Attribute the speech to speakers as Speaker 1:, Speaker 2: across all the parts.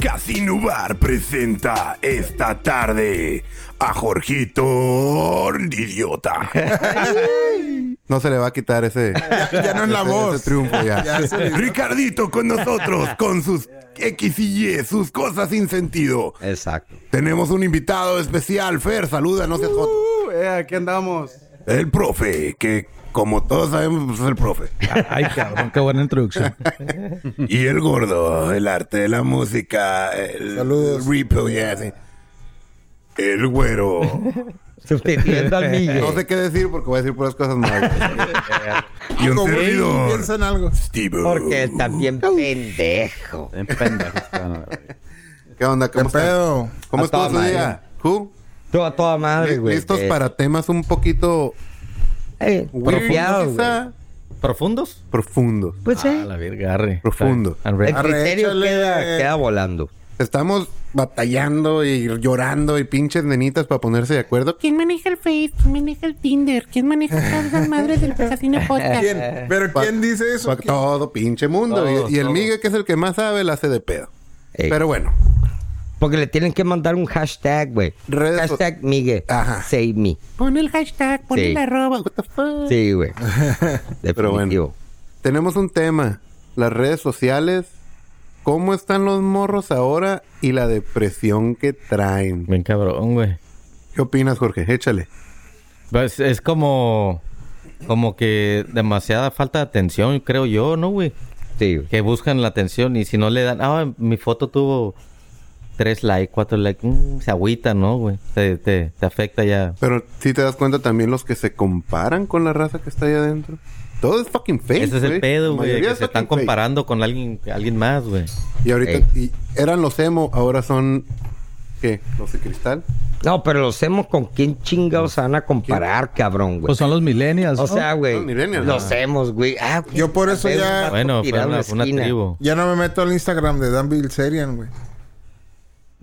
Speaker 1: Casino Bar presenta esta tarde a Jorgito Idiota.
Speaker 2: No se le va a quitar ese.
Speaker 3: Ya no es la
Speaker 2: ese-
Speaker 3: voz.
Speaker 2: ese triunfo ya.
Speaker 3: Ya se le-
Speaker 1: Ricardito con nosotros, con sus X y Y, sus cosas sin sentido.
Speaker 4: Exacto.
Speaker 1: Tenemos un invitado especial, Fer, saluda, no seas joto.
Speaker 2: Uh, eh, aquí andamos.
Speaker 1: El profe, que como todos sabemos, pues, es el profe.
Speaker 5: Ay, cabrón, qué buena introducción.
Speaker 1: Y el gordo, el arte de la música, el
Speaker 3: Saludos.
Speaker 1: Ripple, ya, sí. El güero.
Speaker 4: Sustituyendo al niño.
Speaker 2: No sé qué decir porque voy a decir puras cosas malas.
Speaker 1: Y
Speaker 2: Ah,
Speaker 1: un
Speaker 3: Como él
Speaker 1: servidor.
Speaker 3: Piensa en algo.
Speaker 1: Steve.
Speaker 4: Porque está bien pendejo.
Speaker 2: ¿Qué onda?
Speaker 3: ¿Qué
Speaker 2: ¿Cómo estás?
Speaker 3: pedo?
Speaker 2: ¿Cómo
Speaker 4: A toda
Speaker 2: estuvo su
Speaker 4: madre.
Speaker 2: día? Who?
Speaker 4: Todo a toda madre,
Speaker 2: Li-
Speaker 4: güey.
Speaker 2: Listos
Speaker 4: Eh,
Speaker 2: para temas un poquito
Speaker 4: eh,
Speaker 2: weird,
Speaker 4: profiado, güey.
Speaker 2: quizá?
Speaker 5: ¿Profundos?
Speaker 2: profundos.
Speaker 4: Pues
Speaker 5: Ah,
Speaker 4: eh,
Speaker 5: la verga, arre.
Speaker 2: Profundo.
Speaker 5: Al ver-
Speaker 4: el
Speaker 3: Arre,
Speaker 4: criterio
Speaker 3: échale.
Speaker 4: queda, queda volando.
Speaker 2: Estamos batallando y llorando y pinches nenitas para ponerse de acuerdo.
Speaker 6: ¿Quién maneja el Face? ¿Quién maneja el Tinder? ¿Quién maneja todas esas madres del Casino
Speaker 4: Eh,
Speaker 6: Podcast?
Speaker 3: ¿Quién? ¿Pero
Speaker 2: Pa-
Speaker 3: quién dice eso?
Speaker 2: Pa-
Speaker 3: ¿Quién?
Speaker 2: Todo pinche mundo. Y-
Speaker 5: Todos,
Speaker 2: y, el
Speaker 5: todos.
Speaker 2: migue, que es el que más sabe, la hace de pedo.
Speaker 4: Ey.
Speaker 2: Pero bueno,
Speaker 4: Porque le tienen que mandar un hashtag, güey.
Speaker 2: Redes so-
Speaker 4: Hashtag Miguel.
Speaker 2: Ajá.
Speaker 4: Save me.
Speaker 6: Pon el hashtag, pon
Speaker 4: Sí.
Speaker 6: el arroba, what the fuck.
Speaker 4: Sí, güey.
Speaker 2: Pero bueno.
Speaker 4: Definitivo.
Speaker 2: tenemos un tema. Las redes sociales. ¿Cómo están los morros ahora y la depresión que traen?
Speaker 5: Bien cabrón, güey.
Speaker 2: ¿Qué opinas, Jorge? Échale.
Speaker 5: Pues es como... Como que demasiada falta de atención, creo yo, ¿no, güey?
Speaker 4: Sí, güey.
Speaker 5: Que buscan la atención y si no le dan... Ah, mi foto tuvo... Tres likes, cuatro likes. Mm, se agüita, ¿no, güey? Te, te, te afecta ya.
Speaker 2: Pero si te das cuenta también los que se comparan con la raza que está ahí adentro. Todo es fucking fake.
Speaker 5: Ese es el
Speaker 2: güey.
Speaker 5: pedo,
Speaker 2: La
Speaker 5: güey.
Speaker 2: mayoría
Speaker 5: Que
Speaker 2: es
Speaker 5: se están
Speaker 2: fucking fake.
Speaker 5: comparando con alguien, alguien más, güey.
Speaker 2: Y ahorita
Speaker 4: Ey.
Speaker 2: y eran los emo, ahora son ¿qué? Los de cristal.
Speaker 4: No, pero los hemos con quién chingados se van a comparar, cabrón, güey.
Speaker 7: Pues son los millennials.
Speaker 4: o
Speaker 7: ¿no?
Speaker 4: sea, güey.
Speaker 2: Son millennials,
Speaker 4: Los
Speaker 2: ¿no?
Speaker 4: hemos, güey. Ah, güey,
Speaker 3: Yo por eso
Speaker 4: un
Speaker 3: ya-
Speaker 4: vato
Speaker 5: Bueno, fue
Speaker 4: tirado en
Speaker 5: una,
Speaker 4: la
Speaker 5: fue una
Speaker 4: esquina.
Speaker 5: tribu.
Speaker 3: Ya no me meto al Instagram de Dan Bilzerian, güey.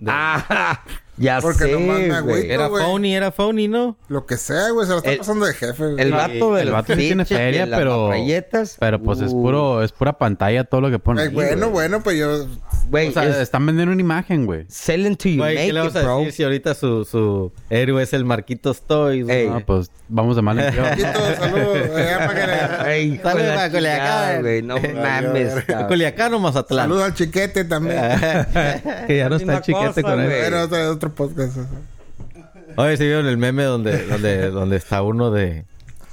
Speaker 4: Ah, ya
Speaker 3: Porque
Speaker 4: sé,
Speaker 3: nomás me
Speaker 4: güey.
Speaker 3: agüito.
Speaker 5: Era
Speaker 3: güey.
Speaker 5: phony, era phony, ¿no?
Speaker 3: Lo que sea, güey. Se la está
Speaker 4: El-
Speaker 3: pasando de jefe, güey.
Speaker 4: El vato de
Speaker 7: el
Speaker 4: los
Speaker 7: vato sí tiene
Speaker 4: pinches, de
Speaker 7: feria,
Speaker 4: las
Speaker 7: pero.
Speaker 4: metralletas.
Speaker 7: Pero pues es
Speaker 4: Uh,
Speaker 7: puro, es pura pantalla todo lo que pone.
Speaker 3: Eh,
Speaker 7: ahí,
Speaker 3: bueno,
Speaker 7: güey.
Speaker 3: bueno, pues yo...
Speaker 4: uh, Güey,
Speaker 7: O sea,
Speaker 4: es
Speaker 7: están vendiendo una imagen, güey.
Speaker 4: selling to you
Speaker 5: Güey,
Speaker 4: make
Speaker 5: ¿qué le
Speaker 4: it,
Speaker 5: vamos a
Speaker 4: bro.
Speaker 5: decir si ahorita su, su héroe es el Marquitos Toys? güey?
Speaker 4: Ey.
Speaker 7: No, pues vamos de mal en peor.
Speaker 3: Quito, saludos. eh, para que le-
Speaker 4: Ay, hijo de
Speaker 5: Saludos
Speaker 4: la
Speaker 5: a Culiacán.
Speaker 4: chingada, güey. No mames,
Speaker 5: ¿A
Speaker 4: cabrón.
Speaker 5: Culiacán o Mazatlán?
Speaker 3: Saludos al chiquete también.
Speaker 7: que ya no
Speaker 4: misma
Speaker 7: está
Speaker 4: cosa,
Speaker 7: chiquete con él.
Speaker 4: güey.
Speaker 3: Pero otro, otro podcast.
Speaker 5: Oye, ¿sí vieron el meme donde, donde, donde está uno de,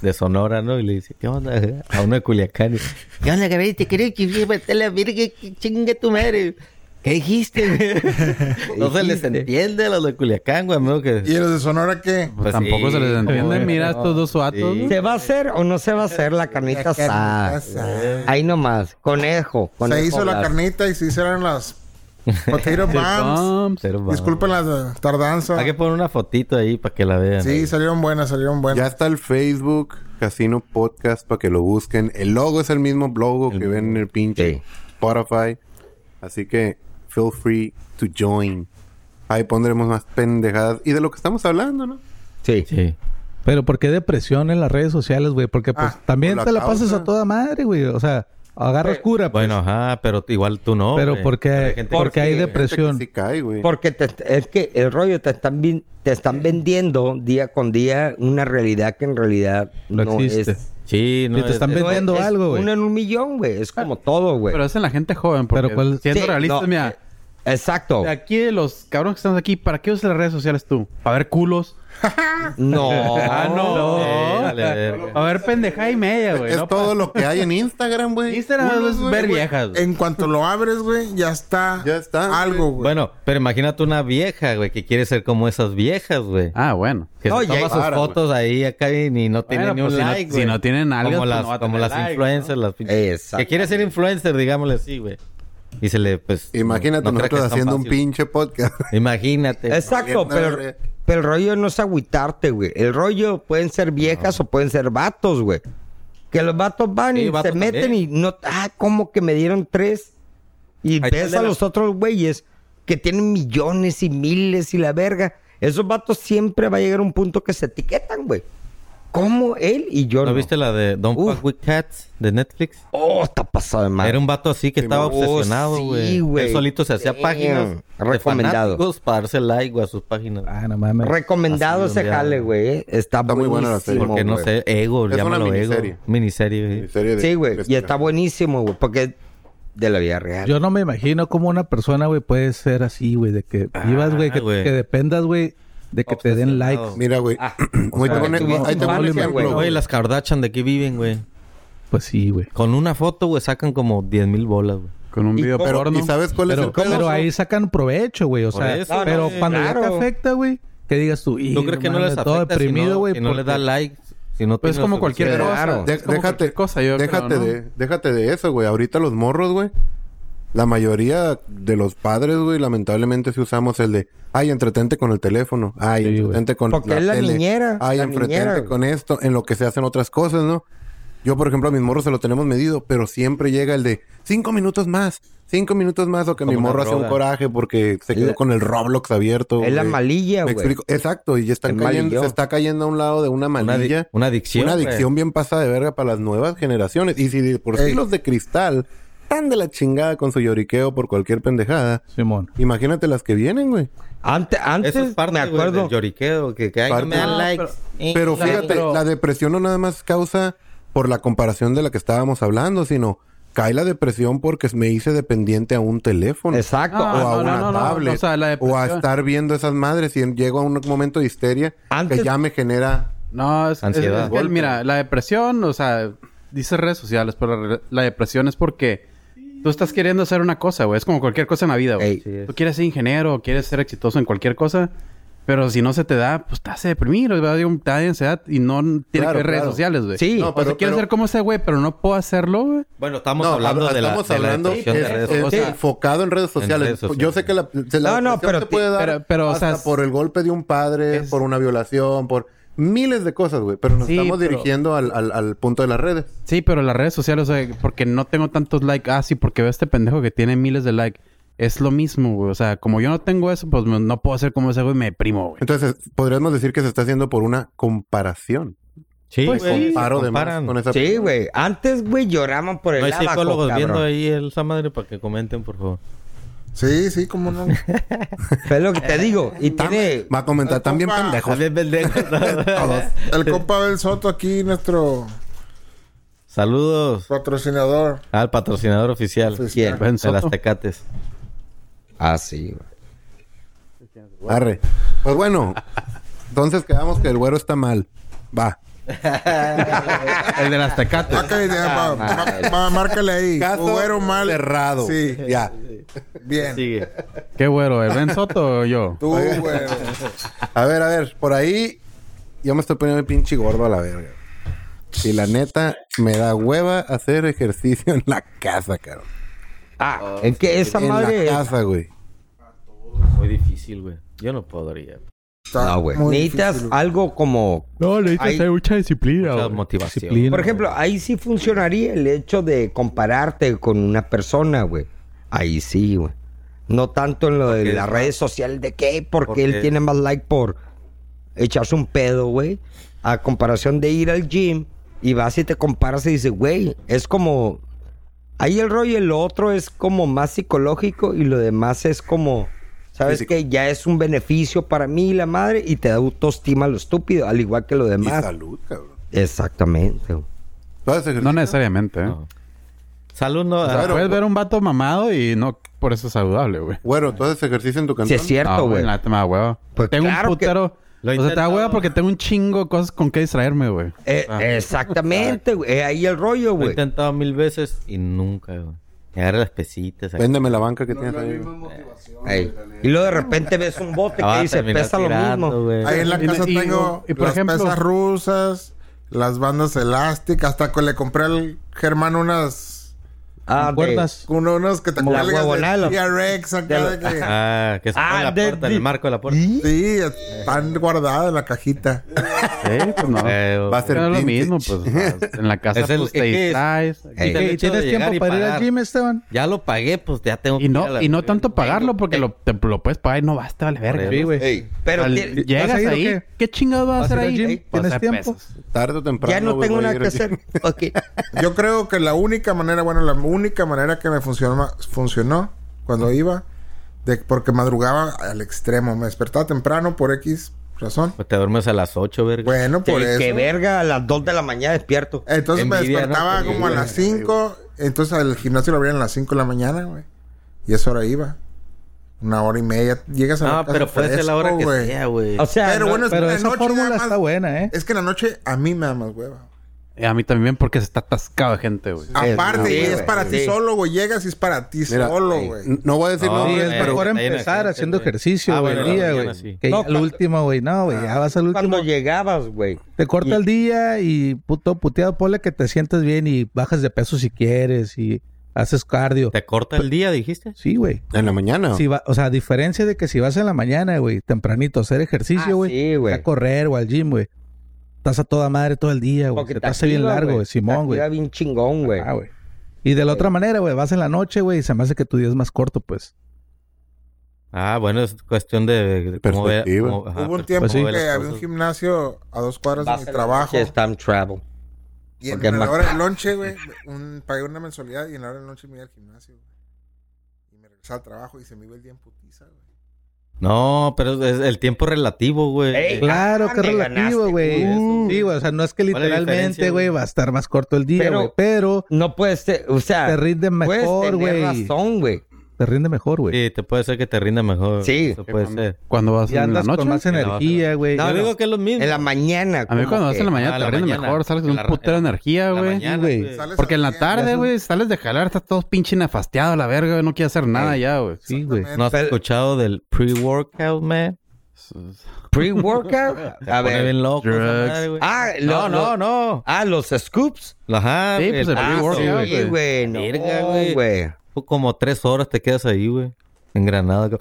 Speaker 5: de Sonora, ¿no? Y le dice, ¿qué onda? A uno de Culiacán. Y,
Speaker 4: ¿Qué onda, cabrón? Te quiero que vete a la verga, que chinga tu madre. ¿Qué dijiste, güey?
Speaker 5: no se les
Speaker 4: Dijiste.
Speaker 5: entiende a los de Culiacán, güey. amigo, que...
Speaker 3: ¿Y los de Sonora qué?
Speaker 7: Pues
Speaker 5: Pues
Speaker 7: tampoco
Speaker 5: sí,
Speaker 7: se les entiende.
Speaker 5: güey, no.
Speaker 7: Mira estos dos suatos.
Speaker 5: Sí.
Speaker 7: güey.
Speaker 4: ¿Se va a hacer o no se va a hacer la carnita
Speaker 3: La carnita
Speaker 4: asada?
Speaker 3: asada.
Speaker 4: Ahí nomás, conejo. conejo
Speaker 3: Se hizo la
Speaker 4: las-
Speaker 3: carnita y se hicieron las potato
Speaker 7: Sí,
Speaker 3: bombs.
Speaker 7: bombs.
Speaker 5: Pero va.
Speaker 3: Disculpen la tardanza.
Speaker 5: Hay que poner una fotito ahí para que la vean.
Speaker 3: Sí, salieron buenas, salieron
Speaker 2: Ya
Speaker 3: buenas.
Speaker 2: está el Facebook Casino Podcast para que lo busquen. El logo es el mismo logo que ven en el pinche
Speaker 4: Sí.
Speaker 2: Spotify. Así que feel free to join. Ahí pondremos más pendejadas y de lo que estamos hablando, ¿no?
Speaker 4: Sí.
Speaker 5: Sí.
Speaker 7: Pero ¿por qué depresión en las redes sociales, güey? Porque pues
Speaker 3: Ah,
Speaker 7: también
Speaker 2: por la
Speaker 7: te la pasas
Speaker 2: causa.
Speaker 7: a toda madre, güey. O sea, agarras cura, pues.
Speaker 5: Bueno, ajá, pero igual tú no.
Speaker 7: pero
Speaker 5: güey. Hay
Speaker 7: porque,
Speaker 5: gente que-
Speaker 7: porque
Speaker 4: Porque-
Speaker 7: hay
Speaker 2: Gente que
Speaker 7: depresión.
Speaker 2: sí cae, güey.
Speaker 4: Porque te- es que el rollo te están, vin- te están vendiendo día con día una realidad que en realidad no,
Speaker 7: No existe.
Speaker 4: es.
Speaker 5: Sí, no.
Speaker 7: Y te están
Speaker 5: es- es-
Speaker 7: vendiendo- Vendiendo
Speaker 4: es
Speaker 7: algo, güey.
Speaker 4: Uno en un millón, güey. Es como todo, güey.
Speaker 7: Pero es en la gente joven, porque Pero cuál-
Speaker 4: Sí,
Speaker 7: siendo realistas,
Speaker 4: no,
Speaker 7: mira,
Speaker 4: eh, Exacto.
Speaker 7: de aquí de los cabrones que estamos aquí, ¿para qué usas las redes sociales tú? ¿Para ver culos?
Speaker 4: No.
Speaker 7: Ah, no.
Speaker 5: Eh, dale, verga.
Speaker 7: A ver, pendeja y media, güey.
Speaker 2: es
Speaker 7: Pues, no
Speaker 2: todo lo que hay en Instagram, güey.
Speaker 7: Instagram
Speaker 2: Unos,
Speaker 7: es
Speaker 2: güey,
Speaker 7: ver
Speaker 2: güey.
Speaker 7: viejas.
Speaker 3: En cuanto lo abres, güey, ya está.
Speaker 2: Ya está,
Speaker 3: Algo, güey.
Speaker 5: Bueno, pero imagínate una vieja, güey, que quiere ser como esas viejas, güey.
Speaker 7: Ah, bueno.
Speaker 5: Que
Speaker 4: No,
Speaker 5: se
Speaker 4: ya
Speaker 5: toma
Speaker 4: hay
Speaker 5: sus
Speaker 2: para,
Speaker 5: fotos ahí acá y ni- no tiene
Speaker 7: Bueno,
Speaker 5: ni un
Speaker 7: pues, si no-
Speaker 5: like,
Speaker 7: si
Speaker 5: güey.
Speaker 7: no tienen algo,
Speaker 5: como
Speaker 7: pues,
Speaker 5: las,
Speaker 7: no va a
Speaker 5: como
Speaker 7: tener
Speaker 5: las
Speaker 7: like,
Speaker 5: influencers, las pinches.
Speaker 4: Exacto.
Speaker 5: Que quiere ser influencer, digámosle así, güey. Y se le, pues...
Speaker 2: Imagínate
Speaker 5: no- no creo que
Speaker 2: nosotros
Speaker 5: es tan
Speaker 2: haciendo un
Speaker 5: fácil.
Speaker 2: pinche podcast.
Speaker 5: Imagínate.
Speaker 4: Exacto,
Speaker 2: Valiendo
Speaker 4: pero,
Speaker 2: verga.
Speaker 4: pero el rollo no es agüitarte, güey. El rollo pueden ser viejas o pueden ser vatos, güey. Que los vatos van
Speaker 5: Sí,
Speaker 4: y
Speaker 5: vato
Speaker 4: se meten
Speaker 5: también.
Speaker 4: y no. Ah, como que me dieron tres. Y
Speaker 5: Ahí
Speaker 4: ves
Speaker 5: sale
Speaker 4: a
Speaker 5: la-
Speaker 4: los otros güeyes que tienen millones y miles y la verga. Esos vatos siempre va a llegar un punto que se etiquetan, güey. ¿Cómo él y yo no?
Speaker 5: ¿No viste la de Don't
Speaker 4: Uf.
Speaker 5: Fuck With Cats de Netflix?
Speaker 4: Oh, está pasado de madre.
Speaker 5: Era un vato así que estaba
Speaker 4: Oh,
Speaker 5: obsesionado,
Speaker 4: sí,
Speaker 5: güey.
Speaker 4: güey.
Speaker 5: Él solito se hacía
Speaker 4: Damn.
Speaker 5: páginas.
Speaker 4: Recomendado.
Speaker 5: De fanáticos para darse like, güey, a sus páginas.
Speaker 7: Ah, no mames.
Speaker 4: Recomendado
Speaker 5: Así,
Speaker 4: ese
Speaker 5: donde-
Speaker 4: jale, güey. ¿eh? Está,
Speaker 2: Está muy buena la serie.
Speaker 4: buenísimo,
Speaker 5: Porque no
Speaker 4: güey.
Speaker 5: sé, ego,
Speaker 2: Es una
Speaker 5: llámalo
Speaker 2: miniserie.
Speaker 5: ego. Miniserie, güey.
Speaker 2: Serie de-
Speaker 4: Sí, güey.
Speaker 2: de-
Speaker 4: Y está buenísimo, güey. Porque es de la vida real.
Speaker 7: Yo no me imagino cómo una persona, güey, puede ser así, güey, de que vivas, güey, que,
Speaker 5: Ah, güey.
Speaker 7: que dependas, güey, de que te den likes.
Speaker 5: Obsesionado.
Speaker 2: Mira, güey.
Speaker 4: Ah,
Speaker 2: Muy
Speaker 4: sea,
Speaker 2: te
Speaker 4: que
Speaker 2: pone-
Speaker 4: tuviste
Speaker 2: ahí te
Speaker 4: un
Speaker 2: pone un
Speaker 4: jale,
Speaker 2: ejemplo.
Speaker 5: Güey, las Kardashian de aquí viven, güey.
Speaker 7: Pues sí, güey.
Speaker 5: Con una foto, güey, sacan como 10 mil bolas, güey.
Speaker 7: Con un
Speaker 4: ¿Y
Speaker 7: video
Speaker 4: cómo-
Speaker 7: porno.
Speaker 2: ¿Y sabes cuál es
Speaker 7: pero,
Speaker 2: el pedo?
Speaker 7: pero ahí sacan provecho, güey. O
Speaker 5: Por
Speaker 7: sea,
Speaker 5: eso,
Speaker 7: pero
Speaker 5: güey.
Speaker 7: cuando ya
Speaker 4: Claro.
Speaker 7: te afecta, güey, que digas tú,
Speaker 5: ¿Tú crees que no les afecta
Speaker 7: todo deprimido, güey?
Speaker 5: si no, si no les
Speaker 7: porque-
Speaker 5: da like? Si no
Speaker 7: Pues es
Speaker 5: tiene
Speaker 7: como
Speaker 5: la
Speaker 7: cualquier
Speaker 5: suficiente-
Speaker 7: cosa.
Speaker 4: Claro.
Speaker 2: De-
Speaker 7: es como
Speaker 2: déjate,
Speaker 7: cualquier cosa, yo creo,
Speaker 2: déjate,
Speaker 7: ¿no?
Speaker 2: de, déjate de eso, güey. Ahorita los morros, güey. La mayoría de los padres, güey, lamentablemente sí usamos el de, ay, entretente con el teléfono, ay,
Speaker 7: Sí, güey.
Speaker 2: entretente con
Speaker 4: Porque es la
Speaker 2: tele.
Speaker 4: niñera,
Speaker 2: ay,
Speaker 4: la
Speaker 2: entretente
Speaker 4: niñera, güey.
Speaker 2: con esto, en lo que se hacen otras cosas, ¿no? Yo, por ejemplo, a mis morros se lo tenemos medido, pero siempre llega el de cinco minutos más, cinco minutos más, o que
Speaker 5: Como
Speaker 2: mi
Speaker 5: una
Speaker 2: morro hace un
Speaker 5: droga.
Speaker 2: coraje porque se quedó
Speaker 4: la-
Speaker 2: con el Roblox abierto.
Speaker 4: Es la
Speaker 2: güey.
Speaker 4: malilla,
Speaker 2: Me
Speaker 4: güey.
Speaker 2: explico. Exacto, y ya están
Speaker 4: El
Speaker 2: cayendo-
Speaker 4: malillón.
Speaker 2: se está cayendo a un lado de una
Speaker 5: Una,
Speaker 2: malilla.
Speaker 5: adi- una adicción.
Speaker 2: Una
Speaker 5: güey.
Speaker 2: adicción bien pasada de verga para las nuevas generaciones. Y si de por sí
Speaker 3: Ey.
Speaker 2: los de cristal tan de la chingada con su lloriqueo por cualquier pendejada,
Speaker 7: Simón.
Speaker 2: imagínate las que vienen, güey.
Speaker 4: Antes, antes
Speaker 5: Eso es parte,
Speaker 4: me
Speaker 5: güey,
Speaker 4: acuerdo.
Speaker 5: del lloriqueo. Que, que ay,
Speaker 2: Parte-
Speaker 5: no me dan
Speaker 2: No,
Speaker 5: likes. Eh,
Speaker 2: Pero
Speaker 5: la-
Speaker 2: fíjate,
Speaker 7: pero-
Speaker 2: la depresión no nada más causa por la comparación de la que estábamos hablando, sino cae la depresión porque me hice dependiente a un teléfono.
Speaker 4: Exacto.
Speaker 2: O a
Speaker 7: No, no,
Speaker 2: una
Speaker 7: no, no, no.
Speaker 2: tablet.
Speaker 7: O sea, la
Speaker 2: o a
Speaker 7: depresión.
Speaker 2: estar viendo esas madres y en- llego a un momento de histeria
Speaker 4: Antes-
Speaker 2: que ya me genera
Speaker 7: No, es, es-
Speaker 5: Ansiedad.
Speaker 7: es que, mira, la depresión, o sea, dice redes sociales, pero la, re- la depresión es porque tú estás queriendo hacer una cosa, güey. Es como cualquier cosa en la
Speaker 4: Ey.
Speaker 7: vida, güey.
Speaker 4: Sí,
Speaker 5: es.
Speaker 7: Tú quieres ser ingeniero, o quieres ser exitoso en cualquier cosa, pero si no se te da, pues te hace deprimir, güey, digo, te da ansiedad y no tiene
Speaker 2: Claro,
Speaker 7: que ver redes
Speaker 2: claro.
Speaker 7: sociales, güey.
Speaker 4: Sí.
Speaker 2: No,
Speaker 7: o sea,
Speaker 2: pero-
Speaker 7: quiero
Speaker 2: pero-
Speaker 7: ser como ese güey, pero no puedo hacerlo, güey.
Speaker 5: Bueno, estamos
Speaker 2: No,
Speaker 5: hablando
Speaker 2: habla-
Speaker 5: de la,
Speaker 2: estamos
Speaker 5: de la
Speaker 2: hablando
Speaker 5: depresión de
Speaker 2: es-
Speaker 5: redes
Speaker 2: es
Speaker 5: sociales.
Speaker 2: enfocado en redes sociales.
Speaker 5: redes sociales.
Speaker 2: Yo sé que la, se- la
Speaker 4: No, no,
Speaker 2: depresión
Speaker 4: pero
Speaker 2: te
Speaker 4: ti-
Speaker 2: puede dar
Speaker 7: pero- pero, o
Speaker 2: hasta
Speaker 7: sea,
Speaker 2: por el golpe de un padre,
Speaker 7: es-
Speaker 2: por una violación, por miles de cosas, güey. Pero nos
Speaker 7: Sí,
Speaker 2: estamos
Speaker 7: pero-
Speaker 2: dirigiendo al, al- al punto de las redes.
Speaker 7: Sí, pero las redes sociales, o sea, porque no tengo tantos likes. Ah, sí, porque veo a este pendejo que tiene miles de likes. Es lo mismo, güey. O sea, como yo no tengo eso, pues me- no puedo hacer como ese güey y me deprimo, güey.
Speaker 2: Entonces, podríamos decir que se está haciendo por una comparación.
Speaker 5: Sí,
Speaker 7: Pues
Speaker 5: güey,
Speaker 7: sí.
Speaker 5: se
Speaker 2: Paro de más
Speaker 5: comparan.
Speaker 2: con esa...
Speaker 4: Sí, güey. Antes, güey, lloraban por el
Speaker 5: No hay
Speaker 4: abaco,
Speaker 5: psicólogos
Speaker 4: cabrón.
Speaker 5: viendo ahí el- esa madre para que comenten, por favor.
Speaker 3: Sí, sí, como no.
Speaker 4: Es lo que te digo. Y
Speaker 2: Tam-
Speaker 4: tiene...
Speaker 2: Va a comentar
Speaker 3: El
Speaker 2: también
Speaker 3: compa-
Speaker 2: pendejos. Todos.
Speaker 3: El compa Abel Soto aquí, nuestro
Speaker 5: Saludos
Speaker 3: patrocinador.
Speaker 5: al patrocinador oficial
Speaker 4: ¿Quién?
Speaker 7: Ben
Speaker 5: de las
Speaker 7: Soto.
Speaker 5: Tecates.
Speaker 4: Ah, sí, güey.
Speaker 2: Arre. Pues bueno, entonces quedamos que el güero está mal. Va.
Speaker 7: El de las tecates.
Speaker 3: Marca- va- va- va- márcale ahí.
Speaker 2: Caso
Speaker 3: Güero mal.
Speaker 2: Cerrado.
Speaker 3: Sí.
Speaker 2: Ya.
Speaker 3: Bien.
Speaker 5: Sigue.
Speaker 7: Qué güero, ¿el Ben Soto o yo?
Speaker 3: Tú, güero.
Speaker 2: A ver, a ver, por ahí yo me estoy poniendo el pinche gordo a la verga. Y la neta, me da hueva hacer ejercicio en la casa, cabrón.
Speaker 4: Ah, es que esa
Speaker 2: En
Speaker 4: madre...
Speaker 2: la
Speaker 4: es-
Speaker 2: casa, güey.
Speaker 5: Muy difícil, güey. Yo no podría.
Speaker 3: Está
Speaker 4: No, güey.
Speaker 3: muy
Speaker 4: Necesitas
Speaker 3: difícil.
Speaker 4: algo como...
Speaker 7: No, le
Speaker 4: Ahí-
Speaker 7: hacer mucha disciplina.
Speaker 5: Mucha
Speaker 7: güey.
Speaker 5: motivación.
Speaker 4: Por ejemplo, ahí sí funcionaría el hecho de compararte con una persona, güey. Ahí sí, güey. No tanto en lo de
Speaker 5: Porque
Speaker 4: las
Speaker 5: es-
Speaker 4: redes sociales de qué, porque
Speaker 5: porque-
Speaker 4: él tiene más like por echarse un pedo, güey. A comparación de ir al gym y vas y te comparas y dices, güey, es como... Ahí el rollo y lo otro es como más psicológico y lo demás es como... ¿Sabes
Speaker 2: Físico.
Speaker 4: que Ya es un beneficio para mí y la madre y te da autoestima lo estúpido, al igual que lo
Speaker 2: Y
Speaker 4: demás.
Speaker 2: salud, cabrón.
Speaker 4: Exactamente, güey.
Speaker 2: ¿Tú haces ejercicio?
Speaker 7: No necesariamente, ¿eh?
Speaker 5: No. Salud no.
Speaker 7: O sea,
Speaker 2: Pero-
Speaker 7: puedes ver un vato mamado y no por eso es saludable, güey.
Speaker 2: Güero, ¿tú haces ejercicio en tu
Speaker 4: Sí,
Speaker 2: cantón?
Speaker 4: es cierto, güey.
Speaker 7: No, te me da hueva.
Speaker 4: Pues
Speaker 7: tengo
Speaker 4: claro
Speaker 7: un
Speaker 4: que-
Speaker 7: putero.
Speaker 5: Lo he
Speaker 7: O sea, te da
Speaker 5: intentado.
Speaker 7: hueva porque tengo un chingo de cosas con que distraerme, güey.
Speaker 4: Eh, Exactamente, güey. Eh, ahí el rollo,
Speaker 5: Lo he
Speaker 4: güey.
Speaker 5: intentado mil veces y nunca, güey. Agarra las pesitas. acá.
Speaker 2: Véndeme la banca que tienes ahí.
Speaker 4: Ahí. Y luego de repente ves un bote
Speaker 5: Ah,
Speaker 4: que dice,
Speaker 5: terminar
Speaker 4: pesa lo
Speaker 5: tirando,
Speaker 4: mismo.
Speaker 5: güey.
Speaker 3: Ahí en la
Speaker 7: Y-
Speaker 3: casa
Speaker 7: y-
Speaker 3: tengo
Speaker 7: y por
Speaker 3: las
Speaker 7: ejemplo-
Speaker 3: pesas rusas, las bandas elásticas, hasta que le compré al Germán unas
Speaker 4: Ah,
Speaker 8: ¿Recuerdas?
Speaker 3: Con unos que te
Speaker 4: La
Speaker 3: cuelgas
Speaker 4: huevonada de
Speaker 3: de
Speaker 4: la-
Speaker 3: TRX acá de que...
Speaker 5: Ah, que se pone
Speaker 4: Ah,
Speaker 5: la
Speaker 4: de-
Speaker 5: puerta,
Speaker 4: de-
Speaker 5: el marco de la puerta.
Speaker 3: Sí, están guardadas en la cajita.
Speaker 7: Sí, pues no.
Speaker 5: Eh,
Speaker 2: Va a
Speaker 7: Es que
Speaker 2: ser
Speaker 7: no es
Speaker 2: vintage.
Speaker 7: lo mismo, pues. vas- En la casa
Speaker 5: Es el-
Speaker 7: pues,
Speaker 5: es
Speaker 7: te
Speaker 5: que es-
Speaker 7: distraes.
Speaker 5: Ey.
Speaker 8: ¿Qué,
Speaker 5: el hecho
Speaker 8: ¿Tienes
Speaker 5: de
Speaker 8: tiempo
Speaker 5: llegar y
Speaker 8: para ir al
Speaker 5: pagar.
Speaker 8: gym, Esteban?
Speaker 5: ya lo pagué, pues ya tengo que
Speaker 7: Y
Speaker 5: ir a
Speaker 7: no,
Speaker 5: la
Speaker 7: y no
Speaker 5: verga. Eh,
Speaker 7: tanto pagarlo porque
Speaker 5: Ey,
Speaker 7: lo, te lo puedes pagar y no basta, vale verga.
Speaker 8: Sí, güey.
Speaker 9: Ey,
Speaker 4: Pero
Speaker 7: Al-
Speaker 4: ti-
Speaker 7: llegas
Speaker 8: ¿vas a ir o
Speaker 7: ahí,
Speaker 8: qué?
Speaker 7: ¿qué, chingado vas a
Speaker 8: ¿Vas
Speaker 7: hacer
Speaker 8: a ir al
Speaker 7: ahí?
Speaker 8: gym?
Speaker 7: Ey,
Speaker 8: ¿Tienes
Speaker 7: vas a hacer
Speaker 8: tiempo?
Speaker 7: pesas.
Speaker 2: Tarde o temprano.
Speaker 4: ya no
Speaker 2: güey,
Speaker 4: tengo
Speaker 2: voy a
Speaker 4: nada
Speaker 2: ir
Speaker 4: que
Speaker 2: al gym.
Speaker 4: hacer. Ok.
Speaker 3: Yo creo que la única manera, bueno, la única manera que me funcionó, funcionó cuando iba, de, porque madrugaba al extremo. Me despertaba temprano por X razón.
Speaker 5: Pues te duermes a las 8, verga.
Speaker 3: Bueno, por
Speaker 4: Que-
Speaker 3: eso.
Speaker 4: Que verga, a las 2 de la mañana despierto.
Speaker 3: Entonces me
Speaker 5: Envidia, ¿no?
Speaker 3: despertaba
Speaker 5: Porque,
Speaker 3: como a
Speaker 5: güey,
Speaker 3: las 5. Entonces al gimnasio lo abrían a las 5 de la mañana, güey. Y a esa hora iba. Una hora y media. Llegas pues, a la
Speaker 5: no,
Speaker 3: casa
Speaker 5: pero puede ser la hora
Speaker 3: fresco,
Speaker 5: que
Speaker 3: güey.
Speaker 5: sea, güey.
Speaker 4: O sea,
Speaker 3: Pero
Speaker 4: no-
Speaker 3: bueno, es
Speaker 8: Pero
Speaker 3: que
Speaker 8: esa
Speaker 3: la noche
Speaker 8: fórmula
Speaker 3: da más-
Speaker 8: está buena, ¿eh?
Speaker 3: Es que en la noche a mí me da más hueva.
Speaker 7: Eh, A mí también porque se está atascado de gente, güey.
Speaker 3: Aparte,
Speaker 4: sí,
Speaker 3: güey, es
Speaker 4: güey,
Speaker 3: para ti
Speaker 4: sí.
Speaker 3: solo, güey. Llegas y es para ti
Speaker 2: Mira,
Speaker 3: solo,
Speaker 2: ey,
Speaker 3: güey.
Speaker 2: n- No voy a decir
Speaker 5: No,
Speaker 2: no,
Speaker 8: Sí,
Speaker 5: güey,
Speaker 8: es
Speaker 5: eh,
Speaker 8: mejor
Speaker 5: ahí en la
Speaker 8: empezar
Speaker 5: gente,
Speaker 8: haciendo
Speaker 5: güey.
Speaker 8: ejercicio,
Speaker 5: Ah,
Speaker 8: güey,
Speaker 5: bueno,
Speaker 8: el día,
Speaker 5: mañana
Speaker 8: güey.
Speaker 5: sí.
Speaker 8: Que
Speaker 4: No,
Speaker 8: al
Speaker 4: cuando- Ah,
Speaker 8: último, güey. No, güey, ya vas al último.
Speaker 4: cuando llegabas, güey.
Speaker 8: Te corta
Speaker 4: Y-
Speaker 8: el día y puto puteado, ponle que te sientes bien y bajas de peso si quieres y haces cardio.
Speaker 5: ¿Te corta el día, dijiste?
Speaker 8: Sí, güey.
Speaker 2: En la mañana.
Speaker 8: Si va- o sea, a diferencia de que si vas en la mañana, güey, tempranito a hacer
Speaker 4: Ah,
Speaker 8: ejercicio, güey,
Speaker 4: sí, güey.
Speaker 8: a correr o al gym, güey. Estás a toda madre todo el día, güey.
Speaker 4: Porque te
Speaker 8: Se te hace bien
Speaker 4: activa,
Speaker 8: largo, güey. Simón,
Speaker 4: Te activa
Speaker 8: güey.
Speaker 4: bien chingón, güey.
Speaker 8: Ah, güey. Y de la otra manera, güey, vas en la noche, güey, y se me hace que tu día es más corto, pues.
Speaker 5: Ah, bueno, es cuestión de, de cómo ve-
Speaker 2: Perspectiva.
Speaker 5: cómo- ajá, pues
Speaker 3: Hubo un
Speaker 5: pero
Speaker 3: tiempo
Speaker 5: cómo ve las
Speaker 3: que había un
Speaker 5: cosas.
Speaker 3: gimnasio a dos cuadras
Speaker 4: Vas
Speaker 3: de
Speaker 4: a
Speaker 3: mi
Speaker 4: la
Speaker 3: trabajo.
Speaker 4: noche, es time travel.
Speaker 3: Y
Speaker 4: porque es
Speaker 3: en la
Speaker 4: más-
Speaker 3: hora del lonche, güey, un- pagué una mensualidad y en la hora del lonche me iba al gimnasio, güey. Y me regresaba al trabajo y se me iba el día en putiza, güey.
Speaker 5: No, pero es el tiempo relativo, güey.
Speaker 4: Ey,
Speaker 8: Claro,
Speaker 4: ah,
Speaker 8: qué
Speaker 4: me
Speaker 8: relativo,
Speaker 4: ganaste,
Speaker 8: güey.
Speaker 5: güey, eso.
Speaker 8: Sí, güey, o sea, no es que
Speaker 5: ¿Cuál es la
Speaker 8: literalmente,
Speaker 5: diferencia,
Speaker 8: güey,
Speaker 5: güey?
Speaker 8: va a estar más corto el día,
Speaker 4: Pero-
Speaker 8: güey. Pero
Speaker 4: No puedes ser, o sea,
Speaker 8: te rinde
Speaker 4: puedes
Speaker 8: mejor,
Speaker 4: tener
Speaker 8: güey.
Speaker 4: razón, güey.
Speaker 8: Te rinde mejor, güey.
Speaker 5: Sí, te puede ser que te rinda mejor.
Speaker 4: Sí.
Speaker 5: Eso puede
Speaker 7: Cuando-
Speaker 5: ser.
Speaker 7: Cuando vas
Speaker 8: Y
Speaker 7: en la
Speaker 8: andas
Speaker 7: noche.
Speaker 8: con más
Speaker 5: En la
Speaker 8: energía, güey.
Speaker 5: Yo
Speaker 8: No,
Speaker 5: digo que es lo mismo.
Speaker 4: En la mañana.
Speaker 7: A mí
Speaker 4: como
Speaker 7: cuando vas
Speaker 4: que-
Speaker 7: en la
Speaker 5: Ah,
Speaker 7: mañana
Speaker 5: la
Speaker 7: te rinde
Speaker 5: mañana.
Speaker 7: mejor, sales
Speaker 5: En
Speaker 7: con un
Speaker 5: la-
Speaker 7: putero de
Speaker 5: en-
Speaker 7: energía,
Speaker 5: la
Speaker 7: güey.
Speaker 5: mañana,
Speaker 8: güey.
Speaker 5: güey.
Speaker 3: Sales
Speaker 7: Porque en
Speaker 3: al
Speaker 7: la
Speaker 3: día-
Speaker 7: tarde, güey, sales de jalar, estás todo pinche nefasteado a la verga, güey, no quieres hacer nada ya, güey.
Speaker 8: Sí, güey.
Speaker 5: ¿No has
Speaker 4: Pero-
Speaker 5: escuchado del pre-workout, man?
Speaker 4: Pre-workout.
Speaker 5: Se
Speaker 4: A
Speaker 5: pone
Speaker 4: ver.
Speaker 5: bien loco. esa
Speaker 7: Drugs.
Speaker 5: madre, güey.
Speaker 4: Ah,
Speaker 5: no,
Speaker 4: lo-
Speaker 5: no,
Speaker 4: lo-
Speaker 5: no.
Speaker 4: Ah, los scoops.
Speaker 5: Ajá,
Speaker 7: Sí,
Speaker 5: güey,
Speaker 7: pues, el
Speaker 5: ah,
Speaker 4: Ah,
Speaker 7: pre-workout,
Speaker 5: güey.
Speaker 4: sí,
Speaker 7: güey.
Speaker 4: güey.
Speaker 5: Verga,
Speaker 4: No,
Speaker 5: güey.
Speaker 4: güey.
Speaker 5: Fue como tres horas te quedas ahí, güey. Engranado. acá.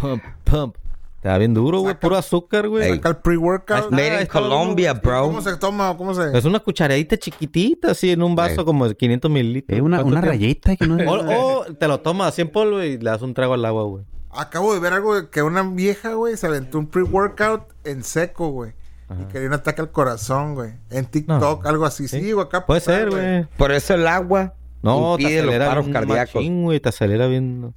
Speaker 5: Pump, pump. Está bien duro, güey. Puro azúcar, güey.
Speaker 3: Saca el pre-workout.
Speaker 5: Ay,
Speaker 4: Made in
Speaker 5: es todo
Speaker 4: Colombia, bro.
Speaker 3: ¿Cómo se toma? ¿Cómo se...?
Speaker 5: Es una cucharadita chiquitita, así, en un vaso como de 500 mililitros.
Speaker 7: Eh, una, una rayita que no es.
Speaker 5: O, o te lo tomas así en polvo y le das un trago al agua, güey.
Speaker 3: Acabo de ver algo de que una vieja, güey, se aventó un pre-workout en seco, güey. Y quería un ataque al corazón, güey. En TikTok, algo así. Sí, güey, acá.
Speaker 5: Puede ser,
Speaker 3: pasar,
Speaker 5: güey.
Speaker 4: Por eso el agua
Speaker 5: No, te
Speaker 4: impide los
Speaker 5: acelera
Speaker 4: paros
Speaker 5: bien
Speaker 4: cardíacos.
Speaker 5: machín, güey. Te acelera bien.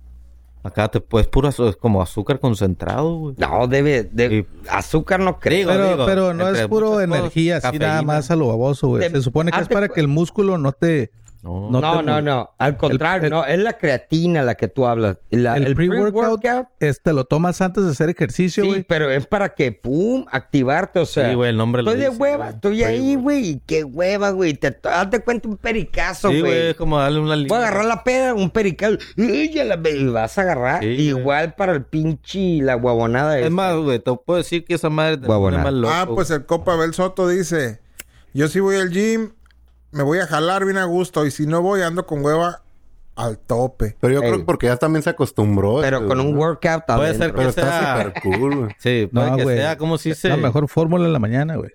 Speaker 5: Acá te puedes puro azu- es como azúcar concentrado, güey.
Speaker 4: No, debe. de- Azúcar no
Speaker 5: Digo,
Speaker 4: creo.
Speaker 8: Pero,
Speaker 5: digo,
Speaker 8: pero no
Speaker 5: entre
Speaker 8: es puro
Speaker 5: muchas cosas,
Speaker 8: energía, así nada
Speaker 5: cafeína.
Speaker 8: más a lo baboso, güey.
Speaker 4: Te-
Speaker 8: Se supone que es
Speaker 4: hazte
Speaker 8: para
Speaker 4: cu-
Speaker 8: que el músculo no te...
Speaker 5: No.
Speaker 8: No
Speaker 4: No,
Speaker 8: te-
Speaker 4: no, no. Al contrario,
Speaker 8: el-
Speaker 4: no. Es la creatina la que tú hablas. La-
Speaker 8: el pre-workout,
Speaker 4: pre-workout,
Speaker 8: es- te lo tomas antes de hacer ejercicio,
Speaker 4: Sí,
Speaker 8: güey.
Speaker 4: pero es para que, pum, activarte, o sea.
Speaker 5: Sí, güey, el nombre lo
Speaker 4: Estoy de
Speaker 5: dice,
Speaker 4: hueva,
Speaker 5: güey.
Speaker 4: estoy ahí, güey. y Qué hueva, güey. Te hazte cuenta un pericazo,
Speaker 5: Sí, güey.
Speaker 4: güey.
Speaker 5: Es como darle una
Speaker 4: Voy
Speaker 5: línea.
Speaker 4: a agarrar la peda, un pericazo. Y, ya la- y vas a agarrar
Speaker 5: Sí, güey.
Speaker 4: igual para el pinche la guabonada.
Speaker 5: Es
Speaker 4: esa.
Speaker 5: más, güey. Te puedo decir que esa madre te
Speaker 4: Guabonada.
Speaker 5: pone más loco.
Speaker 3: Ah, pues el Copa Abel Soto dice: Yo sí voy al gym, me voy a jalar bien a gusto. Y si no voy, ando con hueva al tope.
Speaker 2: Pero yo creo
Speaker 4: Ey.
Speaker 2: que porque ya también se acostumbró.
Speaker 4: pero
Speaker 2: este,
Speaker 4: con un
Speaker 2: güey.
Speaker 4: workout
Speaker 5: Puede ser
Speaker 4: adentro.
Speaker 2: Pero
Speaker 5: que
Speaker 2: está
Speaker 5: sea-
Speaker 2: súper cool, güey.
Speaker 5: Sí,
Speaker 8: No,
Speaker 5: puede que
Speaker 8: güey.
Speaker 5: sea como si se...
Speaker 8: La mejor fórmula en la mañana, güey.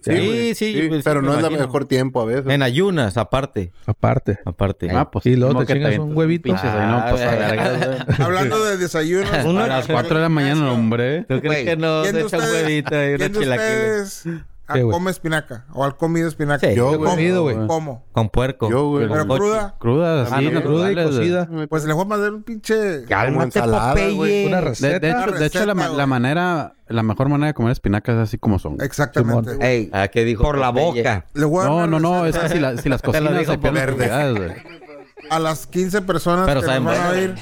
Speaker 5: Sí,
Speaker 2: güey.
Speaker 5: sí, pues,
Speaker 2: Pero
Speaker 5: sí, me
Speaker 2: no es la
Speaker 5: imagino.
Speaker 2: mejor tiempo a veces.
Speaker 5: En ayunas, aparte.
Speaker 8: Aparte.
Speaker 5: Aparte.
Speaker 7: Ah, pues,
Speaker 8: Y luego
Speaker 7: como
Speaker 8: te
Speaker 7: que
Speaker 8: chingas un
Speaker 7: avientas
Speaker 8: huevito.
Speaker 7: pinches ahí, no
Speaker 5: Ah,
Speaker 7: pasa
Speaker 5: güey.
Speaker 7: verga, güey.
Speaker 3: Hablando de desayunos.
Speaker 4: Uno
Speaker 7: A las 4 de la mañana, hombre.
Speaker 5: ¿Tú crees
Speaker 4: Güey,
Speaker 5: que no
Speaker 3: ¿Quién
Speaker 5: se
Speaker 3: de
Speaker 5: echa un
Speaker 3: ustedes,
Speaker 5: huevito y
Speaker 3: ¿quién
Speaker 5: una
Speaker 3: de
Speaker 5: chilaquiles?
Speaker 3: ustedes
Speaker 8: ¿Qué, güey?
Speaker 3: come espinaca? ¿O al comido espinaca?
Speaker 5: Sí,
Speaker 2: Yo,
Speaker 8: Yo
Speaker 2: güey.
Speaker 8: comido, güey.
Speaker 3: ¿Cómo?
Speaker 5: Con puerco.
Speaker 2: Yo, güey.
Speaker 3: ¿Pero
Speaker 5: Con
Speaker 3: cruda?
Speaker 5: Ah,
Speaker 7: Crudas, así,
Speaker 8: Sí, cruda y
Speaker 7: naturales, güey.
Speaker 8: cocida.
Speaker 3: Pues le voy a mandar un pinche.
Speaker 2: Como
Speaker 4: Cálmate,
Speaker 2: ensalada,
Speaker 4: Popeye.
Speaker 2: güey.
Speaker 8: Una
Speaker 7: De, de
Speaker 8: receta.
Speaker 7: hecho, de hecho, la, ma- la manera, la mejor manera de comer espinacas es así como son.
Speaker 3: Exactamente.
Speaker 8: Simón.
Speaker 3: güey.
Speaker 4: Ey,
Speaker 5: Ah, ¿qué dijo?
Speaker 4: por la
Speaker 5: Popeye?
Speaker 4: boca.
Speaker 3: Le voy a dar
Speaker 7: No,
Speaker 3: una
Speaker 7: no, no, es
Speaker 3: receta
Speaker 7: que si, la- si las
Speaker 5: Te lo
Speaker 7: cocinas
Speaker 5: digo
Speaker 7: se pierden
Speaker 5: por
Speaker 7: las propiedades, güey.
Speaker 3: A las 15 personas
Speaker 5: Pero
Speaker 3: que nos
Speaker 5: saben
Speaker 3: van a
Speaker 5: bueno.
Speaker 3: ir,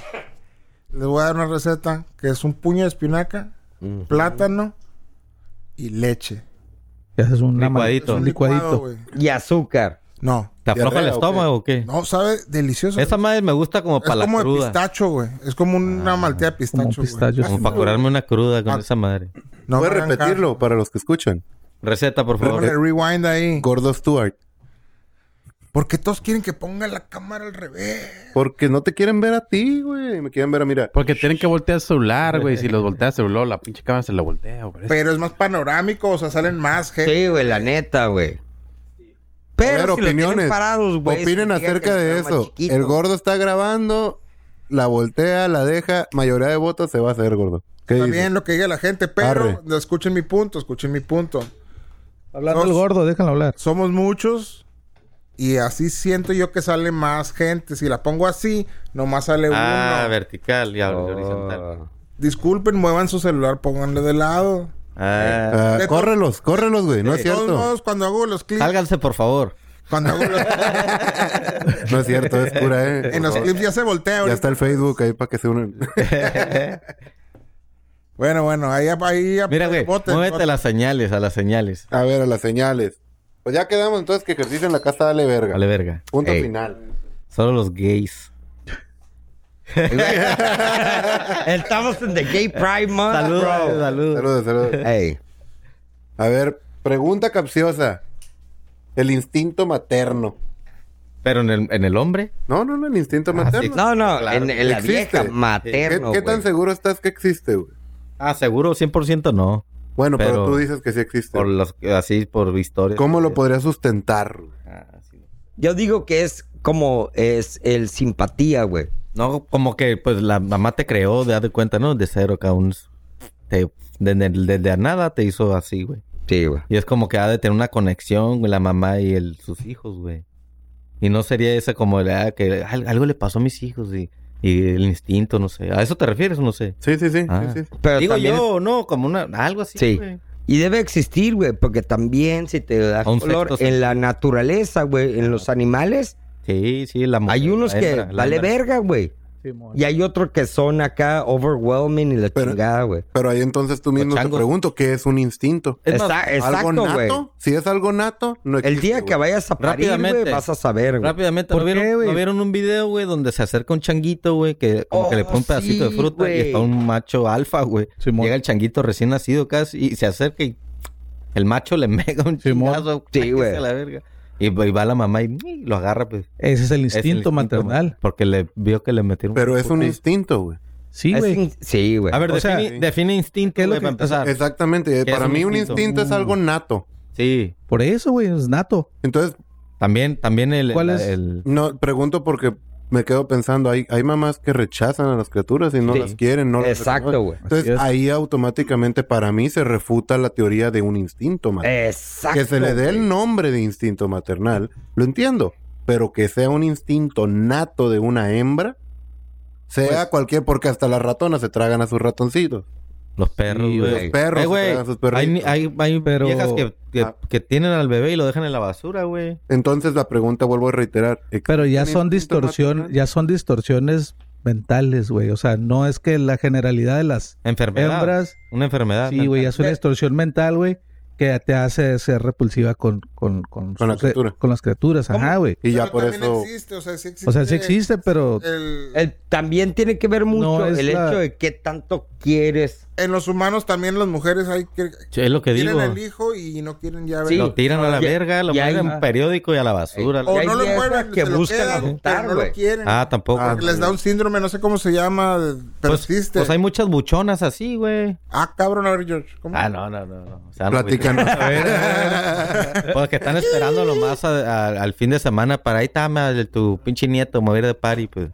Speaker 3: les voy a dar una receta que es un puño de espinaca, plátano y leche.
Speaker 8: Y haces un
Speaker 5: Licuadito.
Speaker 8: Un
Speaker 3: licuado,
Speaker 8: licuadito.
Speaker 3: güey.
Speaker 4: Y azúcar.
Speaker 3: No,
Speaker 5: ¿Te afloja el
Speaker 2: Diarrea, ¿o qué?
Speaker 5: estómago o qué?
Speaker 3: no, sabe delicioso.
Speaker 5: Esa madre me gusta como
Speaker 3: es
Speaker 5: para
Speaker 3: como
Speaker 5: la
Speaker 3: de
Speaker 5: cruda.
Speaker 3: pistacho, güey. Es como una malteada de
Speaker 8: Como
Speaker 3: pistacho, güey.
Speaker 8: pistachos.
Speaker 5: Como para curarme una cruda con esa madre.
Speaker 3: No
Speaker 2: Puedes
Speaker 3: me hagan
Speaker 2: repetirlo para los que escuchan.
Speaker 5: Receta, por
Speaker 3: caso. Póngale
Speaker 5: favor.
Speaker 3: rewind ahí.
Speaker 2: Gordo Stewart.
Speaker 3: ¿Por qué todos quieren que ponga la cámara al revés?
Speaker 2: Porque no te quieren ver a ti, güey. Me quieren ver a, mira.
Speaker 7: Porque tienen que voltear el celular, güey. Si los volteas el celular, la pinche cámara se la voltea, güey.
Speaker 3: Pero es más panorámico, o sea, salen más gente.
Speaker 4: Sí, güey, la neta, güey. Pero
Speaker 2: Pero
Speaker 4: si los tienen
Speaker 2: opiniones.
Speaker 4: parados, güey,
Speaker 2: Opinen
Speaker 4: significa
Speaker 2: acerca
Speaker 4: que
Speaker 2: de
Speaker 4: está más
Speaker 2: eso.
Speaker 4: chiquito.
Speaker 2: El gordo está grabando, la voltea, la deja. Mayoría de votos se va a hacer, gordo. ¿Qué
Speaker 3: Está
Speaker 2: dices?
Speaker 3: bien lo que diga la gente, pero
Speaker 2: Arre.
Speaker 3: no, escuchen mi punto, escuchen mi punto.
Speaker 8: Hablando
Speaker 3: No,
Speaker 8: el gordo, déjalo hablar.
Speaker 3: Somos muchos y así siento yo que sale más gente. Si la pongo así, nomás sale
Speaker 5: Ah,
Speaker 3: uno.
Speaker 5: vertical y
Speaker 4: Oh.
Speaker 5: horizontal.
Speaker 3: Disculpen, muevan su celular, pónganle de lado.
Speaker 5: Ah,
Speaker 2: Ah,
Speaker 3: De to-
Speaker 2: córrelos, córrelos, güey. No es
Speaker 3: De todos
Speaker 2: cierto.
Speaker 3: modos, cuando hago los clips,
Speaker 5: sálganse, por favor.
Speaker 3: cuando hago los-
Speaker 2: No es cierto, es cura, eh.
Speaker 3: en los clips ya se voltea.
Speaker 2: Ya
Speaker 3: ahorita.
Speaker 2: está el Facebook ahí para que se unan.
Speaker 3: Bueno, bueno, ahí ahí
Speaker 5: Mira, güey,
Speaker 3: voten,
Speaker 5: muévete a
Speaker 3: voten.
Speaker 5: las señales, a las señales.
Speaker 2: A ver, a las señales. Pues ya quedamos entonces que ejercicio en la casa dale verga.
Speaker 5: Vale, verga.
Speaker 2: Punto
Speaker 4: Ey.
Speaker 2: final.
Speaker 5: Solo los gays.
Speaker 4: Estamos en The Gay Pride Month.
Speaker 5: Saludos,
Speaker 4: Ah, bro.
Speaker 5: saludos.
Speaker 2: Saludos, saludos.
Speaker 4: Ey,
Speaker 2: A ver, pregunta capciosa. El instinto materno.
Speaker 5: Pero en el, en el hombre,
Speaker 2: No, no, no, el instinto materno.
Speaker 4: No, Ah, no, en, en la
Speaker 2: Existe.
Speaker 4: vieja
Speaker 2: ¿Qué,
Speaker 4: materno.
Speaker 2: qué tan
Speaker 4: güey.
Speaker 2: seguro estás que existe, güey?
Speaker 5: ah, seguro 100% no.
Speaker 2: Bueno, pero,
Speaker 5: Pero-
Speaker 2: tú dices que sí existe.
Speaker 5: Por los, así, por historias.
Speaker 2: ¿Cómo lo podrías sustentar? güey?
Speaker 5: Ah, sí.
Speaker 4: Yo digo que es como es el simpatía, güey.
Speaker 5: No, como que pues la mamá te creó, de haz de cuenta, ¿no? De cero, cada uno te, desde, desde a nada te hizo así, güey.
Speaker 4: Sí, güey.
Speaker 5: Y es como que ha de tener una conexión, güey, la mamá y el, sus hijos, güey. Y no sería esa como de, ah, que al- algo le pasó a mis hijos y, y el instinto, no sé. ¿A eso te refieres o no sé?
Speaker 2: Sí, sí, sí. sí,
Speaker 5: Ah.
Speaker 2: sí.
Speaker 4: Pero
Speaker 5: Digo
Speaker 4: también-
Speaker 5: yo, no, como una, algo así,
Speaker 4: Sí.
Speaker 5: güey.
Speaker 4: Y debe existir, güey, porque también si te da
Speaker 5: A un
Speaker 4: color
Speaker 5: sexto
Speaker 4: en la naturaleza, güey, en los animales,
Speaker 5: Sí, sí, la mujer,
Speaker 4: hay unos
Speaker 5: la
Speaker 4: que
Speaker 5: hembra, la
Speaker 4: vale
Speaker 5: hembra.
Speaker 4: verga, güey. Y hay otros que son acá overwhelming y la
Speaker 2: Pero-
Speaker 4: chingada, güey.
Speaker 2: Pero ahí entonces tú mismo te
Speaker 5: changos.
Speaker 2: pregunto qué es un instinto.
Speaker 5: Es más,
Speaker 4: Está-
Speaker 2: ¿Algo
Speaker 4: Exacto, güey.
Speaker 2: nato? Si es algo nato, no existe.
Speaker 4: El día que
Speaker 2: güey.
Speaker 4: vayas a parir,
Speaker 5: Rápidamente.
Speaker 4: güey, vas a saber, güey.
Speaker 5: Rápidamente,
Speaker 8: ¿Por
Speaker 5: ¿no,
Speaker 8: qué,
Speaker 5: vieron,
Speaker 8: güey?
Speaker 5: no vieron un video, güey, donde se acerca un changuito, güey, que como
Speaker 4: Oh,
Speaker 5: que le pone un pedacito
Speaker 4: sí,
Speaker 5: de fruta
Speaker 4: güey.
Speaker 5: y está un macho alfa, güey.
Speaker 8: Simón.
Speaker 5: Llega el changuito recién nacido casi y se acerca y el macho le mega un
Speaker 8: Simón.
Speaker 5: chingazo.
Speaker 4: Sí,
Speaker 5: ¡ay, que
Speaker 4: güey.
Speaker 5: sea la verga! Y, y va la mamá y ¡ay! lo agarra, pues.
Speaker 8: Ese es el
Speaker 5: Es el
Speaker 8: instinto maternal.
Speaker 5: güey, Porque le vio que le metieron.
Speaker 2: Pero es un
Speaker 5: putazo.
Speaker 2: instinto, güey.
Speaker 8: Sí,
Speaker 4: Es
Speaker 8: güey.
Speaker 4: in- Sí, güey.
Speaker 5: A ver,
Speaker 8: o sea,
Speaker 5: define, define instinto,
Speaker 8: ¿qué es lo
Speaker 5: güey,
Speaker 8: que-
Speaker 5: para empezar.
Speaker 2: Exactamente.
Speaker 5: ¿Qué es
Speaker 2: Para
Speaker 5: un
Speaker 2: mí un
Speaker 5: instinto?
Speaker 2: instinto es algo nato.
Speaker 5: Sí.
Speaker 8: Por eso, güey, es nato.
Speaker 2: Entonces,
Speaker 5: También, también el...
Speaker 8: ¿Cuál
Speaker 5: la-
Speaker 8: es?
Speaker 5: el-
Speaker 2: no, pregunto porque me quedo pensando, hay, hay mamás que rechazan a las criaturas y no
Speaker 4: Sí.
Speaker 2: las quieren, no las
Speaker 4: Exacto, güey.
Speaker 8: Así
Speaker 2: Entonces
Speaker 8: es.
Speaker 2: ahí automáticamente para mí se refuta la teoría de un instinto maternal.
Speaker 4: Exacto.
Speaker 2: que se le dé el nombre de instinto maternal, lo entiendo, pero que sea un instinto nato de una hembra, sea cualquier, porque hasta las ratonas se tragan a sus ratoncitos.
Speaker 5: Los perros,
Speaker 8: Sí,
Speaker 5: güey.
Speaker 2: Los perros
Speaker 5: Eh,
Speaker 2: se
Speaker 5: güey,
Speaker 2: tragan a sus perritos.
Speaker 5: hay, ni- hay, hay
Speaker 8: Pero-
Speaker 5: viejas que, que-
Speaker 2: Ah.
Speaker 5: que tienen al bebé y lo dejan en la basura, güey.
Speaker 2: Entonces la pregunta vuelvo a reiterar. ¿existe
Speaker 8: Pero ya
Speaker 2: un
Speaker 8: son
Speaker 2: instinto
Speaker 8: distorsiones,
Speaker 2: maternal?
Speaker 8: ya son distorsiones mentales, güey. O sea, no es que la generalidad de las
Speaker 5: Enfermedad.
Speaker 8: Hembras.
Speaker 5: Una enfermedad.
Speaker 8: sí,
Speaker 5: mental.
Speaker 8: güey, ya
Speaker 2: Eh.
Speaker 8: es una distorsión mental, güey, que te hace ser repulsiva con con con,
Speaker 2: Con la
Speaker 8: sus-
Speaker 2: criatura.
Speaker 8: con las criaturas, ajá, güey.
Speaker 2: Y ya
Speaker 3: Pero
Speaker 2: por
Speaker 3: también
Speaker 2: eso...
Speaker 3: existe, o sea, sí existe.
Speaker 8: O sea, sí
Speaker 2: Eh,
Speaker 8: existe, pero
Speaker 3: el-
Speaker 4: El- también tiene que ver mucho
Speaker 8: No, es
Speaker 4: el
Speaker 8: la-
Speaker 4: hecho de qué tanto quieres.
Speaker 3: en los humanos también las mujeres hay que
Speaker 5: Sí, es lo que
Speaker 3: quieren
Speaker 5: digo.
Speaker 3: el hijo y no quieren ya ver.
Speaker 4: Sí.
Speaker 5: Lo tiran a la
Speaker 4: Ya-
Speaker 5: verga, lo
Speaker 4: ya hay-
Speaker 5: mandan a un periódico y a la basura. Pues, La-
Speaker 4: Ey,
Speaker 3: O
Speaker 4: hay
Speaker 3: no lo
Speaker 4: viejas
Speaker 3: mueven,
Speaker 4: que
Speaker 3: se lo
Speaker 4: buscan
Speaker 3: quedan,
Speaker 4: adoptar,
Speaker 3: pero no lo
Speaker 4: güey.
Speaker 3: quieren.
Speaker 5: Ah, tampoco.
Speaker 2: Ah,
Speaker 3: porque les da un síndrome, no sé cómo se llama, pero
Speaker 5: pues,
Speaker 3: existe.
Speaker 5: pues hay muchas buchonas así, güey.
Speaker 3: Ah, cabrón, a ver, George. ¿cómo?
Speaker 5: Ah, no, no, no. no. O sea, no, güey.
Speaker 2: Platícanos.
Speaker 5: Pues que están esperando lo más a- a- al fin de semana para ahí está ma, el- tu pinche nieto mover de party, pues.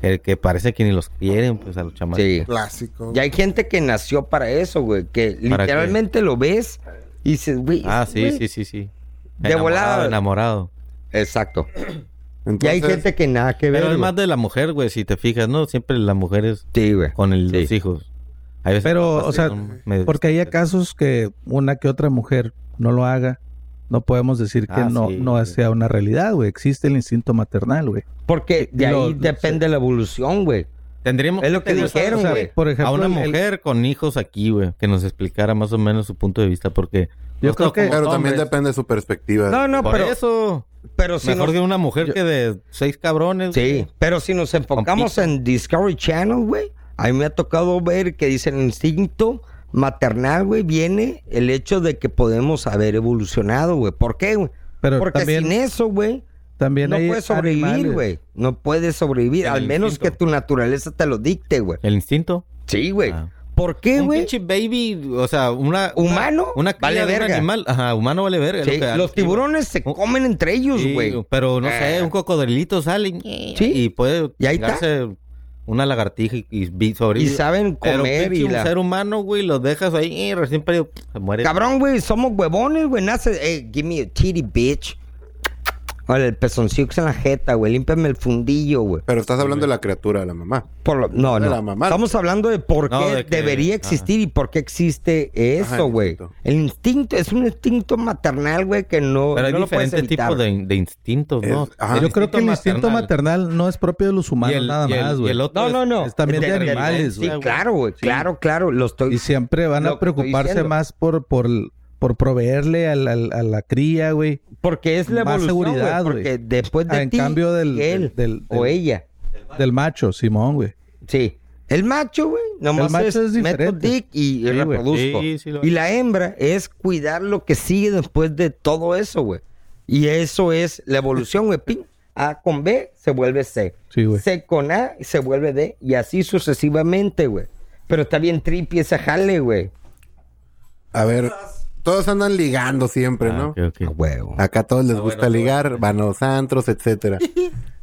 Speaker 5: Que, que parece que ni los quieren, pues, a los chamacos.
Speaker 4: Sí.
Speaker 3: Clásico.
Speaker 4: Y hay gente que nació para eso, güey. Que
Speaker 5: ¿Para qué?
Speaker 4: literalmente lo ves y dices, güey.
Speaker 5: Ah,
Speaker 4: este
Speaker 5: sí, sí,
Speaker 4: güey-
Speaker 5: sí, sí.
Speaker 4: De volada.
Speaker 5: Enamorado.
Speaker 4: Exacto. y
Speaker 2: Entonces,
Speaker 4: hay gente que nada que ver.
Speaker 5: Pero es
Speaker 4: güey.
Speaker 5: más de la mujer, güey, si te fijas, ¿no? Siempre las mujeres
Speaker 4: Sí, güey.
Speaker 5: con el-
Speaker 4: Sí.
Speaker 5: los hijos. Hay veces
Speaker 8: Pero,
Speaker 5: que
Speaker 8: o sea,
Speaker 5: son medio-
Speaker 8: porque hay casos que una que otra mujer no lo haga. No podemos decir que
Speaker 5: Ah,
Speaker 8: no,
Speaker 5: sí,
Speaker 8: no
Speaker 5: güey.
Speaker 8: sea una realidad, güey. Existe el instinto maternal, güey.
Speaker 4: Porque de ahí
Speaker 8: Lo- lo-
Speaker 4: depende la evolución, güey.
Speaker 5: Tendríamos
Speaker 4: Es lo que
Speaker 5: tener-
Speaker 4: dijeron,
Speaker 8: O sea,
Speaker 4: güey.
Speaker 8: por ejemplo,
Speaker 5: a una
Speaker 8: el- el-
Speaker 5: mujer con hijos aquí, güey, que nos explicara más o menos su punto de vista, porque
Speaker 8: Yo
Speaker 5: nosotros
Speaker 8: creo que-
Speaker 5: como
Speaker 2: Pero también
Speaker 5: hombres-
Speaker 2: depende de su perspectiva.
Speaker 4: No, no,
Speaker 5: por
Speaker 4: pero,
Speaker 5: eso
Speaker 4: pero si
Speaker 5: mejor
Speaker 4: nos,
Speaker 5: de una mujer que de seis cabrones.
Speaker 4: sí, pero si nos enfocamos
Speaker 5: Compito.
Speaker 4: en Discovery Channel, güey, a mí me ha tocado ver que dicen instinto maternal, güey, viene el hecho de que podemos haber evolucionado, güey. ¿Por qué, güey?
Speaker 8: Pero
Speaker 4: Porque
Speaker 8: también-
Speaker 4: sin eso, güey,
Speaker 8: También
Speaker 4: no
Speaker 8: hay
Speaker 4: puedes sobrevivir,
Speaker 8: animales.
Speaker 4: güey. No puedes sobrevivir,
Speaker 5: El
Speaker 4: al menos
Speaker 5: instinto.
Speaker 4: que tu naturaleza te lo dicte, güey.
Speaker 5: ¿El instinto?
Speaker 4: Sí, güey.
Speaker 5: Ah.
Speaker 4: ¿Por qué,
Speaker 5: un
Speaker 4: güey?
Speaker 5: pinche baby, o sea, una... una-
Speaker 4: ¿Humano?
Speaker 5: Una cría
Speaker 4: Vale
Speaker 5: de un
Speaker 4: verga.
Speaker 5: animal. Ajá, humano vale verga. es
Speaker 4: Sí,
Speaker 5: lo que-
Speaker 4: los
Speaker 5: sí,
Speaker 4: tiburones se
Speaker 5: Un-
Speaker 4: comen entre ellos,
Speaker 5: Oh. Sí,
Speaker 4: güey.
Speaker 5: pero no sé,
Speaker 4: Ah.
Speaker 5: un cocodrilito sale y-
Speaker 4: Sí.
Speaker 5: y puede
Speaker 4: Y ahí está.
Speaker 5: chingarse una lagartija y, y vi-
Speaker 4: y
Speaker 5: sobrevive.
Speaker 4: saben
Speaker 5: Pero
Speaker 4: comer
Speaker 5: pinche
Speaker 4: y
Speaker 5: un
Speaker 4: la...
Speaker 5: ser humano, güey, los dejas ahí y recién parido, se muere.
Speaker 4: Cabrón, güey, somos huevones, güey. Nace, eh, give me a titty, bitch. Ahora, el pezoncillo que es en la jeta, güey. Límpiame el fundillo, güey.
Speaker 2: Pero estás hablando de la criatura de la mamá.
Speaker 4: Por lo- no,
Speaker 2: De
Speaker 4: no.
Speaker 2: la mamá.
Speaker 4: Estamos hablando de por qué
Speaker 5: No, de que- ajá.
Speaker 4: debería existir y por qué existe
Speaker 2: Ajá,
Speaker 4: eso,
Speaker 2: el
Speaker 4: güey.
Speaker 2: instinto.
Speaker 4: El instinto es un instinto maternal, güey, que no,
Speaker 5: Pero hay
Speaker 4: no lo puedes
Speaker 5: diferentes
Speaker 4: evitar.
Speaker 5: tipos de, de instintos, ¿no?
Speaker 2: Es- ajá.
Speaker 5: El
Speaker 2: Yo
Speaker 8: Yo creo que el instinto maternal no es propio de los
Speaker 5: y
Speaker 8: humanos
Speaker 5: el-
Speaker 8: nada
Speaker 5: y el-
Speaker 8: más,
Speaker 5: y
Speaker 8: güey.
Speaker 5: el otro
Speaker 4: No,
Speaker 5: es-
Speaker 4: no, no.
Speaker 8: Es también de
Speaker 4: Dependencia,
Speaker 8: animales,
Speaker 4: Sí,
Speaker 5: güey.
Speaker 4: claro, güey. Claro, claro. Lo estoy...
Speaker 8: Y siempre van
Speaker 4: Lo
Speaker 8: a
Speaker 4: que estoy
Speaker 8: preocuparse
Speaker 4: diciendo.
Speaker 8: más por, por, por proveerle al- al- a la cría, güey.
Speaker 4: Porque es la
Speaker 8: Más
Speaker 4: evolución, güey,
Speaker 8: seguridad, güey.
Speaker 4: Porque después de
Speaker 8: Ah, en
Speaker 4: ti,
Speaker 8: cambio del-
Speaker 4: él
Speaker 8: del- del-
Speaker 4: o
Speaker 8: del-
Speaker 4: ella.
Speaker 8: Del macho, Simón, güey.
Speaker 4: Sí. El macho, güey, nomás
Speaker 8: El macho
Speaker 4: es,
Speaker 8: es
Speaker 4: meto
Speaker 8: diferente.
Speaker 4: dick y, y
Speaker 8: Sí, güey.
Speaker 4: reproduzco.
Speaker 5: Sí, sí lo
Speaker 4: y
Speaker 5: es.
Speaker 4: la hembra es cuidar lo que sigue después de todo eso, güey. Y eso es la evolución, güey. Pin, A con B se vuelve C.
Speaker 8: Sí, güey.
Speaker 4: C con A se vuelve D. Y así sucesivamente, güey. Pero está bien trippy esa jale, güey.
Speaker 2: A ver, todos andan ligando siempre,
Speaker 5: Ah,
Speaker 2: ¿no?
Speaker 5: ok, ok.
Speaker 4: A huevo.
Speaker 2: Acá a todos
Speaker 5: Ah,
Speaker 2: les gusta ligar, van a los antros, etcétera.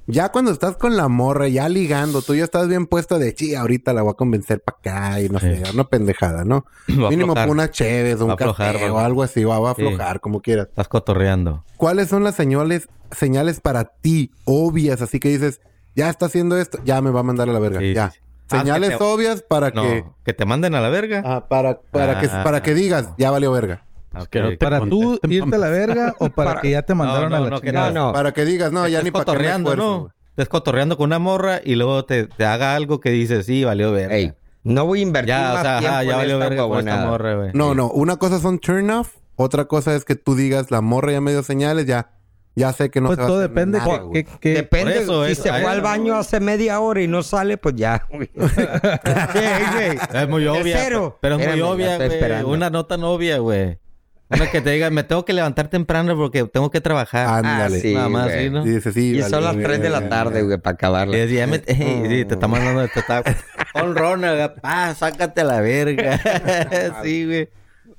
Speaker 2: ya cuando estás con la morra, ya ligando, tú ya estás bien puesto de chi, ahorita la voy a convencer para acá y no sé, una pendejada, ¿no?
Speaker 5: Va a
Speaker 2: Mínimo
Speaker 5: aflojar.
Speaker 2: una chévere,
Speaker 5: Va
Speaker 2: un
Speaker 5: a aflojar,
Speaker 2: café
Speaker 5: va
Speaker 2: o
Speaker 5: a-
Speaker 2: algo así, va, va a
Speaker 5: Sí.
Speaker 2: aflojar, como quieras.
Speaker 5: Estás cotorreando.
Speaker 2: ¿Cuáles son las señales, señales para ti obvias? Así que dices, ya está haciendo esto, ya me va a mandar a la verga,
Speaker 5: Sí,
Speaker 2: ya.
Speaker 5: sí, sí. Ah,
Speaker 2: Señales
Speaker 5: que te-
Speaker 2: obvias para
Speaker 5: No,
Speaker 2: que,
Speaker 5: que te manden a la verga.
Speaker 2: ah, para, para que,
Speaker 5: Ah.
Speaker 2: para que digas, ya valió verga.
Speaker 5: Ah, ok,
Speaker 7: que no
Speaker 5: ok.
Speaker 7: te-
Speaker 8: ¿Para tú
Speaker 7: contesten,
Speaker 8: irte a la verga o para
Speaker 4: Para-
Speaker 8: que ya te mandaron
Speaker 5: no,
Speaker 8: a la
Speaker 5: no, que
Speaker 8: chingada?
Speaker 4: no, no.
Speaker 2: Para que digas, no, ya
Speaker 5: Estés
Speaker 2: ni para que me
Speaker 5: cotorreando,
Speaker 2: esfuerzo,
Speaker 5: ¿no? Estás cotorreando con una morra y luego te, te haga algo que dices, sí, valió verga.
Speaker 4: Ey, no voy a invertir
Speaker 5: ya,
Speaker 4: más
Speaker 5: o sea,
Speaker 4: tiempo
Speaker 5: ajá, ya
Speaker 4: en
Speaker 5: valió
Speaker 4: esta
Speaker 5: verga con esta
Speaker 4: huevonada.
Speaker 5: morra, güey.
Speaker 2: No, no. Una cosa son turn off. Otra cosa es que tú digas, la morra ya me dio señales, ya, ya sé que no
Speaker 8: Pues
Speaker 2: se va a
Speaker 8: todo
Speaker 2: hacer
Speaker 8: depende
Speaker 2: nada,
Speaker 8: que-
Speaker 2: güey.
Speaker 8: que- que-
Speaker 4: Depende,
Speaker 5: Por eso
Speaker 4: si
Speaker 5: es-
Speaker 4: se
Speaker 5: a
Speaker 4: fue
Speaker 5: eso,
Speaker 4: al baño hace media hora y no sale, pues ya, güey.
Speaker 5: Es muy obvia.
Speaker 4: Cero.
Speaker 5: Pero es
Speaker 4: Espérame, la
Speaker 5: muy obvia,
Speaker 4: estoy
Speaker 5: güey.
Speaker 4: esperando.
Speaker 5: Una nota no obvia, güey. Una que te diga, me tengo que levantar temprano porque tengo que trabajar.
Speaker 2: Ándale.
Speaker 4: Ah, sí,
Speaker 5: Nada más,
Speaker 4: güey.
Speaker 5: ¿sí, no?
Speaker 2: Y dices, sí,
Speaker 4: Y
Speaker 2: vale,
Speaker 4: son las
Speaker 2: güey,
Speaker 4: 3 de la
Speaker 2: güey,
Speaker 4: tarde,
Speaker 2: güey.
Speaker 4: güey, para acabarla.
Speaker 5: Y es, ya me- sí, te está mandando... Te está... Un runner, pa, sácate a la verga. sí, güey.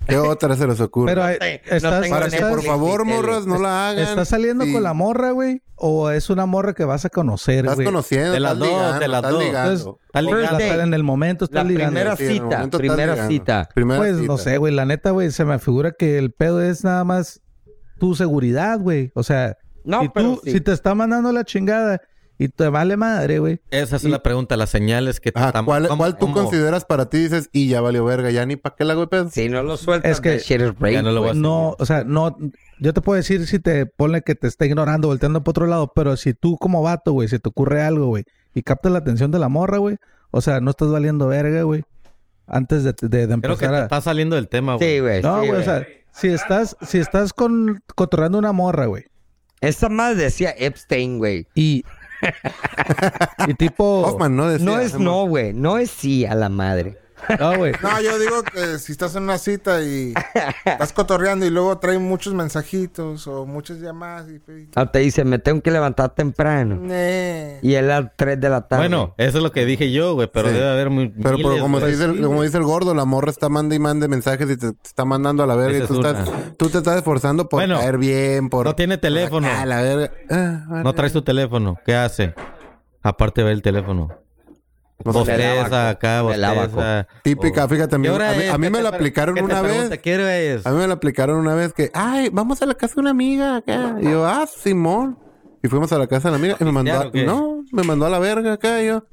Speaker 2: ¿Qué otra se les ocurre?
Speaker 8: Pero hay-
Speaker 4: te- no
Speaker 8: estás,
Speaker 4: tengo
Speaker 2: Para que,
Speaker 8: estás-
Speaker 2: por
Speaker 4: Netflix
Speaker 2: favor,
Speaker 4: ni tele.
Speaker 2: morras, no la hagan.
Speaker 8: estás saliendo
Speaker 2: Sí.
Speaker 8: con la morra, güey, o es una morra que vas a conocer,
Speaker 2: Estás
Speaker 8: güey.
Speaker 2: conociendo,
Speaker 5: Pues, De las
Speaker 2: estás
Speaker 5: dos,
Speaker 2: ligando,
Speaker 5: de las
Speaker 2: estás
Speaker 5: dos. Pues,
Speaker 2: ligando.
Speaker 8: Entonces,
Speaker 5: Está
Speaker 8: la-
Speaker 5: ligando.
Speaker 8: la- en el momento
Speaker 4: Pues,
Speaker 8: estás
Speaker 4: La
Speaker 8: ligando.
Speaker 4: primera
Speaker 2: Sí, en el
Speaker 4: cita,
Speaker 2: momento estás
Speaker 4: primera
Speaker 2: ligando.
Speaker 4: cita.
Speaker 2: Primera
Speaker 8: Pues no
Speaker 2: cita.
Speaker 8: sé, güey, la neta, güey, se me figura que el pedo es nada más tu seguridad, güey. O sea,
Speaker 4: No,
Speaker 8: si,
Speaker 4: pero
Speaker 8: tú,
Speaker 4: sí.
Speaker 8: si te está mandando la chingada y te vale madre, güey.
Speaker 5: Esa es la pregunta, las señales que te
Speaker 2: Ajá,
Speaker 5: están-
Speaker 2: ¿cuál,
Speaker 5: ¿cómo-
Speaker 2: cuál tú
Speaker 5: cómo?
Speaker 2: consideras para ti? Dices, y ya valió verga, ya ni para qué la hago de pedo.
Speaker 4: Si no lo sueltas,
Speaker 8: Es que-
Speaker 4: that shit is rape,
Speaker 5: Ya no lo voy a
Speaker 4: güey.
Speaker 5: hacer.
Speaker 8: No, o sea, no, yo te puedo decir si te pone que te está ignorando, volteando para otro lado, pero si tú como vato, güey, si te ocurre algo, güey, y captas la atención de la morra, güey, o sea, no estás valiendo verga, güey, antes de, de- de
Speaker 5: Creo que
Speaker 8: empezar
Speaker 5: te
Speaker 8: a...
Speaker 5: está saliendo del tema, güey.
Speaker 4: Sí, güey.
Speaker 8: No,
Speaker 4: sí,
Speaker 8: güey, o sea, si estás, si estás con, cotorreando una morra, güey,
Speaker 4: Esa madre decía Epstein, güey.
Speaker 8: y... y tipo...
Speaker 2: Hoffman, ¿no? Decía,
Speaker 4: No es no, güey. No es sí a la madre.
Speaker 8: No, güey.
Speaker 3: No, yo digo que si estás en una cita y estás cotorreando y luego traen muchos mensajitos o muchas llamadas y... y-
Speaker 4: Ah, te dice, me tengo que levantar temprano.
Speaker 3: Ne.
Speaker 4: Y es las 3 de la tarde.
Speaker 5: Bueno, eso es lo que dije yo, güey, pero
Speaker 2: Sí.
Speaker 5: debe haber muy,
Speaker 2: Pero, pero
Speaker 5: miles,
Speaker 2: como,
Speaker 5: güey.
Speaker 2: dice el, como dice el gordo, la morra está manda y mande mensajes y te, te está mandando a la verga.
Speaker 5: Esa
Speaker 2: Y tú,
Speaker 5: es
Speaker 2: estás, tú te estás esforzando por
Speaker 5: Bueno,
Speaker 2: caer bien, por...
Speaker 5: no tiene teléfono.
Speaker 2: Ah, la verga. Ah, vale.
Speaker 5: No traes tu teléfono. ¿Qué hace? Aparte de ver el teléfono.
Speaker 2: No sé.
Speaker 5: Bosteza acá,
Speaker 4: Me lava,
Speaker 5: bosteza.
Speaker 2: Típica,
Speaker 5: Oh.
Speaker 2: fíjate, a mí,
Speaker 5: ¿Qué
Speaker 2: a
Speaker 5: hora
Speaker 2: mí-
Speaker 5: es?
Speaker 2: a mí
Speaker 5: ¿Qué
Speaker 2: me
Speaker 5: te
Speaker 2: la
Speaker 5: pre-
Speaker 2: aplicaron
Speaker 5: qué te
Speaker 2: una vez.
Speaker 5: pregunta? ¿Qué hora es?
Speaker 2: A mí me la aplicaron una vez que, ay, vamos a la casa de una amiga acá. Y yo, ah, Simón. Y fuimos a la casa de la amiga y me mandó, a-
Speaker 5: o qué?
Speaker 2: no, me mandó a la verga acá. Y yo,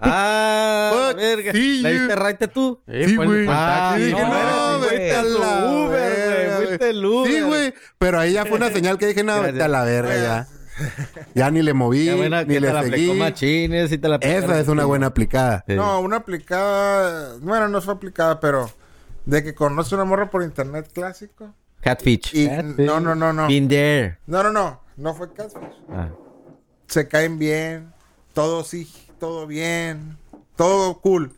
Speaker 5: Ah, la
Speaker 2: Fuck,
Speaker 5: verga.
Speaker 2: sí,
Speaker 5: ¿Le
Speaker 2: you.
Speaker 5: diste raite tú? Ah,
Speaker 7: Sí, fue el
Speaker 2: güey.
Speaker 7: contacto.
Speaker 2: Y
Speaker 5: sí,
Speaker 2: dije,
Speaker 5: pues, no,
Speaker 2: no,
Speaker 5: güey,
Speaker 2: vete a la
Speaker 5: Uber, güey,
Speaker 2: verga,
Speaker 5: fuiste el Uber.
Speaker 2: Sí, güey. Pero ahí ya fue una señal que dije, no, vete a la verga ya. Ya ni le moví,
Speaker 5: Qué buena
Speaker 2: ni
Speaker 5: que te
Speaker 2: le
Speaker 5: la aplicó
Speaker 2: seguí.
Speaker 5: Machines y te la
Speaker 2: Esa es una buena aplicada.
Speaker 5: Sí.
Speaker 3: No, una aplicada... Bueno, no fue aplicada, pero... De que conoce una morra por internet clásico.
Speaker 5: Catfish.
Speaker 3: Y... No, no, no, no.
Speaker 5: Been there.
Speaker 3: No, no, no. No fue catfish.
Speaker 5: Ah.
Speaker 3: se caen bien, todo sí, todo bien, todo cool.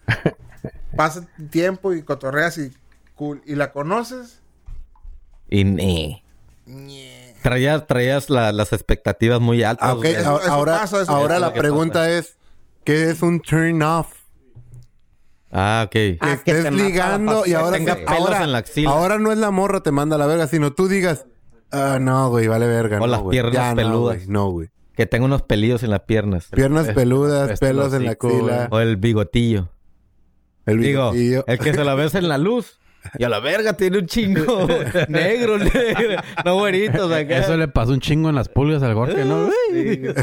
Speaker 3: Pasa tiempo y cotorreas y cool. ¿Y la conoces?
Speaker 5: Y, eh,
Speaker 3: Ñe.
Speaker 5: Traías, traías la- las expectativas muy altas.
Speaker 2: Ah, ok,
Speaker 5: güey.
Speaker 2: ahora-
Speaker 3: eso
Speaker 2: ahora,
Speaker 3: pasa, eso
Speaker 5: pasa.
Speaker 2: ahora la
Speaker 5: Lo que
Speaker 2: pregunta
Speaker 5: pasa.
Speaker 2: es, ¿qué es un turn off?
Speaker 5: Ah, ok.
Speaker 2: Que
Speaker 4: Ah, que te
Speaker 2: estés
Speaker 4: mata la
Speaker 2: ligando y
Speaker 4: pasión,
Speaker 2: ahora,
Speaker 5: tenga
Speaker 2: se-
Speaker 5: pelos
Speaker 2: ahora,
Speaker 5: en la axila.
Speaker 2: ahora no es la morra te manda a la verga, sino tú digas, ah, no, güey, vale verga.
Speaker 5: O
Speaker 2: no,
Speaker 5: las
Speaker 2: güey,
Speaker 5: piernas
Speaker 2: ya, no,
Speaker 5: peludas.
Speaker 2: güey, No, güey.
Speaker 5: Que tenga unos pelillos en las piernas.
Speaker 2: Piernas peludas,
Speaker 7: este
Speaker 2: pelos en la
Speaker 7: hocico,
Speaker 2: axila,
Speaker 5: O el bigotillo.
Speaker 2: el
Speaker 5: Digo, eh,
Speaker 2: bigotillo.
Speaker 5: el que se la ves en la luz. Y a la verga tiene un chingo negro, negro. No güeritos acá.
Speaker 7: Eso le pasó un chingo en las pulgas al Gorka,
Speaker 5: Eh.
Speaker 7: ¿no?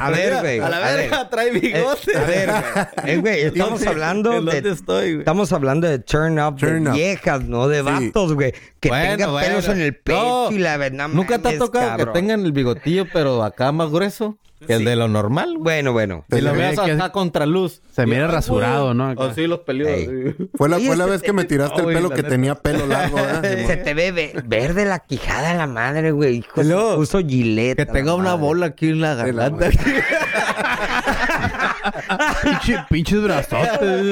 Speaker 4: A ver, güey.
Speaker 5: A la verga, trae
Speaker 4: Eh,
Speaker 5: bigote.
Speaker 4: a ver, güey. Eh, güey, estamos
Speaker 5: ¿Dónde-
Speaker 4: hablando
Speaker 5: en
Speaker 4: de
Speaker 5: dónde estoy, güey?
Speaker 4: Estamos hablando de turn up
Speaker 2: Turn
Speaker 4: de
Speaker 2: up.
Speaker 4: viejas, no de vatos, güey. Que
Speaker 5: Bueno,
Speaker 4: tengan
Speaker 5: bueno.
Speaker 4: pelos en el pecho
Speaker 5: No.
Speaker 4: y la verdad.
Speaker 5: Nunca te ha tocado que tengan el bigotillo, pero acá más grueso que el de lo normal, güey.
Speaker 4: Bueno, bueno.
Speaker 5: Y lo
Speaker 7: mira
Speaker 5: veas
Speaker 7: que-
Speaker 5: acá contra luz.
Speaker 7: se mira rasurado, ¿no? Acá.
Speaker 5: O sí, los peludos.
Speaker 4: Ey.
Speaker 5: sí.
Speaker 2: Fue la,
Speaker 4: Oye,
Speaker 2: fue la
Speaker 4: este-
Speaker 2: vez que me tiraste
Speaker 5: No,
Speaker 2: el
Speaker 5: güey,
Speaker 2: pelo
Speaker 5: la
Speaker 2: que
Speaker 5: neta.
Speaker 2: tenía pelo largo, ¿verdad?
Speaker 4: Se
Speaker 2: Simón?
Speaker 4: te ve ve- verde la quijada a la madre, güey. Hijo,
Speaker 5: Y luego,
Speaker 4: uso gilet.
Speaker 5: Que tenga una bola aquí en la garganta.
Speaker 7: Pinche, pinches brazotes.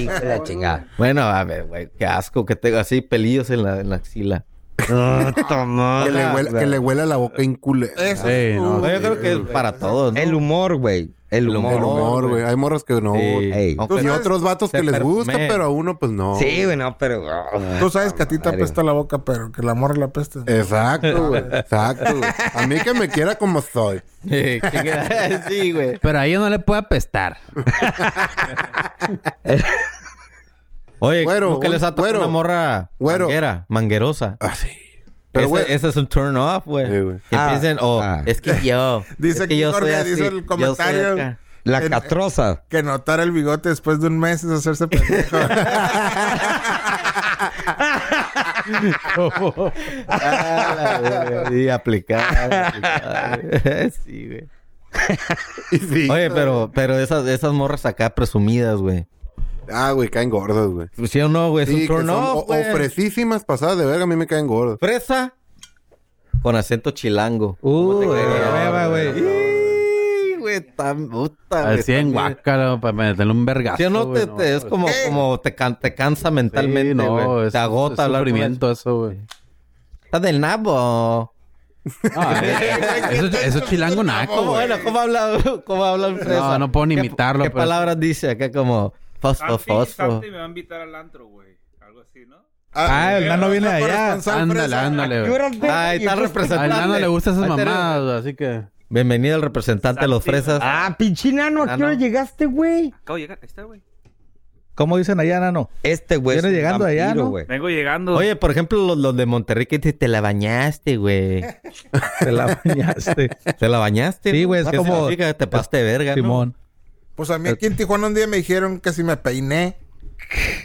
Speaker 4: Hijo de la chingada.
Speaker 5: bueno, a ver, güey, qué asco que tenga así pelillos en la, en la axila.
Speaker 4: No, toma.
Speaker 2: Que le huela, que le huela la boca incule.
Speaker 3: Eso.
Speaker 7: Sí, no.
Speaker 5: No, yo creo que es para todos, ¿no?
Speaker 4: El humor, güey. El
Speaker 5: El
Speaker 4: humor.
Speaker 2: El humor, güey. Hay morras que no.
Speaker 5: Sí.
Speaker 4: Ey.
Speaker 5: Aunque
Speaker 2: Y otros vatos
Speaker 5: Se
Speaker 2: que les gusta,
Speaker 5: perfume.
Speaker 2: pero a uno pues no.
Speaker 4: Sí, güey, no, pero. ah.
Speaker 3: Tú sabes que a ti te
Speaker 4: Madre.
Speaker 3: apesta la boca, pero que el amor la apesta.
Speaker 2: Exacto, güey. Exacto, güey. A mí que me quiera como soy.
Speaker 5: Sí, que queda- sí, güey.
Speaker 7: Pero a ella no le puede apestar.
Speaker 5: Oye,
Speaker 2: Güero,
Speaker 5: ¿nunca
Speaker 2: un-
Speaker 5: les ha tocado
Speaker 2: güero.
Speaker 5: una morra
Speaker 2: Güero.
Speaker 5: manguera, manguerosa?
Speaker 2: Ah, sí.
Speaker 5: Pero
Speaker 2: Pero,
Speaker 5: ese,
Speaker 2: güey,
Speaker 5: ese es un turn off, güey.
Speaker 2: Sí, güey.
Speaker 5: que
Speaker 4: Ah,
Speaker 5: piensen, oh,
Speaker 4: ah.
Speaker 5: es que yo.
Speaker 3: Dice
Speaker 5: es que
Speaker 3: aquí
Speaker 5: yo soy
Speaker 3: Jorge,
Speaker 5: así,
Speaker 3: dice el
Speaker 5: yo soy
Speaker 3: comentario.
Speaker 5: acá.
Speaker 4: La
Speaker 3: En-
Speaker 4: catrosa.
Speaker 3: Que notar el bigote después de un mes es hacerse pendejo.
Speaker 5: Ah, la verga, sí, aplicada. aplicada. sí, güey. Oye, pero, pero esas, esas morras acá presumidas, güey. Pues,
Speaker 2: ah, güey, caen gordos, güey.
Speaker 5: ¿Sí o no, güey? Es
Speaker 2: Sí,
Speaker 5: un
Speaker 2: que
Speaker 5: turn
Speaker 2: son o-
Speaker 5: off, güey.
Speaker 2: ofrecísimas pasadas de verga, a mí me caen gordos.
Speaker 5: Fresa con acento chilango.
Speaker 4: Uh, de
Speaker 8: hueva, güey.
Speaker 5: Sí, güey, tan puta, güey,
Speaker 7: Al 100
Speaker 5: también.
Speaker 7: guácalo para meterle un vergazo.
Speaker 5: Sí o no,
Speaker 7: güey,
Speaker 5: te, te- es como, como te, can- te cansa mentalmente,
Speaker 7: Sí,
Speaker 5: güey.
Speaker 7: no, es,
Speaker 5: te agota
Speaker 7: es
Speaker 5: hablar con
Speaker 7: sufrimiento eso, güey.
Speaker 5: eso. Está del nabo.
Speaker 7: Ah, eh, eso, eso es chilango naco,
Speaker 5: ¿Cómo,
Speaker 7: güey.
Speaker 5: bueno, ¿cómo habla, cómo habla el fresa?
Speaker 7: No, no puedo ni
Speaker 5: ¿Qué-
Speaker 7: imitarlo, pues.
Speaker 5: ¿Qué
Speaker 7: pero-
Speaker 5: palabras dice acá como fosfo,
Speaker 9: Santi,
Speaker 5: fosfo?
Speaker 9: Santi me va a invitar al antro, güey. Algo así, ¿no?
Speaker 8: Ah, el nano viene de allá.
Speaker 3: corresponsal
Speaker 7: Ándale,
Speaker 3: fresa.
Speaker 7: ándale, güey.
Speaker 5: Ay, Ah, está
Speaker 7: Al
Speaker 5: representante.
Speaker 7: nano le gustan esas
Speaker 5: Ahí tenemos.
Speaker 7: mamadas, güey, así que...
Speaker 5: Bienvenido al representante de los fresas.
Speaker 4: Ah, pinche nano, ¿a
Speaker 5: Ah,
Speaker 4: qué hora
Speaker 5: no.
Speaker 4: llegaste, güey?
Speaker 9: Acabo de llegar. Ahí está, güey.
Speaker 8: ¿Cómo dicen allá, nano?
Speaker 4: Este güey.
Speaker 8: Viene
Speaker 4: es un
Speaker 8: llegando allá, ¿no?
Speaker 4: güey.
Speaker 9: Vengo llegando.
Speaker 5: Oye, por ejemplo, los, los de Monterrey que te, te la bañaste, güey.
Speaker 8: Te la bañaste.
Speaker 5: ¿Te la bañaste?
Speaker 8: Sí, güey, es
Speaker 5: ¿Qué
Speaker 8: como-
Speaker 5: significa? Te pasaste de verga,
Speaker 8: Simón.
Speaker 3: Pues
Speaker 5: eh,
Speaker 3: a mí aquí en Tijuana un día me dijeron que si me peiné.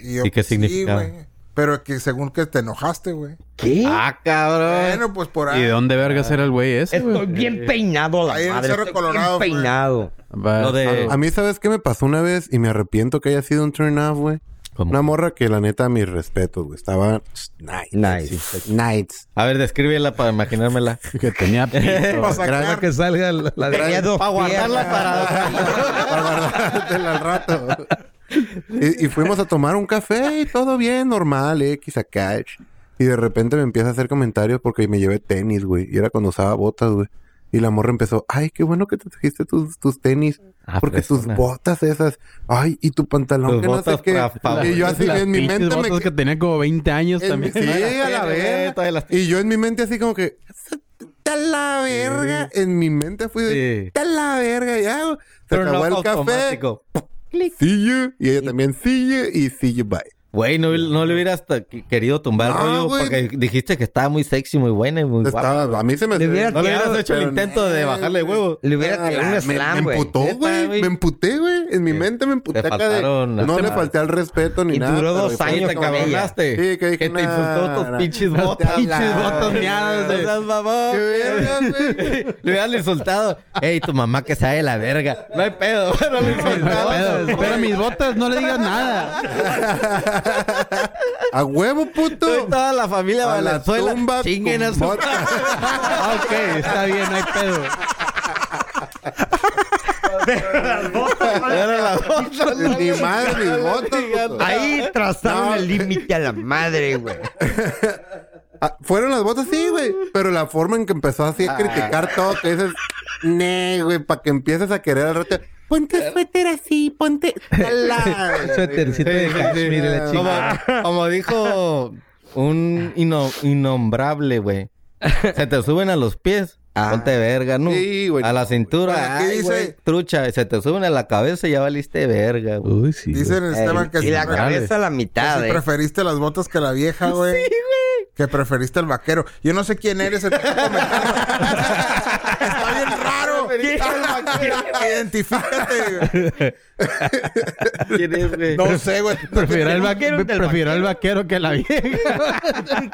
Speaker 3: ¿Y, yo,
Speaker 5: ¿Y qué
Speaker 3: pues, sí,
Speaker 5: significaba?
Speaker 3: güey. pero que según que te enojaste, güey.
Speaker 4: ¿Qué?
Speaker 5: ¿no? Ah, cabrón.
Speaker 3: Bueno, pues por
Speaker 7: ¿Y
Speaker 2: Ah.
Speaker 3: ahí.
Speaker 7: de dónde vergas
Speaker 5: Ah.
Speaker 7: era el güey ese,
Speaker 4: Estoy
Speaker 7: güey?
Speaker 4: bien peinado, la
Speaker 3: Ahí en el
Speaker 4: madre.
Speaker 3: Cerro
Speaker 4: Estoy bien
Speaker 3: Colorado, güey.
Speaker 4: peinado.
Speaker 7: Va- ah,
Speaker 5: Lo de-
Speaker 2: A mí, ¿sabes qué me pasó una vez? Y me arrepiento que haya sido un turn off, güey.
Speaker 5: ¿Cómo?
Speaker 2: Una morra que, la neta, mis respetos, güey. Estaba nice.
Speaker 4: Nice.
Speaker 2: Nice.
Speaker 5: A ver, descríbela para imaginármela.
Speaker 7: Que tenía pito,
Speaker 3: Para
Speaker 7: güey.
Speaker 8: Para
Speaker 3: sacar.
Speaker 8: que salga la, la-
Speaker 4: Tenía dos
Speaker 5: Para guardarla
Speaker 4: piernas.
Speaker 5: para...
Speaker 2: para guardártela al rato. Y, y fuimos a tomar un café y todo bien, normal, X acá. Y de repente me empieza a hacer comentarios porque me llevé tenis, güey. Y era cuando usaba botas, güey. Y la morra empezó, ay, qué bueno que te trajiste tus, tus tenis.
Speaker 5: Ah,
Speaker 2: porque tus
Speaker 5: fresona.
Speaker 2: botas esas, ay, y tu pantalón,
Speaker 5: Tus
Speaker 2: que no sé
Speaker 5: botas
Speaker 2: qué.
Speaker 5: pra- pa-
Speaker 2: y yo así
Speaker 7: Las
Speaker 2: en mi
Speaker 7: pinches
Speaker 2: mente me...
Speaker 7: botas que tenía como 20 años
Speaker 2: en mi-
Speaker 7: también.
Speaker 2: sí, a la
Speaker 5: tiene, güey,
Speaker 2: verga.
Speaker 5: todavía las
Speaker 2: Y yo en mi mente así como que... ¡Está la verga! En mi mente fui de...
Speaker 5: Sí.
Speaker 2: ¡Está la verga! Ya, güey. se
Speaker 5: Turn
Speaker 2: acabó
Speaker 5: off
Speaker 2: el café.
Speaker 5: automático.
Speaker 2: See you. Y ella también see you y see you bye.
Speaker 5: Güey, no, no le hubieras t- querido tumbar el
Speaker 2: No,
Speaker 5: rollo
Speaker 2: güey.
Speaker 5: porque dijiste que estaba muy sexy, muy buena y muy guapa.
Speaker 2: Estaba, a mí se me...
Speaker 4: Le hubiera
Speaker 5: No le hubieras
Speaker 4: Claro,
Speaker 5: hecho el
Speaker 2: pero-
Speaker 5: intento de bajarle de huevo.
Speaker 4: Le hubiera tirado un
Speaker 2: Ah, me, me
Speaker 4: slam, güey.
Speaker 2: emputó,
Speaker 5: Neta,
Speaker 2: güey.
Speaker 5: güey.
Speaker 2: Me emputé, güey. En mi
Speaker 5: Sí.
Speaker 2: mente me emputé
Speaker 5: Te
Speaker 2: acá de...
Speaker 5: faltaron las
Speaker 2: No le
Speaker 5: semanas.
Speaker 2: falté al respeto ni
Speaker 4: Y
Speaker 2: nada.
Speaker 4: duró
Speaker 2: pero
Speaker 4: dos
Speaker 2: fue-
Speaker 5: Ahí
Speaker 4: años
Speaker 5: te
Speaker 4: con ella.
Speaker 5: cabronaste.
Speaker 2: Sí, que dije,
Speaker 5: te
Speaker 2: nah,
Speaker 5: insultó tus
Speaker 2: nah.
Speaker 5: pinches botas.
Speaker 2: Pinches botas
Speaker 5: miadas.
Speaker 2: de-
Speaker 5: No seas mamón.
Speaker 2: ¡Qué verga, güey!
Speaker 5: Le hubieran insultado. Ey, tu mamá que sabe la verga. No hay pedo. No le
Speaker 7: Pero,
Speaker 5: insultado.
Speaker 7: espera mis botas, no le digas nada.
Speaker 2: ¡A huevo, puto!
Speaker 5: Toda la familia
Speaker 2: A la
Speaker 5: Valenzuela.
Speaker 2: tumba
Speaker 5: Chinguen a
Speaker 2: con
Speaker 5: su
Speaker 2: botas.
Speaker 7: Ah, ok, está bien, no hay pedo.
Speaker 5: Era la bota.
Speaker 2: Ni madre, ni botas, puto.
Speaker 4: Ahí trazaron el límite a la madre, güey.
Speaker 2: Ah, Fueron las botas, sí, güey. Pero la forma en que empezó así a criticar todo, que dices, ne, güey, para que empieces a querer al rato.
Speaker 6: Ponte suéter así, ponte.
Speaker 8: El suétercito de cashmere, la
Speaker 5: Como,
Speaker 8: chingada.
Speaker 5: como dijo un ino- innombrable, güey. Se te suben a los pies. Ponte verga, ¿no?
Speaker 2: Sí, güey.
Speaker 5: A la cintura.
Speaker 3: Bueno, ¿qué
Speaker 5: ay,
Speaker 3: dice?
Speaker 5: güey, trucha. Y se te suben a la cabeza y ya valiste verga, güey.
Speaker 8: Uy, sí. güey.
Speaker 3: Dicen, Esteban, que
Speaker 4: y
Speaker 3: si,
Speaker 4: la
Speaker 3: pre-
Speaker 4: cabeza a la
Speaker 3: que
Speaker 4: mitad,
Speaker 3: si
Speaker 4: eh.
Speaker 3: preferiste las botas que la vieja, güey. Que preferiste el vaquero. Yo no sé quién eres, el que está comentando. Está bien raro. Identifícate.
Speaker 5: ¿Quién es, güey?
Speaker 3: No sé, güey.
Speaker 7: Prefiero el
Speaker 5: vaquero
Speaker 7: vaquero,
Speaker 5: del
Speaker 7: prefiero el vaquero que la vieja.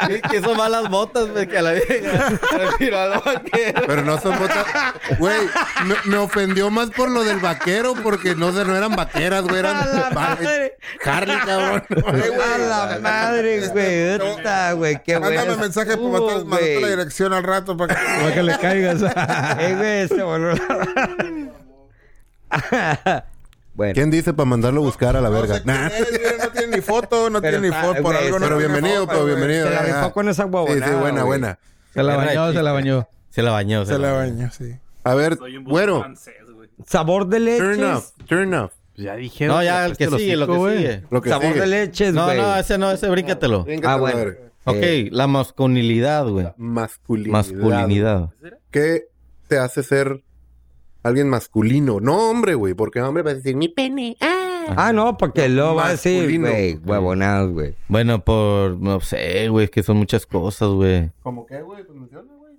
Speaker 5: Es que son malas botas, güey, que a la vieja. Prefiero al vaquero.
Speaker 2: Pero no son botas. Güey, me, me ofendió más por lo del vaquero, porque no, no eran vaqueras, güey, eran. Harley, cabrón.
Speaker 3: Ey, güey.
Speaker 4: A la madre, güey. puta, güey. Qué bueno.
Speaker 3: Mándame mensaje
Speaker 4: pues,
Speaker 3: por mandar- mandarte la dirección al rato para que.
Speaker 8: Para que le caigas.
Speaker 4: Eh, güey, se voló. bueno.
Speaker 2: ¿Quién dice para mandarlo a buscar a la
Speaker 3: No,
Speaker 2: verga?
Speaker 3: sé quién
Speaker 2: Nah. eh,
Speaker 3: eres, güey, no tiene ni foto, no
Speaker 4: Pero
Speaker 3: tiene ni
Speaker 4: está-
Speaker 3: foto. Por
Speaker 4: Ah, güey,
Speaker 3: algo no
Speaker 2: Pero
Speaker 3: tiene
Speaker 2: bienvenido,
Speaker 3: foto,
Speaker 2: pero
Speaker 3: güey.
Speaker 2: bienvenido.
Speaker 4: Se la
Speaker 2: Ah.
Speaker 4: rifó con esa
Speaker 2: Sí,
Speaker 4: huevonada,
Speaker 2: sí, buena,
Speaker 4: güey.
Speaker 2: buena.
Speaker 8: Se la bañó, se la bañó.
Speaker 5: Se la bañó,
Speaker 3: Se la bañó, sí.
Speaker 2: A ver,
Speaker 9: Soy un buen
Speaker 2: bueno,
Speaker 9: francés, güey.
Speaker 4: Sabor de
Speaker 2: turn
Speaker 4: leches.
Speaker 2: off, turn off.
Speaker 7: Pues Ya dijeron.
Speaker 5: No, ya, el que
Speaker 7: apeste
Speaker 5: sigue,
Speaker 7: el
Speaker 5: lo
Speaker 7: hocico,
Speaker 5: que
Speaker 7: güey.
Speaker 5: sigue.
Speaker 2: Lo que
Speaker 4: Sabor
Speaker 2: sigue.
Speaker 4: de leches,
Speaker 5: No,
Speaker 4: güey.
Speaker 5: no, ese no, ese brínquatelo.
Speaker 2: Véngate a
Speaker 4: Ah,
Speaker 2: la
Speaker 4: bueno.
Speaker 2: verga.
Speaker 5: Ok,
Speaker 4: Eh,
Speaker 5: la masculinidad, güey.
Speaker 2: Masculinidad.
Speaker 5: Masculinidad.
Speaker 2: ¿Qué te hace ser alguien masculino? No hombre, güey, porque hombre va a decir mi
Speaker 6: Pene. Ah,
Speaker 4: Ah, no, porque luego va a decir,
Speaker 2: Masculino.
Speaker 4: güey, huevonadas, güey.
Speaker 5: Bueno, por. No sé, güey, es que son muchas cosas, güey.
Speaker 2: ¿Cómo qué, güey? Pues menciona, güey.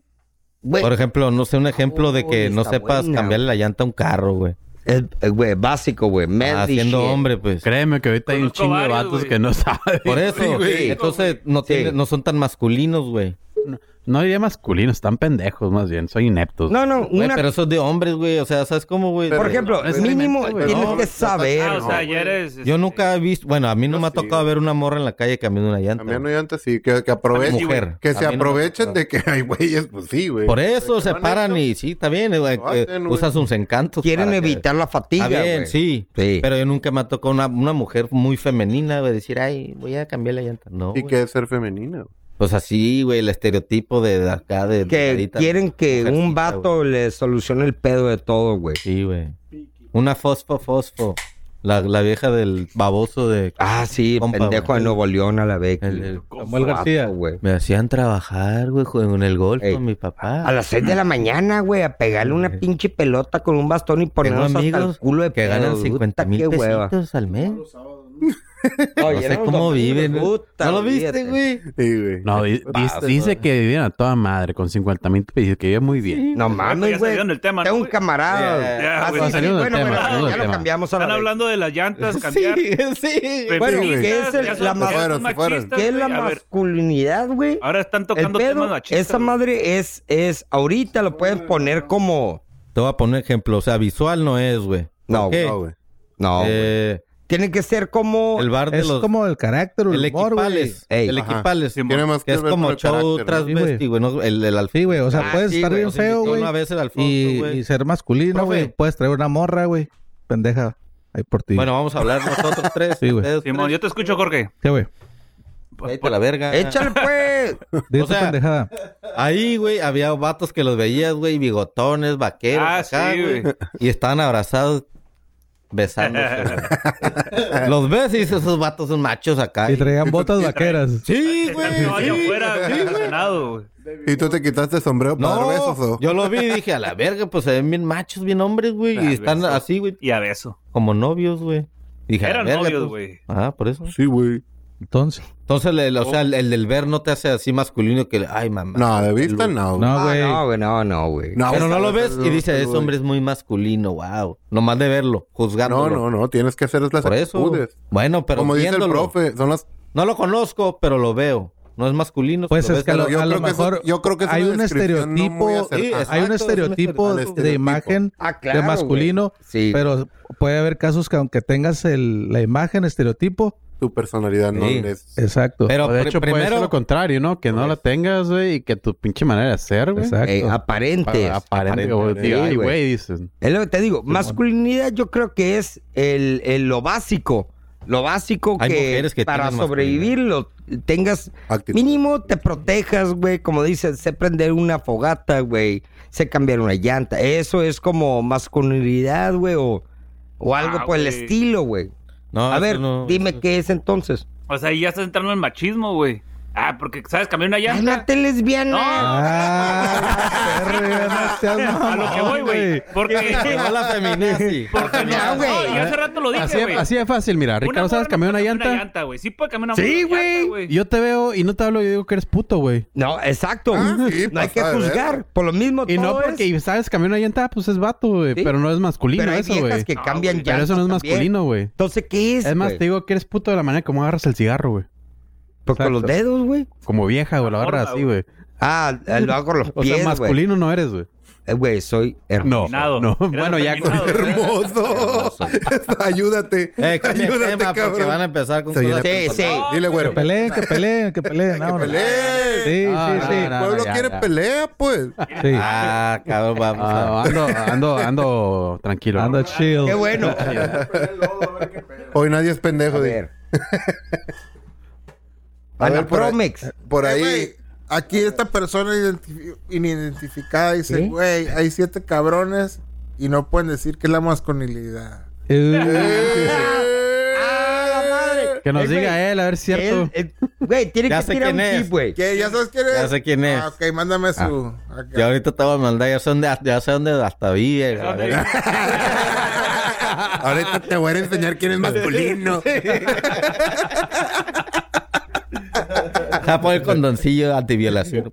Speaker 4: Güey,
Speaker 5: Por ejemplo, no sé, un ejemplo de que
Speaker 4: Uy,
Speaker 5: no
Speaker 4: está
Speaker 5: sepas
Speaker 4: buena,
Speaker 5: cambiarle la llanta a un carro, güey.
Speaker 4: es- eh, güey, básico, güey.
Speaker 5: Ah,
Speaker 4: manly
Speaker 5: Siendo
Speaker 4: shit.
Speaker 5: hombre, pues.
Speaker 7: Créeme que ahorita hay un
Speaker 9: Conozco
Speaker 7: chingo de
Speaker 9: varios,
Speaker 7: vatos
Speaker 9: güey.
Speaker 7: que no saben.
Speaker 5: Por eso,
Speaker 4: güey.
Speaker 5: entonces no,
Speaker 4: Sí.
Speaker 5: tiene- no son tan masculinos, güey.
Speaker 7: No diría masculinos, están pendejos más bien, son ineptos.
Speaker 4: No, no,
Speaker 5: Güey,
Speaker 4: una...
Speaker 5: Pero eso es de hombres, güey. O sea, ¿sabes cómo, güey?
Speaker 4: por
Speaker 5: De-
Speaker 4: ejemplo,
Speaker 7: es
Speaker 4: mínimo
Speaker 7: realmente, güey.
Speaker 4: tienes
Speaker 7: No,
Speaker 4: que
Speaker 9: Ah,
Speaker 4: saber,
Speaker 9: o sea,
Speaker 4: güey.
Speaker 9: ya eres.
Speaker 5: Yo
Speaker 9: este,
Speaker 5: nunca he visto. Bueno, a mí no
Speaker 2: Yo
Speaker 5: me ha
Speaker 2: sí,
Speaker 5: tocado ver una morra en la calle cambiando una llanta.
Speaker 2: También
Speaker 5: güey.
Speaker 2: no antes sí, que, que aprovechen.
Speaker 5: A mí sí,
Speaker 2: que se
Speaker 5: güey. A mí no me
Speaker 2: aprovechen
Speaker 5: gusta.
Speaker 2: de que hay güeyes, pues sí, güey.
Speaker 5: Por eso se
Speaker 2: van
Speaker 5: paran
Speaker 2: esto.
Speaker 5: y sí, está bien. güey,
Speaker 2: Lo
Speaker 5: eh,
Speaker 2: hacen, güey.
Speaker 5: usan sus encantos.
Speaker 4: Quieren
Speaker 5: para que-
Speaker 4: evitar la fatiga,
Speaker 5: Está Ah, bien,
Speaker 4: güey.
Speaker 5: sí.
Speaker 4: Sí.
Speaker 5: Pero yo nunca me ha tocado una, una mujer muy femenina, güey, decir, ay, voy a cambiar la llanta. No.
Speaker 2: Y
Speaker 5: güey.
Speaker 2: que es ser femenina. güey.
Speaker 5: Pues así, güey, el estereotipo de, de acá, de.
Speaker 4: que
Speaker 5: delgadita,
Speaker 4: quieren que
Speaker 5: mujercita,
Speaker 4: un vato
Speaker 5: güey.
Speaker 4: le solucione el pedo de todo, güey.
Speaker 5: Sí, güey. Una fosfo, fosfo. La, la vieja del baboso de.
Speaker 4: Ah, sí,
Speaker 5: Compa,
Speaker 4: pendejo
Speaker 5: güey.
Speaker 4: de Nuevo León a la beca.
Speaker 5: El- el-
Speaker 8: Samuel García.
Speaker 4: güey.
Speaker 5: Me hacían trabajar, güey, jue- en el golf
Speaker 4: Ey.
Speaker 5: con mi papá.
Speaker 4: A las 6 de la mañana, güey, a pegarle una pinche pelota con un bastón y
Speaker 5: Tengo
Speaker 4: ponernos hasta el
Speaker 5: amigos
Speaker 4: culo de
Speaker 5: que ganan
Speaker 4: pedo,
Speaker 5: 50
Speaker 4: puta, qué
Speaker 5: mil
Speaker 4: hueva.
Speaker 5: pesitos al mes.
Speaker 4: Oye,
Speaker 5: no sé
Speaker 4: eran
Speaker 5: cómo
Speaker 4: los
Speaker 5: viven.
Speaker 4: domingos,
Speaker 5: güey.
Speaker 4: puta,
Speaker 5: ¿No lo viste,
Speaker 4: olvídate.
Speaker 5: güey?
Speaker 2: Sí, güey.
Speaker 7: No, di- di- dice que vivían a toda madre con 50 mil pesos, que vive muy bien.
Speaker 4: No mames,
Speaker 9: ya
Speaker 4: güey.
Speaker 9: salieron del tema,
Speaker 4: Tengo un
Speaker 9: ¿no, güey?
Speaker 4: camarada.
Speaker 5: Ya,
Speaker 9: ya,
Speaker 4: Ah,
Speaker 9: güey.
Speaker 4: sí, sí,
Speaker 7: Saliendo del
Speaker 4: bueno,
Speaker 7: tema,
Speaker 4: bueno,
Speaker 7: saliendo
Speaker 4: ya
Speaker 7: del
Speaker 4: lo
Speaker 7: tema.
Speaker 4: cambiamos a la
Speaker 9: Están
Speaker 4: beca.
Speaker 9: hablando de las llantas, cambiar.
Speaker 5: sí.
Speaker 4: Bueno,
Speaker 9: feministas,
Speaker 4: ¿qué es el-
Speaker 9: ya son-
Speaker 4: la
Speaker 9: ya son
Speaker 2: fueron, se
Speaker 9: machistas,
Speaker 2: fueron.
Speaker 4: ¿Qué es la
Speaker 9: güey? A ver,
Speaker 4: masculinidad, güey?
Speaker 9: Ahora están
Speaker 4: El
Speaker 9: tocando temas
Speaker 4: pedo,
Speaker 9: machistas.
Speaker 4: esa
Speaker 9: güey.
Speaker 4: madre es, es, ahorita lo puedes poner como,
Speaker 5: Te voy a poner ejemplo. O sea, visual no es, güey.
Speaker 4: No,
Speaker 5: ¿Por qué?
Speaker 2: No, güey.
Speaker 4: no, güey.
Speaker 5: Eh,
Speaker 4: tiene que ser como,
Speaker 5: el bar de
Speaker 8: Es
Speaker 5: los...
Speaker 8: como el carácter, el
Speaker 5: el
Speaker 8: humor, güey.
Speaker 5: equipales.
Speaker 4: Ey,
Speaker 5: el
Speaker 2: ajá.
Speaker 5: equipales.
Speaker 9: Simón.
Speaker 2: Tiene más
Speaker 5: Que
Speaker 2: que
Speaker 5: es
Speaker 2: ver con
Speaker 5: como
Speaker 2: el
Speaker 5: show
Speaker 2: carácter, ¿no?
Speaker 5: transvesti, güey. ¿no? El, el alfil.
Speaker 8: Sí, güey, o sea,
Speaker 4: Ah,
Speaker 8: puedes
Speaker 4: sí,
Speaker 8: estar
Speaker 4: güey,
Speaker 8: bien
Speaker 4: nos invitó
Speaker 8: feo, güey.
Speaker 5: una vez el Alfonso,
Speaker 8: y,
Speaker 5: güey.
Speaker 8: y ser masculino,
Speaker 5: Profe.
Speaker 8: güey. Puedes traer una morra, güey. Pendeja. Ahí por ti.
Speaker 5: Bueno, vamos a hablar nosotros tres.
Speaker 8: Sí, güey.
Speaker 5: ustedes
Speaker 9: Simón, yo te escucho, Jorge.
Speaker 8: ¿Qué, güey?
Speaker 5: tres. Vete a la verga.
Speaker 4: échale pues,
Speaker 8: Dile
Speaker 5: O
Speaker 8: tu
Speaker 5: sea,
Speaker 8: pendejada.
Speaker 5: Ahí, güey, había vatos que los veías, güey, bigotones, vaqueros,
Speaker 9: Ah,
Speaker 5: acá,
Speaker 9: sí,
Speaker 5: güey.
Speaker 9: güey.
Speaker 5: Y estaban abrazados, besándose. güey. los ves y dices, esos vatos son machos acá.
Speaker 8: Y traían botas vaqueras.
Speaker 5: Sí, güey.
Speaker 9: Están todavía
Speaker 5: sí,
Speaker 9: afuera,
Speaker 5: sí,
Speaker 9: güey,
Speaker 5: güey.
Speaker 9: emocionado, güey.
Speaker 2: ¿Y tú te quitaste el sombrero para dar besos
Speaker 5: No,
Speaker 2: o?
Speaker 5: yo lo vi y dije, a la verga, pues se ven bien machos, bien hombres, güey.
Speaker 2: Ah,
Speaker 5: Y están
Speaker 9: besos.
Speaker 5: así, güey,
Speaker 9: Y a beso.
Speaker 5: como novios, güey. Dije, a la
Speaker 9: Eran
Speaker 5: verga, pues.
Speaker 9: novios, güey.
Speaker 5: Ah, por eso.
Speaker 2: Sí, güey.
Speaker 8: Entonces.
Speaker 5: Entonces, el, o
Speaker 9: Oh.
Speaker 5: sea, el, el del ver no te hace así masculino que, ay, mamá.
Speaker 2: No, de vista no. güey.
Speaker 8: No,
Speaker 4: Ah,
Speaker 8: güey.
Speaker 4: no, güey, no, no, güey.
Speaker 5: Pero no lo ves y dices,
Speaker 2: dice
Speaker 5: ese hombre es muy masculino, wow. Nomás de verlo,
Speaker 2: No,
Speaker 5: juzgándolo.
Speaker 2: no, no. Tienes que hacer las
Speaker 5: Por eso.
Speaker 2: actitudes.
Speaker 5: Bueno, pero
Speaker 2: Como dice el
Speaker 5: viéndolo.
Speaker 2: profe, son las
Speaker 5: No lo conozco, pero lo veo. No es masculino.
Speaker 8: Pues
Speaker 5: lo
Speaker 8: es
Speaker 5: ves,
Speaker 8: que a
Speaker 5: pero
Speaker 8: lo,
Speaker 2: yo
Speaker 8: a lo
Speaker 2: creo que eso-
Speaker 8: mejor
Speaker 2: yo creo que es
Speaker 8: hay
Speaker 2: una
Speaker 8: un
Speaker 2: descripción no muy
Speaker 8: estereotipo, eh,
Speaker 2: acertada.
Speaker 5: Sí, exacto,
Speaker 8: hay un
Speaker 5: es un
Speaker 8: estereotipo
Speaker 5: estereotipo.
Speaker 8: de imagen
Speaker 4: Ah, claro,
Speaker 8: de masculino,
Speaker 4: güey. Sí.
Speaker 8: pero puede haber casos que aunque tengas el- la imagen estereotipo,
Speaker 2: tu personalidad, no
Speaker 5: Sí.
Speaker 2: es.
Speaker 8: exacto,
Speaker 5: Pero
Speaker 7: O de
Speaker 5: pr-
Speaker 7: hecho, puede ser
Speaker 5: primero,
Speaker 7: lo contrario, ¿no? Que no la tengas, güey, y que tu pinche manera de ser, güey.
Speaker 8: exacto.
Speaker 4: Eh, aparentes.
Speaker 7: pa- Aparente, güey.
Speaker 4: Sí,
Speaker 7: diga, Ay,
Speaker 4: güey.
Speaker 7: güey, dices.
Speaker 4: Es lo que te digo. Masculinidad yo creo que es el, el- lo básico Lo básico
Speaker 5: Hay
Speaker 4: que,
Speaker 5: mujeres que
Speaker 4: para
Speaker 5: tienen
Speaker 4: sobrevivir lo tengas
Speaker 2: Actitud.
Speaker 4: mínimo te protejas, güey, como dicen, sé prender una fogata, güey, sé cambiar una llanta. Eso es como masculinidad, güey, o, o algo
Speaker 9: Ah,
Speaker 4: por el
Speaker 9: güey.
Speaker 4: estilo, güey.
Speaker 5: No,
Speaker 4: A
Speaker 5: eso
Speaker 4: ver,
Speaker 5: no-
Speaker 4: dime
Speaker 5: eso-
Speaker 4: qué es entonces.
Speaker 9: O sea, ahí ya estás entrando en machismo, güey. Ah, porque, ¿sabes? Cambiar una llanta.
Speaker 4: ¡Cállate, lesbiana!
Speaker 8: Ah, perra, no seas
Speaker 9: A lo que voy,
Speaker 8: mamón,
Speaker 9: güey. Porque.
Speaker 5: Llegó la feminazi.
Speaker 9: porque no,
Speaker 4: Ya, güey.
Speaker 9: no, y hace rato lo
Speaker 7: Así,
Speaker 9: dije, güey.
Speaker 7: de- así de fácil, mira. Ricardo,
Speaker 9: Una
Speaker 7: ¿sabes
Speaker 9: morra no
Speaker 7: cambiar una
Speaker 9: puede
Speaker 7: llanta?
Speaker 9: güey. Sí puede cambiar una
Speaker 7: Sí,
Speaker 9: morra una llanta,
Speaker 7: güey. Yo te veo y no te hablo, yo digo que eres puto, güey.
Speaker 4: No, exacto.
Speaker 2: Ah, sí,
Speaker 4: no hay que
Speaker 2: pasada de
Speaker 4: juzgar. Por lo mismo,
Speaker 7: Y no
Speaker 4: Pues todo es-
Speaker 7: porque sabes cambiar una llanta, pues es vato, güey.
Speaker 4: Sí.
Speaker 7: Pero no es masculino
Speaker 4: Pero hay
Speaker 7: eso,
Speaker 4: viejas
Speaker 7: güey.
Speaker 4: que
Speaker 9: No,
Speaker 4: cambian
Speaker 9: güey,
Speaker 7: Pero eso no es
Speaker 4: llantas también.
Speaker 7: masculino, güey.
Speaker 4: Entonces, ¿qué es?
Speaker 7: Es más,
Speaker 4: güey?
Speaker 7: te digo que eres puto de la manera como agarras el cigarro, güey.
Speaker 4: Pues con los
Speaker 7: Exacto.
Speaker 4: dedos, güey.
Speaker 7: Como vieja, güey, lo
Speaker 9: Forma,
Speaker 7: agarras así, güey.
Speaker 4: Ah, eh, lo hago con los
Speaker 7: O sea,
Speaker 4: pies, güey.
Speaker 7: masculino no eres, güey.
Speaker 4: Eh, Güey, soy hermoso.
Speaker 7: No.
Speaker 9: Feminado.
Speaker 7: No,
Speaker 9: Eres
Speaker 7: bueno, ya con...
Speaker 9: afeminado, güey.
Speaker 2: Hermoso. Ayúdate.
Speaker 5: Eh, cambia el
Speaker 2: ayúdate,
Speaker 5: tema, porque
Speaker 2: cabrón.
Speaker 5: van a empezar con
Speaker 2: Se viene
Speaker 5: cosas-
Speaker 4: Sí, sí.
Speaker 2: Dile,
Speaker 8: Que
Speaker 2: güero.
Speaker 8: peleen, que peleen, que peleen. No, no.
Speaker 2: peleen.
Speaker 8: Sí,
Speaker 7: Ah,
Speaker 8: sí,
Speaker 7: no,
Speaker 8: sí.
Speaker 2: El pueblo
Speaker 7: ya,
Speaker 2: quiere
Speaker 7: ya.
Speaker 2: pelea, pues.
Speaker 8: sí.
Speaker 5: Ah, cabrón, vamos. a-
Speaker 7: Ah, ando, ando, ando tranquilo.
Speaker 8: Ando chill.
Speaker 4: Qué bueno.
Speaker 2: Hoy nadie es pendejo.
Speaker 4: A
Speaker 2: dice.
Speaker 4: ver.
Speaker 2: A ver, por ahí-
Speaker 4: Anapromex.
Speaker 2: Por
Speaker 3: Eh,
Speaker 2: ahí.
Speaker 3: güey, aquí esta persona identifi- inidentificada dice,
Speaker 4: ¿Sí?
Speaker 3: güey, hay siete cabrones y no pueden decir que es la masculinidad.
Speaker 8: Eh,
Speaker 4: ¡Ah, la madre!
Speaker 7: Que nos
Speaker 4: Eh, güey,
Speaker 7: diga él, a ver si es cierto.
Speaker 4: él, eh, Güey, tiene
Speaker 5: Ya
Speaker 4: que
Speaker 5: sé
Speaker 4: tirar un
Speaker 5: quién es.
Speaker 4: tip, güey.
Speaker 3: ¿Qué? ¿Ya sabes quién es?
Speaker 5: Ya sé quién es.
Speaker 3: Ah, ok, mándame su... acá.
Speaker 5: Ya ahorita te voy a mandar, ya sé dónde, ya sé dónde hasta vi. eh, la verga.
Speaker 2: Ahorita te voy a enseñar quién es masculino.
Speaker 5: Ya pon el condoncillo antiviolación.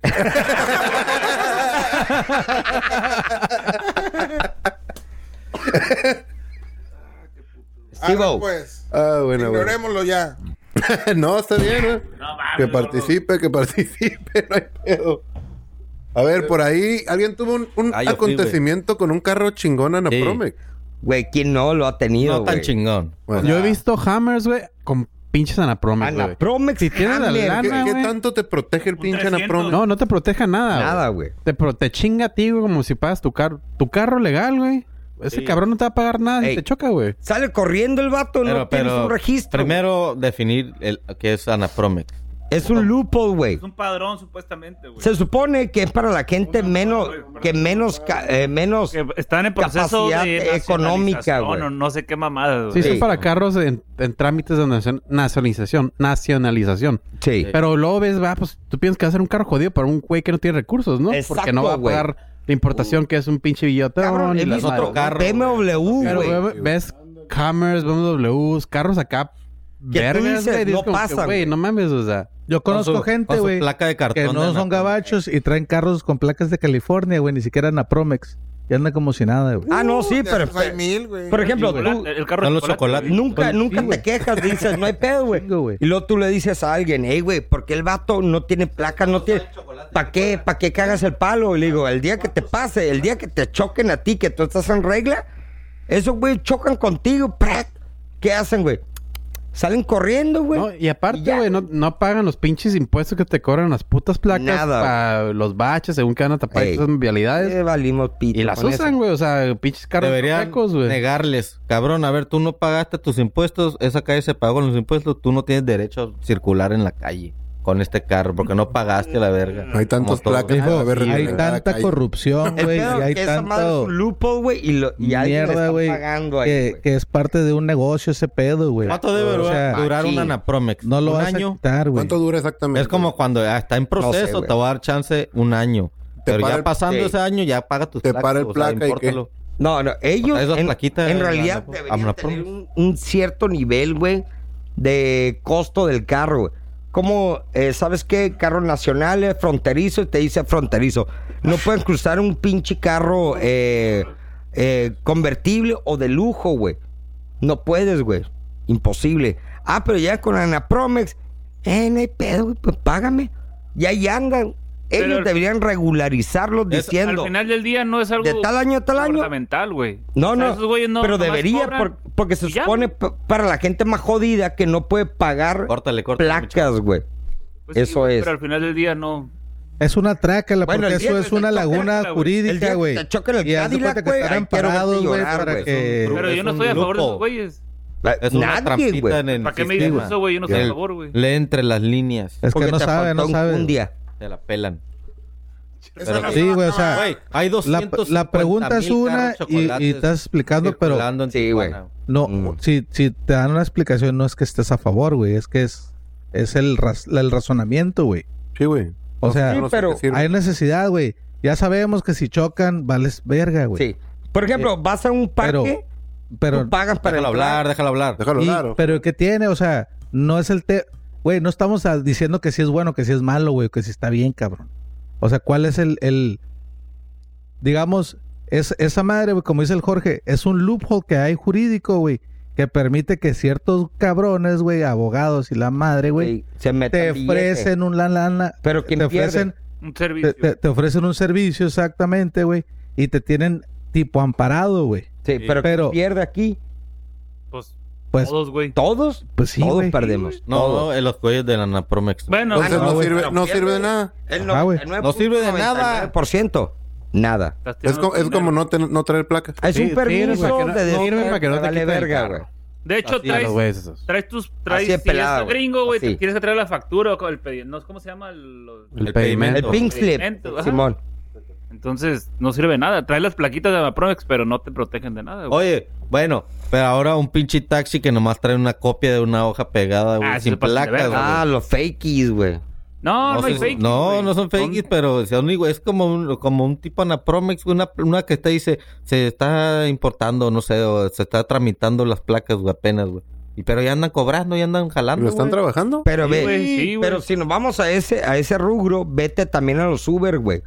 Speaker 3: Ah,
Speaker 4: Steve-O.
Speaker 3: pues,
Speaker 2: Ah, bueno, bueno.
Speaker 3: ignorémoslo ya.
Speaker 2: no, está bien, güey. que participe, que participe, no hay pedo. A ver, por ahí, alguien tuvo un, un
Speaker 5: Ah, yo fui,
Speaker 2: acontecimiento con un carro chingón Anapromex.
Speaker 4: Güey, ¿quién no lo ha tenido,
Speaker 5: No tan
Speaker 4: güey?
Speaker 5: chingón.
Speaker 2: Bueno,
Speaker 7: Yo he visto hammers, güey, con pinches anapromes, güey.
Speaker 4: Anapromex.
Speaker 7: Si tienes la
Speaker 4: Hammer,
Speaker 7: lana,
Speaker 2: ¿qué, qué
Speaker 7: güey,
Speaker 2: tanto te protege el pinche
Speaker 9: 300.
Speaker 2: Anapromex?
Speaker 7: No, no te proteja nada,
Speaker 4: Nada, güey.
Speaker 7: Te, pro- te chinga a ti, güey, como si pagas tu carro. Tu carro legal, güey. Ese cabrón no te va a pagar nada
Speaker 4: Ey.
Speaker 7: si te choca, güey.
Speaker 4: Sale corriendo el vato, no tienes un registro.
Speaker 5: Primero definir el, qué es anapromex.
Speaker 4: Es un loophole, güey.
Speaker 9: Es un padrón, supuestamente, güey.
Speaker 4: Se supone que es para la gente menos, que menos, ca- eh, menos,
Speaker 9: Que están en proceso
Speaker 4: Capacidad
Speaker 9: de
Speaker 4: económica,
Speaker 9: nacionalización,
Speaker 4: güey.
Speaker 9: No, no sé qué mamada,
Speaker 7: Sí,
Speaker 9: güey.
Speaker 7: sí,
Speaker 4: Sí.
Speaker 7: para carros en, en trámites de nacion- nacionalización. Nacionalización.
Speaker 4: sí.
Speaker 7: Pero luego ves, va, pues tú piensas que va a ser un carro jodido para un güey que no tiene recursos, ¿no?
Speaker 4: Exacto,
Speaker 7: Porque no va a
Speaker 4: güey. Uh.
Speaker 7: pagar la importación, que es un pinche billotón.
Speaker 4: Cabrón,
Speaker 7: y
Speaker 4: he
Speaker 7: la
Speaker 4: visto
Speaker 7: madre.
Speaker 5: otro carro,
Speaker 4: BMW,
Speaker 7: Pero
Speaker 4: güey.
Speaker 7: güey, ves Hammers, BMWs, carros acá.
Speaker 4: Que tú
Speaker 7: Vergas,
Speaker 4: dices,
Speaker 7: güey. dices
Speaker 4: no
Speaker 7: como que,
Speaker 4: pasa,
Speaker 7: güey.
Speaker 4: güey.
Speaker 7: No mames, o sea.
Speaker 8: Yo conozco
Speaker 5: Con su- con
Speaker 8: gente,
Speaker 5: su
Speaker 8: güey,
Speaker 5: placa de
Speaker 8: que
Speaker 5: cartón de
Speaker 8: no son
Speaker 5: Anapromex.
Speaker 8: gabachos y traen carros con placas de California, güey, ni siquiera Anapromex. Y andan como si nada, güey.
Speaker 4: Ah, no, sí,
Speaker 3: De
Speaker 4: pero,
Speaker 3: esos pues, hay mil, güey.
Speaker 4: por ejemplo, tú
Speaker 9: Chocolate, el carro
Speaker 5: Son
Speaker 9: de
Speaker 5: los chocolates.
Speaker 4: nunca,
Speaker 8: Sí,
Speaker 4: nunca
Speaker 8: güey.
Speaker 4: te quejas, dices, no hay pedo, güey.
Speaker 8: Chingo, güey.
Speaker 4: Y luego tú le dices a alguien, hey, güey, ¿por qué el vato no tiene placa, no tiene... ¿Para qué? ¿Para qué cagas el palo? Y le digo, el día que te pase, el día que te choquen a ti, que tú estás en regla, esos güey chocan contigo, ¡prac! ¿qué hacen, güey? Salen corriendo, güey.
Speaker 7: No, y aparte,
Speaker 4: Pues, ya,
Speaker 7: güey, no, no pagan los pinches impuestos que te cobran las putas placas
Speaker 4: Nada,
Speaker 7: para los baches, según que van a tapar
Speaker 4: Ey.
Speaker 7: esas vialidades.
Speaker 4: Eh, valimos pito
Speaker 7: y las
Speaker 4: con
Speaker 7: usan,
Speaker 4: eso.
Speaker 7: güey. O sea, pinches carros
Speaker 5: Deberían
Speaker 7: chuecos, güey.
Speaker 5: negarles. Cabrón, a ver, tú no pagaste tus impuestos, esa calle se pagó los impuestos, tú no tienes derecho a circular en la calle con este carro porque no pagaste la verga.
Speaker 2: No hay tantas
Speaker 5: Como todo.
Speaker 2: placas.
Speaker 8: Hijo,
Speaker 2: para ver
Speaker 8: hay
Speaker 2: revelada
Speaker 8: tanta
Speaker 2: calle.
Speaker 8: corrupción,
Speaker 4: El
Speaker 8: güey, y
Speaker 4: pedo
Speaker 8: hay
Speaker 4: que esa madre es
Speaker 8: tanto
Speaker 4: un loophole, güey, y, lo- y alguien le
Speaker 8: mierda,
Speaker 4: está
Speaker 8: güey,
Speaker 4: pagando ahí,
Speaker 8: que,
Speaker 4: güey.
Speaker 8: que es parte de un negocio ese pedo, güey.
Speaker 5: ¿Cuánto debe
Speaker 8: O sea,
Speaker 5: durar
Speaker 4: machín.
Speaker 5: un anapromex?
Speaker 8: No lo
Speaker 5: ¿Un
Speaker 8: vas a
Speaker 5: año?
Speaker 8: quitar, güey.
Speaker 2: ¿Cuánto dura exactamente?
Speaker 5: Es como cuando ah, está en proceso,
Speaker 2: güey.
Speaker 5: te va a dar chance un año. Pero
Speaker 2: para
Speaker 5: ya
Speaker 2: el-
Speaker 5: pasando
Speaker 4: Sí.
Speaker 5: ese año, ya paga tus
Speaker 2: Te para el
Speaker 5: o sea,
Speaker 2: placa y qué.
Speaker 5: impórtalo.
Speaker 4: No, no, ellos
Speaker 5: esas
Speaker 4: en,
Speaker 5: plaquitas
Speaker 4: en
Speaker 5: de
Speaker 4: realidad
Speaker 5: Anapo-
Speaker 4: deberían
Speaker 5: Anapo-
Speaker 4: tener un, un cierto nivel, güey, de costo del carro. güey. Como, eh, ¿sabes qué? Carros nacionales, fronterizo, y te dice fronterizo. No pueden cruzar un pinche carro eh, eh, convertible o de lujo, güey. No puedes, güey. Imposible. Ah, pero ya con Anapromex, eh, no hay pedo, güey, pues págame. Y ahí andan. Ellos
Speaker 9: Pero al-
Speaker 4: deberían regularizarlo
Speaker 9: Al
Speaker 4: diciendo.
Speaker 9: final del día no es algo
Speaker 4: De tal año a tal año.
Speaker 9: gubernamental, güey.
Speaker 4: No,
Speaker 9: O sea,
Speaker 4: no,
Speaker 9: esos güeyes no-
Speaker 4: pero
Speaker 9: nomás
Speaker 4: debería,
Speaker 9: cobran
Speaker 4: por- porque se
Speaker 9: y ya,
Speaker 4: supone
Speaker 9: güey.
Speaker 4: p- para la gente más jodida que no puede pagar
Speaker 5: Córtale, córtale.
Speaker 4: placas, güey.
Speaker 9: Pues sí,
Speaker 4: eso
Speaker 9: güey,
Speaker 4: es.
Speaker 9: Pero al final del día no.
Speaker 8: Es una traca, la
Speaker 4: Bueno,
Speaker 8: porque
Speaker 4: el día
Speaker 8: eso
Speaker 4: que
Speaker 8: es
Speaker 4: te
Speaker 8: una
Speaker 4: choquen,
Speaker 8: laguna
Speaker 9: güey.
Speaker 4: El
Speaker 8: jurídica,
Speaker 4: día que
Speaker 8: güey.
Speaker 4: te choquen el
Speaker 8: Y haz de
Speaker 4: Cadillac,
Speaker 8: cuenta que
Speaker 4: güey,
Speaker 8: estarán
Speaker 4: ay, quiero verte
Speaker 8: parados, güey,
Speaker 4: llorar,
Speaker 8: para
Speaker 4: güey.
Speaker 8: que...
Speaker 9: Pero
Speaker 5: es
Speaker 9: yo no
Speaker 5: un
Speaker 9: estoy a favor de
Speaker 5: lujo.
Speaker 9: esos güeyes.
Speaker 5: Es una
Speaker 4: Nadie,
Speaker 5: trampita
Speaker 4: güey.
Speaker 5: en el
Speaker 9: ¿Para qué me
Speaker 5: sistema.
Speaker 9: dices eso, güey? Yo no
Speaker 5: Ya.
Speaker 9: estoy a favor, güey.
Speaker 5: Lee entre las líneas.
Speaker 8: Es que
Speaker 4: Porque
Speaker 8: no
Speaker 4: te
Speaker 8: sabe, no
Speaker 4: faltó
Speaker 8: sabe.
Speaker 4: enjundia.
Speaker 5: Te la pelan.
Speaker 3: Esa
Speaker 5: Pero-
Speaker 3: no se va
Speaker 8: Sí,
Speaker 3: a
Speaker 8: güey, o sea,
Speaker 3: acabar.
Speaker 5: Güey, hay
Speaker 8: Ah. La,
Speaker 5: 200
Speaker 8: la pregunta es una y, y estás explicando, pero
Speaker 4: Sí, güey.
Speaker 8: no,
Speaker 4: Mm.
Speaker 8: si, si te dan una explicación, no es que estés a favor, güey, es que es, es el, raz- el razonamiento, güey.
Speaker 2: Sí, güey.
Speaker 8: O sea,
Speaker 4: Sí,
Speaker 2: No sé
Speaker 4: pero-
Speaker 2: qué sirve.
Speaker 8: hay necesidad, güey. Ya sabemos que si chocan, vales verga, güey.
Speaker 4: Sí. Por ejemplo, vas a un
Speaker 8: Pero-
Speaker 4: parque,
Speaker 8: Pero,
Speaker 4: tú pagas para
Speaker 5: Déjalo
Speaker 4: entrar.
Speaker 5: hablar, déjalo hablar.
Speaker 2: Déjalo
Speaker 8: y-
Speaker 2: hablar.
Speaker 8: pero ¿qué tiene? O sea, no es el te... Güey, no estamos ah, diciendo que si es bueno, que si es malo, güey, que si está bien, cabrón. O sea, ¿cuál es el... el- Digamos, es, esa madre, güey, como dice el Jorge, es un loophole que hay jurídico, güey, que permite que ciertos cabrones, güey, abogados y la madre, güey,
Speaker 4: Sí, se mete
Speaker 8: te
Speaker 4: el billete.
Speaker 8: ofrecen un la lana...
Speaker 4: eh. Pero
Speaker 8: te
Speaker 4: ¿quién pierde?
Speaker 8: ofrecen
Speaker 9: Un
Speaker 8: te,
Speaker 9: servicio.
Speaker 8: te- te ofrecen un servicio exactamente, güey, y te tienen tipo amparado, güey.
Speaker 4: Sí, pero, ¿quién
Speaker 8: Pero-
Speaker 4: pierde aquí?
Speaker 9: Pues,
Speaker 8: Pues,
Speaker 9: todos, güey.
Speaker 4: ¿Todos?
Speaker 8: pues sí,
Speaker 4: todos
Speaker 8: güey.
Speaker 4: perdemos.
Speaker 5: No, no, en los cuellos de la Napromex.
Speaker 9: Bueno,
Speaker 2: Entonces
Speaker 9: ah,
Speaker 2: no,
Speaker 9: no,
Speaker 2: sirve,
Speaker 4: pero
Speaker 2: no
Speaker 4: pierde.
Speaker 2: sirve de nada.
Speaker 4: El
Speaker 8: Ajá, Ah, güey.
Speaker 4: 99.99%
Speaker 5: No sirve de nada.
Speaker 4: Nada.
Speaker 9: estás
Speaker 2: Es,
Speaker 9: tirando
Speaker 2: co- es
Speaker 9: dinero.
Speaker 2: como no, ten- no traer placa.
Speaker 4: Es
Speaker 7: Sí,
Speaker 4: un permiso
Speaker 7: sirve para que no-
Speaker 4: de
Speaker 7: no sirve
Speaker 4: decir,
Speaker 7: para que no
Speaker 4: "Me
Speaker 7: te
Speaker 4: vale
Speaker 7: quiten el
Speaker 4: verga,
Speaker 7: carro".
Speaker 4: güey.
Speaker 9: De hecho,
Speaker 7: Así a los
Speaker 9: traes,
Speaker 7: güeyes esos.
Speaker 9: traes tus... Traes,
Speaker 4: Así de
Speaker 9: si eres
Speaker 4: pelado, güey.
Speaker 9: gringo, güey,
Speaker 4: Así.
Speaker 9: te tienes que traer la factura o el pedi- no, ¿Cómo se llama? El-
Speaker 7: El,
Speaker 5: El
Speaker 7: pedimento.
Speaker 4: El
Speaker 5: No,
Speaker 4: pink slip,
Speaker 9: pigmento, ajá.
Speaker 4: Simón.
Speaker 9: Entonces, no sirve de nada. Traes las plaquitas de la Promex, pero no te protegen de nada, güey.
Speaker 5: Oye, bueno, pero ahora un pinche taxi que nomás trae una copia de una hoja pegada, güey,
Speaker 9: Ah, sí,
Speaker 5: sin
Speaker 9: se pasan de
Speaker 5: placas,
Speaker 9: verga.
Speaker 5: güey.
Speaker 4: Ah, los fakies, güey.
Speaker 9: No, no, hay
Speaker 5: son-
Speaker 9: fake.
Speaker 5: no,
Speaker 9: güey.
Speaker 5: no son fakes, pero son igual- es como un, como un tipo Anapromex, güey, una, una que está dice, se está importando, no sé, o se está tramitando las placas, güey, apenas, güey. Y pero ya andan cobrando, ya andan jalando.
Speaker 2: ¿Lo están
Speaker 5: güey.
Speaker 2: trabajando?
Speaker 4: Pero
Speaker 9: Sí,
Speaker 4: ve,
Speaker 9: güey, sí, güey.
Speaker 4: pero si nos vamos a ese, a ese rubro, vete también a los Uber, güey.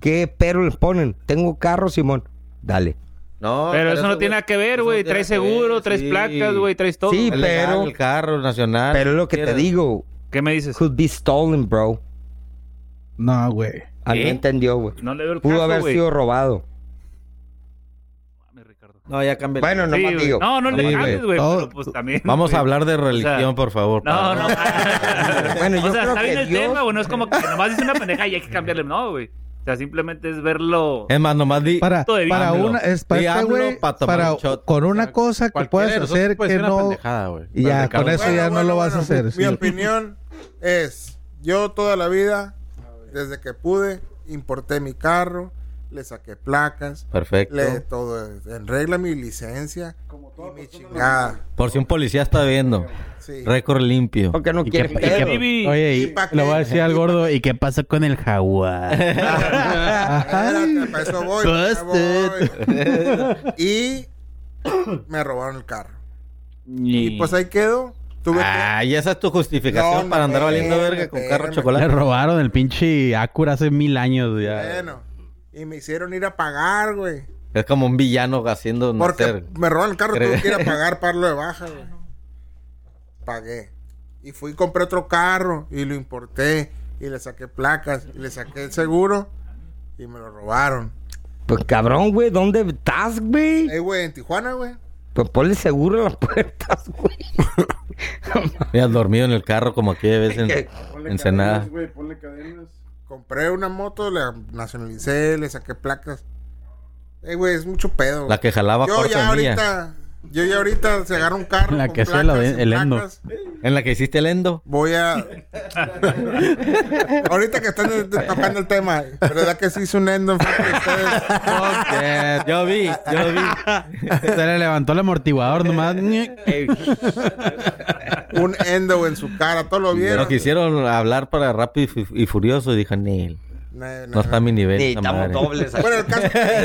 Speaker 4: ¿Qué pero les ponen? Tengo carro, Simón. Dale.
Speaker 5: No,
Speaker 9: Pero eso no
Speaker 5: güey,
Speaker 9: tiene nada que ver,
Speaker 5: eso
Speaker 9: güey.
Speaker 5: no tiene
Speaker 9: Traes
Speaker 5: nada que ver,
Speaker 9: seguro, traes
Speaker 5: sí.
Speaker 9: placas, güey, traes todo.
Speaker 4: Sí,
Speaker 5: El legal,
Speaker 4: pero-
Speaker 5: el carro
Speaker 9: Ah,
Speaker 5: nacional.
Speaker 4: Pero es lo que te
Speaker 5: quieras.
Speaker 4: digo,
Speaker 9: ¿Qué me dices?
Speaker 4: could be stolen, bro.
Speaker 8: No, güey.
Speaker 4: Ah, no
Speaker 9: ¿Qué?
Speaker 4: entendió, güey.
Speaker 9: ¿Eh? No le veo el
Speaker 4: Pudo
Speaker 9: caso,
Speaker 4: haber
Speaker 9: güey.
Speaker 4: sido robado.
Speaker 9: Mames, Ricardo.
Speaker 5: No, ya cambia.
Speaker 4: Bueno,
Speaker 9: Sí,
Speaker 4: nomás
Speaker 9: güey.
Speaker 4: digo.
Speaker 9: No, no le
Speaker 5: Sí,
Speaker 9: mames, güey.
Speaker 8: Todo-
Speaker 9: Pero pues también.
Speaker 5: Vamos
Speaker 9: güey.
Speaker 5: a hablar de
Speaker 9: sea,
Speaker 5: religión, por favor.
Speaker 9: No, no.
Speaker 4: Bueno, yo
Speaker 9: o sea,
Speaker 4: creo
Speaker 9: está
Speaker 4: que
Speaker 9: bien el
Speaker 4: Dios-
Speaker 9: tema, güey. No es como que nomás dice una pendeja y hay que cambiarle. No, güey. O sea, simplemente es verlo.
Speaker 5: Es más, nomás di.
Speaker 8: Para,
Speaker 9: Punto de vista.
Speaker 8: para
Speaker 5: AMLO.
Speaker 8: una, es para
Speaker 5: Y
Speaker 8: este
Speaker 5: AMLO
Speaker 8: güey,
Speaker 5: pa' tomar
Speaker 8: para
Speaker 5: un shot.
Speaker 8: con
Speaker 7: O
Speaker 8: una
Speaker 7: sea,
Speaker 8: cosa que
Speaker 7: cualquiera
Speaker 8: puedas
Speaker 7: de nosotros
Speaker 8: hacer
Speaker 7: puede
Speaker 8: que
Speaker 7: ser una
Speaker 8: no.
Speaker 7: pendejada, güey.
Speaker 8: Y ya,
Speaker 7: Ricardo,
Speaker 8: con eso
Speaker 7: güey.
Speaker 8: ya no lo vas a hacer,
Speaker 3: Mi
Speaker 8: sí.
Speaker 3: opinión es, yo toda la vida, desde que pude, importé mi carro, le saqué placas,
Speaker 5: Perfecto.
Speaker 3: le todo, en regla mi licencia y mi chingada.
Speaker 5: Por si un policía está viendo.
Speaker 3: Sí.
Speaker 5: Récord limpio.
Speaker 4: Porque no
Speaker 7: ¿Y qué-
Speaker 4: quiere
Speaker 7: y qué-
Speaker 4: pedo.
Speaker 9: Baby.
Speaker 7: Oye, y
Speaker 3: ¿Y pa' qué?
Speaker 7: le voy a decir al gordo, ¿y qué pasó con el jaguar?
Speaker 3: Espérate, pa' eso voy, pa' allá
Speaker 5: Busted.
Speaker 3: voy. Y me robaron el carro.
Speaker 9: Ni-
Speaker 3: Y pues ahí quedo. Tuve
Speaker 5: Ah, y esa es tu justificación
Speaker 3: No,
Speaker 5: para andar
Speaker 3: no,
Speaker 5: valiendo
Speaker 3: no,
Speaker 5: verga
Speaker 3: no,
Speaker 5: con
Speaker 3: no,
Speaker 5: carro
Speaker 3: no,
Speaker 7: Le
Speaker 5: chocolate.
Speaker 7: robaron el pinche Acura hace mil años
Speaker 3: que...
Speaker 7: ya.
Speaker 3: Bueno. Y me hicieron ir a pagar, güey.
Speaker 5: Es como un villano haciendo
Speaker 3: Porque
Speaker 5: nacer.
Speaker 3: me robaron el carro,
Speaker 5: Creo.
Speaker 3: tuve que ir a pagar para lo de baja, güey. Pagué. Y fui y compré otro carro y lo importé. Y le saqué placas, y le saqué el seguro. Y me lo robaron.
Speaker 4: Pues cabrón, güey, ¿dónde estás, güey?
Speaker 3: Eh, güey, en Tijuana, güey.
Speaker 4: Pues ponle seguro a las puertas, güey.
Speaker 5: Mira, dormido en el carro como aquella vez en
Speaker 4: ¿Qué?
Speaker 5: Ensenada.
Speaker 3: Compré una moto, la nacionalicé, le saqué placas. Eh, güey, es mucho pedo.
Speaker 5: La que jalaba
Speaker 3: yo
Speaker 5: corte
Speaker 3: ya
Speaker 5: en mía.
Speaker 3: ahorita, yo ya ahorita se agarra un carro.
Speaker 7: La
Speaker 3: con
Speaker 7: que suela
Speaker 3: placas,
Speaker 7: de-
Speaker 3: sin
Speaker 7: el endo.
Speaker 3: placas,
Speaker 5: En la que hiciste el endo.
Speaker 3: Voy a. ahorita que están eh, tocando el tema, ¿verdad que sí hice un endo enfrente de ustedes?
Speaker 5: Yeah, yo vi, yo vi.
Speaker 7: Se le levantó el amortiguador nomás.
Speaker 3: un endo en su cara, todo lo vieron.
Speaker 5: Pero quisieron hablar para rápido y fu- y furioso y dije, Neil,
Speaker 3: No, no,
Speaker 5: no está a mi nivel. esa
Speaker 4: Necesitamos
Speaker 5: madre".
Speaker 4: dobles. aquí.
Speaker 3: Bueno, el caso es que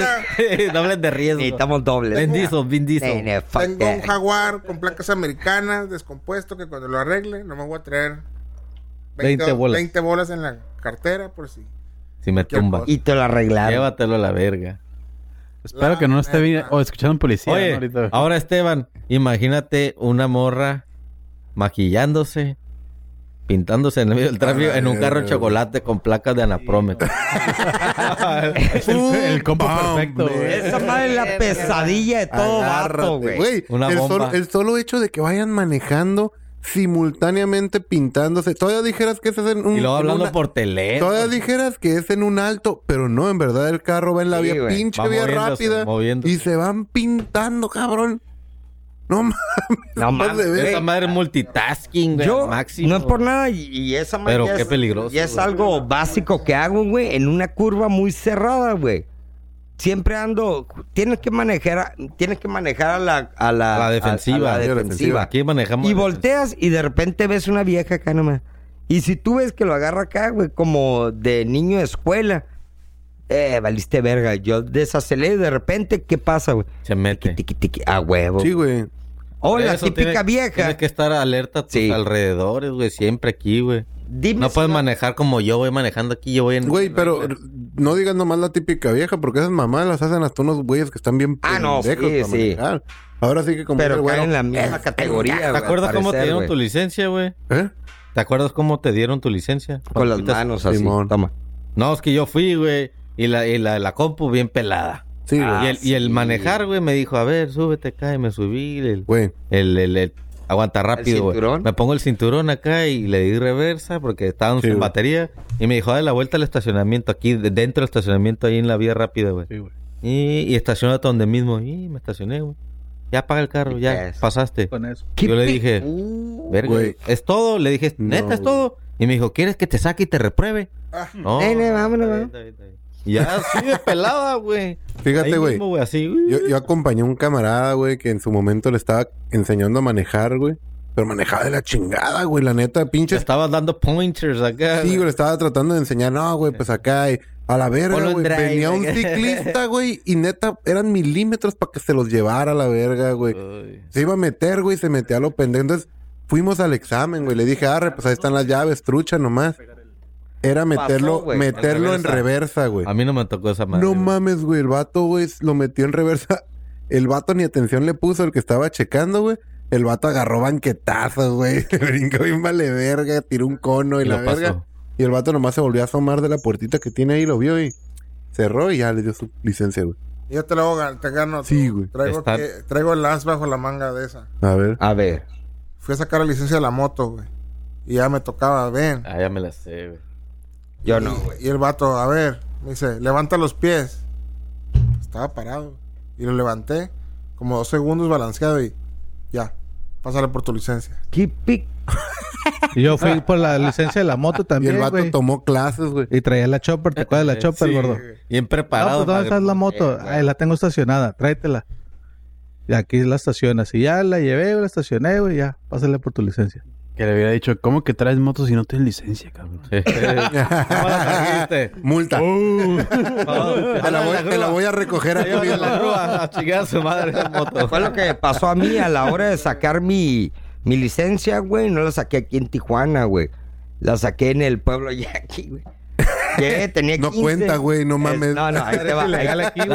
Speaker 3: era-
Speaker 5: Dobles de riesgo.
Speaker 4: Necesitamos dobles.
Speaker 5: Vin Diesel, Vin
Speaker 4: Nee,
Speaker 5: Diesel.
Speaker 4: nee, fuck
Speaker 3: tengo un
Speaker 4: that.
Speaker 3: jaguar con placas americanas descompuesto que cuando lo arregle no me voy a traer
Speaker 5: 20 bolas.
Speaker 3: 20 bolas en la cartera por si.
Speaker 5: Si me
Speaker 3: Cualquier
Speaker 5: tumba.
Speaker 3: cosa.
Speaker 4: Y te lo arreglaron.
Speaker 5: Llévatelo a la verga.
Speaker 7: Espero que no esté vi- o escuchando un policía ¿no?
Speaker 5: Oye, ah,
Speaker 7: ahorita.
Speaker 5: ahora Esteban, imagínate una morra maquillándose, pintándose en el medio del tráfico en un carro de chocolate con placas de Anapromet.
Speaker 7: Es el, el combo perfecto, güey.
Speaker 4: Esa madre es la pesadilla de todo vato,
Speaker 2: Agárrate,
Speaker 4: güey.
Speaker 2: güey.
Speaker 5: Una
Speaker 2: el,
Speaker 5: bomba.
Speaker 2: solo, el solo hecho de que vayan manejando simultáneamente pintándose. Todavía dijeras que ese es en un.
Speaker 5: y luego
Speaker 2: en
Speaker 5: hablando
Speaker 2: una-
Speaker 5: por teléfono.
Speaker 2: Todavía dijeras que es en un alto, pero no, en verdad el carro va en la
Speaker 4: Sí,
Speaker 2: vía
Speaker 4: güey.
Speaker 2: pinche
Speaker 5: Va
Speaker 2: vía
Speaker 5: moviéndose,
Speaker 2: rápida
Speaker 5: moviéndose.
Speaker 2: y se van pintando, cabrón. No mames.
Speaker 4: No mames.
Speaker 2: de ver.
Speaker 4: güey.
Speaker 5: Esa madre multitasking, güey.
Speaker 4: Yo,
Speaker 5: al máximo.
Speaker 4: no es por nada, y, y esa madre
Speaker 5: Pero
Speaker 4: ya
Speaker 5: qué
Speaker 4: es-
Speaker 5: peligroso,
Speaker 4: ya es
Speaker 5: güey.
Speaker 4: algo básico que hago, güey, en una curva muy cerrada, güey. Siempre ando, tienes que manejar, a- tienes que manejar a la, a la,
Speaker 5: A la defensiva.
Speaker 4: a la
Speaker 5: Sí, a la
Speaker 4: defensiva.
Speaker 5: Aquí manejamos.
Speaker 4: Y
Speaker 5: la
Speaker 4: volteas y de repente ves una vieja acá nomás. Y si tú ves que lo agarra acá, güey, como de niño de escuela, eh, valiste verga. Yo desaceleré y de repente, ¿qué pasa, güey?
Speaker 5: defensiva. Se mete.
Speaker 4: Tiqui, tiqui, a huevo.
Speaker 2: Sí, güey.
Speaker 4: o la
Speaker 5: Eso
Speaker 4: típica
Speaker 5: tiene-
Speaker 4: vieja.
Speaker 5: Tienes que estar alerta a tus
Speaker 4: Sí.
Speaker 5: alrededores, güey. Siempre aquí, güey.
Speaker 4: Dime
Speaker 5: No
Speaker 4: si
Speaker 5: puedes
Speaker 4: no-
Speaker 5: manejar como yo voy manejando aquí. Yo
Speaker 4: Mm,
Speaker 5: voy en.
Speaker 2: Güey, pero no digas nomás la típica vieja, porque esas mamás las hacen hasta unos güeyes que están bien
Speaker 4: Ah, no,
Speaker 2: pendejos
Speaker 4: sí,
Speaker 2: para
Speaker 4: sí.
Speaker 2: manejar. Ahora sí que como
Speaker 4: Pero
Speaker 2: dice el
Speaker 4: cae
Speaker 2: güero,
Speaker 4: en la misma
Speaker 2: "Eh,
Speaker 4: categoría,
Speaker 5: ¿Te
Speaker 4: güey, al
Speaker 5: acuerdas cómo te
Speaker 4: parecer,
Speaker 5: dieron
Speaker 4: güey.
Speaker 5: tu licencia, güey?
Speaker 2: ¿Eh?
Speaker 5: ¿Te acuerdas cómo te dieron tu licencia?
Speaker 4: Con las
Speaker 5: Papitas.
Speaker 4: manos así.
Speaker 2: Simón.
Speaker 4: Toma.
Speaker 5: No, es que yo fui, güey. Y la, y la, la compu bien pelada.
Speaker 2: Sí, güey.
Speaker 5: y, el, y el
Speaker 4: sí.
Speaker 5: manejar, güey, me dijo, a ver, súbete acá. Y me subí. El,
Speaker 2: Güey,
Speaker 5: el, el- el- aguanta rápido, güey.
Speaker 4: cinturón?
Speaker 5: Me pongo el cinturón acá y le di reversa porque estaban
Speaker 2: Sí,
Speaker 5: sin
Speaker 2: güey.
Speaker 5: batería. Y me dijo, dale la vuelta al estacionamiento aquí, de- dentro del estacionamiento, ahí en la vía rápida, güey.
Speaker 8: Sí, güey.
Speaker 5: Y, y estacionate donde mismo. Y me estacioné, güey. Ya apaga el carro, ya
Speaker 4: Yes.
Speaker 5: pasaste.
Speaker 8: Con eso.
Speaker 5: Yo le dije,
Speaker 4: Uh.
Speaker 5: verga,
Speaker 2: Güey.
Speaker 5: ¿es todo? Le dije, ¿neta es todo? Y me dijo, ¿quieres que te saque y te repruebe?
Speaker 2: Ah.
Speaker 5: No.
Speaker 4: Nene, vámonos,
Speaker 5: está bien, está bien, está bien. Y ya así de pelada, güey.
Speaker 2: fíjate,
Speaker 5: Ahí
Speaker 2: güey.
Speaker 5: mismo, güey. Así, uh,
Speaker 2: Yo, yo acompañé a un camarada, güey, que en su momento le estaba enseñando a manejar, güey. Pero manejaba de la chingada, güey. La neta,
Speaker 5: Te
Speaker 2: pinche
Speaker 5: estabas dando pointers acá.
Speaker 2: Sí,
Speaker 5: güey.
Speaker 2: güey, le estaba tratando de enseñar, no, güey, pues acá, y a la verga,
Speaker 5: Ponlo en
Speaker 2: güey.
Speaker 5: drive,
Speaker 2: Venía un
Speaker 5: güey.
Speaker 2: ciclista, güey, y neta, eran milímetros para que se los llevara a la verga, güey.
Speaker 5: Uy.
Speaker 2: Se iba a meter, güey, se metía a lo pendejo. Entonces, fuimos al examen, güey. Le dije, arre, pues ahí están las llaves, trucha nomás. Era meterlo,
Speaker 4: Pasó, güey.
Speaker 2: meterlo en
Speaker 5: En reversa.
Speaker 2: reversa, güey.
Speaker 5: A mí no me tocó esa madre.
Speaker 2: No
Speaker 5: güey.
Speaker 2: mames, güey. El vato, güey, lo metió en reversa. El vato ni atención le puso, el que estaba checando, güey. El vato agarró banquetazos, güey. Le brincó bien vale verga, tiró un cono y,
Speaker 5: Y
Speaker 2: la
Speaker 5: lo pasó.
Speaker 2: verga. Y el vato nomás se volvió a asomar de la puertita que tiene ahí, lo vio y cerró y ya le dio su licencia, güey.
Speaker 3: Yo te lo hago, te gano. tú.
Speaker 2: Sí, güey.
Speaker 3: Traigo,
Speaker 5: Está-
Speaker 3: que- traigo el as bajo la manga de esa.
Speaker 2: A ver.
Speaker 4: A ver.
Speaker 3: Fui a sacar la licencia de la moto, güey. Y ya me tocaba, ven.
Speaker 5: Ah, ya me la sé, güey.
Speaker 4: Yo no,
Speaker 3: Y-
Speaker 4: güey.
Speaker 3: Y el vato, a ver, me dice, levanta los pies. Estaba parado. Y lo levanté, como dos segundos balanceado y ya, pásale por tu licencia.
Speaker 4: ¿Qué pic?
Speaker 8: Y yo fui por la licencia de la moto
Speaker 2: Y
Speaker 8: también,
Speaker 2: el vato
Speaker 8: güey.
Speaker 2: tomó clases, güey.
Speaker 8: Y traía la chopper, ¿te acuerdas de la chopper,
Speaker 5: Sí,
Speaker 8: gordo?
Speaker 5: güey. Bien
Speaker 8: No,
Speaker 5: preparado.
Speaker 8: pues, ¿dónde
Speaker 5: madre.
Speaker 8: estás la moto? Ay, la tengo estacionada, tráetela. Y aquí la estacionas. Y ya la llevé, güey, la estacioné, güey, ya. Pásale por tu licencia.
Speaker 7: Que le hubiera dicho, ¿cómo que traes motos si no tienes licencia, cabrón?
Speaker 5: Sí. ¿Cómo la trajiste?
Speaker 2: Multa. te, la
Speaker 5: Ándale,
Speaker 2: voy,
Speaker 5: la
Speaker 2: te la
Speaker 5: grúa.
Speaker 2: voy a recoger aquí
Speaker 5: Llévate
Speaker 2: mismo.
Speaker 5: la grúa a chingar a su madre la moto.
Speaker 4: Fue lo que pasó a mí a la hora de sacar mi, mi licencia, güey. No la saqué aquí en Tijuana, güey. La saqué en el pueblo ya aquí, güey. Llegué, tenía
Speaker 2: No
Speaker 4: 15.
Speaker 2: cuenta, güey, no
Speaker 4: Es-
Speaker 2: mames.
Speaker 4: No, no, ahí te va. Ahí,
Speaker 5: La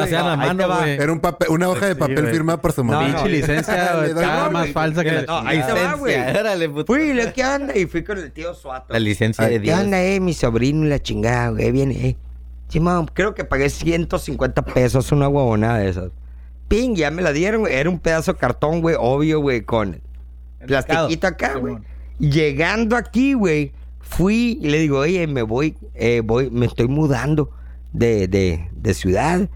Speaker 5: hacían a
Speaker 4: ahí te
Speaker 5: mano,
Speaker 4: va.
Speaker 5: güey.
Speaker 2: Era un papel, una hoja de
Speaker 7: Sí,
Speaker 2: papel
Speaker 7: güey.
Speaker 2: firmada por su
Speaker 4: No,
Speaker 2: mamá.
Speaker 4: no.
Speaker 7: Pinche licencia, güey,
Speaker 2: Le doy
Speaker 7: estaba
Speaker 2: la-
Speaker 7: más falsa que la
Speaker 4: No, ahí se va, güey.
Speaker 5: Órale, puto.
Speaker 4: Fui, lo que anda. Y fui con el tío Suato.
Speaker 5: La licencia de
Speaker 4: ¿Qué
Speaker 5: 10.
Speaker 4: onda, eh? Mi sobrino y la chingada, güey. Viene, eh. Simón, creo que pagué 150 pesos una huevonada de esas. Ping, ya me la dieron, güey. Era un pedazo de cartón, güey, obvio, güey, con plastiquito acá, güey. Llegando aquí, güey, fui y le digo, oye, me voy, eh, voy, me estoy mudando de, de, de ciudad.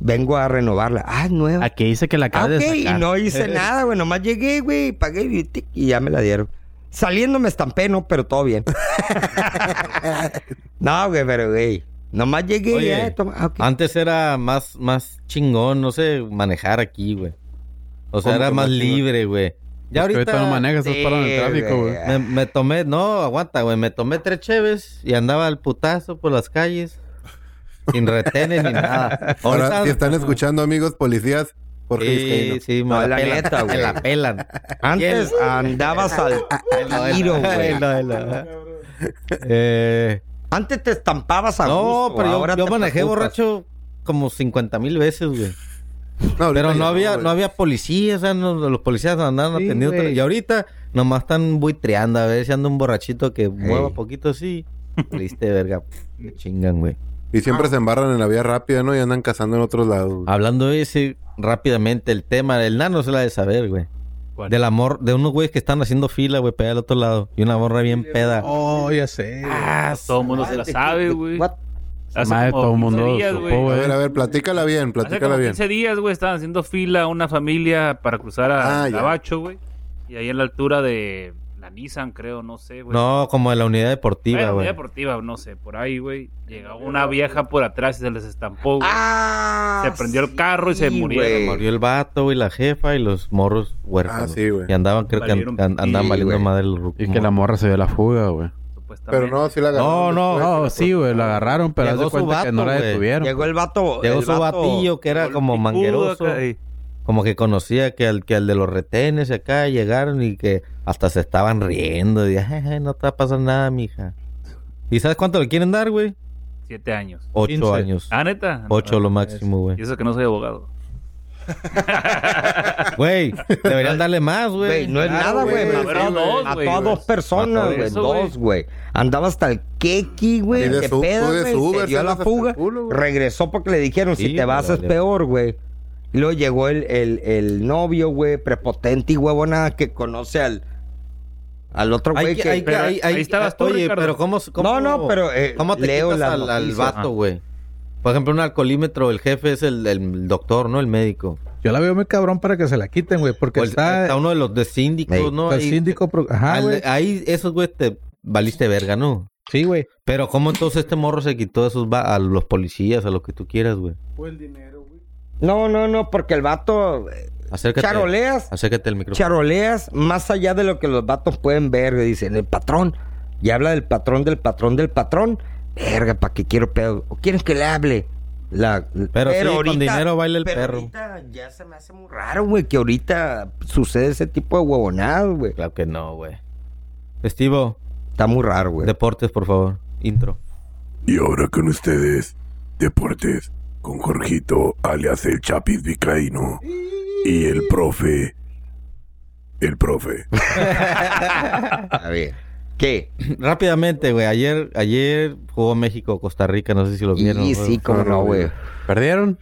Speaker 4: Vengo a renovarla. Ah, nueva.
Speaker 7: Aquí dice que
Speaker 4: Ah,
Speaker 7: la acabas
Speaker 4: ok,
Speaker 7: de
Speaker 4: y
Speaker 7: sacar.
Speaker 4: no hice nada, güey. Nomás llegué, güey, pagué y, tic, y ya me la dieron. Saliendo me estampé, no, pero todo bien. no, güey, pero, güey. Nomás llegué y
Speaker 5: Oye,
Speaker 4: ya. toma- ah, ok.
Speaker 5: Antes era más, más chingón, no sé, manejar aquí, güey. O sea,
Speaker 3: ¿Cómo
Speaker 5: era
Speaker 3: que
Speaker 5: más
Speaker 3: más chingón?
Speaker 5: libre, güey. Ya
Speaker 7: Es que
Speaker 5: ahorita,
Speaker 7: no manejas, estás
Speaker 4: Sí,
Speaker 7: parado en el tráfico,
Speaker 4: güey.
Speaker 7: güey.
Speaker 5: me, me tomé, no, aguanta, güey. Me tomé tres cheves y andaba al putazo por las calles. Sin retenes ni nada.
Speaker 2: Ahora,
Speaker 5: Ahorita-
Speaker 2: si están escuchando, amigos policías, porque
Speaker 5: Sí, sí, me
Speaker 4: No,
Speaker 5: la,
Speaker 4: la
Speaker 5: pelan,
Speaker 4: neta,
Speaker 5: me
Speaker 4: güey.
Speaker 5: la pelan.
Speaker 4: Antes
Speaker 5: ¿quién?
Speaker 4: andabas al tiro, güey.
Speaker 5: No, no, no. Eh,
Speaker 4: Antes te estampabas a
Speaker 5: no,
Speaker 4: gusto.
Speaker 5: pero yo,
Speaker 4: ahora
Speaker 5: yo
Speaker 4: te
Speaker 5: manejé
Speaker 4: preocupas.
Speaker 5: borracho como 50 mil veces, güey.
Speaker 2: ahorita
Speaker 5: Pero
Speaker 2: ya
Speaker 5: no había,
Speaker 2: güey.
Speaker 5: no había policías, o sea, no- los policías andaban
Speaker 8: Sí,
Speaker 5: atendiendo.
Speaker 8: güey.
Speaker 5: Y ahorita nomás están buitreando, a ver si anda un borrachito que mueva
Speaker 4: Ey.
Speaker 5: poquito así. Triste, verga. Me chingan, güey.
Speaker 2: Y siempre se embarran en la vía rápida, ¿no? Y andan cazando en otros lados. güey.
Speaker 5: Hablando de ese, rápidamente, el tema del nano se la ha de saber, güey.
Speaker 7: ¿Cuál?
Speaker 5: Del amor, de unos güeyes que están haciendo fila, güey, para allá al otro lado. Y una morra bien peda.
Speaker 8: Oh, ya sé. güey.
Speaker 9: Todo el mundo se la sabe, güey.
Speaker 4: What?
Speaker 9: Hace
Speaker 7: Madre,
Speaker 9: como
Speaker 7: todo el mundo
Speaker 9: 15 días,
Speaker 7: supo,
Speaker 9: güey.
Speaker 2: A
Speaker 7: güey.
Speaker 2: ver, a ver, platícala bien,
Speaker 9: Hace
Speaker 2: platícala
Speaker 9: como
Speaker 2: bien.
Speaker 9: 15 días, güey, estaban haciendo fila una familia para cruzar a
Speaker 2: Ah, ya.
Speaker 9: Gabacho, güey. Y ahí en la altura de la Nissan, creo, no sé, güey.
Speaker 5: No, como de la unidad deportiva,
Speaker 9: Era unidad
Speaker 5: güey.
Speaker 9: deportiva, no sé, por ahí, güey. Llegó una vieja por atrás y se les estampó, güey.
Speaker 4: Ah,
Speaker 9: Se prendió el carro y se
Speaker 4: sí,
Speaker 9: murieron,
Speaker 4: güey.
Speaker 5: Murió el vato, güey, la jefa y los morros huérfanos.
Speaker 2: Ah, sí, güey.
Speaker 5: Y andaban, creo que an-
Speaker 9: Valieron
Speaker 5: an- andaban
Speaker 4: pipí,
Speaker 5: valiendo
Speaker 4: güey.
Speaker 5: madre los rucos.
Speaker 7: Y que la morra se dio la fuga, güey.
Speaker 9: supuestamente.
Speaker 2: Pero no, sí la
Speaker 7: No,
Speaker 2: agarraron
Speaker 7: no,
Speaker 2: después.
Speaker 7: no, sí, güey, la agarraron, pero haz
Speaker 5: Llegó
Speaker 7: de
Speaker 5: su
Speaker 7: cuenta que
Speaker 5: vato,
Speaker 7: no la
Speaker 5: güey.
Speaker 7: detuvieron.
Speaker 4: Llegó el vato.
Speaker 5: Llegó
Speaker 4: el
Speaker 5: su batillo que era
Speaker 9: Con
Speaker 5: como
Speaker 9: picudo
Speaker 5: mangueroso.
Speaker 9: acá, y-
Speaker 5: Como que conocía que al, que al de los retenes acá llegaron y que hasta se estaban riendo. Y, "Ay, ay, no te va a pasar nada, mija. ¿Y sabes cuánto le quieren dar, güey?
Speaker 9: Siete años.
Speaker 5: Ocho
Speaker 8: 15.
Speaker 5: años.
Speaker 9: Ah, neta.
Speaker 5: Ocho
Speaker 9: No,
Speaker 5: lo máximo, güey.
Speaker 9: Y eso que no soy abogado.
Speaker 5: Güey, deberían darle más,
Speaker 4: Güey,
Speaker 5: güey.
Speaker 4: no es nada, güey.
Speaker 2: güey,
Speaker 4: Mató
Speaker 9: fueron dos,
Speaker 4: mató
Speaker 9: güey.
Speaker 4: a dos personas,
Speaker 9: Mató
Speaker 4: güey.
Speaker 9: eso, güey.
Speaker 4: Dos, güey. Andaba hasta el keki, güey.
Speaker 2: Y de
Speaker 4: De
Speaker 2: su-
Speaker 4: pedo,
Speaker 2: tú de
Speaker 4: güey.
Speaker 2: su
Speaker 4: Se
Speaker 2: Uber
Speaker 4: dio a la
Speaker 2: sales hasta el
Speaker 4: fuga.
Speaker 2: culo, güey.
Speaker 4: Regresó porque le dijeron, si
Speaker 5: Sí,
Speaker 4: te
Speaker 5: me
Speaker 4: vas es
Speaker 5: valió.
Speaker 4: peor, güey. Y luego llegó el, el, el novio, güey, prepotente y huevona que conoce al, al otro
Speaker 5: Ah, Hay
Speaker 4: güey
Speaker 5: que-
Speaker 4: que...
Speaker 5: hay que-
Speaker 9: Pero
Speaker 5: hay- hay-
Speaker 9: ahí estabas tú,
Speaker 5: oye,
Speaker 9: Ricardo.
Speaker 5: pero ¿cómo, cómo-
Speaker 4: No, no, pero, eh,
Speaker 5: ¿cómo te
Speaker 4: leo
Speaker 5: quitas
Speaker 4: la
Speaker 5: al, al
Speaker 4: noticia.
Speaker 5: vato, güey? Por ejemplo, un alcoholímetro, el jefe es el, el doctor, ¿no? El médico.
Speaker 8: Yo la veo muy cabrón para que se la quiten, güey, porque
Speaker 5: O el-
Speaker 8: está,
Speaker 5: Pues, está uno de los de síndicos,
Speaker 4: Ey,
Speaker 5: ¿no?
Speaker 8: está el
Speaker 5: Ahí-
Speaker 8: síndico. pro- Ajá,
Speaker 5: al-
Speaker 8: güey.
Speaker 5: ahí esos Ah, güey te valiste verga, ¿no?
Speaker 8: Sí, güey.
Speaker 5: Pero ¿cómo entonces este morro se quitó a, esos va- a los policías, a los que tú quieras, güey?
Speaker 4: No, no, no, porque el vato... eh,
Speaker 5: Acércate.
Speaker 4: Charoleas,
Speaker 5: Acércate al micrófono.
Speaker 4: charoleas más allá de lo que los vatos pueden ver. güey. Dicen, el patrón. Y habla del patrón, del patrón, del patrón. Verga, ¿para qué quiero pedo? ¿O quieren que le hable? La,
Speaker 5: Pero sí, con dinero baila el
Speaker 4: pero
Speaker 5: perro.
Speaker 4: ahorita ya se me hace muy raro, güey, que ahorita sucede ese tipo de huevonadas, güey.
Speaker 5: Claro que no, güey. Estivo,
Speaker 4: Está muy raro, güey.
Speaker 5: deportes, por favor. Intro.
Speaker 1: Y ahora con ustedes, Deportes, con Jorgito, alias el Chapis Vizcaíno. Y el profe. El profe.
Speaker 4: A ver. ¿Qué?
Speaker 5: Rápidamente, güey. Ayer, ayer jugó México, Costa Rica, no sé si lo vieron.
Speaker 4: Y
Speaker 5: güey.
Speaker 4: sí, como no, güey.
Speaker 7: ¿Perdieron?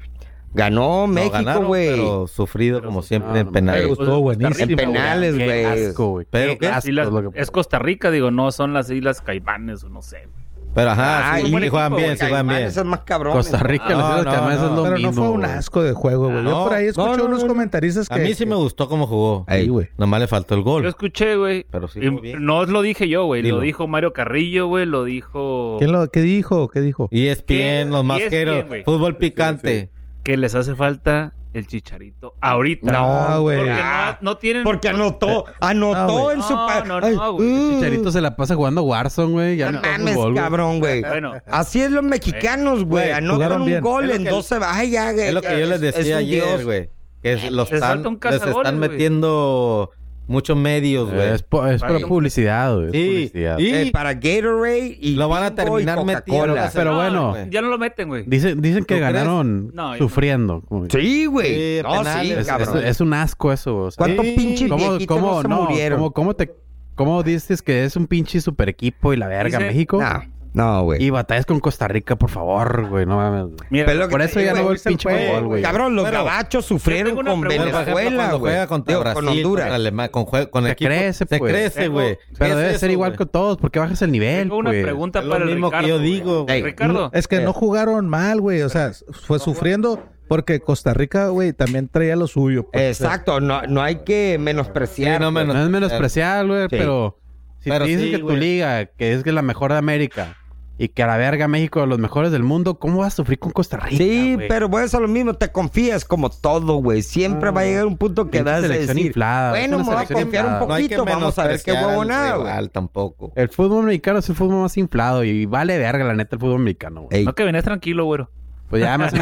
Speaker 4: Ganó
Speaker 5: No,
Speaker 4: México,
Speaker 5: ganaron,
Speaker 4: güey.
Speaker 5: Pero sufrido, como siempre,
Speaker 7: no,
Speaker 5: en
Speaker 7: no,
Speaker 5: penales.
Speaker 8: Pero estuvo
Speaker 9: pues,
Speaker 8: buenísimo.
Speaker 4: En penales,
Speaker 7: Qué
Speaker 4: güey.
Speaker 7: asco, güey.
Speaker 5: Pero
Speaker 7: Qué
Speaker 5: qué
Speaker 7: asco
Speaker 9: Islas-
Speaker 7: es lo que-
Speaker 9: es Costa Rica, digo, no, son las Islas Caimanes o no sé. güey.
Speaker 5: Pero ajá,
Speaker 4: Ay,
Speaker 5: sí,
Speaker 9: buen
Speaker 5: sí juegan
Speaker 9: equipo,
Speaker 5: bien, sí juegan bien.
Speaker 4: Caimanes es más cabrón.
Speaker 7: Costa Rica,
Speaker 5: No,
Speaker 7: las Islas
Speaker 5: no,
Speaker 7: Caymanes es
Speaker 5: no.
Speaker 7: lo
Speaker 8: Pero
Speaker 7: mismo.
Speaker 8: no fue un
Speaker 7: güey.
Speaker 8: asco de juego, güey. Yo
Speaker 5: No,
Speaker 8: por ahí escuché
Speaker 4: no, no,
Speaker 8: unos
Speaker 4: no.
Speaker 8: comentaristas que...
Speaker 5: A mí sí me gustó cómo jugó.
Speaker 8: Ahí, güey.
Speaker 5: Nomás le faltó el
Speaker 9: Yo
Speaker 5: gol.
Speaker 9: escuché, güey.
Speaker 5: Pero sí
Speaker 9: y
Speaker 5: jugó bien.
Speaker 9: no lo dije yo, güey. Lo
Speaker 5: Dilo.
Speaker 9: dijo Mario Carrillo, güey. Lo dijo.
Speaker 8: ¿Quién lo- ¿Qué dijo? ¿Qué dijo?
Speaker 5: Y es bien, los más
Speaker 9: ESPN,
Speaker 5: queros.
Speaker 9: güey.
Speaker 5: Fútbol picante.
Speaker 9: Que les hace falta el chicharito ahorita.
Speaker 8: No, güey.
Speaker 9: Porque no, no tienen.
Speaker 4: Porque anotó, anotó
Speaker 8: No, güey.
Speaker 4: en su...
Speaker 9: No,
Speaker 4: pa-
Speaker 9: no,
Speaker 4: Ay,
Speaker 9: no, güey.
Speaker 4: mm.
Speaker 7: Chicharito se la pasa jugando Warzone, güey. Ya
Speaker 4: No
Speaker 7: no,
Speaker 4: mames,
Speaker 7: fútbol, güey.
Speaker 4: cabrón, güey.
Speaker 9: Bueno,
Speaker 4: Así es los mexicanos, güey.
Speaker 8: Güey,
Speaker 4: Anotan
Speaker 8: jugaron
Speaker 4: un
Speaker 8: bien.
Speaker 4: gol
Speaker 5: Es lo
Speaker 4: en
Speaker 5: que-
Speaker 4: 12. Ay, ya, güey.
Speaker 5: Es lo
Speaker 4: ya,
Speaker 5: que yo les
Speaker 4: es- es
Speaker 5: decía
Speaker 4: un
Speaker 5: ayer,
Speaker 4: dios.
Speaker 5: güey. Que es- los
Speaker 9: Les
Speaker 5: están-
Speaker 9: falta un
Speaker 5: les
Speaker 9: cazagoles,
Speaker 5: están
Speaker 9: güey.
Speaker 5: metiendo muchos medios, güey.
Speaker 7: Es, po- es para publicidad, güey. es
Speaker 5: Sí,
Speaker 7: publicidad.
Speaker 5: y
Speaker 4: Eh, para Gatorade y.
Speaker 5: lo van a
Speaker 4: Bingo y
Speaker 5: terminar metiendo.
Speaker 4: Coca-Cola.
Speaker 7: Pero
Speaker 9: no,
Speaker 7: bueno.
Speaker 5: güey.
Speaker 9: Ya no lo meten, güey.
Speaker 7: Dicen, dicen que
Speaker 5: ¿Tú crees?
Speaker 7: ganaron
Speaker 9: No, yo no.
Speaker 7: sufriendo. güey.
Speaker 4: Sí, güey.
Speaker 5: Sí,
Speaker 4: no,
Speaker 5: penales,
Speaker 4: sí,
Speaker 7: Es,
Speaker 4: cabrón.
Speaker 7: es- es un asco eso, güey. o sea.
Speaker 4: ¿Cuántos pinches
Speaker 7: ¿Cómo,
Speaker 4: viejitos
Speaker 7: cómo,
Speaker 4: no se
Speaker 7: no,
Speaker 4: murieron?
Speaker 7: ¿cómo, cómo te, cómo dices que es un pinche super equipo y la verga
Speaker 9: Dice-
Speaker 7: México?
Speaker 4: No, no, güey.
Speaker 7: Y batallas con Costa Rica, por favor, güey, no mames. güey.
Speaker 9: Mira,
Speaker 4: Pero lo que
Speaker 7: Por
Speaker 4: te
Speaker 7: eso
Speaker 4: digo,
Speaker 7: ya no
Speaker 4: güey,
Speaker 7: veo el pinche
Speaker 4: güey,
Speaker 7: fútbol, güey.
Speaker 4: Cabrón, los gabachos sufrieron
Speaker 9: tengo una
Speaker 4: con
Speaker 9: pregunta.
Speaker 5: Pero, por ejemplo,
Speaker 4: Venezuela,
Speaker 5: cuando
Speaker 4: güey.
Speaker 5: juega contra
Speaker 4: Digo,
Speaker 5: Brasil,
Speaker 4: con Honduras.
Speaker 5: contra Alema- con, jue- con
Speaker 7: Se
Speaker 5: equipo,
Speaker 7: crece,
Speaker 5: se
Speaker 7: pues.
Speaker 5: crece, güey.
Speaker 7: Pero
Speaker 5: Es
Speaker 7: debe
Speaker 5: eso,
Speaker 7: ser igual
Speaker 5: güey.
Speaker 7: que todos, porque bajas el nivel,
Speaker 9: tengo una
Speaker 7: güey.
Speaker 9: pregunta
Speaker 5: pues, Es lo
Speaker 9: para el
Speaker 5: mismo que
Speaker 9: Ricardo.
Speaker 5: yo
Speaker 9: güey.
Speaker 5: digo, eh.
Speaker 4: güey.
Speaker 9: Ricardo,
Speaker 8: Es que no jugaron mal, güey. O sea, fue sufriendo porque Costa Rica, güey, también traía lo suyo. pues.
Speaker 4: Exacto, no, no hay que menospreciar.
Speaker 5: Sí, no
Speaker 4: güey.
Speaker 5: menos-
Speaker 7: No es menospreciar, güey, pero si
Speaker 5: Pero
Speaker 7: te dices
Speaker 5: sí,
Speaker 7: que tu
Speaker 5: güey.
Speaker 7: liga, que es que es la mejor de América, y que a la verga México de los mejores del mundo, ¿cómo vas a sufrir con Costa Rica?
Speaker 4: Sí,
Speaker 7: güey?
Speaker 4: pero bueno, eso es lo mismo, te confías como todo, güey. Siempre va a llegar un punto que
Speaker 7: Pinche
Speaker 4: das de
Speaker 7: selección
Speaker 4: decir,
Speaker 7: inflada, es
Speaker 4: bueno, me
Speaker 7: una
Speaker 4: voy a
Speaker 7: selección
Speaker 4: confiar un
Speaker 7: inflada.
Speaker 4: poquito,
Speaker 5: No hay que
Speaker 4: vamos a ver qué
Speaker 5: menospreciar
Speaker 4: huevo
Speaker 5: al
Speaker 4: nada, güey.
Speaker 5: rival tampoco.
Speaker 7: El fútbol mexicano es el fútbol más inflado y vale verga la neta el fútbol mexicano, güey.
Speaker 4: Ey,
Speaker 9: no que venías tranquilo, güero.
Speaker 7: Pues ya más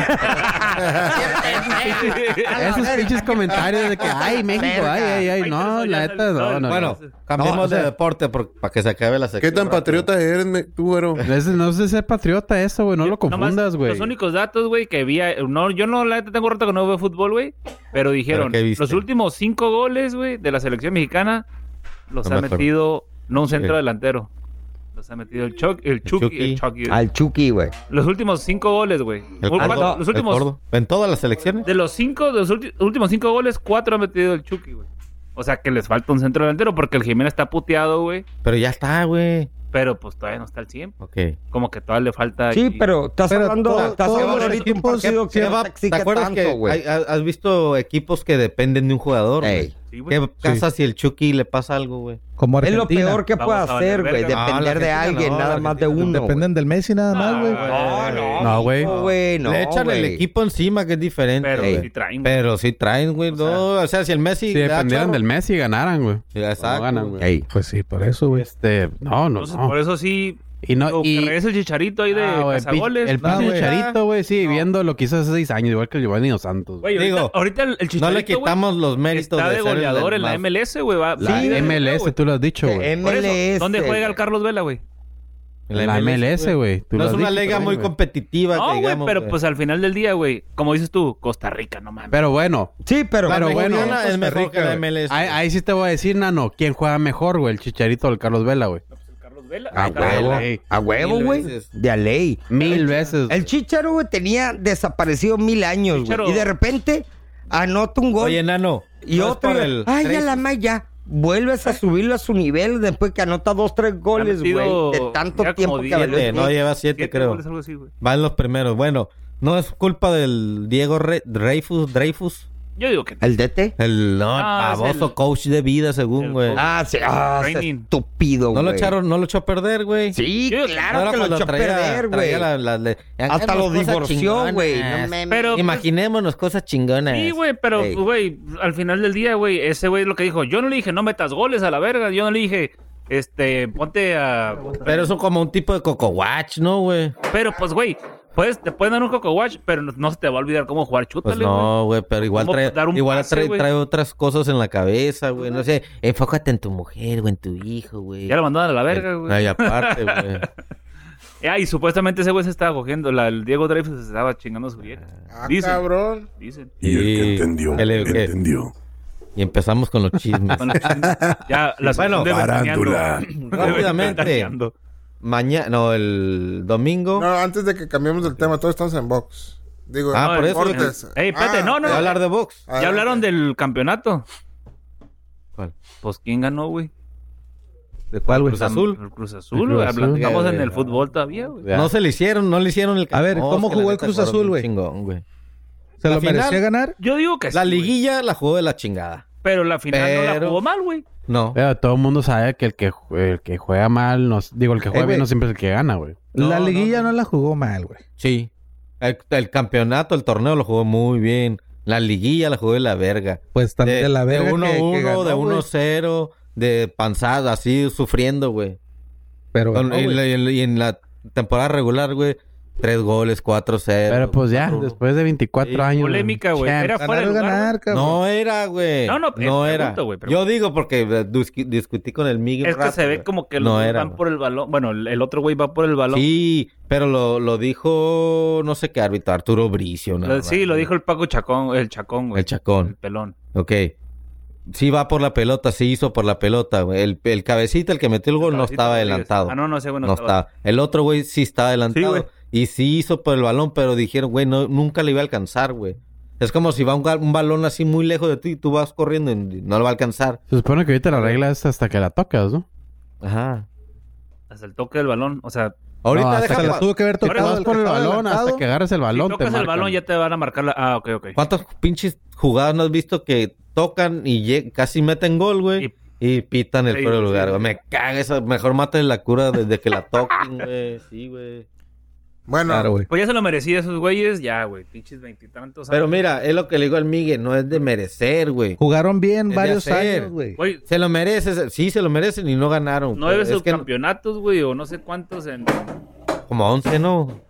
Speaker 7: esos pinches comentarios de que ay México, ay, ay, ay, no, la neta no, no.
Speaker 5: Bueno,
Speaker 9: no.
Speaker 5: cambiemos
Speaker 7: No, o sea-
Speaker 5: de deporte por- para que se acabe la sección.
Speaker 2: ¿Qué tan patriota eres, me- tú, güero?
Speaker 7: no. Es, no es de ser patriota eso, güey, no lo
Speaker 9: Nomás
Speaker 7: confundas, güey.
Speaker 9: Los únicos datos, güey, que vi. eh, No, yo no, la neta tengo rato que no veo fútbol, güey. Pero dijeron,
Speaker 5: ¿qué viste?
Speaker 9: los últimos cinco goles, güey, de la selección mexicana los
Speaker 5: No
Speaker 9: ha
Speaker 5: me acuerdo.
Speaker 9: metido, no un centro
Speaker 5: Sí.
Speaker 9: delantero. Los ha metido el Chucky, el Chucky, el Chucky.
Speaker 4: al Chucky, güey.
Speaker 9: Los últimos cinco goles, güey.
Speaker 5: El
Speaker 9: Bueno,
Speaker 5: gordo,
Speaker 9: Los
Speaker 5: el
Speaker 9: últimos.
Speaker 5: gordo. ¿En todas las selecciones?
Speaker 9: De los cinco, de los ulti- últimos cinco goles, cuatro ha metido el Chucky, güey. O sea que les falta un centro delantero porque el Jiménez está puteado, güey.
Speaker 5: Pero ya está, güey.
Speaker 9: pero pues todavía no está al 100.
Speaker 5: Ok.
Speaker 9: Como que todavía le falta.
Speaker 4: Sí,
Speaker 9: ahí-
Speaker 4: pero estás
Speaker 8: Pero
Speaker 4: hablando,
Speaker 8: todo-
Speaker 4: estás
Speaker 8: todos
Speaker 4: hablando
Speaker 8: los
Speaker 4: ahorita de un
Speaker 8: equipos
Speaker 4: partido que
Speaker 8: siempre-
Speaker 4: no te
Speaker 5: ¿Te
Speaker 4: exige
Speaker 5: acuerdas
Speaker 4: tanto,
Speaker 5: que
Speaker 4: güey.
Speaker 5: hay- has visto equipos que dependen de un jugador? güey?
Speaker 4: Ey.
Speaker 9: Sí, güey.
Speaker 5: ¿Qué pasa si el Chucky le pasa algo, güey?
Speaker 8: Como
Speaker 4: Es lo
Speaker 8: Argentina. Pues,
Speaker 4: peor que
Speaker 9: Vamos
Speaker 4: puede
Speaker 9: a valer
Speaker 4: hacer, güey.
Speaker 9: verga.
Speaker 5: No, la
Speaker 4: Depender de
Speaker 5: Argentina
Speaker 4: alguien,
Speaker 5: no, la
Speaker 4: nada más de
Speaker 5: Argentina
Speaker 4: uno.
Speaker 8: Dependen del Messi nada más, güey.
Speaker 5: Ah,
Speaker 9: No, no.
Speaker 7: No, güey.
Speaker 4: No, güey, no.
Speaker 5: le echan el
Speaker 4: güey.
Speaker 5: equipo encima, que es diferente.
Speaker 9: Pero
Speaker 5: güey.
Speaker 9: sí traen, güey.
Speaker 5: eh, Pero sí traen, güey.
Speaker 9: O
Speaker 5: no, O, sea, si el Messi.
Speaker 7: Si
Speaker 5: le da
Speaker 7: dependieran
Speaker 5: chorro-
Speaker 7: del Messi, ganaran, güey.
Speaker 5: Sí, exacto.
Speaker 7: No ganan, güey.
Speaker 4: Ey.
Speaker 8: Pues sí, por eso, güey.
Speaker 7: Este, no, no,
Speaker 9: Entonces,
Speaker 7: no.
Speaker 9: por eso sí.
Speaker 7: Y no,
Speaker 9: o que
Speaker 7: y...
Speaker 9: regrese el chicharito ahí de
Speaker 7: Ah, güey,
Speaker 9: cazagoles.
Speaker 7: pinche- El
Speaker 8: No,
Speaker 7: pinche
Speaker 8: güey.
Speaker 7: Chicharito, güey, sí, viendo lo que hizo hace seis años, igual que el Giovanni Dos Santos. güey.
Speaker 9: Güey, ahorita,
Speaker 5: Digo,
Speaker 9: ahorita el,
Speaker 5: No
Speaker 9: el chicharito.
Speaker 5: le quitamos los
Speaker 9: güey,
Speaker 5: méritos
Speaker 9: Está de
Speaker 5: ser el
Speaker 9: goleador en la
Speaker 5: más-
Speaker 9: MLS, güey. va-
Speaker 7: La
Speaker 9: sí, de-
Speaker 7: MLS,
Speaker 9: güey.
Speaker 7: tú lo has dicho, güey.
Speaker 4: MLS.
Speaker 9: Por eso, ¿Dónde juega el
Speaker 4: güey.
Speaker 9: Carlos Vela, güey?
Speaker 5: en
Speaker 7: La MLS, güey. Tú
Speaker 5: No
Speaker 7: lo
Speaker 5: es
Speaker 7: has
Speaker 5: una
Speaker 7: dicho
Speaker 5: liga
Speaker 7: también,
Speaker 5: muy
Speaker 7: güey.
Speaker 5: competitiva,
Speaker 9: No, güey,
Speaker 5: digamos,
Speaker 9: pero pues al final del día, güey, como dices tú, Costa Rica, no mames.
Speaker 7: Pero bueno,
Speaker 4: Sí, pero.
Speaker 5: La
Speaker 7: pero bueno,
Speaker 5: mexicana
Speaker 7: Costa
Speaker 5: es mejor
Speaker 7: Rica,
Speaker 5: que la
Speaker 7: güey.
Speaker 5: MLS.
Speaker 7: ahí, ahí sí te voy a decir, Nano, ¿quién juega mejor, güey? ¿El Chicharito o el Carlos Vela, güey?
Speaker 9: Carlos Vela.
Speaker 7: Ah,
Speaker 4: A
Speaker 9: Ah, Carlos
Speaker 4: huevo.
Speaker 9: Vela.
Speaker 7: Ey.
Speaker 4: A huevo,
Speaker 5: Mil
Speaker 4: güey.
Speaker 5: veces.
Speaker 4: De a ley.
Speaker 7: Mil veces.
Speaker 4: El Chicharo, güey, tenía desaparecido mil años,
Speaker 9: Chícharo.
Speaker 4: güey. Y de repente anota un gol.
Speaker 5: Oye, nano.
Speaker 4: y
Speaker 5: no es
Speaker 4: otro.
Speaker 5: por Eh.
Speaker 4: güey, Ay, ya
Speaker 5: Trace-
Speaker 4: la ma, ya. Vuelves a subirlo a su nivel después que anota dos, tres goles, güey.
Speaker 9: metido
Speaker 4: De tanto
Speaker 9: ya como
Speaker 4: tiempo que
Speaker 9: diez,
Speaker 4: valió
Speaker 5: Siete,
Speaker 4: el
Speaker 5: no,
Speaker 4: gol.
Speaker 5: lleva siete,
Speaker 9: Siete
Speaker 5: creo.
Speaker 9: goles, algo así, güey.
Speaker 5: Van los primeros. Bueno, no es culpa del Diego Re- Dreyfus, Dreyfus.
Speaker 9: Yo digo que no.
Speaker 4: ¿El DT?
Speaker 5: El no,
Speaker 9: Ah, es
Speaker 5: famoso
Speaker 9: el-
Speaker 5: coach de vida, según,
Speaker 9: el
Speaker 5: güey.
Speaker 9: coach.
Speaker 4: Ah, sí. Ah, ese
Speaker 9: Training.
Speaker 4: estúpido,
Speaker 5: No
Speaker 4: Ah, güey.
Speaker 5: lo echaron, no lo echó a perder, güey.
Speaker 4: Sí,
Speaker 9: Yo-
Speaker 4: claro
Speaker 5: Ahora
Speaker 4: que lo
Speaker 5: cuando
Speaker 4: echó a
Speaker 5: traía-
Speaker 4: perder, güey.
Speaker 5: traía la- la- le-
Speaker 4: Hasta lo
Speaker 5: Hagamos cosas
Speaker 4: divorció, güey. No
Speaker 5: chingonas.
Speaker 4: mames.
Speaker 9: Pero, pues
Speaker 5: Imaginémonos cosas chingonas.
Speaker 9: Sí, güey, pero,
Speaker 4: Ey.
Speaker 9: güey, al final del día, güey, ese güey es lo que dijo. Yo no le dije, no metas goles a la verga. Yo no le dije, este, ponte a.
Speaker 5: Pero eso como un tipo de coco watch, ¿no, güey?
Speaker 9: Pero, pues, güey, puedes, te pueden dar un coco watch, pero no, no se te va a olvidar cómo jugar.
Speaker 5: Pues
Speaker 9: Chútale, güey.
Speaker 5: no, güey, pero igual
Speaker 9: ¿Cómo
Speaker 5: trae,
Speaker 9: dar un
Speaker 5: igual
Speaker 9: pase,
Speaker 5: trae,
Speaker 9: güey?
Speaker 5: trae otras cosas en la cabeza, güey. No sé, enfócate en tu mujer, güey, en tu hijo, güey.
Speaker 9: Ya la mandaron a la verga, güey.
Speaker 5: Eh, Ay, aparte, güey.
Speaker 9: Ah, y supuestamente ese güey se estaba cogiendo. La, el Diego Dreyfus se estaba chingando a su vieja.
Speaker 3: Ah,
Speaker 9: Dicen.
Speaker 3: cabrón.
Speaker 9: Dicen.
Speaker 1: Y el que
Speaker 5: Y-
Speaker 1: entendió,
Speaker 5: el- el que-
Speaker 1: entendió.
Speaker 5: Y empezamos con los chismes.
Speaker 9: Con la- ya, la
Speaker 5: Bueno,
Speaker 9: de ventaneando.
Speaker 1: Parándula.
Speaker 5: Rápidamente.
Speaker 9: Ventaneando.
Speaker 5: Mañana, no, el domingo.
Speaker 3: No, antes de que cambiemos el tema, todos estamos en box. Digo,
Speaker 5: Ah,
Speaker 3: en
Speaker 5: por eso yo-
Speaker 3: deportes.
Speaker 9: Ey, espérate,
Speaker 3: Ah,
Speaker 9: no, no.
Speaker 5: Voy a hablar de box.
Speaker 3: adelante.
Speaker 9: Ya hablaron del campeonato.
Speaker 5: ¿Cuál?
Speaker 9: Pues quién ganó, güey.
Speaker 5: ¿De cuál,
Speaker 9: Cruz
Speaker 5: Azul.
Speaker 9: El Cruz Azul,
Speaker 7: Cruz
Speaker 9: güey.
Speaker 7: Azul.
Speaker 9: Habla- Estamos
Speaker 5: Ya,
Speaker 9: en
Speaker 5: ya,
Speaker 9: el
Speaker 5: ya.
Speaker 9: fútbol todavía, güey.
Speaker 5: No se le hicieron, no le hicieron el
Speaker 8: A ver,
Speaker 5: No,
Speaker 8: ¿cómo
Speaker 5: es que la
Speaker 8: jugó el
Speaker 5: neta
Speaker 8: Cruz
Speaker 5: jugaron
Speaker 8: Azul,
Speaker 5: bien
Speaker 8: güey?
Speaker 5: chingón, güey.
Speaker 8: ¿Se
Speaker 5: La
Speaker 8: lo merecía
Speaker 5: final-
Speaker 8: ganar?
Speaker 9: Yo digo que
Speaker 5: La
Speaker 9: sí, güey.
Speaker 5: liguilla la jugó de la chingada. ¿Eh?
Speaker 9: Pero la final no la
Speaker 5: Pero-
Speaker 9: jugó mal, güey.
Speaker 5: No.
Speaker 7: Pero todo el mundo sabe que el que, ju- el que juega mal, no, digo, el que juega
Speaker 8: Eh,
Speaker 7: bien
Speaker 8: güey.
Speaker 7: no siempre es el que gana, güey.
Speaker 5: No,
Speaker 8: la
Speaker 5: no,
Speaker 8: liguilla
Speaker 5: no.
Speaker 8: no, la jugó mal, güey.
Speaker 5: Sí. El, el campeonato, el torneo lo jugó muy bien. La liguilla la jugó de la verga.
Speaker 8: Pues también de, la verga que-
Speaker 5: de
Speaker 8: que
Speaker 5: 1-1,
Speaker 8: ganó,
Speaker 5: de
Speaker 8: güey.
Speaker 5: 1-0, de panzada, así sufriendo, güey.
Speaker 8: Pero
Speaker 5: Con-
Speaker 8: ganó,
Speaker 5: y,
Speaker 8: güey.
Speaker 5: la- y la- y en la temporada regular, güey, tres goles, 4-0.
Speaker 7: Pero pues ya,
Speaker 5: 4-1.
Speaker 7: después de 24
Speaker 5: Sí,
Speaker 7: años.
Speaker 9: Polémica, güey.
Speaker 7: chance.
Speaker 9: Era fuera
Speaker 8: ganar es
Speaker 9: de lugar. güey.
Speaker 8: ganar, cabrón.
Speaker 5: No era, güey.
Speaker 9: No,
Speaker 5: No,
Speaker 9: no,
Speaker 5: no,
Speaker 9: eh,
Speaker 5: era.
Speaker 9: pregunto, güey, pregunto.
Speaker 5: Yo digo porque eh, discu- discutí con el Miguel.
Speaker 9: Es que se ve como que los dos van por el balón. Bueno, el el otro güey va por el balón. Sí,
Speaker 5: Sí, pero lo, lo dijo, no sé qué árbitro, Arturo Bricio. nada
Speaker 9: lo, sí,
Speaker 5: más,
Speaker 9: lo
Speaker 5: güey.
Speaker 9: dijo el Paco Chacón, el Chacón, güey.
Speaker 5: El Chacón.
Speaker 9: El pelón.
Speaker 5: Ok. Sí va por la pelota, sí hizo por la pelota, güey. El, el cabecita, el que metió el gol, no estaba adelantado.
Speaker 9: Ah,
Speaker 5: no,
Speaker 9: no, no, ese güey no, estaba.
Speaker 5: estaba. El otro, güey, sí estaba adelantado.
Speaker 9: güey.
Speaker 5: y sí hizo por el balón, pero dijeron, güey, no, nunca le iba a alcanzar, güey. Es como si va un, ga- un balón así muy lejos de ti y tú vas corriendo y no lo va a alcanzar.
Speaker 7: Se supone que ahorita la regla es hasta que la tocas, ¿no?
Speaker 5: Ajá.
Speaker 9: Hasta el toque del balón. O sea,
Speaker 5: Ahorita
Speaker 7: No, hasta
Speaker 5: deja
Speaker 8: Se la
Speaker 5: pa-
Speaker 8: tuve que haber
Speaker 7: Tú
Speaker 8: tocado
Speaker 7: vas
Speaker 8: el
Speaker 7: por
Speaker 8: que
Speaker 7: el
Speaker 8: estaba
Speaker 7: balón hasta
Speaker 8: adelantado.
Speaker 7: que agarres el balón.
Speaker 9: si
Speaker 7: te
Speaker 9: tocas el
Speaker 7: marcan.
Speaker 9: balón ya te van a marcar la... Ah, ok, ok.
Speaker 5: ¿Cuántas pinches jugadas no has visto que tocan y lle- casi meten gol, güey?
Speaker 9: Y-
Speaker 5: Y, pitan el
Speaker 9: Sí,
Speaker 5: fuera de
Speaker 9: sí,
Speaker 5: lugar,
Speaker 9: sí.
Speaker 5: güey. Me caga esa. Mejor mate la cura desde que la toquen, güey. Sí, güey.
Speaker 3: Bueno,
Speaker 8: Claro, güey.
Speaker 9: Pues ya se lo merecía esos güeyes. Ya, güey. Pinches veintitantos.
Speaker 5: Pero
Speaker 9: años.
Speaker 5: mira, es lo que le digo al Miguel, no es de merecer, güey.
Speaker 8: Jugaron bien
Speaker 5: Es de
Speaker 8: varios
Speaker 5: hacer.
Speaker 8: años, güey.
Speaker 9: Güey,
Speaker 5: Se lo merecen, sí, se lo merecen y no ganaron.
Speaker 9: nueve
Speaker 5: pero es que
Speaker 9: subcampeonatos, güey, o no sé cuántos en...
Speaker 5: Como 11, ¿no?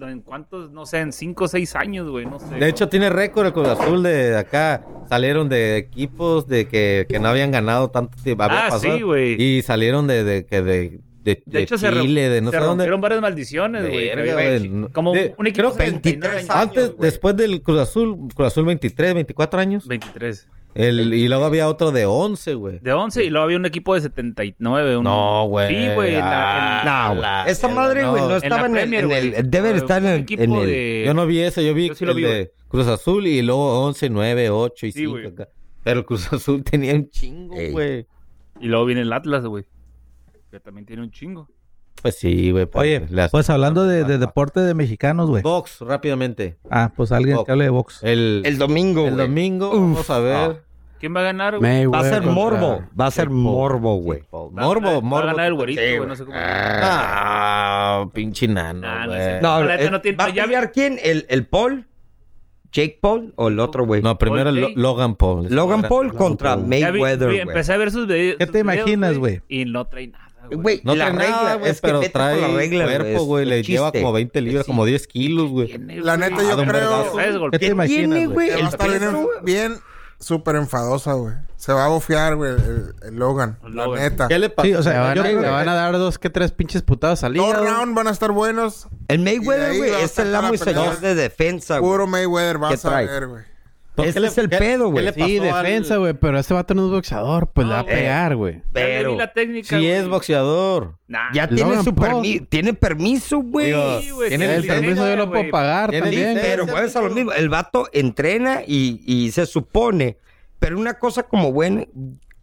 Speaker 9: en cuántos, no sé, en cinco o seis años, güey, no sé.
Speaker 5: De hecho, tiene récord el Cruz Azul de acá. Salieron de equipos de que, que no habían ganado tanto tiempo. había
Speaker 9: Ah,
Speaker 5: pasado,
Speaker 9: sí, güey.
Speaker 5: Y salieron de, de, que de, de,
Speaker 9: De
Speaker 5: de
Speaker 9: hecho, se,
Speaker 5: Chile,
Speaker 9: rom-
Speaker 5: de no
Speaker 9: se
Speaker 5: sé dónde.
Speaker 9: rompieron varias maldiciones, güey.
Speaker 5: Verga,
Speaker 9: Güey,
Speaker 5: güey, no-
Speaker 9: Como
Speaker 5: de-
Speaker 9: un
Speaker 5: creo
Speaker 9: equipo de
Speaker 5: que
Speaker 9: 23 años.
Speaker 5: Antes, después del Cruz Azul, Cruz Azul 23, 24 años.
Speaker 9: 23.
Speaker 5: El, y luego había otro de 11, güey.
Speaker 9: De 11 y luego había un equipo de 79. un-
Speaker 5: No, güey.
Speaker 9: Sí, güey. en la- en-
Speaker 5: Ah,
Speaker 4: No,
Speaker 5: la
Speaker 4: güey. Esta
Speaker 5: verga,
Speaker 4: madre, güey,
Speaker 5: no.
Speaker 4: no,
Speaker 9: en la
Speaker 4: estaba en, el-
Speaker 9: Premier,
Speaker 4: en
Speaker 9: güey.
Speaker 4: el. Debe de estar en,
Speaker 9: Un
Speaker 4: el-
Speaker 9: equipo
Speaker 4: en el.
Speaker 9: de-
Speaker 5: Yo no vi eso, yo vi
Speaker 9: Yo sí lo
Speaker 5: el
Speaker 9: vi,
Speaker 5: de
Speaker 9: güey.
Speaker 5: Cruz Azul y luego 11, 9, 8 y
Speaker 9: Sí,
Speaker 5: 5.
Speaker 9: güey.
Speaker 5: acá. Pero el Cruz Azul tenía un chingo,
Speaker 4: Ey.
Speaker 5: güey.
Speaker 9: Y luego viene el Atlas, güey. Que también tiene un chingo.
Speaker 5: Pues sí, güey. pero,
Speaker 8: Oye,
Speaker 5: pues, las-
Speaker 8: Pues hablando de, de deporte de mexicanos, güey.
Speaker 5: Box, rápidamente.
Speaker 8: Ah, pues alguien que hable de box.
Speaker 5: El,
Speaker 4: El domingo,
Speaker 5: el
Speaker 4: güey.
Speaker 5: domingo, vamos a
Speaker 9: ah.
Speaker 5: ver.
Speaker 9: ¿Quién va a ganar? güey?
Speaker 4: Va a ser
Speaker 7: Mayweather.
Speaker 4: morbo. Va a ser
Speaker 5: Jake Paul.
Speaker 4: morbo, güey.
Speaker 5: Paul.
Speaker 9: Va a ganar-
Speaker 5: Morbo,
Speaker 9: Va a ganar el
Speaker 5: morbo.
Speaker 9: güerito, güey. No sé cómo.
Speaker 5: Ah, pinche nano,
Speaker 9: Ah, no
Speaker 5: güey.
Speaker 9: sé.
Speaker 5: No,
Speaker 9: No, la neta
Speaker 4: eh,
Speaker 9: no tiene-
Speaker 4: ¿Va a
Speaker 9: ya-
Speaker 4: pelear quién? ¿El, ¿El Paul? ¿Jake Paul o el otro, güey?
Speaker 5: primero
Speaker 9: Paul
Speaker 5: Lo-
Speaker 9: Jay.
Speaker 5: Logan Paul.
Speaker 4: Logan Paul contra
Speaker 9: Ya vi-
Speaker 4: Mayweather,
Speaker 9: vi-
Speaker 4: güey.
Speaker 9: Empecé a ver sus videos.
Speaker 8: ¿Qué te imaginas, güey?
Speaker 9: Y no trae nada, güey.
Speaker 4: Güey,
Speaker 5: No
Speaker 4: la
Speaker 5: trae nada,
Speaker 4: regla
Speaker 5: güey,
Speaker 4: es que
Speaker 5: pero
Speaker 4: vete por
Speaker 5: trae
Speaker 4: la regla,
Speaker 5: cuerpo, güey. Le lleva como 20 libras, como 10 kilos, güey.
Speaker 9: Tiene,
Speaker 3: La
Speaker 9: güey,
Speaker 3: neta, yo
Speaker 9: un
Speaker 3: creo-
Speaker 9: vergazo. Es golpe.
Speaker 8: ¿Qué te imaginas, güey?
Speaker 3: Que va a estar bien,
Speaker 4: peso,
Speaker 3: bien súper enfadosa, güey. Se va a bofear, güey, el, el Logan.
Speaker 9: El
Speaker 3: la
Speaker 9: Logan.
Speaker 3: neta.
Speaker 5: ¿Qué le pasó?
Speaker 8: Sí, o
Speaker 7: Le
Speaker 8: sea,
Speaker 7: van,
Speaker 8: yo
Speaker 7: a,
Speaker 8: creo
Speaker 7: le
Speaker 8: que-
Speaker 7: van a dar dos que tres pinches putadas al
Speaker 3: Dos
Speaker 7: hígado.
Speaker 3: rounds van a estar buenos.
Speaker 4: El
Speaker 3: Y de
Speaker 4: Mayweather,
Speaker 3: ahí
Speaker 4: güey,
Speaker 3: va a
Speaker 4: es el
Speaker 3: sacar
Speaker 4: amo
Speaker 3: la
Speaker 4: y señor
Speaker 3: pelea.
Speaker 4: de defensa,
Speaker 3: Puro
Speaker 4: Ah, güey.
Speaker 3: Mayweather vas
Speaker 4: ¿Qué
Speaker 3: a
Speaker 4: trae?
Speaker 3: ver, güey.
Speaker 5: ¿Qué
Speaker 4: Ese
Speaker 5: le-
Speaker 4: es el
Speaker 5: qué-
Speaker 4: pedo,
Speaker 5: qué
Speaker 4: güey.
Speaker 5: le
Speaker 7: Sí,
Speaker 5: pasó al-
Speaker 7: defensa, güey, pero este vato no es boxeador, pues le va a
Speaker 9: No, güey.
Speaker 7: pegar, güey.
Speaker 9: Ya le
Speaker 4: Pero
Speaker 9: vi la técnica,
Speaker 5: Si
Speaker 9: güey.
Speaker 5: es boxeador.
Speaker 9: Nah.
Speaker 4: ya tiene
Speaker 7: Logan
Speaker 4: su
Speaker 7: Paul.
Speaker 4: permiso, tiene permiso, güey.
Speaker 5: Digo,
Speaker 9: Sí, güey,
Speaker 5: tiene
Speaker 9: sí,
Speaker 7: El
Speaker 9: sí,
Speaker 7: permiso
Speaker 9: sí,
Speaker 7: yo lo
Speaker 9: güey.
Speaker 7: puedo pagar
Speaker 5: Tiene
Speaker 7: también.
Speaker 5: licencia.
Speaker 4: Pero güey, es a lo mismo. El vato entrena y, y se supone. Pero una cosa como buena,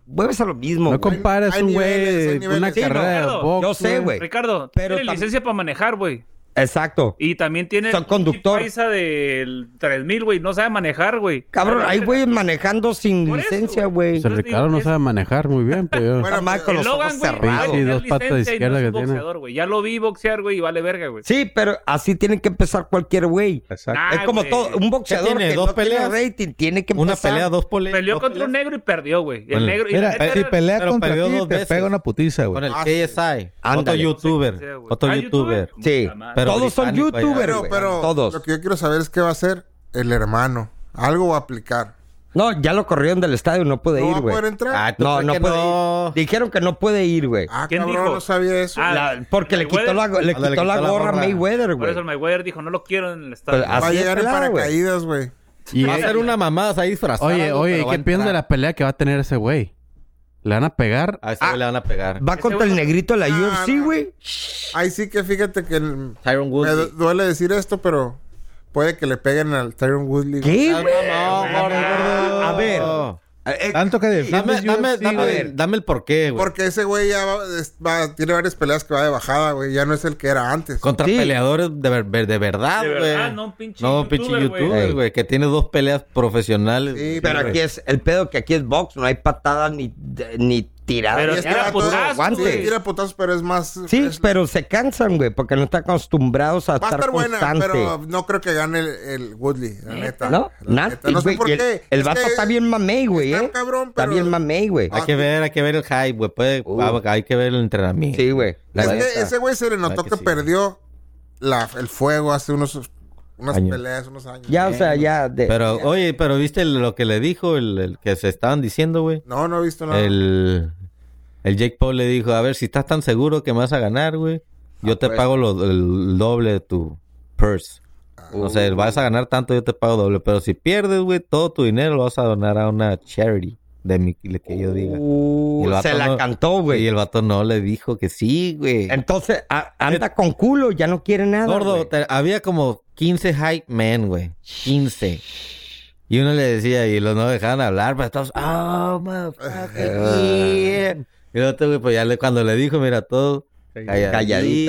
Speaker 4: vuelves a lo mismo. güey.
Speaker 7: No comparas
Speaker 3: Hay
Speaker 7: un
Speaker 3: niveles, hay
Speaker 7: güey
Speaker 3: niveles.
Speaker 7: una
Speaker 3: Sí,
Speaker 7: carrera
Speaker 9: no,
Speaker 7: de
Speaker 9: claro.
Speaker 7: box.
Speaker 4: Yo sé, güey.
Speaker 9: Ricardo,
Speaker 4: Pero
Speaker 9: tiene
Speaker 4: tam-
Speaker 9: licencia para manejar, güey.
Speaker 4: Exacto.
Speaker 9: Y también tiene.
Speaker 4: Son conductor.
Speaker 9: Paisa del 3000, güey. No sabe manejar, güey.
Speaker 4: Cabrón, hay
Speaker 9: güey.
Speaker 4: güeyes manejando sin
Speaker 9: Por eso,
Speaker 4: licencia,
Speaker 9: güey.
Speaker 4: güey.
Speaker 7: O sea,
Speaker 9: Yo te
Speaker 7: Ricardo
Speaker 9: digo,
Speaker 7: no
Speaker 9: es-
Speaker 7: sabe manejar muy bien, pero...
Speaker 3: Bueno,
Speaker 4: Está mal con
Speaker 9: El
Speaker 4: los ojos
Speaker 9: Logan, güey,
Speaker 4: cerrados.
Speaker 9: tiene
Speaker 7: Sí, dos
Speaker 9: licencia
Speaker 7: patas de
Speaker 9: y no es
Speaker 7: izquierda que tiene.
Speaker 9: boxeador, güey. Ya lo vi boxear, güey, y vale verga,
Speaker 3: pues.
Speaker 9: güey.
Speaker 4: Sí, pero así tiene que empezar cualquier güey.
Speaker 8: Exacto.
Speaker 9: Ah,
Speaker 4: es como
Speaker 9: güey.
Speaker 4: todo, un boxeador
Speaker 5: tiene?
Speaker 4: que
Speaker 5: ¿Dos
Speaker 4: no
Speaker 5: peleas?
Speaker 4: tiene rating tiene que empezar.
Speaker 5: Una pelea, dos pole.
Speaker 9: Peleó
Speaker 5: dos
Speaker 9: contra un
Speaker 5: peleas.
Speaker 9: negro y perdió, güey. El
Speaker 5: Bueno,
Speaker 9: negro. y la
Speaker 8: Mira,
Speaker 9: neta
Speaker 8: si
Speaker 9: era-
Speaker 8: pelea
Speaker 5: pero
Speaker 8: contra
Speaker 5: perdió
Speaker 8: ti,
Speaker 5: dos
Speaker 8: te
Speaker 5: veces.
Speaker 8: pega una putiza,
Speaker 5: Con
Speaker 8: güey.
Speaker 5: el
Speaker 3: Ah,
Speaker 5: KSI. Otro
Speaker 4: Ándale.
Speaker 9: Sí, sí,
Speaker 5: youtuber.
Speaker 9: güey.
Speaker 5: Otro
Speaker 9: Ah,
Speaker 5: youtuber.
Speaker 9: youtuber.
Speaker 4: Sí,
Speaker 9: Puta madre.
Speaker 5: Pero
Speaker 4: todos son
Speaker 5: británico, allá.
Speaker 4: youtubers,
Speaker 5: Pero,
Speaker 4: güey.
Speaker 3: Pero, pero
Speaker 4: Todos.
Speaker 3: lo que yo quiero saber es qué va a hacer el hermano. Algo va a aplicar.
Speaker 4: No, ya lo corrieron del estadio, no puede
Speaker 3: ¿No va
Speaker 4: ir,
Speaker 3: a
Speaker 4: güey.
Speaker 3: poder entrar?
Speaker 5: Ah, ¿tú
Speaker 4: No,
Speaker 5: crees
Speaker 4: no
Speaker 5: que
Speaker 4: puede
Speaker 5: no?
Speaker 4: ir. Dijeron que no puede ir, güey.
Speaker 3: Ah,
Speaker 9: ¿Quién
Speaker 3: cabrón,
Speaker 9: dijo?
Speaker 3: no sabía eso.
Speaker 9: Ah,
Speaker 4: La- porque le quitó, la,
Speaker 9: Mayweather.
Speaker 4: le
Speaker 5: Ándale,
Speaker 4: quitó la gorra a Mayweather,
Speaker 9: Por
Speaker 4: güey.
Speaker 9: eso el Mayweather dijo, no lo quiero en el estadio.
Speaker 4: Pero, ah,
Speaker 3: va a
Speaker 4: así de
Speaker 3: llegar en
Speaker 4: pelada, güey.
Speaker 3: paracaídas, güey.
Speaker 5: Va a ser una mamada ahí disfrazada.
Speaker 7: Oye,
Speaker 5: güey,
Speaker 7: oye,
Speaker 5: pero
Speaker 7: ¿y
Speaker 5: va a
Speaker 7: ¿qué piensas de
Speaker 5: entrar.
Speaker 7: la pelea que va a tener ese güey? ¿Le van a pegar?
Speaker 5: A ese güey le van a pegar.
Speaker 4: Va contra el
Speaker 9: güey-
Speaker 4: negrito de la
Speaker 3: Ah,
Speaker 4: UFC,
Speaker 3: Este no.
Speaker 4: güey.
Speaker 3: Ahí sí que fíjate que el-
Speaker 5: Tyron
Speaker 3: me
Speaker 5: Woodley.
Speaker 3: du- duele decir esto, pero puede que le peguen al Tyron Woodley.
Speaker 4: ¿Qué,
Speaker 5: Ah,
Speaker 4: güey?
Speaker 5: no, gordo, gordo.
Speaker 4: A ver. Eh,
Speaker 8: Tanto que
Speaker 5: Dame,
Speaker 8: defiendes
Speaker 5: dame,
Speaker 8: UFC,
Speaker 5: dame,
Speaker 8: güey.
Speaker 5: el- dame el porqué, güey.
Speaker 3: Porque ese güey ya va- es- va- tiene varias peleas que va de bajada, güey. Ya no es el que era antes.
Speaker 5: Contra
Speaker 4: Sí.
Speaker 5: peleadores de, ver- ver- de verdad,
Speaker 9: De
Speaker 5: güey.
Speaker 9: verdad, no un pinche
Speaker 5: No,
Speaker 9: youtuber,
Speaker 5: pinche
Speaker 9: güey.
Speaker 5: youtuber, güey. Que tiene dos peleas profesionales.
Speaker 3: Sí,
Speaker 5: güey.
Speaker 4: Pero aquí es el pedo que aquí es box, no hay patada ni, ni tirada.
Speaker 9: Pero
Speaker 3: Y
Speaker 4: ni
Speaker 9: es
Speaker 3: este
Speaker 9: tira
Speaker 4: nada,
Speaker 3: vato-
Speaker 9: putazos,
Speaker 3: sí,
Speaker 4: güey.
Speaker 3: tira putazos, pero es más...
Speaker 4: Sí,
Speaker 3: es-
Speaker 4: pero se cansan, güey, porque no están acostumbrados a
Speaker 3: Va a
Speaker 4: estar
Speaker 3: estar buena,
Speaker 4: constante. ¿Eh?
Speaker 3: pero no creo que gane el, el Woodley, la neta.
Speaker 4: ¿No?
Speaker 3: La neta.
Speaker 4: Nati,
Speaker 3: No sé
Speaker 4: güey.
Speaker 3: por
Speaker 4: y el-
Speaker 3: qué.
Speaker 4: El
Speaker 3: Es
Speaker 4: vato
Speaker 3: que
Speaker 4: está bien mamey, güey,
Speaker 3: está
Speaker 4: ¿eh?
Speaker 3: cabrón,
Speaker 4: Está
Speaker 3: pero-
Speaker 4: bien mamey, güey.
Speaker 5: Hay que ver, hay que ver el hype, güey. Puede-
Speaker 4: Uh.
Speaker 5: va- Hay que ver el entrenamiento.
Speaker 4: Sí, güey. la
Speaker 3: es que
Speaker 4: neta.
Speaker 3: ese güey se le
Speaker 5: Claro
Speaker 3: notó que,
Speaker 5: que sí.
Speaker 3: perdió la- el fuego hace unos unas
Speaker 5: Años.
Speaker 3: peleas, unos años.
Speaker 4: Ya, o sea, ya. de-
Speaker 5: Pero, oye, pero viste lo que le dijo, el, el que se estaban diciendo, güey.
Speaker 3: No, no he visto
Speaker 4: Ah.
Speaker 3: nada.
Speaker 5: El, el Jake Paul le dijo, a ver, si estás tan seguro que me vas a ganar, güey,
Speaker 4: Ah,
Speaker 5: yo te
Speaker 3: pues.
Speaker 5: pago lo- el doble de tu purse.
Speaker 4: Ah,
Speaker 5: O sea,
Speaker 4: uh.
Speaker 5: vas a ganar tanto, yo te pago doble. Pero si pierdes, güey, todo tu dinero lo vas a donar a una charity de mi, le- que yo diga.
Speaker 4: Uh,
Speaker 5: Y el vato
Speaker 4: se la
Speaker 5: no-
Speaker 4: cantó,
Speaker 5: Y
Speaker 4: güey.
Speaker 5: el vato no le dijo que sí, güey.
Speaker 4: Entonces, a- anda con culo, ya no quiere nada.
Speaker 5: Gordo,
Speaker 4: güey.
Speaker 5: te- había como 15 hype men, güey. 15. Y uno le decía, y los no dejaban hablar, pero todos, oh, motherfucker, yeah". Y el otro, güey, pues ya le, cuando le dijo, mira, todo calladito,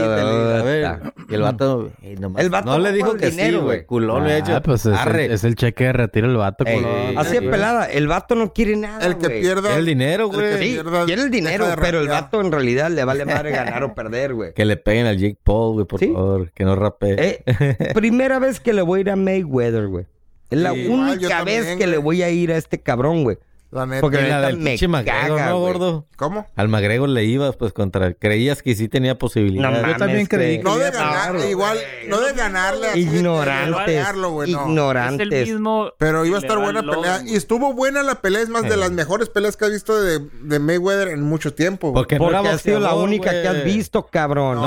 Speaker 4: Calladito,
Speaker 5: le dijo, a ver.
Speaker 4: ¿verdad?
Speaker 5: Y el vato, "Ey, nomás,
Speaker 4: El vato
Speaker 5: no le
Speaker 4: no
Speaker 5: dijo
Speaker 4: por
Speaker 5: que
Speaker 4: dinero,
Speaker 5: sí, güey.
Speaker 4: güey.
Speaker 5: Culón le ha hecho,
Speaker 7: Ah, pues es, el,
Speaker 5: arre.
Speaker 7: es el cheque de retiro el vato,
Speaker 4: Ey,
Speaker 8: Ah,
Speaker 7: culón.
Speaker 4: Así es pelada, el vato no quiere nada.
Speaker 3: el que
Speaker 4: güey.
Speaker 3: pierda.
Speaker 5: el dinero,
Speaker 3: que
Speaker 5: güey.
Speaker 4: Sí,
Speaker 3: pierda,
Speaker 4: quiere el dinero,
Speaker 3: deja de
Speaker 4: pero el
Speaker 3: rapear.
Speaker 4: vato en realidad le vale madre ganar o perder, güey.
Speaker 5: Que le peguen al Jake Paul, güey, por
Speaker 4: Sí.
Speaker 5: favor, que no rapee.
Speaker 4: Eh, primera vez que le voy a ir a Mayweather, güey. Es la
Speaker 3: Sí,
Speaker 4: única
Speaker 3: igual,
Speaker 4: vez
Speaker 3: yo también,
Speaker 4: que
Speaker 3: güey.
Speaker 4: le voy a ir a este cabrón, güey.
Speaker 3: La neta.
Speaker 4: porque
Speaker 5: Y la
Speaker 4: neta
Speaker 5: del
Speaker 4: me
Speaker 5: pinche McGregor,
Speaker 4: caga,
Speaker 5: ¿no,
Speaker 4: güey.
Speaker 5: gordo?
Speaker 3: ¿Cómo?
Speaker 5: Al McGregor le ibas, pues, contra... Creías que sí tenía posibilidad.
Speaker 4: No
Speaker 8: Yo también
Speaker 4: mames,
Speaker 8: creí
Speaker 4: güey.
Speaker 3: No de
Speaker 8: Quería
Speaker 3: ganar,
Speaker 4: pagarlo,
Speaker 3: igual, no de ganarle. así de que
Speaker 4: Ignorantes.
Speaker 3: de ganarlo, güey, no.
Speaker 9: Es el
Speaker 4: Ignorantes.
Speaker 9: mismo.
Speaker 3: Pero iba a
Speaker 9: que
Speaker 3: estar
Speaker 9: le va
Speaker 3: buena
Speaker 9: al Logan,
Speaker 3: pelea.
Speaker 9: güey.
Speaker 3: Y estuvo buena la pelea. Es más, de las mejores peleas que has visto de, de Mayweather en mucho tiempo. güey.
Speaker 5: Porque, no
Speaker 4: Porque
Speaker 5: era
Speaker 4: ha sido la
Speaker 5: boxeador,
Speaker 4: única que has
Speaker 5: güey.
Speaker 4: visto, cabrón.
Speaker 3: Ah,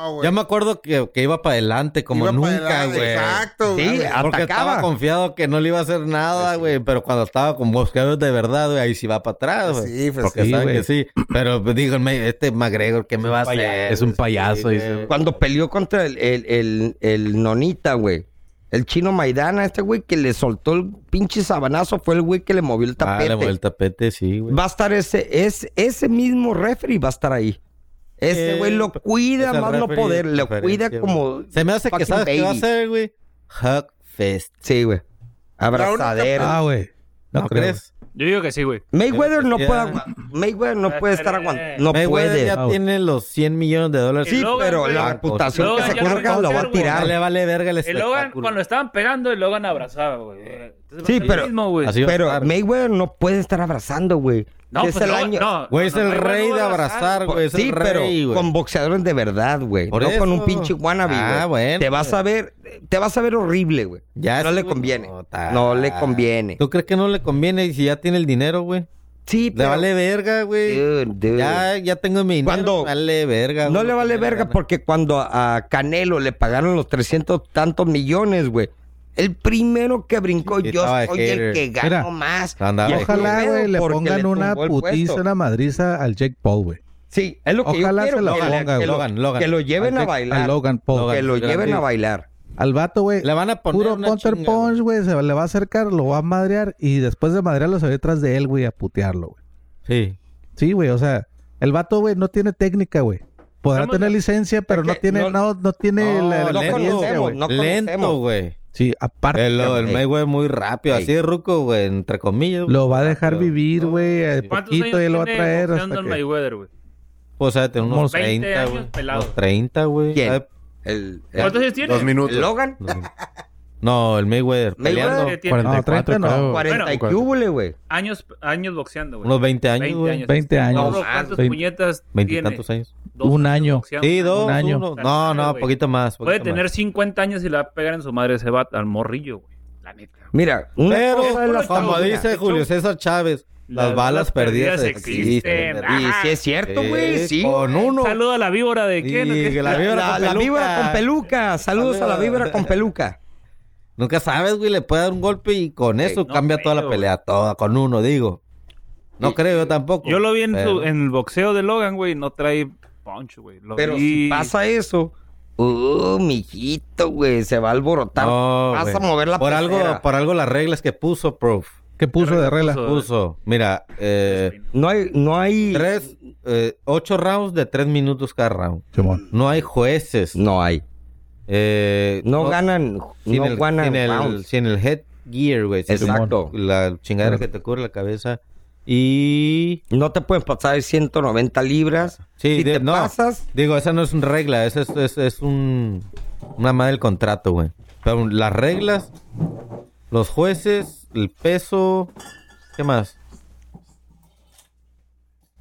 Speaker 5: No,
Speaker 3: güey.
Speaker 5: ya me acuerdo que, que iba para adelante como
Speaker 3: Iba pa'
Speaker 5: nunca,
Speaker 3: adelante,
Speaker 5: güey.
Speaker 3: Exacto,
Speaker 4: Sí,
Speaker 3: güey.
Speaker 5: Porque estaba
Speaker 4: atacaba.
Speaker 5: confiado que no le iba a hacer
Speaker 4: Pues
Speaker 5: nada, güey. Pero cuando estaba con boxeadores de verdad, güey, ahí sí va para atrás,
Speaker 3: Pues
Speaker 5: güey.
Speaker 3: sí, pues
Speaker 5: Porque
Speaker 7: sí,
Speaker 5: saben
Speaker 7: güey.
Speaker 5: que sí. Pero pues, díganme, este McGregor, ¿qué me va a hacer?
Speaker 7: Es un
Speaker 5: Sí,
Speaker 7: payaso,
Speaker 5: güey.
Speaker 7: dice.
Speaker 4: Cuando peleó contra el, el, el, el Nonita, güey. El chino Maidana, este güey que le soltó el pinche sabanazo, fue el güey que le movió el
Speaker 5: Ah, le
Speaker 4: tapete.
Speaker 5: movió el tapete, sí, güey.
Speaker 4: va a estar ese, es, ese mismo referee va a estar ahí. Ese
Speaker 5: Eh,
Speaker 4: güey lo cuida,
Speaker 5: es el
Speaker 4: más no
Speaker 5: referee de
Speaker 4: poder, lo
Speaker 5: preferencia,
Speaker 4: cuida
Speaker 5: güey.
Speaker 4: como.
Speaker 5: Se me hace que
Speaker 4: fucking
Speaker 5: sabes qué va a
Speaker 4: baby.
Speaker 5: hacer, güey. Hug Fest.
Speaker 4: Sí, güey.
Speaker 8: Ah,
Speaker 4: Abrazadera.
Speaker 8: güey.
Speaker 5: ¿No,
Speaker 8: No, creo.
Speaker 5: crees?
Speaker 9: Yo digo que sí, güey.
Speaker 4: Mayweather no
Speaker 5: Ya.
Speaker 4: puede aguant- Mayweather no puede estar aguantando. No
Speaker 5: Mayweather
Speaker 4: puede.
Speaker 5: ya
Speaker 8: Ah, güey.
Speaker 5: tiene los 100 millones de dólares.
Speaker 9: Sí,
Speaker 4: Sí,
Speaker 9: Logan,
Speaker 4: pero
Speaker 9: güey.
Speaker 4: la reputación
Speaker 9: Logan
Speaker 4: que se
Speaker 9: ya no
Speaker 4: cuelga
Speaker 9: lo
Speaker 4: lo va a
Speaker 9: conservo,
Speaker 5: Ya
Speaker 4: tirar.
Speaker 5: le vale verga el
Speaker 9: El Logan,
Speaker 5: espectáculo.
Speaker 9: cuando estaban pegando, el Logan abrazaba, güey. Entonces,
Speaker 4: Sí,
Speaker 9: lo
Speaker 4: pero-
Speaker 9: mismo, güey.
Speaker 5: Así va a
Speaker 4: Pero
Speaker 5: estar.
Speaker 4: Mayweather no puede estar abrazando, güey.
Speaker 9: No,
Speaker 4: es
Speaker 9: pues
Speaker 4: el
Speaker 9: no,
Speaker 4: año.
Speaker 9: no,
Speaker 5: Güey, es
Speaker 9: no,
Speaker 5: el
Speaker 9: no,
Speaker 5: rey
Speaker 9: no
Speaker 5: de
Speaker 9: va a pues,
Speaker 5: abrazar, güey. Es el
Speaker 4: sí, pero
Speaker 5: rey, güey.
Speaker 4: con boxeadores de verdad, güey. No
Speaker 5: Por eso.
Speaker 4: con un pinche wannabe,
Speaker 5: Ah,
Speaker 4: güey.
Speaker 5: bueno.
Speaker 4: Te vas a ver, te vas a ver horrible, güey.
Speaker 5: Ya
Speaker 4: no
Speaker 5: sí,
Speaker 4: le
Speaker 5: güey.
Speaker 4: conviene. No,
Speaker 5: ta-
Speaker 4: le conviene.
Speaker 5: ¿Tú crees que no le conviene si ya tiene el dinero, güey?
Speaker 4: Sí,
Speaker 5: Le
Speaker 4: pero-
Speaker 5: vale verga, güey.
Speaker 4: Dude, dude.
Speaker 5: Ya, ya tengo mi dinero.
Speaker 4: Cuando-
Speaker 5: me Vale verga,
Speaker 4: No
Speaker 5: güey.
Speaker 4: le
Speaker 5: Me
Speaker 4: vale
Speaker 5: da
Speaker 4: verga
Speaker 5: gana.
Speaker 4: porque cuando a Canelo le pagaron los 300 tantos millones, güey. El primero que brincó,
Speaker 5: Sí,
Speaker 4: yo
Speaker 5: estaba de
Speaker 4: soy el
Speaker 5: hater.
Speaker 4: que gano
Speaker 8: Mira,
Speaker 4: más.
Speaker 5: andaba
Speaker 4: Y
Speaker 5: de
Speaker 4: el
Speaker 8: Ojalá,
Speaker 4: primero
Speaker 8: güey, le
Speaker 4: porque
Speaker 8: pongan una
Speaker 4: tumbó el puesto.
Speaker 8: putiza, una madriza al Jake Paul, güey.
Speaker 4: Sí, es lo que
Speaker 8: Ojalá
Speaker 4: yo
Speaker 8: se
Speaker 4: quiero.
Speaker 8: la
Speaker 4: que, le-
Speaker 8: ponga,
Speaker 4: que lo-
Speaker 5: Logan, Logan.
Speaker 4: que lo lleven
Speaker 8: Al
Speaker 4: a
Speaker 8: Jake-
Speaker 4: bailar.
Speaker 8: A Logan Paul.
Speaker 5: Logan.
Speaker 4: que lo
Speaker 5: grande.
Speaker 4: lleven a bailar.
Speaker 8: Al vato, güey.
Speaker 5: Le van a poner
Speaker 8: Puro
Speaker 5: una
Speaker 8: counter
Speaker 5: chinga,
Speaker 8: punch, güey. Se le va a acercar, lo va a madrear. Y después de madrearlo, se va detrás de él, güey, a putearlo, güey.
Speaker 5: Sí.
Speaker 8: Sí, güey. O sea, el vato, güey, no tiene técnica, güey. Podrá
Speaker 9: Estamos-
Speaker 8: tener licencia, pero
Speaker 4: Es
Speaker 8: no
Speaker 4: que
Speaker 8: tiene,
Speaker 4: no-
Speaker 8: no, no, tiene
Speaker 5: No,
Speaker 8: la, la
Speaker 5: no
Speaker 8: experiencia,
Speaker 4: conocemos,
Speaker 8: güey.
Speaker 4: no
Speaker 5: Lento,
Speaker 4: conocemos.
Speaker 5: güey.
Speaker 8: Sí, aparte.
Speaker 5: El, el
Speaker 4: Ey.
Speaker 5: Mayweather muy rápido,
Speaker 4: Ey.
Speaker 5: así de ruco, güey, entre comillas.
Speaker 8: Lo va a dejar
Speaker 5: Rápido.
Speaker 8: vivir, güey, eh,
Speaker 9: ¿Cuántos
Speaker 8: poquito
Speaker 9: años
Speaker 8: y lo va a
Speaker 9: tiene
Speaker 8: traer
Speaker 9: boxeando
Speaker 8: hasta
Speaker 9: el
Speaker 8: que...
Speaker 9: Mayweather, güey?
Speaker 5: O sea, tiene unos
Speaker 8: Unos
Speaker 9: 20
Speaker 5: 30,
Speaker 9: años
Speaker 5: güey.
Speaker 9: pelado.
Speaker 5: Unos 30, güey.
Speaker 4: ¿Quién?
Speaker 5: ¿Sabe?
Speaker 4: El,
Speaker 9: ¿Cuántos
Speaker 4: el-
Speaker 9: años tiene?
Speaker 2: Dos minutos.
Speaker 4: el Logan?
Speaker 5: No, el Mayweather.
Speaker 4: Mayweather
Speaker 5: Peleando.
Speaker 9: tiene
Speaker 7: 44,
Speaker 8: no,
Speaker 7: creo.
Speaker 4: 40 y qué hubo, güey.
Speaker 9: Años, años boxeando, güey.
Speaker 5: Unos 20 años,
Speaker 9: 20
Speaker 5: güey.
Speaker 9: años.
Speaker 8: 20
Speaker 9: No,
Speaker 8: años.
Speaker 9: bro, ¿Cuántos
Speaker 8: Veinte-
Speaker 9: puñetas tiene?
Speaker 5: Veintitantos años.
Speaker 9: Dos
Speaker 8: Un
Speaker 9: años
Speaker 8: año.
Speaker 9: boxeando.
Speaker 5: Sí, dos,
Speaker 8: Un año.
Speaker 5: uno. No, no,
Speaker 9: Güey.
Speaker 5: poquito más.
Speaker 9: Puede
Speaker 5: poquito
Speaker 9: tener
Speaker 5: más.
Speaker 9: 50 años y la va a pegar en su madre ese bat al morrillo, güey. La neta.
Speaker 4: Mira, una cosa es la
Speaker 5: Pero, como
Speaker 4: familia.
Speaker 5: dice Julio César Chávez, las, balas perdidas existen.
Speaker 9: existen.
Speaker 4: Y
Speaker 9: Ajá.
Speaker 4: si es cierto, güey, sí.
Speaker 5: Con uno.
Speaker 9: Saludo a la víbora de
Speaker 5: Y
Speaker 9: quién. ¿O qué?
Speaker 5: la víbora
Speaker 4: La,
Speaker 5: con
Speaker 4: la
Speaker 5: peluca.
Speaker 4: víbora con peluca. Saludos a la víbora con peluca.
Speaker 5: Nunca sabes, güey, le puede dar un golpe y con eso
Speaker 9: no
Speaker 5: cambia toda la
Speaker 9: creo,
Speaker 5: pelea, toda, con uno, digo. No creo yo tampoco.
Speaker 9: Yo lo vi en, su-
Speaker 5: Pero-
Speaker 9: en el boxeo de Logan, güey. No trae punch, güey. Lo
Speaker 4: Pero
Speaker 9: vi-
Speaker 4: si pasa eso, uh, mijito, güey, se va a alborotar.
Speaker 5: No,
Speaker 4: Vas
Speaker 5: güey.
Speaker 4: a mover la
Speaker 5: por
Speaker 4: pecera.
Speaker 5: algo, por algo las reglas que puso, prof.
Speaker 8: ¿Qué puso de regla?
Speaker 5: Puso, mira, eh,
Speaker 4: No hay, no hay.
Speaker 5: tres, eh, ocho rounds de tres minutos cada round.
Speaker 8: Simón.
Speaker 5: No hay jueces.
Speaker 4: No hay.
Speaker 5: Eh,
Speaker 4: No, ganan,
Speaker 5: sin
Speaker 4: no
Speaker 5: el,
Speaker 4: ganan
Speaker 5: sin el-
Speaker 4: rounds.
Speaker 5: sin el headgear, güey. sin
Speaker 4: Exacto.
Speaker 5: tu- La chingadera que te cubre la cabeza. Y
Speaker 4: No te pueden pasar de 190 libras.
Speaker 5: Sí,
Speaker 4: si
Speaker 5: de-
Speaker 4: te
Speaker 5: no.
Speaker 4: pasas,
Speaker 5: Digo, esa no es una regla, esa es, es, es un, una madre del contrato, güey. Pero las reglas, los jueces, el peso, ¿qué más?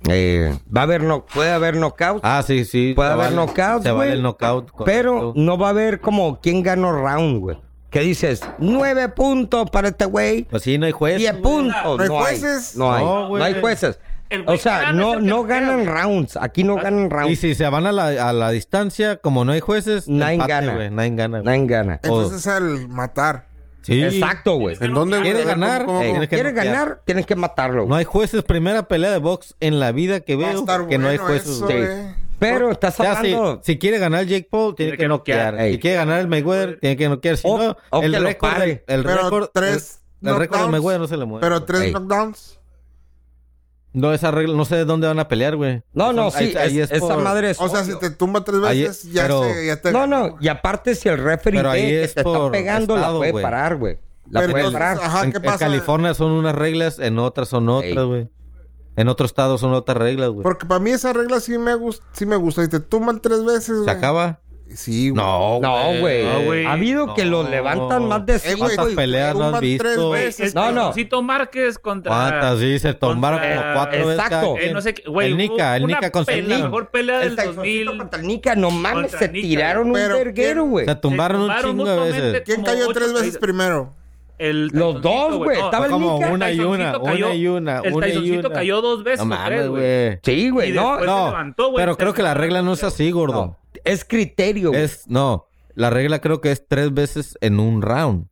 Speaker 4: eh, va a haber no, puede haber knockout,
Speaker 5: Ah, sí, sí.
Speaker 4: Puede
Speaker 5: se
Speaker 4: haber
Speaker 5: vale-
Speaker 4: knockouts,
Speaker 5: Se vale
Speaker 4: güey,
Speaker 5: el knockout. correcto.
Speaker 4: pero no va a haber como quién ganó round, güey. ¿Qué dices? Nueve puntos para este güey.
Speaker 5: Pues sí, no hay juez.
Speaker 4: Diez puntos.
Speaker 3: No hay
Speaker 4: No hay
Speaker 3: jueces.
Speaker 4: No hay.
Speaker 5: No,
Speaker 4: No,
Speaker 5: güey.
Speaker 4: hay jueces.
Speaker 9: El güey
Speaker 4: O
Speaker 9: que
Speaker 4: sea,
Speaker 9: gana es
Speaker 4: no,
Speaker 9: el que
Speaker 4: no
Speaker 9: pelea,
Speaker 4: ganan
Speaker 9: güey.
Speaker 4: rounds. Aquí no ganan
Speaker 5: Ah, Y
Speaker 4: rounds.
Speaker 5: si se van a la, a la distancia, como no hay jueces,
Speaker 4: Nadie
Speaker 5: empate,
Speaker 4: gana.
Speaker 5: güey, Nadie gana. güey.
Speaker 4: Nadie gana.
Speaker 3: Entonces es el matar.
Speaker 5: Sí.
Speaker 4: Exacto, güey.
Speaker 2: ¿En dónde, güey?
Speaker 5: ¿Quieres
Speaker 2: A ver,
Speaker 5: ganar?
Speaker 2: ¿cómo-
Speaker 4: Eh,
Speaker 2: cómo-
Speaker 5: Tienes que
Speaker 4: ¿Quieres
Speaker 5: noquear.
Speaker 4: ganar? Tienes que matarlo.
Speaker 5: No hay jueces. Primera pelea de box en la vida que
Speaker 3: Va a
Speaker 5: veo que
Speaker 3: estar
Speaker 5: no hay
Speaker 3: bueno
Speaker 5: jueces.
Speaker 3: eso,
Speaker 5: güey.
Speaker 3: eh.
Speaker 4: Pero estás
Speaker 5: O sea, si,
Speaker 4: hablando.
Speaker 5: si quiere ganar Jake Paul, tiene, que, noquear.
Speaker 4: Ey.
Speaker 5: Si quiere ganar el Mayweather, tiene que noquear. Si
Speaker 4: O-
Speaker 5: no,
Speaker 4: o que
Speaker 5: el
Speaker 4: lo
Speaker 5: récord,
Speaker 4: pare.
Speaker 5: del- el,
Speaker 3: Pero
Speaker 5: récord,
Speaker 3: tres
Speaker 5: el, el récord del
Speaker 3: knockdowns.
Speaker 5: Mayweather no se le mueve.
Speaker 3: Pero tres
Speaker 4: Ey.
Speaker 3: knockdowns.
Speaker 5: no, esa regla, no sé de dónde van a pelear, güey.
Speaker 4: No, no,
Speaker 5: Ahí-
Speaker 4: sí.
Speaker 5: ahí
Speaker 4: es-
Speaker 5: es
Speaker 4: esa
Speaker 5: por-
Speaker 4: madre es.
Speaker 3: O sea,
Speaker 4: obvio.
Speaker 3: si te tumba tres
Speaker 5: Ahí-
Speaker 3: veces, ya,
Speaker 5: pero-
Speaker 3: se, ya te...
Speaker 4: No, no. Y aparte, si el referee
Speaker 5: Pero
Speaker 4: ve
Speaker 5: ahí
Speaker 4: que
Speaker 5: es
Speaker 4: te
Speaker 5: por
Speaker 4: está pegando,
Speaker 5: estado,
Speaker 4: la puede
Speaker 5: güey.
Speaker 4: parar, güey. La
Speaker 3: Pero
Speaker 4: puede
Speaker 3: entonces,
Speaker 4: parar.
Speaker 3: ajá,
Speaker 5: en,
Speaker 3: Ah, ¿qué
Speaker 5: en
Speaker 3: pasa?
Speaker 5: California son unas reglas, en otras son otras,
Speaker 4: Ey.
Speaker 5: güey. En otros estados son otras reglas, güey.
Speaker 3: Porque para mí esa regla sí me gusta, sí me gusta. Si te tumban tres veces,
Speaker 5: ¿Se
Speaker 3: güey.
Speaker 5: acaba?
Speaker 3: Sí, güey.
Speaker 5: No,
Speaker 4: No, güey.
Speaker 9: No, güey.
Speaker 4: ha habido que lo
Speaker 5: No.
Speaker 4: levantan más de
Speaker 3: Eh,
Speaker 4: cinco.
Speaker 3: güey,
Speaker 5: ¿Cuántas
Speaker 3: te
Speaker 5: peleas no has
Speaker 3: tumban
Speaker 5: visto?
Speaker 3: Tres
Speaker 9: Güey,
Speaker 3: veces.
Speaker 9: este
Speaker 4: No, no.
Speaker 9: Josito Márquez contra.
Speaker 5: ¿Cuántas? Sí, se tomaron
Speaker 9: Contra-
Speaker 5: como cuatro veces.
Speaker 4: Exacto.
Speaker 5: cada
Speaker 9: Eh,
Speaker 5: quien.
Speaker 9: no sé qué- güey,
Speaker 5: el
Speaker 9: hubo
Speaker 5: Nica, el
Speaker 9: una
Speaker 5: Nica con
Speaker 9: pelea, La
Speaker 5: Sailing.
Speaker 9: mejor pelea del
Speaker 4: El Taizocito
Speaker 9: 2000.
Speaker 4: contra Nica, no mames,
Speaker 9: contra
Speaker 4: se
Speaker 9: Nica.
Speaker 4: tiraron un
Speaker 3: Pero,
Speaker 4: verguero, güey.
Speaker 5: Se tumbaron un
Speaker 9: tumbaron
Speaker 5: chingo de
Speaker 9: mutuamente.
Speaker 5: veces.
Speaker 3: ¿Quién
Speaker 9: como
Speaker 3: cayó
Speaker 9: ocho
Speaker 3: tres veces
Speaker 9: caídas.
Speaker 3: primero?
Speaker 9: El
Speaker 4: Los
Speaker 9: Taizoncito,
Speaker 4: dos, güey.
Speaker 9: No,
Speaker 4: Estaba el
Speaker 5: Como
Speaker 4: Nica.
Speaker 5: una y una,
Speaker 9: Taizoncito cayó-
Speaker 5: una y una,
Speaker 9: El
Speaker 5: una y
Speaker 9: Taizoncito
Speaker 5: una.
Speaker 9: cayó dos veces.
Speaker 5: No
Speaker 9: o
Speaker 5: mames,
Speaker 9: tres,
Speaker 5: güey.
Speaker 4: Sí, güey,
Speaker 9: Y
Speaker 4: no.
Speaker 9: después
Speaker 5: No,
Speaker 9: se levantó, güey,
Speaker 5: pero
Speaker 9: se
Speaker 5: creo que la
Speaker 9: levantó.
Speaker 5: regla no es así, gordo.
Speaker 4: no. Es criterio, güey.
Speaker 5: Es, no, la regla creo que es tres veces en un round.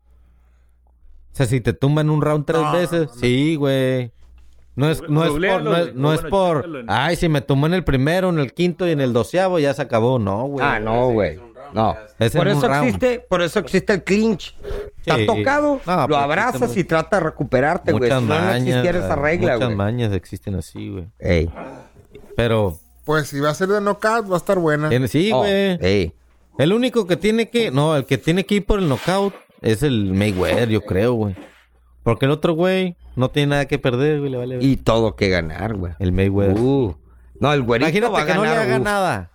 Speaker 5: O sea, si te tumban un round tres
Speaker 3: No,
Speaker 5: veces,
Speaker 3: no,
Speaker 5: sí, güey. No es, no es por, no es, no es por, ay, si me tumban el primero, en el quinto y en el doceavo, ya se acabó. No, güey.
Speaker 4: Ah, no, güey. No.
Speaker 5: Es
Speaker 4: Por
Speaker 5: en un
Speaker 4: eso
Speaker 5: round.
Speaker 4: existe, por eso existe el clinch. Está
Speaker 5: Sí.
Speaker 4: tocado,
Speaker 5: No,
Speaker 4: lo
Speaker 5: pues,
Speaker 4: abrazas
Speaker 5: existe-
Speaker 4: y trata de recuperarte, güey.
Speaker 5: Muchas
Speaker 4: Si no, no
Speaker 5: mañas,
Speaker 4: existiera esa regla,
Speaker 5: muchas
Speaker 4: güey.
Speaker 5: mañas existen así, güey.
Speaker 4: Ey.
Speaker 5: Pero,
Speaker 3: pues si va a ser de knockout, va a estar buena.
Speaker 5: Tiene- Sí,
Speaker 4: Oh,
Speaker 5: güey.
Speaker 4: ey.
Speaker 5: El único que tiene que. No, el que tiene que ir por el knockout es el Mayweather, yo creo, güey. Porque el otro güey no tiene nada que perder, güey. Le vale.
Speaker 4: Y todo que ganar, güey.
Speaker 5: el Mayweather.
Speaker 4: Uh. No, el güerito
Speaker 5: Imagínate
Speaker 4: va a
Speaker 5: que no le
Speaker 4: ganar,
Speaker 5: haga
Speaker 4: uf.
Speaker 5: nada.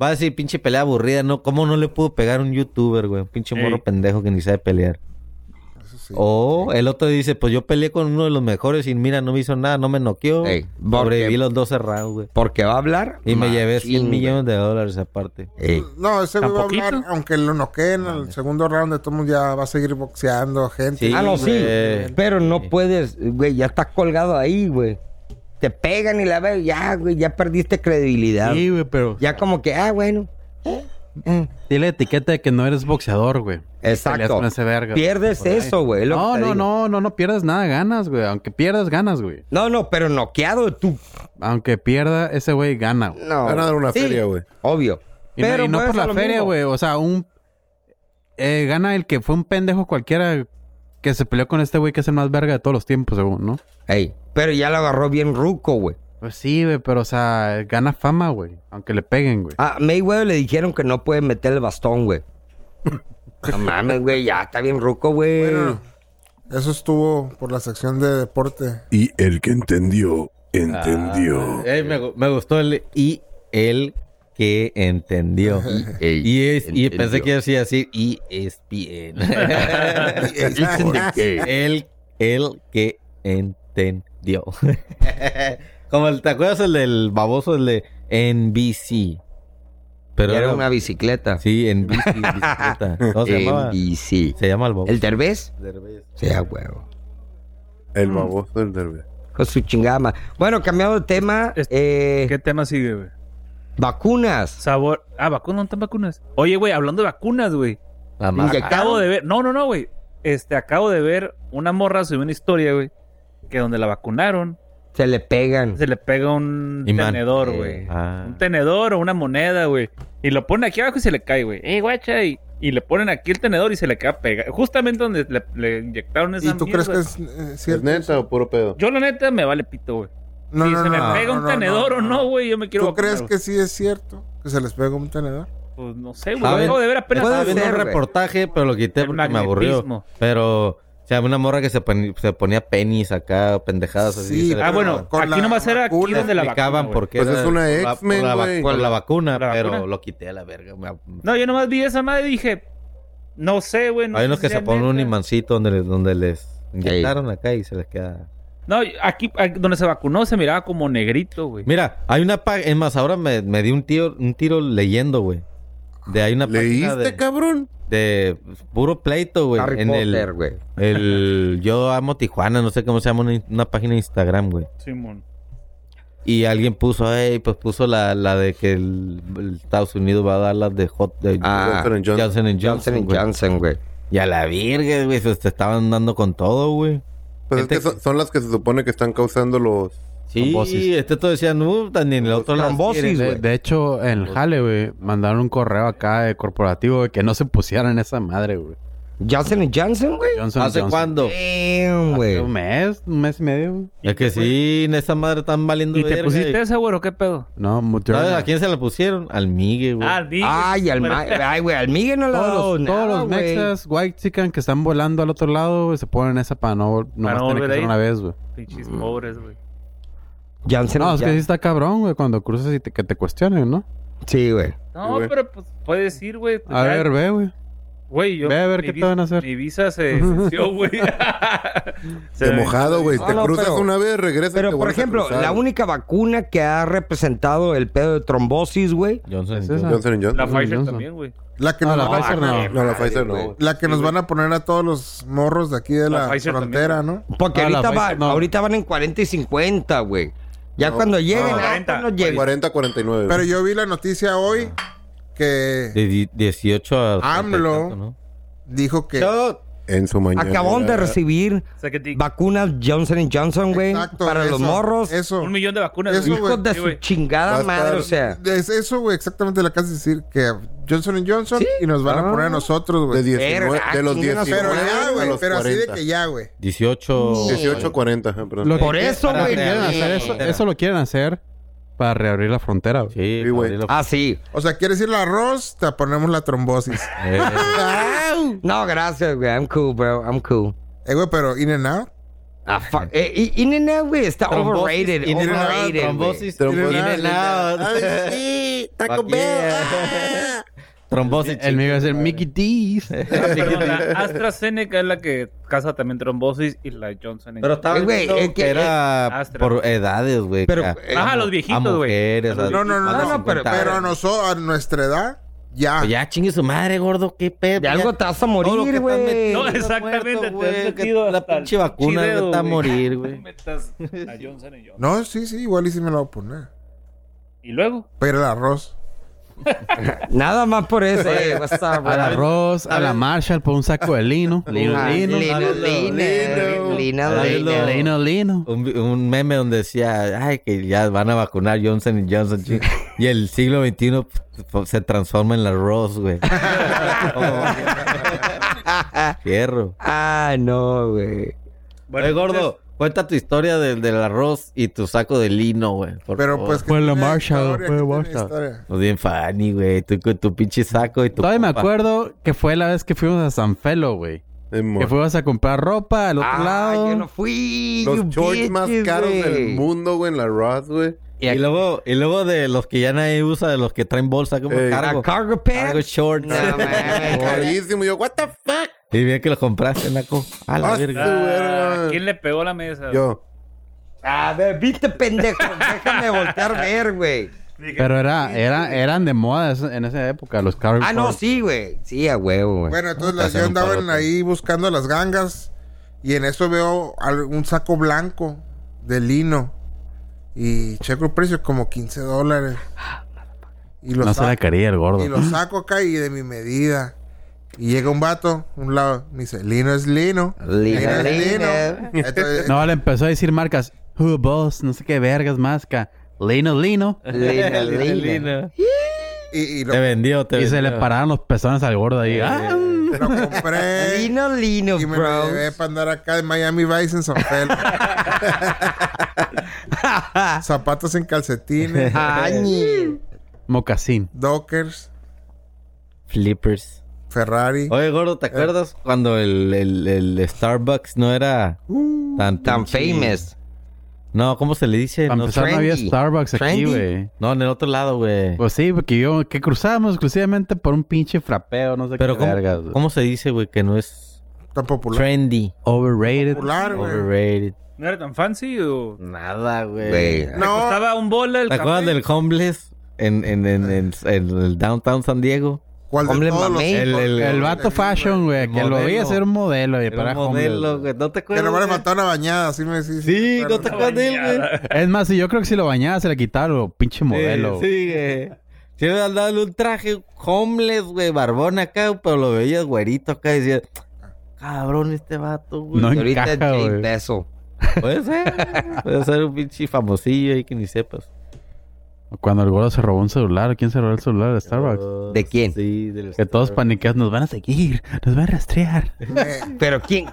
Speaker 5: Va a decir, pinche pelea aburrida, ¿no? ¿Cómo no le pudo pegar un youtuber, güey? Un pinche morro
Speaker 9: Ey.
Speaker 5: pendejo que ni sabe pelear.
Speaker 3: sí.
Speaker 5: o el otro dice, pues yo peleé con uno de los mejores y mira, no me hizo nada, no me noqueó.
Speaker 4: Ey, porque-
Speaker 5: Sobreviví los 12 rounds, güey.
Speaker 4: Porque va a hablar.
Speaker 5: Y me llevé
Speaker 4: machín,
Speaker 5: 100
Speaker 4: güey.
Speaker 5: millones de dólares aparte.
Speaker 4: Ey.
Speaker 3: No, ese güey va a
Speaker 9: ¿Tampoquito?
Speaker 3: hablar, aunque lo noqueen al segundo round, de todos ya va a seguir boxeando a gente.
Speaker 5: Sí,
Speaker 4: Ah, no, sí.
Speaker 5: güey.
Speaker 4: Pero no puedes, güey, ya estás colgado ahí, güey. Te pegan y la ves, ya, güey, ya perdiste credibilidad.
Speaker 7: Sí, güey, pero
Speaker 4: Ya como que, ah, bueno. eh, eh.
Speaker 7: tiene la etiqueta de que no eres boxeador, güey. Peleas
Speaker 4: Exacto.
Speaker 7: con ese verga.
Speaker 4: Pierdes
Speaker 7: Por ahí.
Speaker 4: eso, güey. es lo
Speaker 7: No,
Speaker 4: que te
Speaker 7: no,
Speaker 4: digo.
Speaker 7: no, no, no pierdas nada, ganas, güey. Aunque pierdas, ganas, güey.
Speaker 4: No, no, pero noqueado tú.
Speaker 7: Aunque pierda, ese güey gana, güey.
Speaker 4: No.
Speaker 2: Van a dar una
Speaker 4: Sí,
Speaker 2: feria, güey.
Speaker 4: Obvio.
Speaker 7: Y, no- y no
Speaker 4: pues,
Speaker 7: por
Speaker 4: a
Speaker 7: la
Speaker 4: lo
Speaker 7: feria,
Speaker 4: mismo.
Speaker 7: güey. O sea, un. eh, gana el que fue un pendejo cualquiera que se peleó con este güey que es el más verga de todos los tiempos, según, ¿no?
Speaker 4: Ey, pero ya lo agarró bien ruco, güey.
Speaker 7: Pues sí, güey, pero o sea, gana fama, güey. Aunque le peguen, güey.
Speaker 4: A Mayweather le dijeron que no puede meter el bastón, güey. No mames, güey, ya está bien ruco, güey.
Speaker 3: Bueno, eso estuvo por la sección de deporte.
Speaker 1: Y el que entendió, entendió.
Speaker 5: Eh, me, gu- me gustó el y el que entendió.
Speaker 4: el
Speaker 5: Y, es, y
Speaker 4: entendió.
Speaker 5: pensé que decía así, y es bien. el, el que entendió. Como el, ¿te acuerdas el del baboso, el de NBC? Pero
Speaker 4: era una bicicleta.
Speaker 5: Sí, NBC, bicicleta. ¿Cómo
Speaker 4: pues,
Speaker 7: Eh,
Speaker 5: se llamaba?
Speaker 4: NBC.
Speaker 5: Se llama el baboso.
Speaker 4: ¿El Derbez?
Speaker 5: Derbez.
Speaker 4: Sí, a huevo.
Speaker 2: El baboso del derby.
Speaker 4: Con su chingama. Bueno, cambiado de tema. eh,
Speaker 9: ¿Qué tema sigue, güey?
Speaker 4: Vacunas.
Speaker 9: Sabor. Ah, vacunas, no están vacunas. Oye, güey, hablando de vacunas, güey.
Speaker 5: La más-
Speaker 4: Inyectaron.
Speaker 9: Acabo de ver. No, no, no, güey. Este, acabo de ver una morra subió una historia, güey. Que donde la vacunaron,
Speaker 4: Se le pegan.
Speaker 9: se le pega un
Speaker 5: Imán.
Speaker 9: tenedor,
Speaker 4: Eh,
Speaker 9: güey.
Speaker 5: Ah.
Speaker 9: Un tenedor o una moneda, güey. Y lo ponen aquí abajo y se le cae, güey. ¡Eh, guacha! Y, y le ponen aquí el tenedor y se le queda pegado. Justamente donde le, le inyectaron esa
Speaker 3: ¿Y tú
Speaker 9: mierda.
Speaker 3: crees que es eh,
Speaker 2: ¿Es
Speaker 3: cierto?
Speaker 2: neta o puro pedo?
Speaker 9: Yo, la neta, me vale pito, güey.
Speaker 3: No,
Speaker 9: si
Speaker 3: no,
Speaker 9: se me
Speaker 3: no,
Speaker 9: pega
Speaker 3: no,
Speaker 9: un
Speaker 3: no,
Speaker 9: tenedor o no, güey, yo me quiero
Speaker 3: ¿Tú crees
Speaker 9: vacunar,
Speaker 3: que sí es cierto? ¿Que se les pega un tenedor?
Speaker 9: güey. Pues no sé, güey.
Speaker 5: A
Speaker 9: Lo
Speaker 5: ver,
Speaker 9: acabo de ver apenas.
Speaker 4: puede
Speaker 5: Estaba viendo
Speaker 4: ser,
Speaker 5: un
Speaker 4: güey.
Speaker 5: reportaje, pero lo quité
Speaker 9: El
Speaker 5: porque me aburrió.
Speaker 9: magnetismo.
Speaker 5: Pero, o sea, una morra que se, poni- se ponía penis acá, pendejadas así.
Speaker 3: Sí,
Speaker 5: se le-
Speaker 9: Ah, bueno,
Speaker 3: Con
Speaker 9: aquí
Speaker 3: la
Speaker 9: nomás era aquí
Speaker 3: vacuna
Speaker 9: donde la
Speaker 5: explicaban
Speaker 9: vacuna, güey.
Speaker 5: por qué.
Speaker 2: Pues
Speaker 5: era
Speaker 2: es una
Speaker 5: por la-
Speaker 2: X-Men,
Speaker 5: por la,
Speaker 2: güey.
Speaker 5: por la vacuna,
Speaker 9: ¿La
Speaker 5: pero
Speaker 9: vacuna?
Speaker 5: lo quité a la verga. me-
Speaker 9: No, yo nomás vi esa madre y dije, no sé, güey. no
Speaker 5: Hay
Speaker 9: sé
Speaker 5: unos
Speaker 9: si
Speaker 5: que se
Speaker 9: sea
Speaker 5: ponen un
Speaker 9: neta.
Speaker 5: imancito donde les, donde les inyectaron acá y se les queda.
Speaker 9: No, aquí, aquí donde se vacunó se miraba como negrito, güey.
Speaker 5: Mira, hay una página. Es más, ahora me, me di un tiro, un tiro leyendo, güey. De hay una página
Speaker 2: ¿Leíste,
Speaker 5: de,
Speaker 2: cabrón?
Speaker 5: de puro pleito, güey.
Speaker 4: Harry
Speaker 5: En el-
Speaker 4: Potter, güey.
Speaker 5: el Yo amo Tijuana, no sé cómo se llama una, una página de Instagram, güey.
Speaker 9: Simón.
Speaker 5: Y alguien puso, hey, pues puso la, la de que el, el Estados Unidos va a dar las de Hot de
Speaker 4: Ah,
Speaker 2: Johnson and Johnson.
Speaker 5: Johnson and
Speaker 4: Johnson
Speaker 5: Johnson,
Speaker 4: and
Speaker 5: güey.
Speaker 4: Johnson, güey.
Speaker 5: Y a la virgen, güey, se te estaban dando con todo, güey.
Speaker 2: Pues es
Speaker 5: Gente-
Speaker 2: que son, son las que se supone que están causando los...
Speaker 5: Sí,
Speaker 7: Trombosis.
Speaker 5: este todo decía, no, ni en el otro lado.
Speaker 4: Trombosis,
Speaker 5: quieren,
Speaker 7: De,
Speaker 5: güey.
Speaker 7: de hecho, en el jale, güey, mandaron un correo acá de corporativo güey, que no se pusieran esa madre, güey.
Speaker 4: Johnson and Johnson, güey.
Speaker 7: Johnson
Speaker 5: ¿Hace
Speaker 7: Johnson.
Speaker 5: cuándo?
Speaker 4: Damn,
Speaker 7: Hace Un
Speaker 4: güey.
Speaker 7: mes, un mes y medio, güey.
Speaker 5: Es que sí, en esa madre están valiendo
Speaker 9: ¿Y te
Speaker 5: verga,
Speaker 9: pusiste
Speaker 5: güey.
Speaker 9: esa, güey, o qué pedo?
Speaker 7: No,
Speaker 5: ¿Sabes a
Speaker 7: Moderna.
Speaker 5: quién se la pusieron? Al Migue, güey.
Speaker 9: Ah, vi.
Speaker 4: Ay, al ma- ay, güey, al Miguel no le ha dado
Speaker 7: Todos los,
Speaker 4: nada,
Speaker 7: todos los
Speaker 4: güey.
Speaker 7: mexas, white chican que están volando al otro lado, güey, se ponen esa para no, nomás tener que
Speaker 9: no volver
Speaker 7: hacer
Speaker 9: ahí.
Speaker 7: una vez, güey.
Speaker 9: Pinches pobres, güey.
Speaker 4: Johnson
Speaker 7: No,
Speaker 4: and
Speaker 7: es que sí
Speaker 4: Johnson.
Speaker 7: está cabrón, güey, cuando cruzas y te- que te cuestionen, ¿no?
Speaker 4: Sí, güey.
Speaker 9: No, pero pues puedes ir, güey. pues,
Speaker 7: A
Speaker 9: ya,
Speaker 7: ver, ve, güey.
Speaker 9: güey, yo.
Speaker 7: ve a ver
Speaker 9: mi
Speaker 7: qué te
Speaker 9: visa-
Speaker 7: van a hacer.
Speaker 9: Mi visa se venció, güey. Se
Speaker 2: De
Speaker 9: me-
Speaker 2: mojado, güey.
Speaker 4: No,
Speaker 2: te
Speaker 4: no,
Speaker 2: cruzas
Speaker 4: pero-
Speaker 2: una vez, regresas y te
Speaker 4: Pero, por
Speaker 2: vuelves a
Speaker 4: ejemplo,
Speaker 2: cruzar.
Speaker 4: la única vacuna que ha representado el pedo de trombosis, güey.
Speaker 5: Johnson.
Speaker 7: ¿Es
Speaker 5: Johnson.
Speaker 7: esa?
Speaker 2: Johnson and Johnson.
Speaker 9: La Pfizer
Speaker 7: Johnson.
Speaker 9: también, güey.
Speaker 3: La que
Speaker 7: No,
Speaker 3: nos
Speaker 7: la
Speaker 3: van a-
Speaker 7: Pfizer no.
Speaker 2: No, la Pfizer no,
Speaker 4: Ah, güey.
Speaker 2: güey.
Speaker 3: La que nos van a poner a todos los morros de aquí de
Speaker 9: La
Speaker 3: la,
Speaker 9: Pfizer
Speaker 3: frontera, ¿no?
Speaker 4: Porque
Speaker 7: Ah, la
Speaker 4: ahorita, va-
Speaker 7: Pfizer, no.
Speaker 4: ahorita van en 40 y 50, güey. Ya cuando lleguen,
Speaker 9: no,
Speaker 4: ah,
Speaker 9: 40,
Speaker 4: cuando lleguen.
Speaker 2: 40-49.
Speaker 3: Pero yo vi la noticia hoy que
Speaker 5: De die- 18 a...
Speaker 3: AMLO.
Speaker 5: 30 y tanto, ¿no?
Speaker 3: dijo que...
Speaker 2: En su mañana.
Speaker 4: Acabamos de recibir
Speaker 9: O sea, que te-
Speaker 4: vacunas Johnson Johnson, güey.
Speaker 3: Exacto,
Speaker 4: Para
Speaker 3: eso,
Speaker 4: los morros.
Speaker 3: Eso.
Speaker 9: un millón de vacunas.
Speaker 3: Eso,
Speaker 9: güey.
Speaker 3: güey.
Speaker 4: Hijos de
Speaker 9: Sí,
Speaker 4: su chingada
Speaker 2: Va a
Speaker 4: madre,
Speaker 2: estar-
Speaker 4: o sea.
Speaker 3: Es eso, güey, exactamente lo que acabas de decir, que Johnson Johnson y nos van
Speaker 4: Ah.
Speaker 3: a poner a nosotros,
Speaker 2: De,
Speaker 3: güey.
Speaker 2: 19,
Speaker 4: Verga,
Speaker 2: de los
Speaker 4: chinguen a su
Speaker 2: 19
Speaker 3: Pero ya,
Speaker 2: a
Speaker 3: güey,
Speaker 2: los
Speaker 3: pero así de
Speaker 2: 40.
Speaker 3: que ya, güey.
Speaker 5: 18... Oh.
Speaker 2: 18-40, ajá, perdón.
Speaker 7: Lo que
Speaker 4: Por eso,
Speaker 7: para
Speaker 4: güey.
Speaker 7: que quieran hacer eso, eso lo quieren hacer Para reabrir la frontera, güey.
Speaker 5: Sí,
Speaker 2: Sí, güey.
Speaker 5: abrirlo.
Speaker 4: Ah, sí.
Speaker 3: O sea, ¿quieres ir al arroz? Te ponemos la trombosis.
Speaker 5: Eh,
Speaker 4: No, gracias, güey. I'm cool, bro. I'm cool.
Speaker 3: Eh, güey, pero in and out.
Speaker 4: Ah, fuck. Eh, y- in and out, güey, está
Speaker 5: Trombosis,
Speaker 4: overrated.
Speaker 5: in and out,
Speaker 4: overrated. güey.
Speaker 5: Trombosis.
Speaker 2: Trombosis.
Speaker 5: in and out.
Speaker 2: Ay, sí, Taco
Speaker 5: Fuck
Speaker 2: Bell.
Speaker 5: yeah. Trombosis.
Speaker 7: El mío iba a ser Mickey D's.
Speaker 9: Perdón, la AstraZeneca es la que causa también trombosis y la Johnson.
Speaker 5: Pero estaba
Speaker 4: Eh, güey,
Speaker 5: viendo
Speaker 4: es que-
Speaker 5: que era
Speaker 9: Astra.
Speaker 5: por edades, güey.
Speaker 4: Pero-
Speaker 5: acá.
Speaker 4: eh,
Speaker 9: Ajá,
Speaker 5: A-
Speaker 9: los viejitos, güey.
Speaker 5: A mujeres,
Speaker 9: A los
Speaker 5: a-
Speaker 3: No, no, no,
Speaker 5: a los
Speaker 3: no,
Speaker 4: pero-
Speaker 5: 50
Speaker 3: Pero a,
Speaker 5: años.
Speaker 3: noso- a nuestra edad, ya.
Speaker 5: Pues ya chingue su madre, gordo, qué pedo. pues
Speaker 4: De algo te vas a morir, güey.
Speaker 9: No, exactamente, te has
Speaker 5: güey, que
Speaker 9: metido
Speaker 5: la
Speaker 9: hasta el
Speaker 5: pinche vacuna
Speaker 9: chidedo,
Speaker 5: no te va a
Speaker 9: güey.
Speaker 5: morir,
Speaker 9: No
Speaker 5: güey.
Speaker 9: metas a Johnson y Johnson.
Speaker 3: No, sí, sí, igual y sí me lo voy a poner.
Speaker 9: Y luego,
Speaker 3: Pero el arroz.
Speaker 4: Nada más por eso. eh, what's up, bro?
Speaker 7: Al arroz, a la Marshall por un saco de lino. Lino,
Speaker 4: Ah,
Speaker 7: lino.
Speaker 4: Lino, Lino. Lino,
Speaker 5: Lino.
Speaker 4: Lino.
Speaker 7: Lino, lino.
Speaker 5: Un, un meme donde decía, ay, que ya van a vacunar Johnson y Johnson. ching- Y el siglo XXI pues, se transforma en la Ross, güey. Fierro.
Speaker 4: Ah, no, güey.
Speaker 9: bueno,
Speaker 5: Oye, gordo, cuenta tu historia del, del arroz y tu saco de lino, güey. por
Speaker 3: Pero
Speaker 5: favor.
Speaker 3: pues. que
Speaker 7: Fue la
Speaker 3: tiene
Speaker 7: Marshall,
Speaker 3: historia,
Speaker 7: fue
Speaker 3: que
Speaker 7: la
Speaker 3: tiene
Speaker 7: Marshall.
Speaker 3: historia.
Speaker 5: Pues bien funny, güey. Tú con tu pinche saco y tu.
Speaker 7: Todavía me
Speaker 5: copa.
Speaker 7: acuerdo que fue la vez que fuimos a San Felo, güey.
Speaker 2: Simón.
Speaker 7: Que fuimos a comprar ropa al otro
Speaker 4: Ah,
Speaker 7: lado.
Speaker 4: yo no fui.
Speaker 2: Los
Speaker 4: you
Speaker 2: shorts más
Speaker 4: bitches,
Speaker 2: caros del
Speaker 4: güey.
Speaker 2: mundo, güey, en la Ross, güey.
Speaker 5: Y luego, y luego de los que ya nadie usa, de los que traen bolsa como
Speaker 2: Ey.
Speaker 5: cargo.
Speaker 4: ¿A cargo pants?
Speaker 5: Cargo short.
Speaker 4: No, mames.
Speaker 2: Carísimo. Yo, what the fuck?
Speaker 5: Y bien que lo compraste, Naco. A la
Speaker 2: Ah,
Speaker 5: verga.
Speaker 2: su
Speaker 9: ah,
Speaker 2: verga.
Speaker 9: ¿quién le pegó la mesa?
Speaker 2: Yo.
Speaker 4: A ver, viste, pendejo. Déjame voltear a ver, güey.
Speaker 7: Pero era, era, eran de moda eso- en esa época, los cargo
Speaker 4: Ah, no,
Speaker 7: shorts.
Speaker 4: sí, güey. Sí, a huevo, güey.
Speaker 3: Bueno, entonces las-
Speaker 5: hacer
Speaker 3: yo
Speaker 5: un
Speaker 3: andaba en-
Speaker 5: parote.
Speaker 3: ahí buscando las gangas y en eso veo al- un saco blanco de lino y checo el precio como 15 dólares. Y lo,
Speaker 7: No se la
Speaker 3: saco,
Speaker 7: quería el gordo.
Speaker 3: y lo saco acá y de mi medida. Y llega un vato, un lado, me dice, lino es lino.
Speaker 4: Lino
Speaker 3: Lino es
Speaker 4: es
Speaker 3: lino.
Speaker 4: lino.
Speaker 3: Entonces,
Speaker 7: No, le empezó a decir marcas. Who boss, no sé qué vergas más que Lino, lino.
Speaker 4: Lina, Lina.
Speaker 5: Lino.
Speaker 3: y, y lo,
Speaker 5: Te vendió, te
Speaker 7: Y
Speaker 5: vendió.
Speaker 7: se le pararon los pezones al gordo
Speaker 4: Eh,
Speaker 7: ahí. Ah,
Speaker 3: lo compré.
Speaker 4: Lino, Lino,
Speaker 3: y me lo llevé
Speaker 4: bro.
Speaker 3: para andar acá de Miami Vice en San Pedro. Zapatos en calcetines.
Speaker 4: Añi.
Speaker 7: mocasín.
Speaker 3: Dockers,
Speaker 5: Flippers.
Speaker 3: Ferrari.
Speaker 5: Oye, gordo, ¿te acuerdas cuando el, el, el Starbucks no era tan,
Speaker 4: Tan
Speaker 5: pinche-
Speaker 4: famous.
Speaker 5: No, ¿cómo se le dice?
Speaker 7: Para
Speaker 5: No,
Speaker 7: empezar, no había
Speaker 4: trendy.
Speaker 7: Starbucks aquí,
Speaker 4: Trendy.
Speaker 7: güey.
Speaker 5: no, en el otro lado, güey.
Speaker 7: Pues sí, porque yo, que cruzábamos exclusivamente por un pinche frapeo, no sé
Speaker 5: Pero
Speaker 7: qué
Speaker 5: ¿cómo,
Speaker 7: vergas. güey.
Speaker 5: ¿cómo se dice, güey, que no es
Speaker 3: Tan popular.
Speaker 5: trendy?
Speaker 7: Overrated.
Speaker 3: Popular, güey.
Speaker 5: Overrated.
Speaker 9: ¿No era tan fancy o...?
Speaker 5: Nada,
Speaker 4: Güey.
Speaker 5: güey.
Speaker 4: No,
Speaker 9: ¿Te
Speaker 3: No,
Speaker 9: costaba un bola el
Speaker 5: ¿Te acuerdas
Speaker 9: café?
Speaker 5: del homeless en, en, en, en- en el downtown San Diego?
Speaker 3: ¿cuál de
Speaker 4: Hombre
Speaker 3: todos los
Speaker 4: mamey.
Speaker 5: El- el-
Speaker 7: El vato fashion, güey,
Speaker 5: El
Speaker 7: que lo veía
Speaker 5: modelo.
Speaker 7: ser un modelo, güey,
Speaker 5: Era
Speaker 7: para
Speaker 5: un modelo,
Speaker 7: homeless,
Speaker 5: güey. ¿No te
Speaker 3: Que
Speaker 5: acuerdas?
Speaker 3: no me
Speaker 5: güey?
Speaker 3: faltaba una bañada, sí me sí,
Speaker 5: Sí,
Speaker 3: pero-
Speaker 5: no te acuerdas de él, güey.
Speaker 7: güey. Es más, si yo creo que si lo bañaba se le quitaba lo pinche modelo. güey.
Speaker 5: Sí, güey. Si le han dado un traje homeless, güey, barbón acá, pero lo veías güerito acá y decías, cabrón este vato, güey.
Speaker 7: No
Speaker 4: Y ahorita
Speaker 7: encaja,
Speaker 4: Jay
Speaker 7: güey.
Speaker 4: Beso.
Speaker 5: Puede ser, puede ser un pinche famosillo ahí que ni sepas.
Speaker 7: Cuando el gordo se robó un celular, ¿quién se robó el celular de Starbucks?
Speaker 5: Oh,
Speaker 4: ¿De quién?
Speaker 5: Sí, del
Speaker 7: Que todos paniqueados, nos van a seguir, nos van a rastrear.
Speaker 3: Me,
Speaker 4: Pero quién.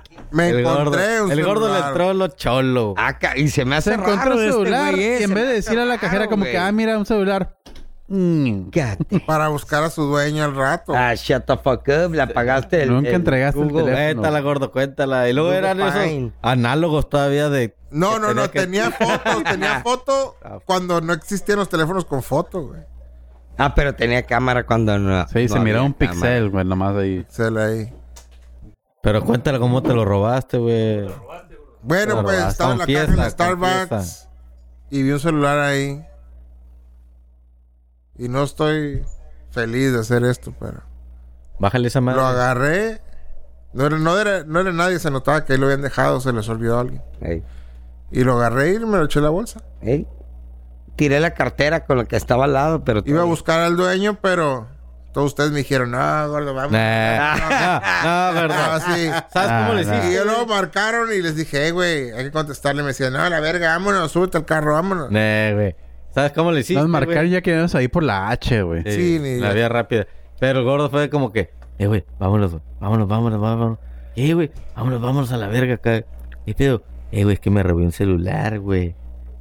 Speaker 3: me
Speaker 5: El gordo,
Speaker 3: encontré un
Speaker 5: el gordo le
Speaker 3: celular.
Speaker 5: entró lo cholo.
Speaker 4: Acá, Ah, y se me hace
Speaker 7: Se encontró
Speaker 4: raro
Speaker 7: un
Speaker 4: este
Speaker 7: celular
Speaker 4: güey, eh,
Speaker 7: y
Speaker 4: se
Speaker 7: en vez
Speaker 4: me
Speaker 7: de
Speaker 4: hace
Speaker 7: decir a la cajera
Speaker 4: raro,
Speaker 7: como
Speaker 4: güey.
Speaker 7: que, ah, mira, un celular. Mm.
Speaker 4: God damn.
Speaker 3: para buscar a su dueño al rato.
Speaker 4: Ah, shut the fuck up. La pagaste el.
Speaker 7: Nunca entregaste el
Speaker 4: Google.
Speaker 7: teléfono.
Speaker 5: Cuéntala, eh, gordo, cuéntala. Y luego
Speaker 4: Google
Speaker 5: eran
Speaker 4: Fine.
Speaker 5: esos análogos todavía de...
Speaker 3: no,
Speaker 5: que
Speaker 3: no, no,
Speaker 5: tenía
Speaker 3: tenía foto, tenía foto
Speaker 5: Ah.
Speaker 3: cuando no existían los teléfonos con foto, güey.
Speaker 4: Ah, pero tenía cámara cuando no.
Speaker 7: Sí,
Speaker 4: no
Speaker 7: se miraba
Speaker 4: había
Speaker 7: un
Speaker 4: cámara.
Speaker 7: pixel, güey, nomás ahí.
Speaker 3: Se la ahí.
Speaker 5: Pero cuéntala cómo te lo robaste, güey.
Speaker 3: Bueno,
Speaker 5: Claro,
Speaker 3: pues
Speaker 5: ah,
Speaker 3: estaba en la
Speaker 5: confiesa,
Speaker 3: caja de Starbucks
Speaker 5: confiesa.
Speaker 3: y vi un celular ahí. Y no estoy feliz de hacer esto, pero
Speaker 5: Bájale esa madre.
Speaker 3: lo agarré. No era, no, era, no era nadie, se notaba que ahí lo habían dejado, se les olvidó a alguien.
Speaker 4: Ey,
Speaker 3: Y lo agarré y me lo eché en la bolsa.
Speaker 4: ey. Tiré la cartera con la que estaba al lado, pero.
Speaker 3: Iba a buscar al dueño, pero todos ustedes me dijeron, no, gordo, vamos.
Speaker 5: Nah. No, no, gordo.
Speaker 3: Ah, sí.
Speaker 5: ¿Sabes
Speaker 7: Ah,
Speaker 5: cómo le
Speaker 7: no.
Speaker 5: hiciste?
Speaker 3: Y yo luego marcaron y les dije, "Eh, güey, hay que contestarle. Me decían, no, la verga, vámonos, súbete al carro, vámonos.
Speaker 5: Nah, güey. ¿Sabes cómo le
Speaker 4: este
Speaker 5: hiciste?
Speaker 7: Nos marcaron
Speaker 5: güey?
Speaker 7: ya que íbamos ahí por la H, güey.
Speaker 5: Sí,
Speaker 3: Sí, ni-
Speaker 5: la vía rápida. Pero el gordo fue como que, eh, güey, vámonos, güey. Vámonos, vámonos, vámonos. Eh, güey, vámonos, vámonos a la verga acá. ¿Qué pedo? Eh, güey, es que me robé un celular, güey.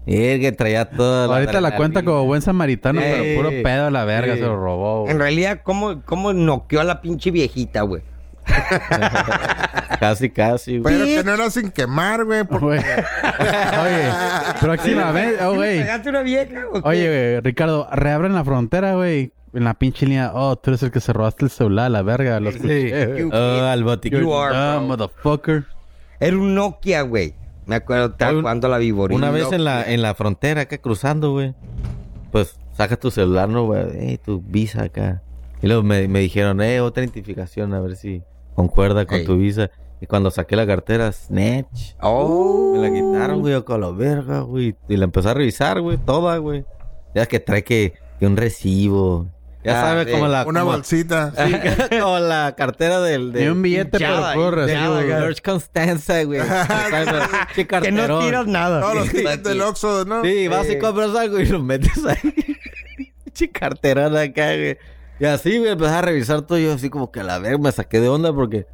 Speaker 5: que traía toda la.
Speaker 7: Ahorita la cuenta como buen samaritano,
Speaker 5: Sí.
Speaker 7: pero puro pedo a la verga
Speaker 5: Sí.
Speaker 7: se lo robó, güey.
Speaker 4: En realidad, ¿cómo, cómo noqueó a la pinche viejita, güey?
Speaker 5: Casi, casi, güey.
Speaker 3: Pero que no era sin quemar, güey. porque-
Speaker 7: Güey. Oye, próxima vez, oh, güey.
Speaker 4: ¿Pegaste una vieja o qué?
Speaker 7: Oye, güey, Ricardo, reabren la frontera, güey. En la pinche línea, oh, tú eres el que se robaste el celular, la verga. Los
Speaker 5: Oh, al botiquín.
Speaker 4: Uh, You are,
Speaker 7: Ah,
Speaker 4: bro.
Speaker 7: motherfucker.
Speaker 4: Era un Nokia, güey. Me acuerdo, estaba
Speaker 5: Oye,
Speaker 4: jugando a la viborita.
Speaker 5: Una vez en
Speaker 4: eh,
Speaker 5: la, en la frontera, acá cruzando, güey. Pues sacas tu celular, ¿no, güey? Eh, tu visa acá. Y luego me, me dijeron, eh, otra identificación, a ver si concuerda con
Speaker 4: Ey.
Speaker 5: tu visa. Y cuando saqué la cartera, snatch.
Speaker 4: Oh.
Speaker 5: Me la quitaron, güey, yo con la verga, güey. Y la empecé a revisar, güey, toda, güey. Ya es que trae que, que un recibo. Ya
Speaker 4: Ah,
Speaker 5: sabes,
Speaker 4: sí.
Speaker 5: como la.
Speaker 3: Una
Speaker 5: como-
Speaker 3: bolsita.
Speaker 5: Sí, como la cartera del. del
Speaker 7: Ni un billete, pero
Speaker 4: hinchada,
Speaker 7: puro
Speaker 5: del
Speaker 7: recibo, güey.
Speaker 5: George Constanza, güey. Qué
Speaker 4: Que no
Speaker 5: carterón.
Speaker 4: tiras nada.
Speaker 3: Todos los tickets del Oxxo, ¿no?
Speaker 5: Sí, vas y compras algo y lo metes ahí. Che carterón acá, güey. Y así, güey, empecé a revisar todo. Yo así como que a la verga me saqué de onda porque...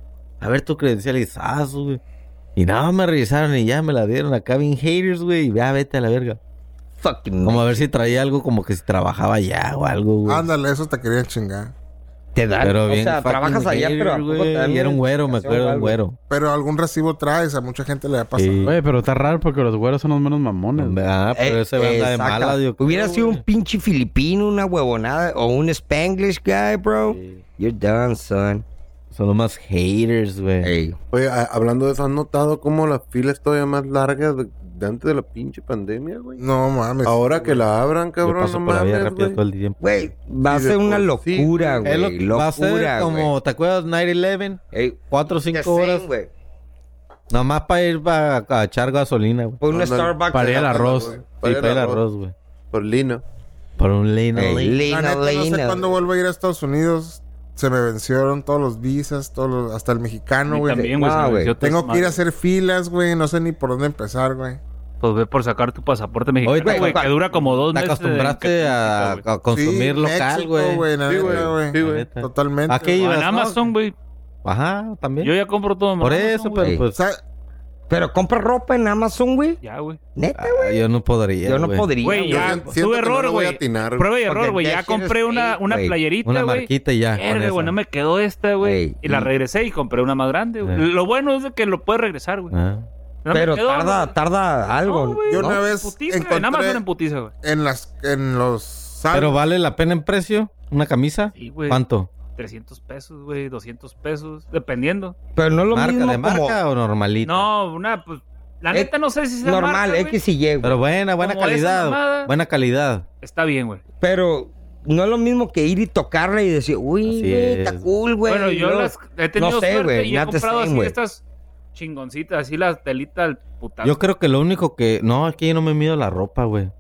Speaker 5: A ver tu credencializazo, güey. Y nada, me revisaron y ya me la dieron acá bien haters, güey. Y ya, vete a la verga.
Speaker 4: Fucking
Speaker 5: Como a ver si traía algo como que si trabajaba allá o algo, güey.
Speaker 3: Ándale, eso te quería chingar.
Speaker 4: Ah, te dan.
Speaker 5: Pero bien
Speaker 4: o sea,
Speaker 5: fucking
Speaker 4: trabajas allá,
Speaker 5: hater,
Speaker 4: pero ¿a poco te dan
Speaker 5: güey. Y era un güero, me
Speaker 4: identificación
Speaker 5: acuerdo,
Speaker 4: o
Speaker 5: un
Speaker 4: algo?
Speaker 5: güero.
Speaker 3: Pero algún recibo traes, a mucha gente le ha pasado.
Speaker 5: Sí.
Speaker 7: Oye, pero está raro porque los güeros son los menos mamones. güey.
Speaker 5: Ah, pero
Speaker 4: Eh,
Speaker 5: ese güey anda de
Speaker 4: exacta.
Speaker 5: mala, yo creo,
Speaker 4: Hubiera sido
Speaker 5: güey.
Speaker 4: un pinche filipino, una huevonada o un Spanglish guy, bro.
Speaker 5: Sí.
Speaker 4: You're done, son.
Speaker 5: Son los más haters, güey.
Speaker 4: Ey.
Speaker 2: Oye, a- hablando de eso, ¿han notado cómo las filas todavía más largas de, de antes de la pinche pandemia, güey?
Speaker 3: No mames.
Speaker 5: Oh,
Speaker 2: Ahora que la abran,
Speaker 5: Yo
Speaker 2: cabrón,
Speaker 5: paso
Speaker 2: no
Speaker 5: por ahí
Speaker 2: mames,
Speaker 5: rápido
Speaker 2: güey.
Speaker 5: todo el tiempo.
Speaker 4: Güey, va a
Speaker 2: Y
Speaker 4: ser una
Speaker 2: después- sí,
Speaker 4: locura,
Speaker 5: Es
Speaker 4: Ah, güey.
Speaker 5: pues, lo- va a ser
Speaker 4: Locura,
Speaker 5: como,
Speaker 4: güey.
Speaker 5: ¿te acuerdas? 9-11,
Speaker 4: Ey,
Speaker 5: 4 o
Speaker 4: the
Speaker 5: 5
Speaker 4: same,
Speaker 5: horas.
Speaker 4: güey.
Speaker 5: Nomás para ir pa- a echar gasolina, güey.
Speaker 4: Por una
Speaker 2: Ándale.
Speaker 4: Starbucks.
Speaker 7: Para ir al arroz.
Speaker 2: güey.
Speaker 5: Y
Speaker 2: Para
Speaker 5: para el arroz, güey.
Speaker 2: Por Lino.
Speaker 5: Para un lane lane.
Speaker 4: Ey,
Speaker 3: La
Speaker 4: Lena,
Speaker 3: neta, no sé
Speaker 4: Lena.
Speaker 3: cuándo vuelvo a ir a Estados Unidos. Se me vencieron todos los visas, todos los- hasta el mexicano,
Speaker 9: Y
Speaker 3: güey.
Speaker 9: también, güey,
Speaker 4: Ah,
Speaker 9: se me
Speaker 4: güey.
Speaker 9: venció todo
Speaker 3: Tengo
Speaker 9: esa
Speaker 3: que ir a
Speaker 9: madre.
Speaker 3: hacer filas, güey. No sé ni por dónde empezar, güey.
Speaker 9: Pues ve por sacar tu pasaporte mexicano,
Speaker 5: Ahorita,
Speaker 9: güey,
Speaker 5: güey,
Speaker 9: que dura como dos
Speaker 5: Te
Speaker 9: meses. en
Speaker 5: acostumbraste a,
Speaker 9: Catepec, güey.
Speaker 5: a consumir
Speaker 3: Sí,
Speaker 5: local,
Speaker 3: México,
Speaker 5: güey.
Speaker 3: la
Speaker 2: Sí,
Speaker 3: neta,
Speaker 2: güey.
Speaker 3: güey.
Speaker 2: Sí,
Speaker 5: La
Speaker 2: güey.
Speaker 5: neta.
Speaker 3: Totalmente.
Speaker 5: ¿A qué
Speaker 3: güey.
Speaker 5: ibas?
Speaker 9: En Amazon, güey.
Speaker 5: Ajá, también.
Speaker 9: Yo ya compro todo en
Speaker 5: Por
Speaker 9: Amazon,
Speaker 5: eso,
Speaker 9: güey.
Speaker 5: pero pues...
Speaker 3: ¿Sabe-
Speaker 4: Pero compra ropa en Amazon, güey.
Speaker 9: Ya, güey.
Speaker 4: Neta,
Speaker 5: ah, yo no podría,
Speaker 4: yo no
Speaker 5: güey.
Speaker 4: podría,
Speaker 9: Güey,
Speaker 4: güey.
Speaker 9: ya.
Speaker 2: Siento
Speaker 9: Tuve
Speaker 2: que no
Speaker 9: error,
Speaker 2: lo voy a
Speaker 9: güey.
Speaker 2: atinar, güey.
Speaker 9: Prueba y error,
Speaker 4: Porque
Speaker 9: güey.
Speaker 4: that
Speaker 9: Ya
Speaker 4: shit
Speaker 9: compré
Speaker 4: is
Speaker 9: una,
Speaker 4: fake,
Speaker 9: una
Speaker 4: güey.
Speaker 9: playerita,
Speaker 5: Una
Speaker 9: güey.
Speaker 5: marquita y ya. con
Speaker 9: Verga,
Speaker 5: esa.
Speaker 9: güey, no me quedó esta, güey.
Speaker 4: Ey,
Speaker 9: Y la
Speaker 4: y-
Speaker 9: regresé y compré una más grande, güey.
Speaker 5: Eh.
Speaker 9: Lo bueno es de que lo puedes regresar, güey.
Speaker 5: Ah.
Speaker 9: No me
Speaker 4: Pero
Speaker 9: quedó,
Speaker 4: tarda,
Speaker 9: güey.
Speaker 4: tarda algo.
Speaker 9: No, güey,
Speaker 3: Yo
Speaker 4: ¿no?
Speaker 3: una vez
Speaker 9: Putiza, güey,
Speaker 3: encontré
Speaker 9: En Amazon en putiza, güey.
Speaker 3: en las en los sal-
Speaker 5: Pero vale la pena en precio una camisa.
Speaker 9: Sí, güey.
Speaker 5: ¿Cuánto?
Speaker 9: 300 pesos, güey. 200 pesos. Dependiendo.
Speaker 4: Pero no es lo
Speaker 5: ¿Marca
Speaker 4: mismo
Speaker 5: de
Speaker 4: como
Speaker 5: marca o normalita?
Speaker 9: No, una, pues. La
Speaker 4: Eh,
Speaker 9: neta no sé si es
Speaker 4: normal, X y Y, güey.
Speaker 5: Pero buena, buena
Speaker 9: Como esa
Speaker 5: calidad.
Speaker 9: mamada.
Speaker 5: Buena calidad.
Speaker 9: Está bien, güey.
Speaker 4: Pero no es lo mismo que ir y tocarla y decir, uy,
Speaker 5: Así
Speaker 4: güey, está
Speaker 5: es.
Speaker 4: cool, güey.
Speaker 9: Bueno,
Speaker 4: y
Speaker 9: yo
Speaker 4: luego-
Speaker 9: las he tenido
Speaker 4: no sé,
Speaker 9: suerte
Speaker 4: güey,
Speaker 9: y he
Speaker 4: not the
Speaker 9: comprado
Speaker 4: same,
Speaker 9: así
Speaker 4: güey.
Speaker 9: estas chingoncitas, así las telitas al putazo.
Speaker 5: Yo creo que lo único que. No, es que yo no me mido la ropa, güey.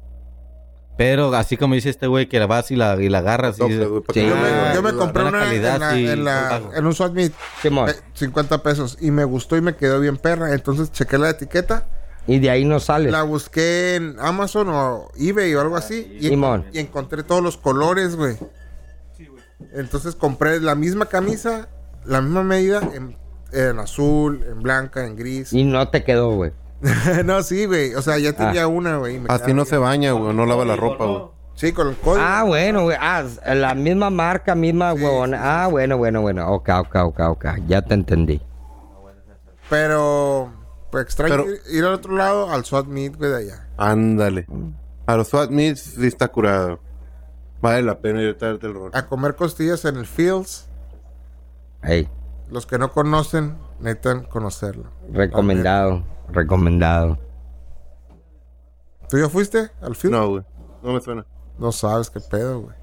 Speaker 5: Pero así como dice este güey, que la vas y la, y la agarras. Y
Speaker 2: Tocas,
Speaker 5: dices,
Speaker 2: güey, para
Speaker 5: sí,
Speaker 2: que
Speaker 3: yo,
Speaker 2: no
Speaker 5: ah,
Speaker 3: me, yo me
Speaker 2: la-
Speaker 3: compré
Speaker 5: buena
Speaker 3: una
Speaker 5: calidad,
Speaker 3: en, la-
Speaker 5: sí,
Speaker 3: en la-
Speaker 5: pago.
Speaker 3: en un swap meet,
Speaker 4: Simón,
Speaker 3: eh, 50 pesos y me gustó y me quedó bien perra. Entonces chequé la etiqueta,
Speaker 4: y de ahí no sale.
Speaker 3: la busqué en Amazon o eBay o algo así y,
Speaker 4: Simón.
Speaker 3: y encontré todos los colores, güey. Entonces compré la misma camisa, la misma medida en, en azul, en blanca, en gris.
Speaker 4: Y no te quedó, güey.
Speaker 3: no, sí, güey. O sea, ya
Speaker 4: Ah.
Speaker 3: tenía una, güey. y
Speaker 2: Así
Speaker 3: me quedaba
Speaker 2: no
Speaker 3: bien.
Speaker 2: se baña, güey. No lava la ropa, güey.
Speaker 3: Sí, con el código.
Speaker 4: Ah, bueno, güey. Ah, la misma marca, misma huevona. Ah, bueno, bueno, bueno. Ok, ok, ok, ok. Ya te entendí.
Speaker 3: Pero, pues extraño
Speaker 2: Pero-
Speaker 3: ir, ir al otro lado, al SWAT meet, güey, de allá.
Speaker 2: Ándale. A los swap meets sí está curado. Vale la pena ir a darte el rol.
Speaker 3: A comer costillas en el Fields.
Speaker 4: Ey,
Speaker 3: Los que no conocen, necesitan conocerlo.
Speaker 4: recomendado, recomendado.
Speaker 3: ¿Tú ya fuiste al Fields?
Speaker 2: No, güey. No me suena.
Speaker 3: No sabes qué pedo, güey.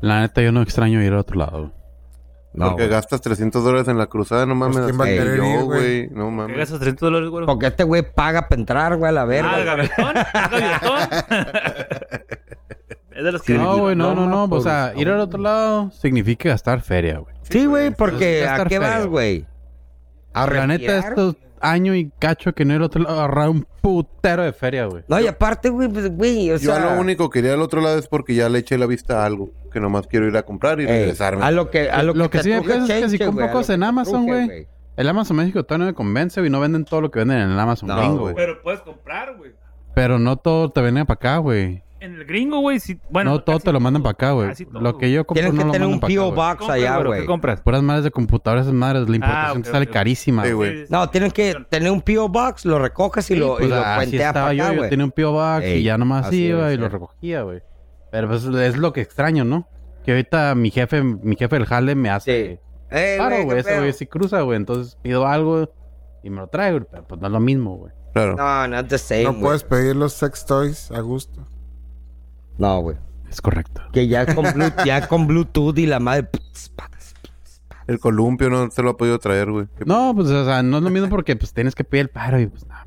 Speaker 7: La neta, yo no extraño ir a otro lado. güey.
Speaker 4: No,
Speaker 2: Porque
Speaker 4: güey.
Speaker 2: gastas 300 dólares en la cruzada, no mames.
Speaker 3: Pues, ¿quién va a
Speaker 2: así
Speaker 3: querer
Speaker 2: yo,
Speaker 3: ir, güey?
Speaker 2: güey. No
Speaker 9: ¿Qué
Speaker 2: mames.
Speaker 9: gastas 30 dólares, güey?
Speaker 4: Porque este güey paga para entrar, güey, a la verga.
Speaker 9: Ah, el gaviotón, el gaviotón. es de los que...
Speaker 7: no, güey, no, no, no.
Speaker 4: pues,
Speaker 7: o sea, ir al otro lado significa gastar feria, güey.
Speaker 4: sí, güey, porque
Speaker 7: Entonces,
Speaker 4: ¿a
Speaker 7: gastar
Speaker 4: qué
Speaker 7: feria.
Speaker 4: vas, güey? A
Speaker 7: La neta,
Speaker 4: respirar?
Speaker 7: estos años y cacho que no ir al otro lado, agarrar un putero de feria, güey.
Speaker 4: No, y aparte, güey, pues, güey, o
Speaker 2: Yo
Speaker 4: sea...
Speaker 2: a lo único que iría al otro lado es porque ya le eché la vista a algo. Que nomás quiero ir a comprar y
Speaker 4: Ey,
Speaker 2: regresarme.
Speaker 4: a lo que a lo,
Speaker 7: Lo que
Speaker 4: te
Speaker 7: sí me
Speaker 4: truje
Speaker 7: pesa es que si
Speaker 4: cheche, güey,
Speaker 7: compro
Speaker 4: a lo
Speaker 7: cosas
Speaker 4: que
Speaker 7: en
Speaker 4: te
Speaker 7: Amazon,
Speaker 4: truje,
Speaker 7: güey, El Amazon México todavía no me convence, güey. No venden todo lo que venden en el Amazon
Speaker 4: No,
Speaker 7: gringo,
Speaker 4: güey.
Speaker 7: güey.
Speaker 9: Pero puedes comprar, güey.
Speaker 7: Pero no todo te venden para acá, güey.
Speaker 9: En el gringo, güey, sí. Bueno,
Speaker 7: no todo
Speaker 9: casi
Speaker 7: te lo mandan para acá, güey.
Speaker 9: casi todo,
Speaker 7: Lo que yo compro
Speaker 4: Tienes
Speaker 7: no
Speaker 4: que
Speaker 7: lo
Speaker 4: tener
Speaker 7: mandan
Speaker 4: un
Speaker 7: para acá,
Speaker 4: P.O.
Speaker 7: güey.
Speaker 9: ¿Qué
Speaker 4: Box
Speaker 9: compras,
Speaker 4: allá,
Speaker 9: bro?
Speaker 4: güey.
Speaker 9: ¿Qué compras?
Speaker 7: Puras madres de computadoras, esas madres. La importación
Speaker 9: Ah, ok,
Speaker 7: que sale
Speaker 9: ok.
Speaker 7: carísima,
Speaker 2: Sí,
Speaker 7: güey.
Speaker 2: güey.
Speaker 4: No, tienes que tener un P.O. Box, lo recoges y lo,
Speaker 7: Pues,
Speaker 4: y lo
Speaker 7: así
Speaker 4: cuenteas para
Speaker 7: estaba yo,
Speaker 4: acá,
Speaker 7: yo
Speaker 4: güey.
Speaker 7: tenía un P.O. Box
Speaker 4: Ey,
Speaker 7: y ya nomás
Speaker 4: así
Speaker 7: iba
Speaker 4: debe
Speaker 7: y lo
Speaker 4: ser.
Speaker 7: recogía, güey. Pero pues es lo que extraño, ¿no? Que ahorita mi jefe, mi jefe del jale me hace...
Speaker 4: Eh,
Speaker 7: Claro,
Speaker 4: güey,
Speaker 7: güey,
Speaker 4: qué
Speaker 7: ese
Speaker 4: pedo.
Speaker 7: güey sí cruza, güey. Entonces pido algo y me lo trae, güey. Pero pues no es lo mismo, güey.
Speaker 2: Claro.
Speaker 4: No, not the same,
Speaker 3: No
Speaker 4: güey.
Speaker 3: puedes pedir los sex toys a gusto.
Speaker 4: No, güey.
Speaker 7: Es correcto.
Speaker 4: Que ya con, Bluetooth, ya con Bluetooth y la madre... pts, pats, pts, pats.
Speaker 2: El columpio no se lo ha podido traer, güey. Qué
Speaker 7: No, pues, o sea, no es lo mismo porque pues tienes que pedir el paro y pues nada.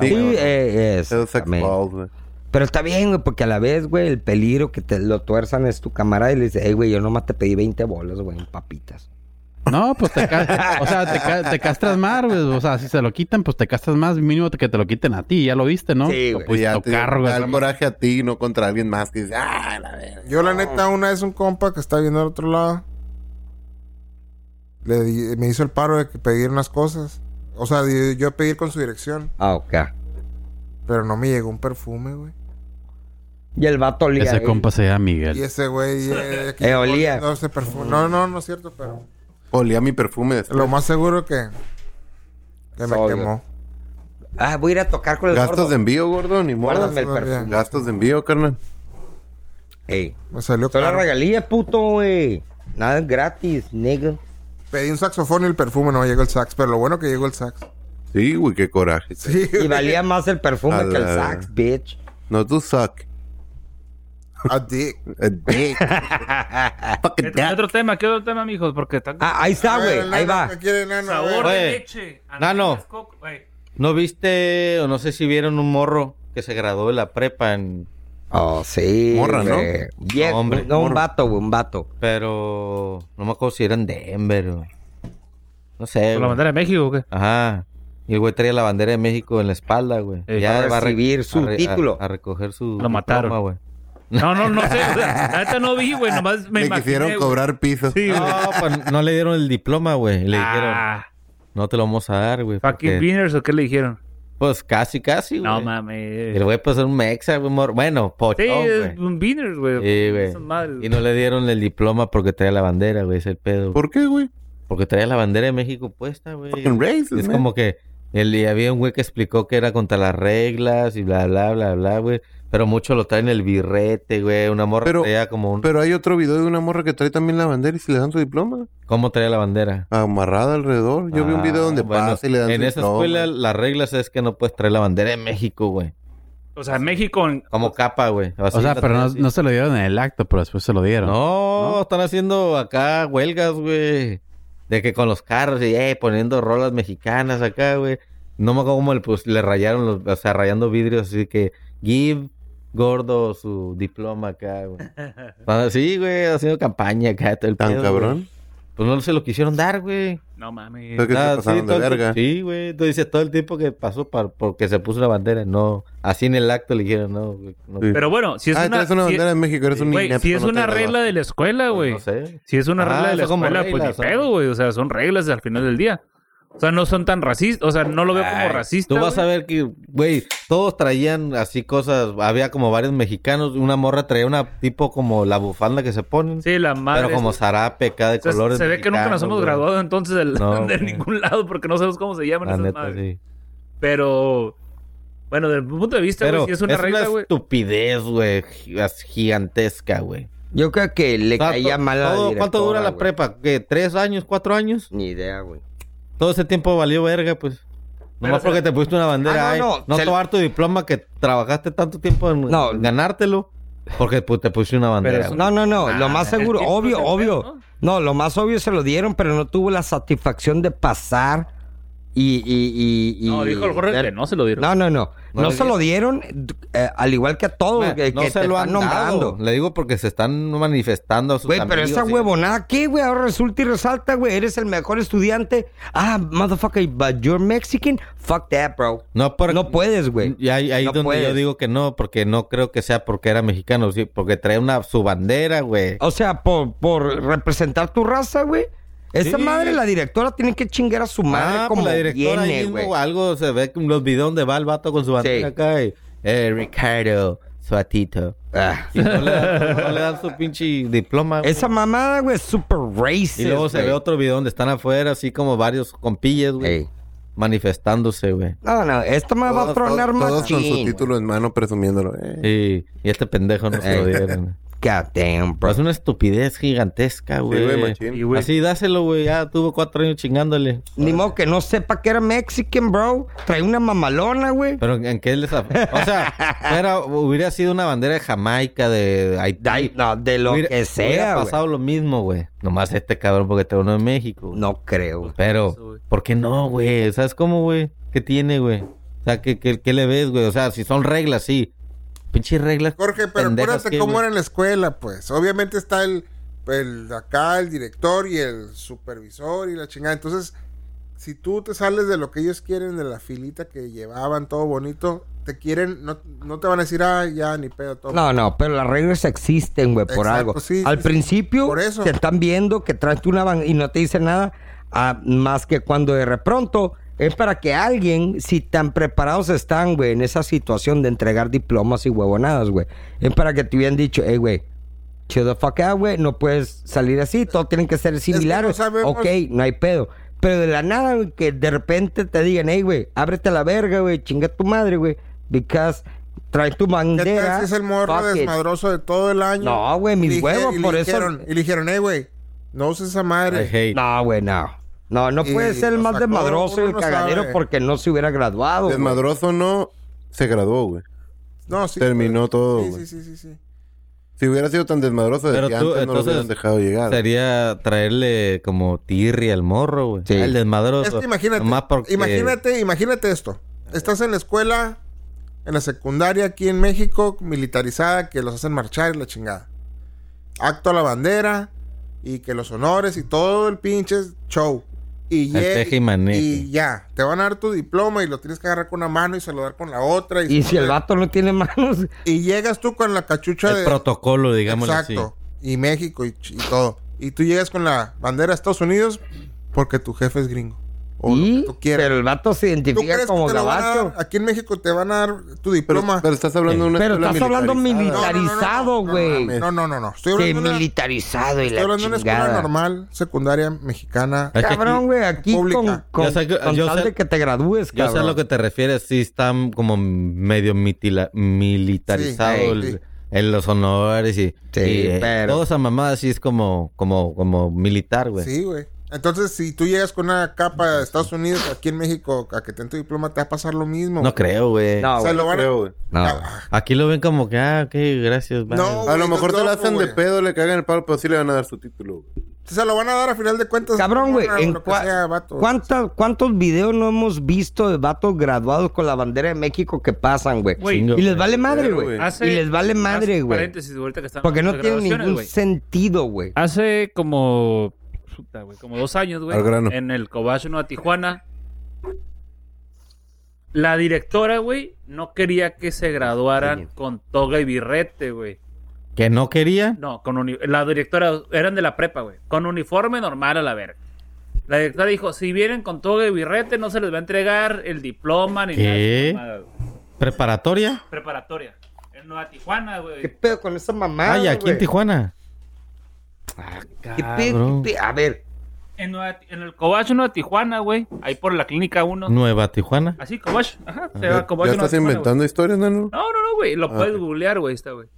Speaker 4: Sí,
Speaker 2: güey.
Speaker 4: eh,
Speaker 2: p- Esos sex
Speaker 4: exactamente.
Speaker 2: balls, güey.
Speaker 4: Pero está bien, güey, porque a la vez, güey, el peligro que te lo tuerzan es tu camarada y le dice, hey, güey, yo nomás te pedí 20 bolas, güey, en papitas.
Speaker 7: No, pues te, ca- o sea, te, ca- te castras más, güey. O sea, si se lo quitan, pues te castras más. Mínimo que te lo quiten a ti, ya lo viste, ¿no?
Speaker 4: Sí,
Speaker 7: Lo
Speaker 4: güey.
Speaker 7: pudiste
Speaker 2: Ya te
Speaker 7: Pues tocar, güey.
Speaker 2: da el coraje a ti, no contra alguien más que dice, ah, la verga.
Speaker 3: Yo la neta, una vez un compa que está viendo al otro lado, le di- me hizo el paro de que pedir unas cosas. O sea, di- yo pedir con su dirección,
Speaker 4: Ah, ok.
Speaker 3: pero no me llegó un perfume, güey.
Speaker 4: Y el vato olía.
Speaker 7: Ese
Speaker 4: eh.
Speaker 7: compa se llama
Speaker 3: Y
Speaker 7: Miguel.
Speaker 3: ese güey... Eh, aquí
Speaker 4: Eh,
Speaker 3: llegó
Speaker 4: olía.
Speaker 3: oliendo ese perfume. No, no, no es cierto, pero...
Speaker 2: Olía mi perfume. después.
Speaker 3: Lo más seguro que... Que me
Speaker 4: Obvio.
Speaker 3: quemó.
Speaker 4: Ah, voy a ir a tocar con el
Speaker 2: Gastos
Speaker 4: gordo.
Speaker 2: de envío, gordo, ni modo.
Speaker 4: Guárdame el perfume.
Speaker 2: Gastos de envío, carnal.
Speaker 4: Ey.
Speaker 3: Me salió
Speaker 4: Son las
Speaker 3: caro.
Speaker 4: regalías, puto, güey. Nada es gratis, nigga.
Speaker 3: Pedí un saxofón y el perfume no llegó el sax, pero lo bueno que llegó el sax.
Speaker 2: Sí, güey, qué coraje.
Speaker 3: Sí,
Speaker 4: Y valía más el perfume
Speaker 2: A
Speaker 4: que el
Speaker 2: la-
Speaker 4: sax, bitch.
Speaker 2: No, tú suck. Eh,
Speaker 3: a dick.
Speaker 2: A dick. Fucking
Speaker 9: ¿Qué
Speaker 2: dick.
Speaker 9: otro tema? ¿Qué otro tema, mijos? Porque está...
Speaker 4: Ah, ahí está, güey. Ahí va.
Speaker 3: ¿Qué quiere,
Speaker 4: Ah,
Speaker 3: nano? A ver.
Speaker 9: sabor
Speaker 5: Oye,
Speaker 9: de leche.
Speaker 5: Nano.
Speaker 9: Anís, coco, güey.
Speaker 5: ¿No viste o no sé si vieron un morro que se graduó de la prepa en...
Speaker 4: Oh, sí.
Speaker 2: Morra, ¿no?
Speaker 4: güey. Bien,
Speaker 5: No, hombre,
Speaker 4: no, un
Speaker 5: morra.
Speaker 4: vato, güey, un vato.
Speaker 5: Pero... No me acuerdo si era en Denver o... No sé.
Speaker 9: ¿Por la
Speaker 5: güey.
Speaker 9: bandera de México o qué?
Speaker 5: Ajá. Y el güey traía la bandera de México en la espalda, güey.
Speaker 9: Eh,
Speaker 4: a
Speaker 5: va a re-
Speaker 4: recibir su
Speaker 5: re-
Speaker 4: título.
Speaker 5: A, recoger su...
Speaker 9: Lo mataron.
Speaker 5: diploma, güey.
Speaker 9: No, no, no sé. o sea, La neta no vi, güey. Nomás me
Speaker 2: Le
Speaker 9: imaginé,
Speaker 2: quisieron
Speaker 9: güey.
Speaker 2: cobrar Ah. piso.
Speaker 9: Sí, güey.
Speaker 5: No, pues no le dieron el diploma, güey. Le dijeron,
Speaker 9: Ah,
Speaker 5: no te lo vamos a dar, güey.
Speaker 9: fucking
Speaker 5: porque-
Speaker 9: beaners o qué le dijeron.
Speaker 5: Pues casi, casi, güey.
Speaker 9: No
Speaker 5: El
Speaker 9: mames.
Speaker 5: güey pues era un mexa, güey. mor- Bueno, pocho,
Speaker 9: Sí, es
Speaker 5: güey.
Speaker 9: un beaners, güey.
Speaker 5: Sí, güey.
Speaker 9: Son madres,
Speaker 5: Y no le dieron el diploma porque traía la bandera, güey. Es el pedo. güey.
Speaker 2: "Ah, ¿Por qué, güey?
Speaker 5: Porque traía la bandera de México puesta, güey.
Speaker 2: Fucking racist,
Speaker 5: Es
Speaker 2: man.
Speaker 5: como que el, y había un güey que explicó que era contra las reglas y bla, bla, bla, bla, güey. Pero muchos lo traen el birrete, güey. Una morra
Speaker 2: Pero-
Speaker 5: traía como un...
Speaker 2: Pero hay otro video de una morra que trae también la bandera y si le dan su diploma.
Speaker 5: ¿Cómo traía la bandera?
Speaker 2: Amarrada alrededor. Yo vi un video donde
Speaker 5: Ah, bueno,
Speaker 2: pasa y le dan
Speaker 5: En
Speaker 2: su
Speaker 5: esa
Speaker 2: diploma.
Speaker 5: escuela las reglas es que no puedes traer la bandera de México, güey.
Speaker 9: O sea, México. en-
Speaker 5: Como capa, güey. Así
Speaker 7: O sea,
Speaker 5: la
Speaker 7: pero no,
Speaker 5: traes y-
Speaker 7: no se lo dieron en el acto, pero después se lo dieron.
Speaker 5: No,
Speaker 7: ¿No?
Speaker 5: están haciendo acá huelgas, güey. De que con los carros y eh, poniendo rolas mexicanas acá, güey. No me acuerdo cómo le, pus- le rayaron, los, o sea, rayando vidrios, así que give gordo su diploma acá, güey. Ah, Sí, güey, haciendo campaña acá, todo el
Speaker 2: Tan
Speaker 5: pedo, güey.
Speaker 2: cabrón.
Speaker 5: Pues no se lo quisieron dar, güey.
Speaker 9: No mames.
Speaker 2: Creo que
Speaker 5: Nada,
Speaker 2: se pasaron
Speaker 5: Ah, sí,
Speaker 2: de
Speaker 5: todo el-
Speaker 2: verga.
Speaker 5: Sí, güey. Entonces dice, todo el tiempo que pasó para, porque se puso la bandera, no. Así en el acto le dijeron, no, güey. No,
Speaker 2: Sí.
Speaker 9: Pero bueno, si es
Speaker 2: ah,
Speaker 9: una.
Speaker 2: traes una
Speaker 9: si-
Speaker 2: bandera de México, eres un
Speaker 9: güey,
Speaker 2: inepto,
Speaker 9: si es
Speaker 2: no te
Speaker 9: una
Speaker 2: graduaste.
Speaker 9: regla de la escuela, güey.
Speaker 5: Pues no sé.
Speaker 9: Si es una
Speaker 5: Ah,
Speaker 9: regla de la
Speaker 5: son como
Speaker 9: escuela,
Speaker 5: reglas,
Speaker 9: pues ni
Speaker 5: son-
Speaker 9: pedo, güey. O sea, son reglas al final del día. O sea, no son tan racistas. O sea, no lo veo como
Speaker 5: Ay,
Speaker 9: racista.
Speaker 5: Tú vas
Speaker 9: güey.
Speaker 5: a ver que, güey, todos traían así cosas. Había como varios mexicanos. Una morra traía una tipo como la bufanda que se ponen.
Speaker 9: Sí, la madre.
Speaker 5: pero como
Speaker 9: o
Speaker 5: zarape acá de
Speaker 9: sea,
Speaker 5: colores.
Speaker 9: se ve que nunca nos hemos
Speaker 5: mexicanos,
Speaker 9: graduado entonces del-
Speaker 5: No,
Speaker 9: de
Speaker 5: güey.
Speaker 9: ningún lado porque no sabemos cómo se llaman
Speaker 5: güey. La
Speaker 9: esas
Speaker 5: neta,
Speaker 9: madres.
Speaker 5: sí.
Speaker 9: Pero, bueno, desde mi punto de vista,
Speaker 5: Pero
Speaker 9: güey, sí es una regla, güey.
Speaker 5: estupidez, güey, gi- as- gigantesca, güey.
Speaker 4: Yo creo que le
Speaker 5: O sea,
Speaker 4: caía
Speaker 5: to-
Speaker 4: mal a la
Speaker 5: todo- ¿Cuánto dura
Speaker 4: directora,
Speaker 5: la
Speaker 4: güey.
Speaker 5: prepa? ¿Qué? ¿Tres años? ¿Cuatro años?
Speaker 4: Ni idea, güey.
Speaker 5: Todo ese tiempo valió verga, pues. Nomás
Speaker 9: Pero,
Speaker 5: porque te pusiste una bandera.
Speaker 4: Ah, no,
Speaker 5: ahí.
Speaker 4: no,
Speaker 5: no
Speaker 4: se-
Speaker 5: tomar tu diploma que trabajaste tanto tiempo en
Speaker 4: No.
Speaker 5: en ganártelo. Porque pues, te pusiste una bandera.
Speaker 9: eso
Speaker 5: güey. Ah,
Speaker 4: No, no, no. lo más seguro,
Speaker 9: tipo
Speaker 4: obvio,
Speaker 9: se
Speaker 5: pues,
Speaker 9: fue,
Speaker 4: obvio. ¿no? lo más obvio se lo dieron, pero no tuvo la satisfacción de pasar y. y, y, y-
Speaker 9: No, dijo el Jorge
Speaker 4: ver-
Speaker 9: que no se lo dieron.
Speaker 4: No, no, no.
Speaker 5: No
Speaker 4: No,
Speaker 5: le
Speaker 4: se lo dieron, eh, al igual que a todos
Speaker 5: Mira,
Speaker 4: que,
Speaker 5: no
Speaker 4: que
Speaker 5: se
Speaker 4: te
Speaker 5: lo
Speaker 4: están
Speaker 5: han
Speaker 4: nombrando.
Speaker 5: dado. Le digo porque se están manifestando a sus
Speaker 4: Güey, pero
Speaker 5: amigos
Speaker 4: esa
Speaker 5: y-
Speaker 4: huevonada, ¿qué, güey? Ahora resulta y resalta, güey. Eres el mejor estudiante. Ah, motherfucker, but you're Mexican. Fuck that, bro.
Speaker 5: No, por-
Speaker 4: No puedes, güey.
Speaker 5: Y ahí, ahí
Speaker 4: No
Speaker 5: donde yo
Speaker 4: puedes.
Speaker 5: digo que no, porque no creo que sea porque era mexicano,
Speaker 4: Oh,
Speaker 5: sí, porque trae una su bandera, güey.
Speaker 4: O sea, por, por representar tu raza, güey. Esa
Speaker 5: Sí.
Speaker 4: madre, la directora tiene que chingar a su madre
Speaker 5: Ah,
Speaker 4: como
Speaker 5: pues la directora ahí
Speaker 4: viene,
Speaker 5: mismo,
Speaker 4: güey.
Speaker 5: algo se ve en los videos donde va el vato con su bandera
Speaker 4: Sí.
Speaker 5: acá y, eh, Ricardo, su atito.
Speaker 4: Ah.
Speaker 5: Y no le, dan, no le dan su pinche diploma. güey.
Speaker 4: Esa mamada, güey, es super racist.
Speaker 5: y luego se
Speaker 4: güey.
Speaker 5: ve otro video donde están afuera, así como varios compillas, güey,
Speaker 4: Ey.
Speaker 5: manifestándose, güey.
Speaker 4: No, no, esta me va a
Speaker 2: Todos,
Speaker 4: tronar
Speaker 2: todos-
Speaker 4: más.
Speaker 2: todos con su título en mano presumiéndolo. eh.
Speaker 5: Y, y este pendejo no se lo
Speaker 4: Ey.
Speaker 5: dieron.
Speaker 4: God damn,
Speaker 5: Pero
Speaker 4: bro.
Speaker 5: es una estupidez gigantesca,
Speaker 2: Sí, güey,
Speaker 5: güey.
Speaker 2: machín.
Speaker 5: así dáselo, güey. Ya tuvo cuatro años chingándole.
Speaker 4: Ni modo que no sepa que era mexican, bro. Trae una mamalona, güey.
Speaker 5: Pero ¿en qué les... af- O sea, fuera- hubiera sido una bandera de Jamaica, de Haití.
Speaker 4: Ay, no, de lo
Speaker 5: Hubiera-
Speaker 4: que
Speaker 5: hubiera
Speaker 4: sea, güey.
Speaker 5: pasado lo mismo, güey. Nomás este cabrón porque está uno en México. güey.
Speaker 4: No creo.
Speaker 5: Pero, ¿por qué no, güey? ¿Sabes cómo, güey? ¿Qué tiene, güey? O sea, ¿qué, qué, qué le ves, güey? O sea, si son reglas, sí. Pinches reglas.
Speaker 3: Jorge, pero
Speaker 5: pendejas
Speaker 3: acuérdate
Speaker 5: que,
Speaker 3: cómo
Speaker 5: güey.
Speaker 3: era en la escuela, pues. Obviamente está el, el acá, el director y el supervisor y la chingada. Entonces, si tú te sales de lo que ellos quieren, de la filita que llevaban, todo bonito, te quieren, no, no te van a decir, ah, ya, ni pedo, todo.
Speaker 4: No, no, pero las reglas existen, güey, por
Speaker 3: Exacto,
Speaker 4: algo.
Speaker 3: sí,
Speaker 4: Al
Speaker 3: sí, sí.
Speaker 4: principio
Speaker 3: Por eso.
Speaker 4: te están viendo que traes tú una van y no te dicen nada ah, más que cuando de repronto es para que alguien, si tan preparados están, güey, en esa situación de entregar diplomas y huevonadas, güey, es para que te hubieran dicho, hey, güey, chill the fuck out, güey, no puedes salir así, todos tienen que ser similares.
Speaker 3: sabemos-
Speaker 4: ok, no hay pedo. Pero de la nada, güey, que de repente te digan, hey, güey, ábrete la verga, güey, chinga tu madre, güey, because trae tu
Speaker 3: ¿Qué tal
Speaker 4: bandera.
Speaker 3: si es el morro
Speaker 4: fuck it.
Speaker 3: desmadroso de todo el año?
Speaker 4: No, güey, mis
Speaker 3: Y dije-
Speaker 4: huevos,
Speaker 3: y
Speaker 4: por
Speaker 3: le
Speaker 4: eso-
Speaker 3: dijeron- y le dijeron, eh, güey, no uses esa madre.
Speaker 5: I hate.
Speaker 4: No, güey, no. No, no
Speaker 3: Y
Speaker 4: puede ser el
Speaker 3: lo
Speaker 4: más
Speaker 3: sacó,
Speaker 4: desmadroso y
Speaker 3: uno
Speaker 4: el
Speaker 3: no
Speaker 4: cagadero
Speaker 3: sabe.
Speaker 4: porque no se hubiera graduado. güey.
Speaker 2: Desmadroso no, se graduó, güey.
Speaker 3: No, sí,
Speaker 2: Terminó
Speaker 3: güey.
Speaker 2: todo,
Speaker 3: Sí,
Speaker 2: güey.
Speaker 3: sí, sí, sí, sí.
Speaker 2: Si hubiera sido tan desmadroso,
Speaker 5: Pero
Speaker 2: desde que
Speaker 5: tú,
Speaker 2: antes no lo
Speaker 5: entonces,
Speaker 2: hubieran dejado llegar.
Speaker 5: Sería traerle como tirri al morro, güey.
Speaker 4: Sí.
Speaker 5: El desmadroso.
Speaker 3: Es que imagínate,
Speaker 5: Nomás porque-
Speaker 3: imagínate, imagínate esto. Estás en la escuela, en la secundaria aquí en México, militarizada, que los hacen marchar y la chingada. Acto a la bandera y que los honores y todo el pinche show. Y,
Speaker 5: El
Speaker 3: ye-
Speaker 5: teje y maneje.
Speaker 3: y ya, te van a dar tu diploma y lo tienes que agarrar con una mano y saludar con la otra.
Speaker 4: Y si el vato no tiene manos,
Speaker 3: y llegas tú con la cachucha
Speaker 5: El
Speaker 3: de...
Speaker 5: protocolo, digamos así.
Speaker 3: Exacto. Y México y, ch- y todo. Y tú llegas con la bandera de Estados Unidos porque tu jefe es gringo. O lo
Speaker 4: y,
Speaker 3: que tú quieras.
Speaker 4: pero el vato se
Speaker 3: ¿Tú
Speaker 4: identifica
Speaker 3: crees
Speaker 4: como
Speaker 3: que te lo van a
Speaker 4: gabacho.
Speaker 3: dar? Aquí en México te van a dar tu
Speaker 2: Pero,
Speaker 3: diploma.
Speaker 2: pero estás hablando de una
Speaker 4: Pero
Speaker 2: escuela
Speaker 4: estás hablando
Speaker 2: militarizada.
Speaker 4: militar. militarizado, güey.
Speaker 3: No, no, no, no. Estoy
Speaker 4: Que
Speaker 3: hablando, de una,
Speaker 4: militarizado y
Speaker 3: estoy
Speaker 4: la
Speaker 3: hablando de una escuela
Speaker 4: chingada.
Speaker 3: normal, secundaria mexicana.
Speaker 5: Es que aquí-
Speaker 4: Cabrón, güey, aquí con,
Speaker 3: Pública.
Speaker 4: con,
Speaker 5: Yo sé que-
Speaker 4: con
Speaker 5: yo
Speaker 4: tal
Speaker 5: sé-
Speaker 4: de que te gradúes,
Speaker 5: Yo
Speaker 4: cabrón.
Speaker 5: sé a lo que te refieres, sí están como medio mitila- militarizado
Speaker 3: Sí,
Speaker 5: el-
Speaker 3: sí.
Speaker 5: en los honores y,
Speaker 4: Sí,
Speaker 5: y, eh,
Speaker 4: pero-
Speaker 5: toda esa mamada sí es como, como, como militar, güey.
Speaker 3: Sí, güey. Entonces, si tú llegas con una capa de Estados Unidos aquí en México a que te den tu diploma, te va a pasar lo mismo.
Speaker 5: No creo, güey.
Speaker 4: No,
Speaker 3: O sea,
Speaker 4: güey,
Speaker 3: lo van a-
Speaker 2: Creo, güey.
Speaker 4: no.
Speaker 5: Aquí lo ven como que, ah, ok, gracias, bye.
Speaker 3: Ah. No,
Speaker 2: A lo mejor te la
Speaker 3: loco,
Speaker 2: hacen de
Speaker 3: güey.
Speaker 2: pedo, le cagan el palo, pero sí le van a dar su título. güey.
Speaker 3: Se lo van a dar a final de cuentas.
Speaker 4: Cabrón, güey,
Speaker 3: Lo
Speaker 4: ¿en
Speaker 3: que
Speaker 4: cua-
Speaker 3: sea, vato.
Speaker 4: ¿cuántas- ¿cuántos videos no hemos visto de vatos graduados con la bandera de México que pasan, güey?
Speaker 9: Güey,
Speaker 5: Chingo,
Speaker 4: Y les vale madre,
Speaker 2: Pero,
Speaker 4: güey.
Speaker 2: güey.
Speaker 9: Hace-
Speaker 4: Y les vale madre,
Speaker 9: hace
Speaker 4: güey.
Speaker 9: paréntesis, ahorita que están
Speaker 4: Porque no
Speaker 9: las
Speaker 4: tiene
Speaker 9: graduaciones,
Speaker 4: ningún
Speaker 9: güey.
Speaker 4: sentido, güey.
Speaker 9: Hace como. puta, güey, como dos años, güey.
Speaker 2: Al grano.
Speaker 9: En el Cobacho Nueva Tijuana. La directora, güey, no quería que se graduaran con toga y birrete, güey.
Speaker 5: ¿Que no quería?
Speaker 9: No, con uni- la directora, eran de la prepa, güey. Con uniforme normal a la verga. La directora dijo, si vienen con toga y birrete, no se les va a entregar el diploma ni
Speaker 5: ¿Qué?
Speaker 9: nada de esa mamada, güey.
Speaker 5: ¿Preparatoria?
Speaker 9: Preparatoria. En Nueva Tijuana,
Speaker 4: ¿Qué
Speaker 9: güey.
Speaker 4: pedo con esa mamada?
Speaker 5: Ay, aquí en
Speaker 4: Ah, güey?
Speaker 5: Tijuana.
Speaker 4: ¿Qué pedo?
Speaker 5: Cabrón.
Speaker 4: qué pedo? A ver,
Speaker 9: En, Nueva- en el Cobacho Nueva Tijuana, güey. Ahí por la clínica 1.
Speaker 5: Nueva Tijuana.
Speaker 9: Así, Cobacho. Ajá, se
Speaker 2: Ya,
Speaker 9: va Cobacho
Speaker 2: ya
Speaker 9: Nueva
Speaker 2: estás
Speaker 9: Tijuana, güey.
Speaker 2: inventando historias, nano.
Speaker 9: No, no, no, güey. Lo puedes googlear, güey, está, güey.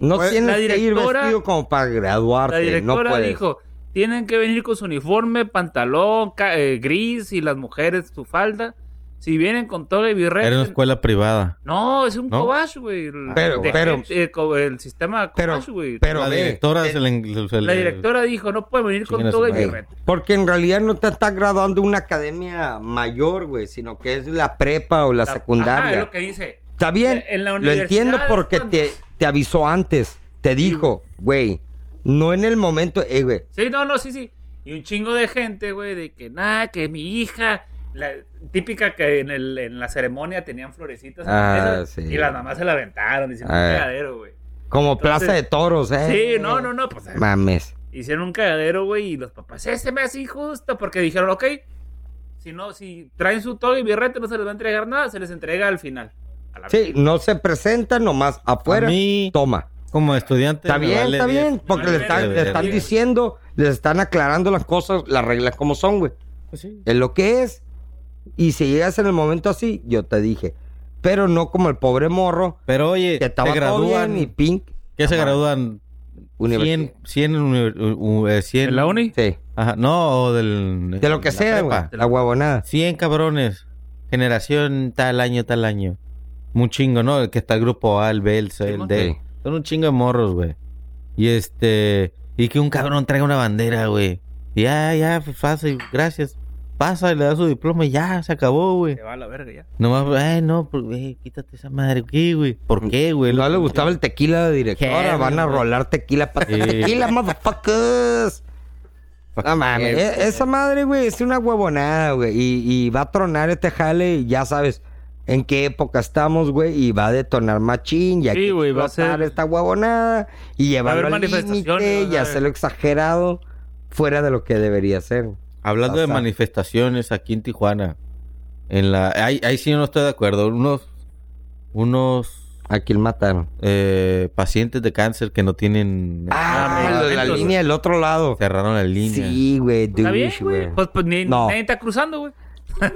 Speaker 4: no
Speaker 3: Pues,
Speaker 4: tienes
Speaker 9: la
Speaker 4: que ir
Speaker 9: directora-
Speaker 4: vestido como para graduarte.
Speaker 9: La directora
Speaker 4: no puedes.
Speaker 9: dijo, tienen que venir con su uniforme, pantalón ca- eh, gris y las mujeres su falda. Si vienen con todo el birrete...
Speaker 5: Era una escuela privada.
Speaker 9: No, es un
Speaker 5: ¿No?
Speaker 9: cobash, güey. El-
Speaker 4: Pero-
Speaker 9: de
Speaker 4: pero-
Speaker 9: gente, eh, co- el sistema
Speaker 4: Ah. Pero-
Speaker 9: cobash, güey.
Speaker 4: pero-
Speaker 5: la
Speaker 4: ve,
Speaker 5: directora
Speaker 4: eh,
Speaker 5: se le- se le-
Speaker 9: La directora dijo, no pueden venir
Speaker 5: Chinguen
Speaker 9: con
Speaker 5: a
Speaker 9: todo
Speaker 5: su
Speaker 9: el
Speaker 5: madre.
Speaker 9: birrete.
Speaker 4: Porque en realidad no te estás graduando de una academia mayor, güey, sino que es la prepa o la,
Speaker 9: Ajá,
Speaker 4: secundaria.
Speaker 9: es lo que dice.
Speaker 4: Está bien,
Speaker 9: En la
Speaker 4: lo entiendo
Speaker 9: universidad
Speaker 4: porque
Speaker 9: es cuando-
Speaker 4: te, te avisó antes. Te dijo, güey, no en el momento, eh, güey.
Speaker 9: Sí, no, no, sí, sí. Y un chingo de gente, güey, de que nada, que mi hija, la típica que en, el, en la ceremonia tenían florecitas en la
Speaker 4: Ah,
Speaker 9: mesa,
Speaker 4: sí.
Speaker 9: y las mamás se la aventaron, diciendo,
Speaker 4: Ah.
Speaker 9: cagadero, güey.
Speaker 4: Como
Speaker 9: Entonces-
Speaker 4: plaza de toros, eh.
Speaker 9: Sí, no, no, no, pues eh,
Speaker 4: Mames.
Speaker 9: Hicieron un cagadero, güey, y los papás, ese me hace injusto, porque dijeron, ok, si no, si traen su todo y birrete, no se les va a entregar nada, se les entrega al final. A la
Speaker 4: Sí, no se presenta nomás afuera.
Speaker 5: A mí-
Speaker 4: Toma.
Speaker 5: Como estudiante.
Speaker 4: Está
Speaker 5: me
Speaker 4: bien,
Speaker 5: vale
Speaker 4: está
Speaker 5: diez.
Speaker 4: bien. Porque le
Speaker 9: vale
Speaker 4: están,
Speaker 5: verga,
Speaker 4: le
Speaker 5: me
Speaker 4: están
Speaker 5: vale.
Speaker 4: diciendo, les están aclarando las cosas, las reglas como son, güey.
Speaker 5: Pues
Speaker 4: Es lo que es. Y si llegas en el momento así, yo te dije. Pero no como el pobre morro
Speaker 5: Pero oye,
Speaker 4: que
Speaker 5: te
Speaker 4: estaba todo
Speaker 5: gradúan.
Speaker 4: bien y pink.
Speaker 5: ¿Qué se
Speaker 4: Ajá.
Speaker 5: gradúan?
Speaker 4: Universidad.
Speaker 5: 100, 100, uni- u- u- eh, 100
Speaker 9: ¿En la uni?
Speaker 4: Sí.
Speaker 5: Ajá, no, o del...
Speaker 4: De lo que
Speaker 5: la
Speaker 4: sea, güey.
Speaker 5: prepa.
Speaker 4: La huevonada.
Speaker 5: 100 cabrones. Generación tal año, tal año. Un chingo, ¿no? El que está el grupo A, el B, el C, el
Speaker 9: Simón.
Speaker 5: D.
Speaker 4: Sí.
Speaker 5: Son un chingo de morros, güey. Y este... Y que un cabrón traiga una bandera, güey. Y Ya, ya, pues, fácil, gracias. Pasa y le da su diploma y ya, se acabó, güey.
Speaker 9: Se va a la verga ya.
Speaker 5: Nomás, ay, no, pues, güey, quítate esa madre aquí, güey. ¿Por qué, güey?
Speaker 4: No le gustaba el tequila de directora.
Speaker 5: Qué
Speaker 4: Van a
Speaker 5: verga.
Speaker 4: rolar tequila para
Speaker 5: Sí.
Speaker 4: tequila, motherfuckers. No mames.
Speaker 5: qué,
Speaker 4: e-
Speaker 5: güey.
Speaker 4: esa madre, güey, es una huevonada, güey. Y, y va a tronar este jale, y ya sabes en qué época estamos, güey. Y va a detonar machín. Y aquí
Speaker 9: güey, va a
Speaker 4: explotar
Speaker 9: ser-
Speaker 4: esta huevonada. Y
Speaker 9: Va a haber
Speaker 4: llevarlo al
Speaker 9: manifestaciones,
Speaker 4: límite
Speaker 9: vas
Speaker 4: y
Speaker 9: a ver.
Speaker 4: hacerlo exagerado fuera de lo que debería ser.
Speaker 5: Hablando de
Speaker 4: Pasa.
Speaker 5: manifestaciones aquí en Tijuana, en la ahí, ahí sí no estoy de acuerdo. Unos unos
Speaker 4: Aquí el mataron.
Speaker 5: eh, pacientes de cáncer que no tienen
Speaker 4: Ah, lo de la
Speaker 9: medicamentos.
Speaker 4: línea del otro lado.
Speaker 5: cerraron la línea.
Speaker 4: Sí, güey,
Speaker 9: Está bien,
Speaker 4: douche,
Speaker 9: güey. Pues, pues ni,
Speaker 4: No.
Speaker 9: nadie está cruzando, güey.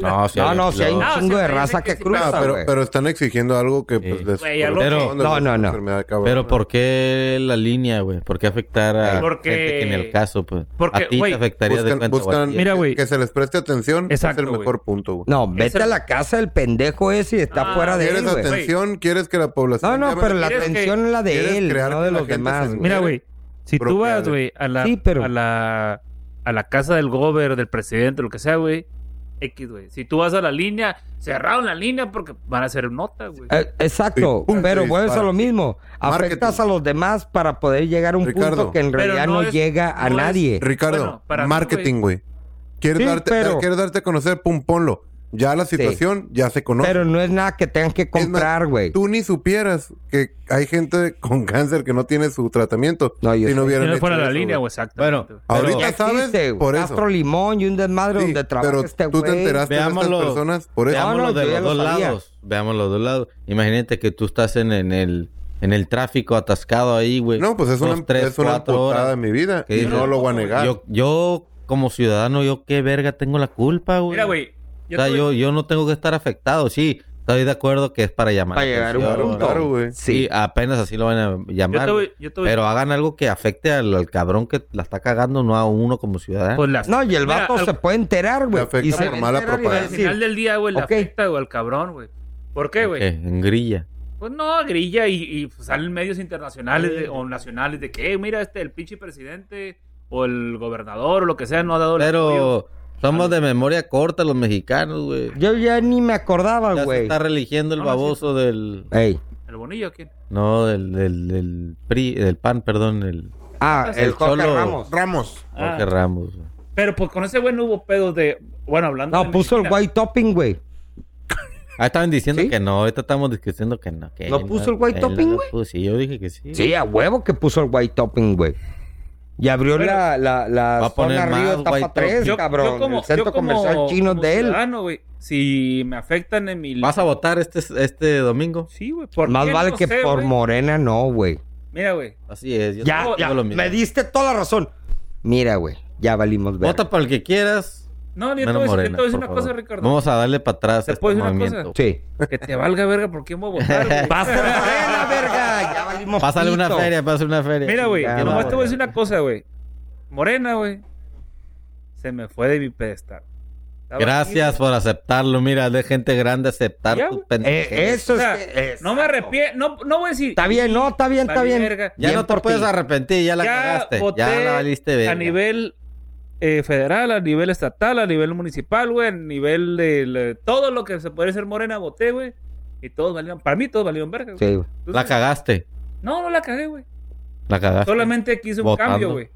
Speaker 5: No, sí
Speaker 4: No,
Speaker 5: hay-
Speaker 4: no, si hay un
Speaker 9: Ah, o
Speaker 4: chingo de
Speaker 9: sea, te dicen
Speaker 4: raza
Speaker 9: que
Speaker 4: que
Speaker 9: sí
Speaker 2: Ah,
Speaker 4: cruza,
Speaker 2: pero,
Speaker 4: güey.
Speaker 2: pero están exigiendo algo que
Speaker 5: Sí.
Speaker 2: pues, les-
Speaker 9: Güey, algo
Speaker 5: Pero-
Speaker 2: les-
Speaker 4: no, no, no.
Speaker 2: enfermedad cabrona.
Speaker 5: Pero ¿por qué la línea, güey? ¿Por qué afectar a
Speaker 9: Porque-
Speaker 5: gente que en el caso pues
Speaker 9: porque,
Speaker 5: a ti
Speaker 9: güey,
Speaker 5: te afectaría de
Speaker 2: buscan,
Speaker 5: cuenta?
Speaker 2: buscan
Speaker 5: güey.
Speaker 9: Mira, güey.
Speaker 2: que, se les preste atención
Speaker 9: Exacto,
Speaker 2: es el
Speaker 9: güey.
Speaker 2: mejor punto. güey.
Speaker 4: No, vete
Speaker 9: Ese-
Speaker 4: a la casa del pendejo ese y está
Speaker 9: Ah,
Speaker 4: fuera de
Speaker 2: ¿Quieres
Speaker 4: él, güey.
Speaker 9: atender-
Speaker 2: atención? ¿Quieres que la población...
Speaker 4: No, no,
Speaker 2: llame
Speaker 4: pero la
Speaker 9: ¿Quieres que-
Speaker 4: atención es la de
Speaker 2: quieres
Speaker 4: él,
Speaker 2: crear
Speaker 4: no
Speaker 2: que
Speaker 4: de
Speaker 2: la
Speaker 4: los
Speaker 2: gente
Speaker 4: demás.
Speaker 2: se
Speaker 4: güey.
Speaker 9: Mira, güey, si tú
Speaker 2: Propia
Speaker 9: vas,
Speaker 2: de-
Speaker 9: güey, a la,
Speaker 4: Sí, pero-
Speaker 9: a la a la casa del gober, del presidente, lo que sea, güey. X, güey. Si tú vas a la línea, cerraron la línea porque van a hacer nota, güey.
Speaker 4: Eh, exacto,
Speaker 2: Y pum,
Speaker 4: pero
Speaker 2: se
Speaker 4: vuelves a
Speaker 2: dispara.
Speaker 4: lo mismo. Afectas
Speaker 2: Marketing.
Speaker 4: a los demás para poder llegar a un punto
Speaker 2: Ricardo.
Speaker 4: que en
Speaker 9: Pero
Speaker 4: realidad
Speaker 9: no
Speaker 4: no,
Speaker 9: es-
Speaker 4: llega a
Speaker 9: no es-
Speaker 4: nadie.
Speaker 2: Ricardo,
Speaker 9: Bueno, para mí,
Speaker 2: marketing, güey. ¿Quieres,
Speaker 4: Sí,
Speaker 2: darte,
Speaker 4: pero-
Speaker 2: ¿Quieres darte a conocer? Pum, ponlo. Ya la situación ya se conoce.
Speaker 4: Pero no es nada que tengan que
Speaker 2: Es más,
Speaker 4: comprar, güey.
Speaker 2: Tú ni supieras que hay gente con cáncer que no tiene su tratamiento.
Speaker 4: No, yo
Speaker 2: si
Speaker 4: sé.
Speaker 2: no
Speaker 9: Si
Speaker 2: hubieran
Speaker 9: no
Speaker 2: hecho
Speaker 9: fuera la
Speaker 2: eso,
Speaker 9: línea,
Speaker 2: güey.
Speaker 9: güey, exacto.
Speaker 5: Bueno,
Speaker 2: Ahorita
Speaker 5: pero-
Speaker 4: Ya
Speaker 2: sabes
Speaker 4: existe, güey.
Speaker 2: por eso.
Speaker 4: Castro Limón y un desmadre
Speaker 2: Sí,
Speaker 4: donde trabaja
Speaker 2: pero
Speaker 4: este
Speaker 2: tú
Speaker 4: güey.
Speaker 2: te enteraste de
Speaker 5: Veámoslo.
Speaker 2: estas personas por eso.
Speaker 4: Ah,
Speaker 5: Veámoslo
Speaker 4: no,
Speaker 5: de
Speaker 4: yo ya
Speaker 5: los
Speaker 4: lo
Speaker 5: dos
Speaker 4: sabía.
Speaker 5: lados. Veamos los dos lados. Imagínate que tú estás en, en el en el tráfico atascado ahí, güey.
Speaker 2: No, pues es
Speaker 5: Dos,
Speaker 2: una,
Speaker 5: tres,
Speaker 2: es una
Speaker 5: cuatro horas.
Speaker 2: putada en mi vida.
Speaker 5: ¿Qué
Speaker 2: Y
Speaker 5: dices?
Speaker 2: no lo voy a negar.
Speaker 5: Yo, yo como ciudadano, yo qué verga tengo la culpa, güey.
Speaker 9: Mira, güey.
Speaker 5: O sea,
Speaker 9: tuve-
Speaker 5: yo, yo no tengo que estar afectado. Sí, estoy de acuerdo que es para llamar.
Speaker 4: Para
Speaker 5: la
Speaker 4: llegar a un
Speaker 5: atención,
Speaker 4: punto.
Speaker 5: ¿no?
Speaker 2: Claro, güey.
Speaker 5: Sí,
Speaker 4: Sí.
Speaker 5: apenas así lo van a
Speaker 9: yo
Speaker 5: llamar.
Speaker 9: te
Speaker 5: güey.
Speaker 9: voy- yo te voy-
Speaker 5: Pero hagan algo que afecte al, al cabrón que la está cagando, no a uno como ciudadano.
Speaker 9: pues las-
Speaker 4: No, y el
Speaker 9: Mira,
Speaker 4: vato
Speaker 9: al-
Speaker 4: se puede enterar, güey.
Speaker 2: afecta
Speaker 4: Y se
Speaker 2: por
Speaker 4: va a
Speaker 2: mala
Speaker 4: enterar y va a
Speaker 9: al
Speaker 2: propaganda.
Speaker 4: decir,
Speaker 9: final del día, güey, le
Speaker 4: Ok.
Speaker 9: afecta, güey, al cabrón, güey. ¿Por qué, güey?
Speaker 5: Eh, en grilla.
Speaker 9: Pues no, grilla y, y pues, salen medios internacionales de- o nacionales de que, "Eh, mira, este, el pinche presidente o el gobernador o lo que sea no ha dado el apoyo".
Speaker 5: Pero somos de memoria corta los mexicanos, güey.
Speaker 4: Yo ya ni me acordaba,
Speaker 5: Ya se
Speaker 4: güey.
Speaker 5: está religiendo el
Speaker 9: No, no, sí.
Speaker 5: baboso del...
Speaker 4: Ey.
Speaker 9: ¿El bonillo quién?
Speaker 5: No, del, del, del PRI, del PAN, perdón, el
Speaker 4: Ah, el
Speaker 5: El
Speaker 4: Jorge
Speaker 5: Cholo.
Speaker 4: Ramos.
Speaker 3: Ramos.
Speaker 9: Ah,
Speaker 5: Jorge Ramos. güey.
Speaker 9: pero pues con ese güey no hubo pedos de... Bueno, hablando
Speaker 4: No,
Speaker 9: de
Speaker 4: puso el
Speaker 9: medicina,
Speaker 4: white topping, güey.
Speaker 5: Ah, estaban diciendo
Speaker 4: ¿Sí?
Speaker 5: que no, ahorita estamos diciendo que no. Que
Speaker 4: ¿No
Speaker 5: él
Speaker 4: puso el white
Speaker 5: él no
Speaker 4: topping,
Speaker 5: lo
Speaker 4: güey?
Speaker 5: puso. Sí, yo dije que sí.
Speaker 4: Sí, a huevo que puso el white topping, güey. Y abrió
Speaker 9: Bueno,
Speaker 4: la, la, la
Speaker 5: va a poner
Speaker 4: zona
Speaker 5: más
Speaker 4: Río
Speaker 5: white
Speaker 4: Tapa 3,
Speaker 5: topping.
Speaker 4: cabrón.
Speaker 9: como-
Speaker 4: el centro
Speaker 9: yo como-
Speaker 4: comercial chino
Speaker 9: como
Speaker 4: de él.
Speaker 9: ciudadano, güey, si me afectan en mi...
Speaker 5: ¿Vas a votar este, este domingo?
Speaker 9: Sí, güey. ¿por
Speaker 4: Más
Speaker 9: qué?
Speaker 4: vale
Speaker 9: No
Speaker 4: que
Speaker 9: sé,
Speaker 4: por
Speaker 9: güey.
Speaker 4: Morena no, güey.
Speaker 9: Mira, güey.
Speaker 5: Así es. yo
Speaker 4: Ya,
Speaker 5: digo
Speaker 4: ya,
Speaker 5: lo mismo.
Speaker 4: me diste toda la razón. Mira, güey, ya valimos ver.
Speaker 5: Vota para el que quieras.
Speaker 9: No, yo te voy
Speaker 5: Menos
Speaker 9: a decir- yo
Speaker 5: Morena,
Speaker 9: te voy a
Speaker 5: por
Speaker 9: decir una
Speaker 5: favor.
Speaker 9: cosa, Ricardo.
Speaker 5: Vamos a darle para atrás
Speaker 9: ¿Te
Speaker 5: este
Speaker 9: puedo decir una
Speaker 5: movimiento.
Speaker 4: Sí.
Speaker 9: Que te valga verga por quién voy a votar, güey.
Speaker 4: Va a ser Morena, verga. Ya valimos
Speaker 5: Pásale una
Speaker 4: pito.
Speaker 5: feria, pásale una feria.
Speaker 9: Mira, güey,
Speaker 4: Ya,
Speaker 9: yo nomás
Speaker 4: va,
Speaker 9: te voy a decir una cosa, güey. Morena, güey. Se me fue de mi pedestal. Estaba
Speaker 5: Gracias
Speaker 9: aquí,
Speaker 5: por aceptarlo. Mira, de gente grande aceptar
Speaker 9: Ya,
Speaker 5: tus
Speaker 9: güey.
Speaker 5: pendejadas.
Speaker 4: Eh, eso
Speaker 9: O sea,
Speaker 4: es que-
Speaker 9: güey. No me arrepiento, no, no voy a decir.
Speaker 4: Está bien, no, está bien, está
Speaker 9: Vale
Speaker 4: bien.
Speaker 9: verga.
Speaker 5: Ya
Speaker 4: Bien
Speaker 5: no te
Speaker 4: por
Speaker 5: puedes
Speaker 4: ti.
Speaker 5: arrepentir, ya la cagaste.
Speaker 9: voté
Speaker 5: Ya la valiste verga.
Speaker 9: A nivel eh, federal, a nivel estatal, a nivel municipal, güey, a nivel de, de todo lo que se puede ser Morena, voté, güey. Y todos valieron, para mí todos valieron verga, güey.
Speaker 4: Sí, güey.
Speaker 9: Entonces,
Speaker 5: La cagaste.
Speaker 9: No, no la cagué, güey.
Speaker 5: La cagaste.
Speaker 9: Solamente quise un
Speaker 5: Votando.
Speaker 9: cambio, güey.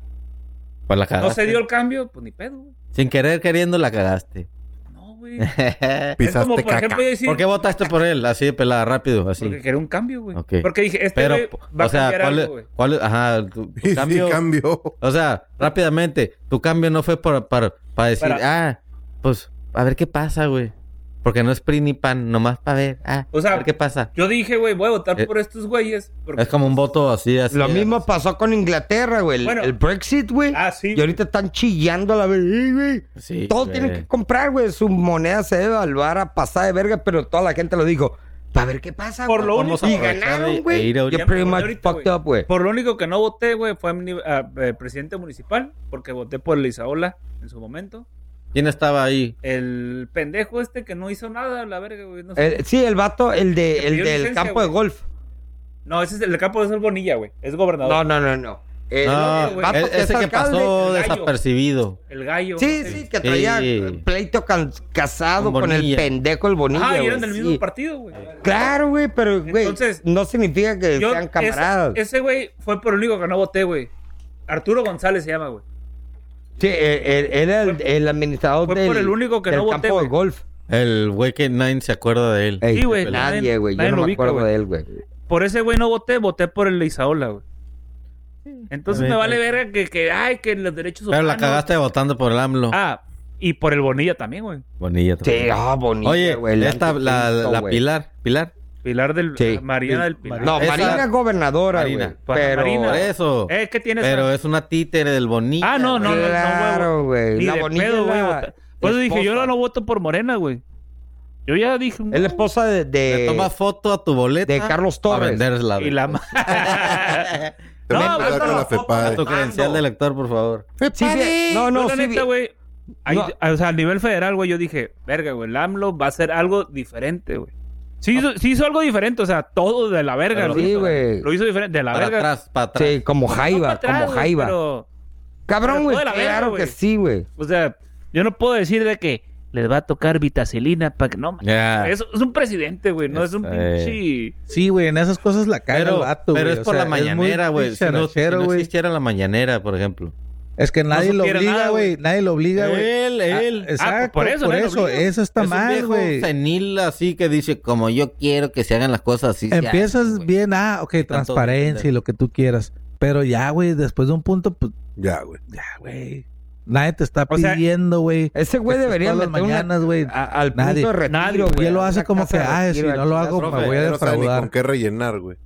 Speaker 5: Pues la
Speaker 9: No
Speaker 5: cagaste.
Speaker 9: se dio el cambio, pues ni pedo, güey.
Speaker 5: Sin querer queriendo la cagaste.
Speaker 9: No, güey. Es como,
Speaker 2: Pisaste
Speaker 9: por
Speaker 2: caca.
Speaker 9: ejemplo, yo decir,
Speaker 5: ¿Por qué votaste por él? Así de pelada, rápido, así.
Speaker 9: porque quería un cambio, güey.
Speaker 5: Ok.
Speaker 9: Porque dije, este
Speaker 5: Pero,
Speaker 9: güey va
Speaker 5: o
Speaker 9: a
Speaker 5: sea,
Speaker 9: cambiar
Speaker 5: ¿cuál, es-
Speaker 9: algo, güey.
Speaker 5: cuál es- ajá, tu, tu
Speaker 2: Y sí,
Speaker 5: cambio?
Speaker 2: cambió.
Speaker 5: O sea, rápidamente, tu cambio no fue para, para, para decir,
Speaker 9: Para-
Speaker 5: ah, pues, a ver qué pasa, güey. Porque no es PRI ni PAN, nomás para ver, ah,
Speaker 9: O sea,
Speaker 5: a ver qué pasa.
Speaker 9: Yo dije, güey, voy a votar
Speaker 5: Eh,
Speaker 9: por estos güeyes. Porque...
Speaker 5: Es como un voto así, así.
Speaker 4: Lo mismo pasó con Inglaterra, güey. El,
Speaker 9: Bueno.
Speaker 4: el Brexit, güey.
Speaker 9: Ah, sí.
Speaker 4: Y ahorita están chillando a la vez. "Ey, güey,
Speaker 5: Sí,
Speaker 4: Todos
Speaker 5: güey.
Speaker 4: tienen que comprar, güey. Su moneda se debe evaluar a pasar de verga, pero toda la gente lo dijo. Para ver qué pasa.
Speaker 9: Por
Speaker 4: güey".
Speaker 9: lo
Speaker 5: Vamos a
Speaker 4: Y
Speaker 9: único
Speaker 5: aprovechar de-
Speaker 4: ganaron,
Speaker 5: de
Speaker 4: güey.
Speaker 5: ir ahorita.
Speaker 4: Yo pretty
Speaker 9: Ya me
Speaker 4: much
Speaker 9: acordé ahorita,
Speaker 4: fucked
Speaker 9: güey.
Speaker 4: up, güey.
Speaker 9: Por lo único que no voté, güey, fue a mi- a, eh, presidente municipal, porque voté por Elisaola en su momento.
Speaker 5: ¿Quién estaba ahí?
Speaker 9: El pendejo este que no hizo nada, la verga, güey. No, sé.
Speaker 4: Eh, sí, el vato, el,
Speaker 9: Que
Speaker 4: de, el
Speaker 9: pidió
Speaker 4: del
Speaker 9: licencia,
Speaker 4: campo de
Speaker 9: güey.
Speaker 4: golf.
Speaker 9: No, ese es el campo de Sol Bonilla, güey. Es gobernador.
Speaker 4: No, no, no, no. El,
Speaker 5: no,
Speaker 4: el vato
Speaker 5: el-
Speaker 4: que es
Speaker 5: ese que
Speaker 4: alcalde.
Speaker 5: pasó
Speaker 9: el gallo.
Speaker 5: desapercibido.
Speaker 9: El gallo.
Speaker 4: Sí,
Speaker 9: no sé.
Speaker 4: sí, que traía
Speaker 5: Sí.
Speaker 4: pleito can- casado
Speaker 5: Con
Speaker 4: con el
Speaker 5: Bonilla.
Speaker 4: pendejo, el bonillo.
Speaker 9: Ah, y eran del mismo partido, güey.
Speaker 4: Claro, güey, pero, güey,
Speaker 9: Entonces,
Speaker 4: no significa que
Speaker 9: Yo-
Speaker 4: sean camaradas.
Speaker 9: Ese ese güey fue por el único que no voté, güey. Arturo González se llama, güey.
Speaker 4: Sí, él, él- él era el, el administrador
Speaker 9: fue
Speaker 4: del,
Speaker 9: por el único que
Speaker 4: del
Speaker 9: no voté,
Speaker 4: campo
Speaker 9: güey.
Speaker 4: de golf.
Speaker 5: El güey que nadie se acuerda de él.
Speaker 4: Ey,
Speaker 9: Sí, güey,
Speaker 4: Nadie,
Speaker 9: nadie-
Speaker 4: güey, yo
Speaker 9: nadie
Speaker 4: no me
Speaker 9: lo ubica,
Speaker 4: acuerdo
Speaker 9: güey.
Speaker 4: de él, güey.
Speaker 9: Por ese güey no voté, voté por el Isaola, güey. Entonces
Speaker 5: También,
Speaker 9: me vale
Speaker 5: también.
Speaker 9: verga que, que, ay, que los derechos
Speaker 5: Pero la
Speaker 9: humanos-
Speaker 5: cagaste votando por el AMLO.
Speaker 9: Ah, y por el Bonilla también, güey.
Speaker 5: Bonilla.
Speaker 4: Sí, ah, bonito,
Speaker 5: Oye,
Speaker 4: güey. el
Speaker 5: esta, la,
Speaker 4: anticristo,
Speaker 5: la
Speaker 4: güey.
Speaker 5: Pilar, Pilar.
Speaker 9: Pilar del...
Speaker 4: Sí.
Speaker 9: Mariana del Pilar.
Speaker 4: No,
Speaker 5: Esa-
Speaker 4: Marina es gobernadora,
Speaker 5: Marina.
Speaker 4: güey.
Speaker 9: Para
Speaker 4: Pero...
Speaker 5: Por
Speaker 9: Marina.
Speaker 5: eso.
Speaker 9: Eh, ¿qué tienes?
Speaker 5: Pero es una títere del Bonilla.
Speaker 9: Ah, no, no, no, no,
Speaker 4: Claro, güey.
Speaker 9: Ni
Speaker 4: La
Speaker 9: de
Speaker 4: Bonilla
Speaker 9: pedo,
Speaker 4: es
Speaker 9: güey.
Speaker 4: la
Speaker 9: votar. Por eso dije, yo
Speaker 4: esposa.
Speaker 9: ahora no voto por Morena, güey. Yo ya dije...
Speaker 4: Es la esposa de... de-
Speaker 8: Eh,
Speaker 5: Le toma foto a tu boleta.
Speaker 4: de Carlos
Speaker 5: A
Speaker 4: Torres.
Speaker 5: venderla.
Speaker 9: Y
Speaker 5: güey.
Speaker 9: la... ma-
Speaker 2: Te voy a empezar
Speaker 9: No, basta
Speaker 2: con
Speaker 9: la
Speaker 2: la FEPADE.
Speaker 5: Tu credencial de elector, por favor.
Speaker 4: Sí, sí, No,
Speaker 9: No,
Speaker 4: no,
Speaker 9: Pues la
Speaker 4: sí.
Speaker 9: neta,
Speaker 4: vi-
Speaker 9: güey. ahí-
Speaker 4: No.
Speaker 9: O sea, a nivel federal, güey, yo dije, verga, güey, el AMLO va a hacer algo diferente, güey. Sí hizo, sí hizo algo diferente, o sea, todo de la verga.
Speaker 5: Pero
Speaker 9: lo
Speaker 5: sí,
Speaker 9: hizo,
Speaker 4: güey.
Speaker 9: Lo hizo diferente, de la
Speaker 5: para
Speaker 9: verga.
Speaker 5: atrás, para atrás.
Speaker 4: Sí, como
Speaker 9: No
Speaker 4: Jaiba,
Speaker 9: para atrás,
Speaker 4: como
Speaker 9: güey,
Speaker 4: Jaiba.
Speaker 9: pero,
Speaker 4: Cabrón,
Speaker 9: pero
Speaker 4: güey,
Speaker 9: toda la verga,
Speaker 4: claro
Speaker 9: güey.
Speaker 4: que sí, güey.
Speaker 9: o sea, yo no puedo decir de que les va a tocar vitacilina para que no... ma-
Speaker 5: Ya.
Speaker 9: Eso es un presidente, güey, no es un
Speaker 5: Eh.
Speaker 9: pinche...
Speaker 8: Sí, güey, en esas cosas la caga
Speaker 5: Pero,
Speaker 8: el vato,
Speaker 5: pero
Speaker 8: güey,
Speaker 5: es
Speaker 8: o
Speaker 5: por
Speaker 8: sea,
Speaker 5: la
Speaker 8: muy
Speaker 5: mañanera, güey. Si no, si
Speaker 8: dicharachero,
Speaker 5: no
Speaker 8: güey.
Speaker 5: existiera la mañanera, por ejemplo.
Speaker 8: Es que nadie lo
Speaker 9: supiera
Speaker 8: obliga,
Speaker 9: nada,
Speaker 8: güey.
Speaker 9: güey.
Speaker 8: Nadie lo obliga, güey.
Speaker 5: Él,
Speaker 8: Ah,
Speaker 5: él.
Speaker 8: Exacto,
Speaker 9: por
Speaker 8: por
Speaker 9: eso
Speaker 8: eso,
Speaker 9: nadie lo
Speaker 8: eso,
Speaker 9: obliga.
Speaker 8: está
Speaker 5: es un
Speaker 8: mal,
Speaker 5: viejo
Speaker 8: güey.
Speaker 5: senil así que dice, como yo quiero que se hagan las cosas así. se hacen,
Speaker 8: Empiezas
Speaker 5: güey".
Speaker 8: bien, ah, ok,
Speaker 5: Tanto
Speaker 8: transparencia
Speaker 5: defender.
Speaker 8: y lo que tú quieras. Pero ya, güey, después de un punto, pues
Speaker 2: Ya, güey.
Speaker 8: ya, güey. Nadie te está
Speaker 9: O sea,
Speaker 8: pidiendo, güey.
Speaker 4: Ese güey
Speaker 8: Estas
Speaker 4: debería
Speaker 8: todas las
Speaker 4: meter una-
Speaker 8: mañanas, güey.
Speaker 4: a- al punto
Speaker 8: Nadie.
Speaker 4: de retiro,
Speaker 9: Nadie,
Speaker 4: güey.
Speaker 8: Y él lo
Speaker 4: a
Speaker 8: hace
Speaker 4: una
Speaker 8: como
Speaker 4: casa
Speaker 8: que,
Speaker 4: de
Speaker 8: ah, si
Speaker 4: retiro,
Speaker 8: no lo
Speaker 4: a
Speaker 8: hago,
Speaker 4: chingar
Speaker 8: me
Speaker 5: profe,
Speaker 8: voy a
Speaker 2: Ya no sabe ni con
Speaker 8: defraudar.
Speaker 2: qué rellenar, güey.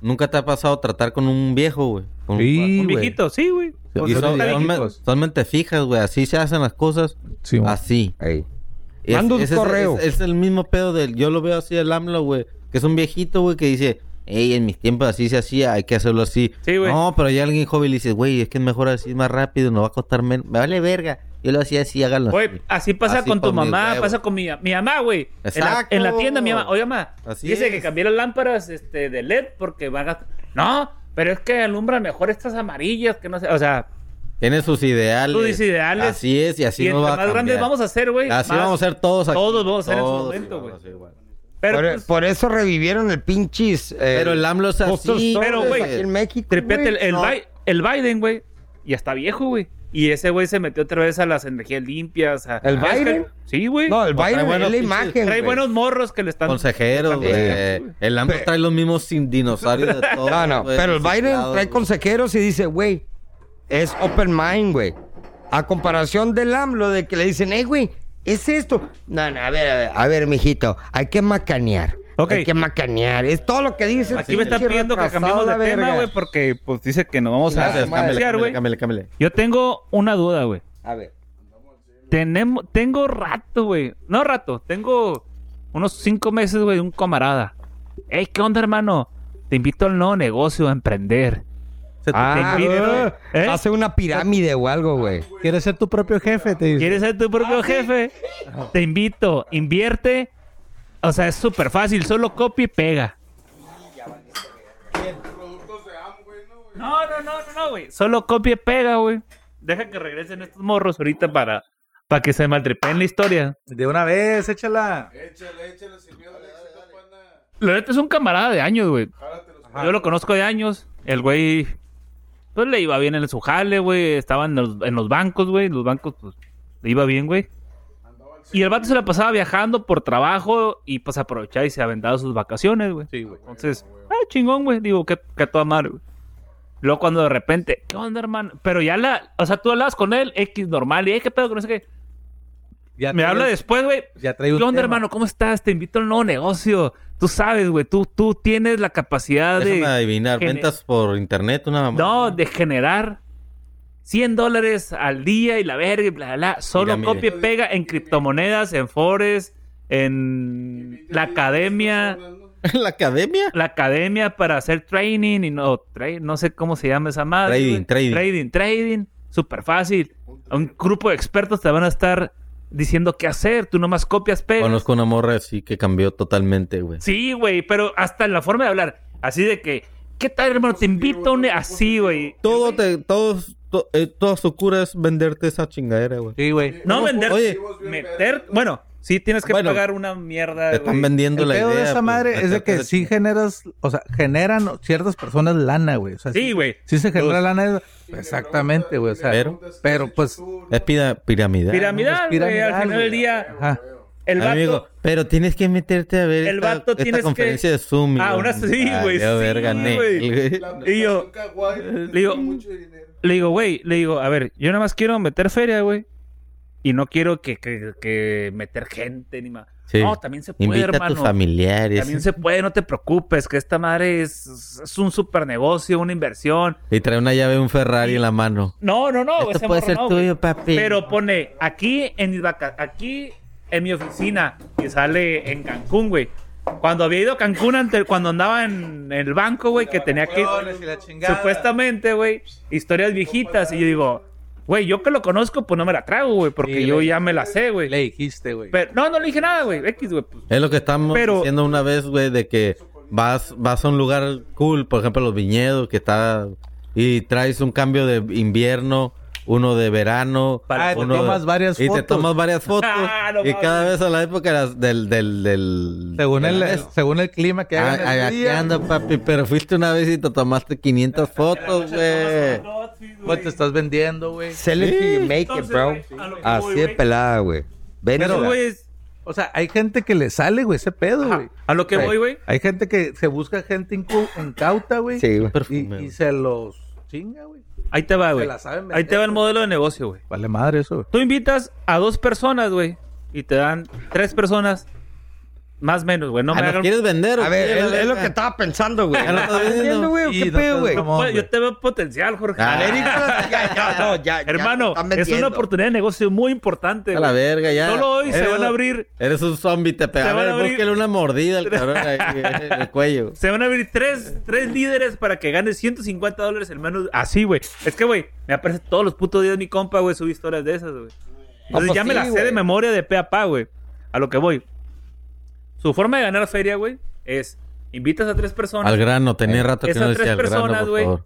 Speaker 5: Nunca te ha pasado tratar con un viejo, güey. Con-
Speaker 8: Sí,
Speaker 9: Un
Speaker 8: güey.
Speaker 9: viejito, sí, güey.
Speaker 8: Sí,
Speaker 9: O
Speaker 5: Y
Speaker 8: Pues
Speaker 9: sea,
Speaker 5: son,
Speaker 8: no te
Speaker 5: son
Speaker 8: digo.
Speaker 5: men- son mentefijas, güey. Así se hacen las cosas.
Speaker 8: Sí, güey.
Speaker 5: Así.
Speaker 4: Ey. Manda un
Speaker 5: es-
Speaker 4: correo.
Speaker 5: Es, es el mismo pedo del... Yo lo veo así el AMLO, güey. Que es un viejito, güey, que dice... Ey, en mis tiempos así se hacía, hay que hacerlo así.
Speaker 9: Sí, güey.
Speaker 5: No, pero ya alguien joven le dice, güey, es que es mejor así, más rápido, nos va a costar menos. Me vale verga. Yo lo hacía así, háganlo.
Speaker 9: Güey, así pasa
Speaker 5: Así
Speaker 9: con tu
Speaker 5: con mis
Speaker 9: mamá,
Speaker 5: huevos.
Speaker 9: pasa con mi, mi mamá, güey. En la,
Speaker 5: Exacto.
Speaker 9: en la tienda, mi mamá. Oye, mamá,
Speaker 5: Así
Speaker 9: dice
Speaker 5: es.
Speaker 9: que cambié las lámparas este, de LED porque van a... No, pero es que alumbran mejor estas amarillas que no sé. O sea,
Speaker 5: Tiene sus ideales.
Speaker 9: Sus ideales.
Speaker 5: Así es, y así
Speaker 9: y
Speaker 5: nos
Speaker 9: entre
Speaker 5: va a
Speaker 9: más
Speaker 5: cambiar.
Speaker 9: grandes vamos a ser, güey.
Speaker 5: Así
Speaker 9: más-
Speaker 5: vamos a ser todos aquí.
Speaker 9: Todos vamos a ser en su
Speaker 5: Todos
Speaker 9: momento,
Speaker 5: igual,
Speaker 9: güey.
Speaker 5: así igual.
Speaker 9: Pero,
Speaker 4: Por,
Speaker 9: pues,
Speaker 4: por eso revivieron el pinches. eh,
Speaker 5: Pero el AMLO es
Speaker 4: Foster
Speaker 5: así.
Speaker 4: Stores
Speaker 9: Pero, güey,
Speaker 4: aquí en México.
Speaker 9: tripete el,
Speaker 4: güey.
Speaker 9: el
Speaker 4: No.
Speaker 9: Bi- el Biden, güey. Ya está viejo, güey. Y ese güey se metió otra vez a las energías limpias. a-
Speaker 4: ¿El
Speaker 9: ¿Sabes
Speaker 4: Biden?
Speaker 9: qué? Sí, güey.
Speaker 4: No, el
Speaker 5: trae
Speaker 4: Biden
Speaker 5: buenos
Speaker 4: es la
Speaker 5: pinches-
Speaker 4: imagen.
Speaker 9: Trae
Speaker 4: güey.
Speaker 9: buenos morros que le están...
Speaker 5: Consejeros, güey.
Speaker 4: También.
Speaker 5: El AMLO trae los mismos sin- dinosaurios de todos.
Speaker 4: No, Ah, no,
Speaker 5: güey,
Speaker 4: pero el Biden
Speaker 5: reciclados,
Speaker 4: trae
Speaker 5: güey.
Speaker 4: consejeros y dice, güey, es open mind, güey. A comparación del AMLO, de que le dicen, hey, güey, es esto. No, no, a ver, a ver, a ver, mijito, hay que macanear.
Speaker 9: Ok.
Speaker 4: Hay que macanear. Es todo lo que dice.
Speaker 9: Aquí me están pidiendo que cambiemos de tema, güey, porque pues dice que nos vamos a
Speaker 5: Gracias, cámbiale,
Speaker 9: divorciar,
Speaker 5: cámbiale,
Speaker 9: güey.
Speaker 5: cámbiale, cámbiale.
Speaker 9: Yo tengo una duda, güey.
Speaker 4: A ver.
Speaker 9: Tenemos, tengo rato, güey. No rato, tengo unos cinco meses, güey, de un camarada. Ey, ¿qué onda, hermano? Te invito al nuevo negocio a emprender.
Speaker 8: Se te-
Speaker 4: Ah,
Speaker 9: Te invito,
Speaker 4: ah,
Speaker 9: ¿eh?
Speaker 4: Hace una pirámide o algo, güey.
Speaker 8: ¿Quieres ser tu propio jefe? Te dice.
Speaker 9: ¿Quieres ser tu propio jefe? Te invito, invierte. O sea, es súper fácil, solo copia y pega. No, no, no, no, no, güey. Solo copia y pega, güey. Deja que regresen estos morros ahorita para, para que se maltripeen la historia.
Speaker 8: De una vez, échala.
Speaker 9: La neta es un camarada de años, güey. Yo lo conozco de años. El güey, pues le iba bien en su jale, güey. Estaba en los, en los bancos, güey. Los bancos, pues, le iba bien, güey. Y el vato se la pasaba viajando por trabajo y pues aprovechaba y se aventaba sus vacaciones, güey.
Speaker 7: Sí, güey.
Speaker 9: Entonces, ah, chingón, güey. Digo, que, que a toda madre, güey. Luego cuando de repente, ¿qué onda, hermano? Pero ya la, o sea, tú hablabas con él, X normal, y, "Ey, ¿qué pedo? Que no sé qué.
Speaker 7: Ya
Speaker 9: Me
Speaker 7: trae
Speaker 9: habla
Speaker 7: un-
Speaker 9: después, güey.
Speaker 7: Ya trae
Speaker 9: ¿Qué
Speaker 7: un
Speaker 9: onda,
Speaker 7: tema.
Speaker 9: hermano? ¿Cómo estás? Te invito al nuevo negocio. Tú sabes, güey. Tú, tú tienes la capacidad
Speaker 5: Déjame
Speaker 9: de...
Speaker 5: adivinar.
Speaker 9: Gene-
Speaker 5: Ventas por internet, una mamá.
Speaker 9: No, de generar 100 dólares al día y la verga y bla, bla, bla. Solo
Speaker 5: Mira, mire.
Speaker 9: copia y pega en criptomonedas, en Forex, en la academia.
Speaker 5: ¿En la academia?
Speaker 9: La academia para hacer training y no, tra- no sé cómo se llama esa madre.
Speaker 5: Trading,
Speaker 9: güey.
Speaker 5: trading.
Speaker 9: Trading, trading. Súper fácil. Un grupo de expertos te van a estar diciendo qué hacer. Tú nomás copias, pegas.
Speaker 5: Conozco una morra así que cambió totalmente, güey.
Speaker 9: Sí, güey, pero hasta en la forma de hablar. Así de que, ¿qué tal, hermano? Te invito a un... Así, güey.
Speaker 5: Todo te, todos, to- eh, toda su cura es venderte esa chingadera, güey.
Speaker 7: Sí, güey.
Speaker 9: No vender,
Speaker 5: Oye.
Speaker 9: meter, bueno, sí tienes que
Speaker 5: Bueno,
Speaker 9: pagar una mierda.
Speaker 5: Te están
Speaker 9: güey.
Speaker 5: vendiendo
Speaker 8: El
Speaker 5: la idea.
Speaker 8: pedo de esa
Speaker 5: pues,
Speaker 8: madre es de
Speaker 5: meterte
Speaker 8: que
Speaker 5: esa
Speaker 8: sí
Speaker 5: chingada.
Speaker 8: generas, o sea, generan ciertas personas lana, güey. O sea,
Speaker 9: Sí, güey.
Speaker 8: Sí se genera lana. Exactamente, güey. O sea,
Speaker 5: Pero-
Speaker 8: pero, pues,
Speaker 5: Es pida, piramidal.
Speaker 9: Piramidal,
Speaker 8: Es
Speaker 9: güey, al
Speaker 8: piramidal,
Speaker 9: final del
Speaker 8: güey.
Speaker 9: día,
Speaker 8: ajá.
Speaker 9: el vato...
Speaker 5: pues, Amigo, pero tienes que meterte a ver
Speaker 9: El
Speaker 5: esta,
Speaker 9: vato
Speaker 5: esta
Speaker 9: tienes
Speaker 5: conferencia
Speaker 9: que-
Speaker 5: de Zoom.
Speaker 9: Ah, una- sí, güey,
Speaker 5: Valió
Speaker 9: sí,
Speaker 5: verga,
Speaker 9: güey.
Speaker 5: Nel, güey.
Speaker 9: y yo, le digo, le digo, güey, le digo, a ver, yo nada más quiero meter feria, güey. Y no quiero que, que, que meter gente ni más.
Speaker 5: Sí.
Speaker 9: No, también se puede,
Speaker 5: Invita a
Speaker 9: hermano.
Speaker 5: tus familiares.
Speaker 9: También se puede, no te preocupes, que esta madre es, es un super negocio, una inversión.
Speaker 5: Y trae una llave de un Ferrari en la mano.
Speaker 9: No, no, no.
Speaker 5: Esto
Speaker 9: ese
Speaker 5: puede
Speaker 9: morro
Speaker 5: ser
Speaker 9: no, güey.
Speaker 5: tuyo, papi.
Speaker 9: Pero pone aquí en mis vaca- aquí en mi oficina que sale en Cancún, güey. Cuando había ido a Cancún ante, cuando andaba en el banco, güey, que tenía que supuestamente, güey, historias viejitas y yo digo, güey, yo que lo conozco, pues no me la trago, güey, porque
Speaker 8: Sí,
Speaker 9: yo
Speaker 8: le-
Speaker 9: ya me la sé, güey.
Speaker 8: Le dijiste, güey.
Speaker 9: Pero no, no le dije nada, güey. X, güey. pues,
Speaker 5: Es lo que estamos
Speaker 9: Pero-
Speaker 5: diciendo una vez, güey, de que vas, vas a un lugar cool, por ejemplo, los viñedos, que está. Y traes un cambio de invierno, uno de verano.
Speaker 8: Ah, te
Speaker 5: uno de-
Speaker 8: tomas varias
Speaker 5: y te
Speaker 8: fotos.
Speaker 5: tomas varias fotos.
Speaker 9: Ah, no
Speaker 5: y
Speaker 9: mames.
Speaker 5: cada vez a la época las- del. del, del
Speaker 8: Según
Speaker 5: de la
Speaker 8: el,
Speaker 5: vez.
Speaker 8: según el clima que
Speaker 5: Ay,
Speaker 8: hagan
Speaker 5: ay,
Speaker 8: el
Speaker 5: aquí
Speaker 8: día,
Speaker 5: Ah, ando, papi, pero fuiste una vez y te tomaste 500 fotos, güey.
Speaker 8: pues te estás vendiendo, güey.
Speaker 4: Sell it till you make it,
Speaker 9: Entonces,
Speaker 4: bro.
Speaker 9: güey, a lo que voy,
Speaker 4: Así de
Speaker 9: güey.
Speaker 4: pelada, güey. Véndela.
Speaker 9: esos güeyes-
Speaker 8: O sea, hay gente que le sale, güey, ese pedo,
Speaker 9: Ajá,
Speaker 8: güey.
Speaker 9: a lo que
Speaker 8: Sí.
Speaker 9: voy, güey.
Speaker 8: Hay gente que se busca gente incu- incauta, güey.
Speaker 4: Sí, güey.
Speaker 8: Y,
Speaker 5: Perfume,
Speaker 8: y
Speaker 5: güey.
Speaker 8: se los chinga, güey.
Speaker 9: Ahí te va, güey.
Speaker 8: la saben
Speaker 9: Ahí te va
Speaker 8: vender,
Speaker 9: el modelo de negocio, güey.
Speaker 8: Vale madre eso, güey.
Speaker 9: Tú invitas a dos personas, güey, y te dan tres personas, más menos, güey. No
Speaker 5: Ah,
Speaker 9: me
Speaker 5: ¿nos
Speaker 9: hagan...
Speaker 5: quieres vender? o
Speaker 4: A ver,
Speaker 5: qué,
Speaker 4: es,
Speaker 5: la
Speaker 4: es lo
Speaker 5: verga?
Speaker 4: que estaba pensando, güey.
Speaker 5: Ya lo estás
Speaker 4: ¿Estás
Speaker 5: viendo.
Speaker 4: viendo, güey?
Speaker 8: Y
Speaker 4: ¿Qué
Speaker 8: no
Speaker 4: pedo,
Speaker 8: estás
Speaker 4: güey?
Speaker 8: mamón,
Speaker 9: Pues,
Speaker 8: güey.
Speaker 9: yo te veo potencial, Jorge.
Speaker 5: Ah.
Speaker 4: América, ya, ya, no, ya, ya
Speaker 9: Hermano,
Speaker 4: te están
Speaker 9: es una
Speaker 4: vendiendo.
Speaker 9: oportunidad de negocio muy importante.
Speaker 5: A la
Speaker 9: güey.
Speaker 5: verga, ya.
Speaker 9: Solo hoy se
Speaker 5: Eres-
Speaker 9: van a abrir,
Speaker 5: Eres un zombie, te
Speaker 9: Se
Speaker 5: pega. A
Speaker 9: van a
Speaker 5: ver,
Speaker 9: abrir-
Speaker 5: búsquele una mordida al cabrón ahí en el cuello.
Speaker 9: se van a abrir tres, tres líderes para que ganes 150 dólares el menú. Así, güey. Es que, güey, me aparece todos los putos días mi compa, güey, sube historias de esas, güey. Entonces
Speaker 4: pues
Speaker 9: ya me
Speaker 4: sí,
Speaker 9: las sé
Speaker 4: güey.
Speaker 9: de memoria de pe a pa, güey. A lo que voy. Su forma de ganar feria, güey, es invitas a tres personas.
Speaker 5: Al grano, tenía rato que
Speaker 9: Eh, Esas
Speaker 5: no decía
Speaker 9: tres
Speaker 5: al grano,
Speaker 9: personas,
Speaker 5: por
Speaker 9: güey.
Speaker 5: favor.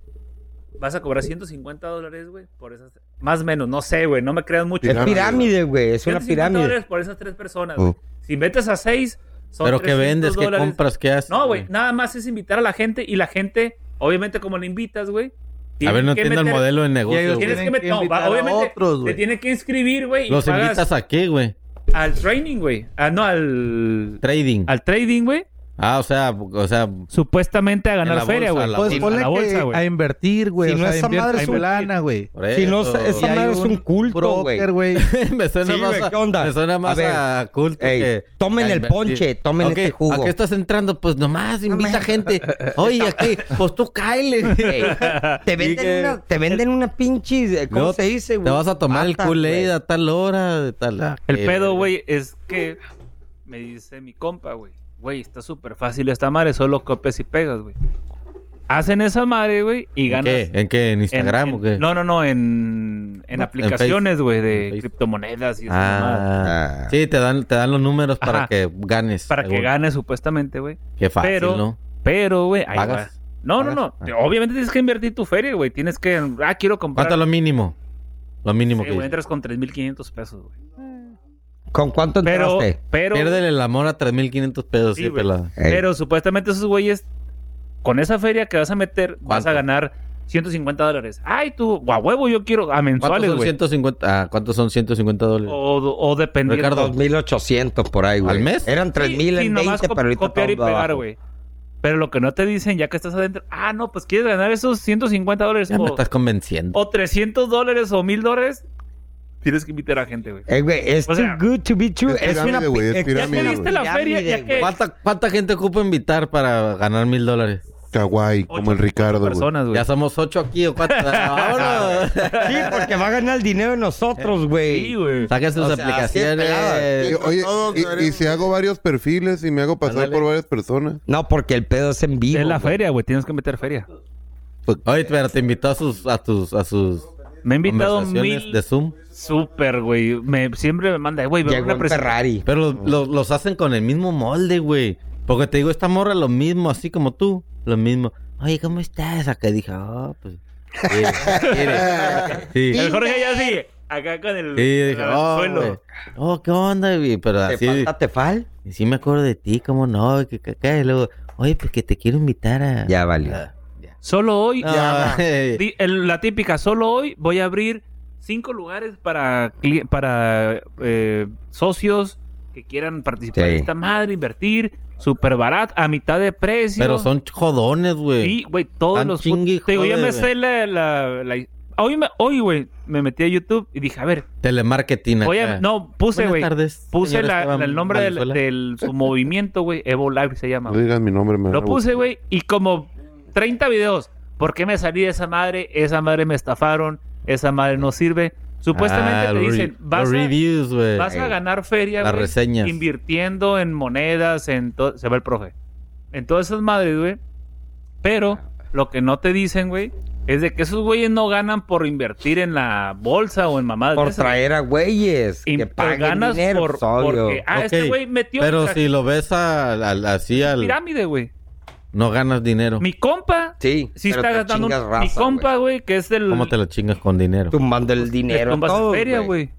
Speaker 9: Vas a cobrar 150 dólares, güey, por esas... Más o menos, no sé, güey, no me creas mucho.
Speaker 4: Es pirámide, güey. Es una
Speaker 9: 150
Speaker 4: pirámide.
Speaker 9: dólares por esas tres personas,
Speaker 4: Mm.
Speaker 8: Oh.
Speaker 9: güey. Si metes a seis, son
Speaker 5: Pero qué
Speaker 9: 300
Speaker 5: vendes, qué
Speaker 9: dólares.
Speaker 5: compras, qué haces.
Speaker 9: No, güey, nada más es invitar a la gente y la gente, obviamente, como la invitas, güey.
Speaker 5: A
Speaker 9: tienes
Speaker 5: ver, no
Speaker 9: que
Speaker 5: entiendo el
Speaker 9: meter-
Speaker 5: modelo de negocio.
Speaker 8: ellos
Speaker 5: güey.
Speaker 9: Tienes que
Speaker 8: Tienen
Speaker 9: meter,
Speaker 8: que
Speaker 9: no, va-
Speaker 8: invitar a
Speaker 9: obviamente,
Speaker 8: otros,
Speaker 9: te
Speaker 8: güey.
Speaker 9: tienes que inscribir, güey, y
Speaker 5: Los
Speaker 9: pagas
Speaker 5: invitas a qué, güey?
Speaker 9: al training, güey. Ah, no, al,
Speaker 5: Trading.
Speaker 9: al trading, güey.
Speaker 5: Ah, o sea, o sea,
Speaker 9: Supuestamente a ganar
Speaker 5: la
Speaker 9: feria,
Speaker 5: bolsa,
Speaker 9: güey.
Speaker 5: la
Speaker 8: Pues
Speaker 5: bolsa.
Speaker 8: ponle
Speaker 9: a la bolsa,
Speaker 8: que
Speaker 9: güey.
Speaker 8: a invertir, güey.
Speaker 4: Si
Speaker 8: o
Speaker 4: no,
Speaker 8: sea,
Speaker 4: esa
Speaker 8: invierte
Speaker 4: madre
Speaker 9: es
Speaker 8: tu
Speaker 9: un-
Speaker 8: lana, güey.
Speaker 5: por eso.
Speaker 4: Si no, esa
Speaker 8: Y hay
Speaker 4: madre es un culto, güey.
Speaker 8: Broker, güey.
Speaker 5: me suena
Speaker 4: Sí,
Speaker 5: más
Speaker 4: güey,
Speaker 5: a,
Speaker 4: ¿qué onda?
Speaker 5: Me suena más
Speaker 4: A ver.
Speaker 5: a, culto
Speaker 4: Ey,
Speaker 5: que...
Speaker 4: tomen
Speaker 5: que a
Speaker 4: el
Speaker 5: invertir.
Speaker 4: ponche, tomen
Speaker 5: Ok,
Speaker 4: este jugo.
Speaker 5: ¿A qué estás entrando? Pues nomás invita gente. Oye, aquí, pues tú cáele.
Speaker 4: Ey, te,
Speaker 5: que-
Speaker 4: venden una, te venden una pinche. eh, ¿Cómo
Speaker 5: No,
Speaker 4: se dice, güey?
Speaker 5: Te vas a tomar
Speaker 4: Mata,
Speaker 5: el
Speaker 4: güey.
Speaker 5: Kool-Aid a tal hora, de tal... ah,
Speaker 9: El
Speaker 5: qué
Speaker 9: pedo,
Speaker 5: verga.
Speaker 9: güey, es que me dice mi compa, güey. Güey, está súper fácil esta madre, solo copias y pegas, güey. Hacen esa madre, güey, y
Speaker 5: ¿En
Speaker 9: ganas.
Speaker 5: qué? ¿En qué? ¿En
Speaker 9: en-
Speaker 5: Instagram
Speaker 9: en-
Speaker 5: o qué?
Speaker 9: No, no, no, en, en
Speaker 5: No, en
Speaker 9: aplicaciones, güey,
Speaker 5: En
Speaker 9: de
Speaker 5: Facebook.
Speaker 9: criptomonedas y esa madre.
Speaker 5: Ah,
Speaker 4: Ah.
Speaker 5: sí, te dan, te dan los números para
Speaker 9: Ajá.
Speaker 5: que ganes.
Speaker 9: Para que
Speaker 5: según.
Speaker 9: ganes, supuestamente, güey.
Speaker 5: Qué fácil,
Speaker 9: Pero-
Speaker 5: ¿no?
Speaker 9: Pero, güey, ahí va.
Speaker 5: ¿Pagas?
Speaker 9: No, no,
Speaker 5: ¿Pagas?
Speaker 9: no.
Speaker 5: Ah.
Speaker 9: Te- Obviamente tienes que invertir tu feria, güey. Tienes que. Ah, quiero comprar.
Speaker 5: ¿Cuánto es lo mínimo? Lo mínimo
Speaker 9: Sí,
Speaker 5: que...
Speaker 9: güey, entras con 3.500 pesos, güey.
Speaker 4: ¿Con cuánto
Speaker 9: Pero,
Speaker 4: entraste? Eh,
Speaker 9: pero.
Speaker 5: Piérdele el amor a 3.500 pesos,
Speaker 9: Sí,
Speaker 5: sí,
Speaker 9: güey.
Speaker 5: pelada.
Speaker 4: Ey.
Speaker 9: Pero supuestamente esos güeyes, con esa feria que vas a meter, vas
Speaker 5: ¿Cuánto?
Speaker 9: a ganar 150 dólares. Ay, tú, a huevo, yo quiero a
Speaker 5: ¿Cuántos
Speaker 9: mensuales,
Speaker 5: son,
Speaker 9: güey. Oh,
Speaker 5: 150, ah, ¿Cuántos son 150 dólares?
Speaker 9: O, o dependiendo.
Speaker 5: Ricardo,
Speaker 4: 2.800 por ahí, güey.
Speaker 5: ¿Al mes?
Speaker 4: Eran
Speaker 9: Sí,
Speaker 4: 3.000 en
Speaker 9: sí, nomás
Speaker 4: 20,
Speaker 9: cop-
Speaker 4: pero ahorita
Speaker 9: copiar y
Speaker 4: todo va
Speaker 9: pegar,
Speaker 4: abajo.
Speaker 9: güey. Pero lo que no te dicen, ya que estás adentro, ah, no, pues quieres ganar esos 150 dólares
Speaker 5: ya me
Speaker 9: o,
Speaker 5: estás convenciendo.
Speaker 9: o 300 dólares o 1000 dólares, tienes que invitar a gente, güey.
Speaker 4: Eh, güey, es
Speaker 9: O sea,
Speaker 4: too good to be true.
Speaker 2: es
Speaker 4: Es, una
Speaker 2: pirámide, güey, es
Speaker 4: pi- es-
Speaker 2: pirámide,
Speaker 9: Ya perdiste la
Speaker 4: güey.
Speaker 9: feria, ya
Speaker 4: Pirámide,
Speaker 9: que-
Speaker 4: güey.
Speaker 5: ¿Cuánta, ¿Cuánta gente ocupa invitar para ganar mil dólares?
Speaker 2: Kawaii, como el
Speaker 9: Ocho
Speaker 2: Ricardo, güey.
Speaker 9: Personas, güey.
Speaker 5: Ya somos ocho aquí o cuatro. ¡Vámonos!
Speaker 4: Sí, porque va a ganar el dinero de nosotros, güey.
Speaker 9: Sí, güey.
Speaker 5: Sáquense sus
Speaker 4: O sea, así de
Speaker 5: aplicaciones.
Speaker 4: pelada.
Speaker 2: Y, oye,
Speaker 3: Todos
Speaker 2: y- y,
Speaker 3: deberíamos-
Speaker 2: si hago varios perfiles y me hago pasar
Speaker 5: Ándale.
Speaker 2: por varias personas.
Speaker 4: No, porque el pedo es en vivo.
Speaker 9: Es la
Speaker 4: güey.
Speaker 9: feria, güey. Tienes que meter feria.
Speaker 5: Oye, pero te invitó a sus, a tus, a sus
Speaker 9: Me he invitado
Speaker 5: conversaciones
Speaker 9: mil.
Speaker 5: de Zoom.
Speaker 9: Súper, güey. Me, siempre me manda, güey, ve
Speaker 4: Llegó
Speaker 9: una
Speaker 4: en
Speaker 9: presen-
Speaker 4: Ferrari.
Speaker 5: Pero los, los- los hacen con el mismo molde, güey. Porque te digo, esta morra lo mismo, así como tú, lo mismo. Oye, ¿cómo estás? Acá dije, oh, pues. mire, mire". Sí.
Speaker 9: El Jorge ya sí. Acá con el,
Speaker 5: Sí, dije,
Speaker 9: el
Speaker 5: oh,
Speaker 9: suelo.
Speaker 5: güey. Oh, ¿qué onda, güey? Pero
Speaker 4: ¿Te
Speaker 5: así.
Speaker 4: falta Tefal?
Speaker 5: Y sí me acuerdo de ti, cómo no, que que- que, y luego, oye, pues que te quiero invitar a.
Speaker 4: Ya valió.
Speaker 5: Ah, ya.
Speaker 9: Solo hoy.
Speaker 5: No, eh,
Speaker 9: Di- el- la típica, solo hoy voy a abrir cinco lugares para, cli- para eh, socios que quieran participar
Speaker 4: Sí.
Speaker 9: en esta madre, invertir, súper barato, a mitad de precio.
Speaker 5: pero son jodones, güey.
Speaker 9: Sí, güey, todos
Speaker 5: Tan
Speaker 9: los... put-
Speaker 5: chingue y
Speaker 9: Te digo, ya
Speaker 5: jode,
Speaker 9: me
Speaker 5: güey.
Speaker 9: sé la... la- la- Hoy, me- hoy, güey, me metí a YouTube y dije, a ver,
Speaker 5: Telemarketing.
Speaker 9: voy
Speaker 5: acá.
Speaker 9: a... No, puse,
Speaker 5: Buenas
Speaker 9: güey.
Speaker 5: tardes,
Speaker 9: Puse
Speaker 5: señor
Speaker 9: la-
Speaker 5: Esteban
Speaker 9: el nombre del,
Speaker 5: Valenzuela.
Speaker 9: del- su movimiento, güey. Evo Live se llama.
Speaker 2: No
Speaker 9: güey.
Speaker 2: digas mi nombre, me van
Speaker 9: Lo
Speaker 2: a
Speaker 9: puse,
Speaker 2: buscar.
Speaker 9: güey, y como 30 videos. ¿Por qué me salí de esa madre? Esa madre me estafaron. Esa madre no sirve. Supuestamente
Speaker 5: Ah,
Speaker 9: te
Speaker 5: los
Speaker 9: dicen,
Speaker 5: re-
Speaker 9: vas,
Speaker 5: los
Speaker 9: a,
Speaker 5: reviews, güey.
Speaker 9: vas a ganar feria,
Speaker 5: Las
Speaker 9: güey,
Speaker 5: reseñas.
Speaker 9: invirtiendo en monedas, en todo... Se va el profe. En todas esas madres, güey. Pero lo que no te dicen, güey, es de que esos güeyes no ganan por invertir en la bolsa o en mamadas. de
Speaker 4: Por
Speaker 9: esas, güey.
Speaker 4: traer a güeyes
Speaker 9: Ah, Y
Speaker 4: que
Speaker 9: te
Speaker 4: paguen
Speaker 9: ganas
Speaker 4: dinero,
Speaker 9: por,
Speaker 4: pues, obvio.
Speaker 9: porque, ah, este
Speaker 5: Ok,
Speaker 9: güey metió
Speaker 5: Pero
Speaker 9: la
Speaker 5: si lo ves al, al- así al...
Speaker 9: pirámide, güey.
Speaker 5: No ganas dinero.
Speaker 9: Mi compa
Speaker 4: Sí,
Speaker 9: Sí
Speaker 4: pero
Speaker 9: está
Speaker 4: te
Speaker 9: gastando
Speaker 4: chingas
Speaker 9: mi
Speaker 4: raza,
Speaker 9: compa, güey, que es el
Speaker 5: ¿Cómo te lo chingas con dinero?
Speaker 4: güey. tumbando el dinero.
Speaker 9: tumbas
Speaker 4: todo,
Speaker 9: en feria, güey.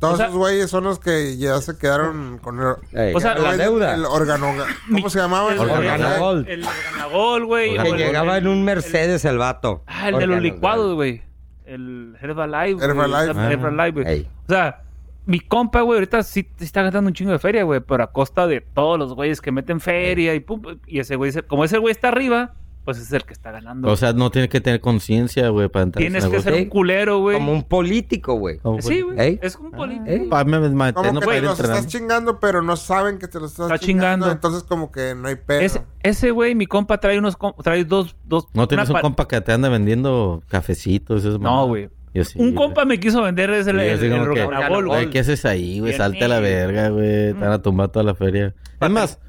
Speaker 3: Todos
Speaker 9: O sea-
Speaker 3: esos güeyes son los que ya se quedaron con el,
Speaker 4: Ey,
Speaker 9: O sea,
Speaker 3: el
Speaker 9: la
Speaker 3: güey-
Speaker 4: deuda.
Speaker 3: el organo- ¿Cómo se
Speaker 5: Ah,
Speaker 3: llamaba?
Speaker 9: El
Speaker 4: Organagol.
Speaker 9: organagol. El organagol, güey.
Speaker 5: Que
Speaker 9: o
Speaker 4: Que
Speaker 9: el-
Speaker 4: llegaba en un
Speaker 9: el-
Speaker 4: Mercedes el vato.
Speaker 9: Ah, el de los
Speaker 4: Órganos,
Speaker 9: licuados, güey. El Herbalife. güey.
Speaker 3: Herbalife.
Speaker 9: Esa- Herbalife, güey.
Speaker 4: Ey.
Speaker 9: O sea, mi compa, güey, ahorita sí, sí está gastando un chingo de feria, güey, pero a costa de todos los güeyes que meten feria y pum. Y ese güey, se- como ese güey está arriba, pues es el que está ganando.
Speaker 5: O sea, no tienes que tener conciencia, güey, para entrar
Speaker 9: Tienes
Speaker 5: en
Speaker 9: que
Speaker 5: ese
Speaker 9: ser un
Speaker 4: Sí.
Speaker 9: culero, güey.
Speaker 4: Como un político, güey.
Speaker 5: negocio.
Speaker 9: Sí,
Speaker 4: Ey.
Speaker 9: güey. Es un político.
Speaker 4: Ey.
Speaker 5: Pa- me- me- me-
Speaker 3: Como
Speaker 5: Eh, no
Speaker 3: que
Speaker 5: para
Speaker 3: te
Speaker 5: ir
Speaker 3: los estás
Speaker 5: entrenando.
Speaker 3: chingando, pero no saben que te los estás
Speaker 9: Está chingando.
Speaker 3: Entonces, como que no hay pedo.
Speaker 9: Es- ese güey, mi compa, trae unos com- trae dos, dos
Speaker 5: No tienes un
Speaker 9: una pa-
Speaker 5: compa que te anda vendiendo cafecitos. esas
Speaker 9: No,
Speaker 5: mamadas.
Speaker 9: güey.
Speaker 5: Yo sí, güey.
Speaker 9: Un compa me quiso vender desde el,
Speaker 5: Y yo
Speaker 9: el,
Speaker 5: así
Speaker 9: el
Speaker 5: como que,
Speaker 9: Rocanabol,
Speaker 5: "Güey,
Speaker 9: güey.
Speaker 5: ¿qué haces ahí, güey?
Speaker 9: Bien,
Speaker 5: Salte a la
Speaker 9: sí.
Speaker 5: verga, güey. Te van a tumbar toda la feria. Es más,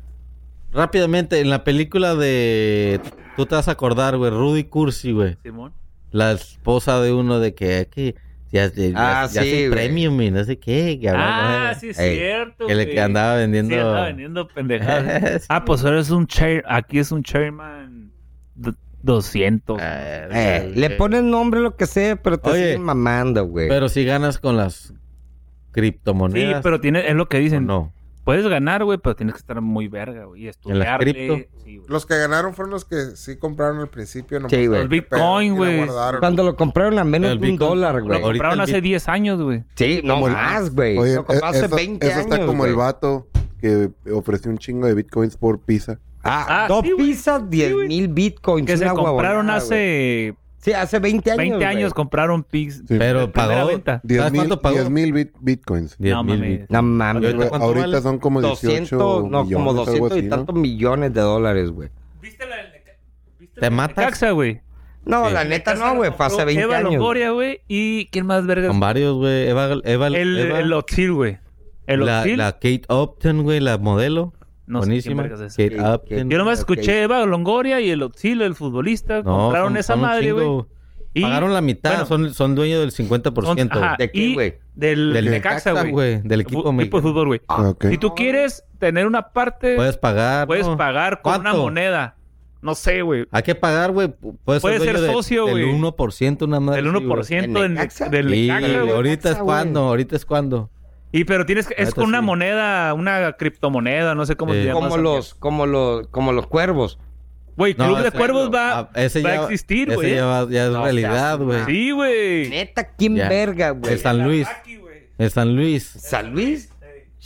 Speaker 5: rápidamente, en la película de... Tú te vas a acordar, güey. Rudy Cursi, güey.
Speaker 9: Simón.
Speaker 5: La esposa de uno de que... que ya, ya,
Speaker 4: Ah,
Speaker 5: ya
Speaker 4: sí,
Speaker 5: soy
Speaker 4: güey.
Speaker 5: premium y no sé qué. que hablaba,
Speaker 9: Ah,
Speaker 5: güey.
Speaker 9: sí, es
Speaker 4: Ey.
Speaker 9: cierto.
Speaker 5: Que le
Speaker 9: güey.
Speaker 5: que andaba vendiendo...
Speaker 9: Sí, andaba vendiendo pendejadas. ah, pues ahora es un chair. Aquí es un chairman d- 200.
Speaker 5: Ah,
Speaker 4: Eh, le ponen nombre lo que sea, pero te
Speaker 5: Oye,
Speaker 4: siguen mamando, güey.
Speaker 5: Pero si ganas con las
Speaker 9: sí,
Speaker 5: criptomonedas.
Speaker 9: pero tiene, es lo que
Speaker 5: ¿o
Speaker 9: dicen.
Speaker 5: no.
Speaker 9: Puedes ganar, güey, pero tienes que estar muy verga, güey. Y estudiarle.
Speaker 5: cripto?
Speaker 9: Sí, güey.
Speaker 3: Los que ganaron fueron los que sí compraron al principio. nomás
Speaker 4: Sí, güey.
Speaker 3: saben
Speaker 9: Los
Speaker 3: qué
Speaker 9: Bitcoin,
Speaker 3: pedo, y la
Speaker 9: güey.
Speaker 3: guardaron.
Speaker 4: Cuando lo compraron a menos
Speaker 5: El
Speaker 4: de un
Speaker 5: Bitcoin.
Speaker 4: dólar,
Speaker 9: Lo
Speaker 4: güey.
Speaker 5: Ahorita
Speaker 9: compraron
Speaker 5: el
Speaker 9: hace
Speaker 5: bit-
Speaker 9: 10 años, güey.
Speaker 4: Sí, no
Speaker 2: Como el-
Speaker 4: más, güey.
Speaker 2: Oye,
Speaker 4: Lo compró hace
Speaker 2: eso,
Speaker 4: 20
Speaker 2: eso está
Speaker 5: Pues,
Speaker 4: años,
Speaker 2: como el
Speaker 4: güey.
Speaker 2: vato que ofreció un chingo de bitcoins por pizza.
Speaker 4: Ah,
Speaker 9: Ah,
Speaker 4: dos
Speaker 9: sí, güey.
Speaker 4: pizzas, 10
Speaker 9: güey.
Speaker 4: mil bitcoins.
Speaker 9: Que se
Speaker 4: una huevonada,
Speaker 9: compraron
Speaker 4: güey.
Speaker 9: hace
Speaker 4: Sí, hace 20 años.
Speaker 9: 20
Speaker 4: güey.
Speaker 9: años. Compraron Pix.
Speaker 2: Sí.
Speaker 5: Pero
Speaker 9: primera
Speaker 5: pagó.
Speaker 9: venta.
Speaker 5: ¿Sabes
Speaker 2: 10 mil,
Speaker 5: cuánto pagó?
Speaker 2: 10 mil bit- bitcoins.
Speaker 5: 10
Speaker 9: No,
Speaker 5: mil
Speaker 9: mames.
Speaker 5: bit-
Speaker 4: No mames.
Speaker 5: Ahorita
Speaker 4: güey.
Speaker 5: cuánto
Speaker 2: Ahorita
Speaker 5: vale?
Speaker 2: son como 18
Speaker 4: 200, no, como
Speaker 2: millones, algo
Speaker 4: 200
Speaker 2: así,
Speaker 4: y
Speaker 2: ¿no?
Speaker 4: tantos millones de dólares, güey.
Speaker 9: ¿Viste la del Neca- viste
Speaker 5: ¿Te
Speaker 9: la del
Speaker 5: matas?
Speaker 9: Necaxa, güey?
Speaker 4: No,
Speaker 5: Sí.
Speaker 4: la neta no, güey. Fue hace 20
Speaker 9: Eva
Speaker 4: años. güey.
Speaker 9: Longoria, güey. ¿Y quién más, verga?
Speaker 5: Con varios, güey. Eva, Eva,
Speaker 9: El,
Speaker 5: Eva-
Speaker 9: el Oxil, güey. El
Speaker 5: la,
Speaker 9: Oxil.
Speaker 5: la Kate Upton, güey, la modelo.
Speaker 9: No sé
Speaker 5: Buenísima.
Speaker 9: quién vergas es.
Speaker 5: Kate
Speaker 4: Kate-
Speaker 5: Upton.
Speaker 9: Yo nomás
Speaker 4: Ok.
Speaker 9: escuché Eva Longoria y el Oxil, el futbolista.
Speaker 5: No,
Speaker 9: compraron
Speaker 5: son-
Speaker 9: esa
Speaker 5: son un
Speaker 9: madre,
Speaker 5: chingo.
Speaker 9: güey. Y-
Speaker 5: Pagaron la mitad.
Speaker 9: bueno,
Speaker 5: son, son dueños del 50%.
Speaker 9: son- ajá,
Speaker 5: güey.
Speaker 4: ¿De qué,
Speaker 9: y
Speaker 4: güey?
Speaker 9: Del,
Speaker 5: Del Necaxa,
Speaker 9: Necaxa,
Speaker 5: güey,
Speaker 9: güey.
Speaker 5: del equipo
Speaker 9: Fu- pues,
Speaker 5: mexicano.
Speaker 9: de fútbol, güey.
Speaker 2: Ah, ok.
Speaker 9: Si tú quieres tener una parte,
Speaker 5: Puedes
Speaker 9: puedes,
Speaker 5: pagar. ¿no?
Speaker 9: pagar con una
Speaker 5: ¿Cuánto?
Speaker 9: moneda. No sé, güey.
Speaker 5: Hay que pagar, güey. Puedes
Speaker 9: Puedes
Speaker 5: dueño
Speaker 9: ser
Speaker 5: de-
Speaker 9: socio,
Speaker 5: del
Speaker 9: güey.
Speaker 5: 1%, una madre.
Speaker 9: El
Speaker 5: así, güey.
Speaker 9: 1%
Speaker 4: ¿Del
Speaker 9: del,
Speaker 4: Necaxa?
Speaker 9: del
Speaker 5: Sí,
Speaker 9: Necaxa, güey.
Speaker 5: ahorita es
Speaker 4: Necaxa, güey.
Speaker 5: cuando, ahorita es cuando.
Speaker 9: Y pero tienes que... Es
Speaker 5: Neta,
Speaker 9: con una
Speaker 5: sí. Eh,
Speaker 9: moneda, una criptomoneda, no sé cómo
Speaker 5: Sí.
Speaker 9: se llama.
Speaker 4: Como
Speaker 9: esa
Speaker 4: los, como los, como los cuervos.
Speaker 9: Güey,
Speaker 5: No,
Speaker 9: Club de
Speaker 5: ese-
Speaker 9: Cuervos va,
Speaker 5: ah, ese
Speaker 9: va
Speaker 5: ya-
Speaker 9: a existir,
Speaker 5: ese
Speaker 9: güey. ¿eh?
Speaker 5: ya, va- ya es
Speaker 7: No,
Speaker 5: realidad,
Speaker 7: ya-
Speaker 5: güey.
Speaker 9: Sí, güey.
Speaker 4: Neta, ¿quién
Speaker 5: Ya.
Speaker 4: verga, güey?
Speaker 5: El San Luis. El San Luis.
Speaker 4: ¿San Luis?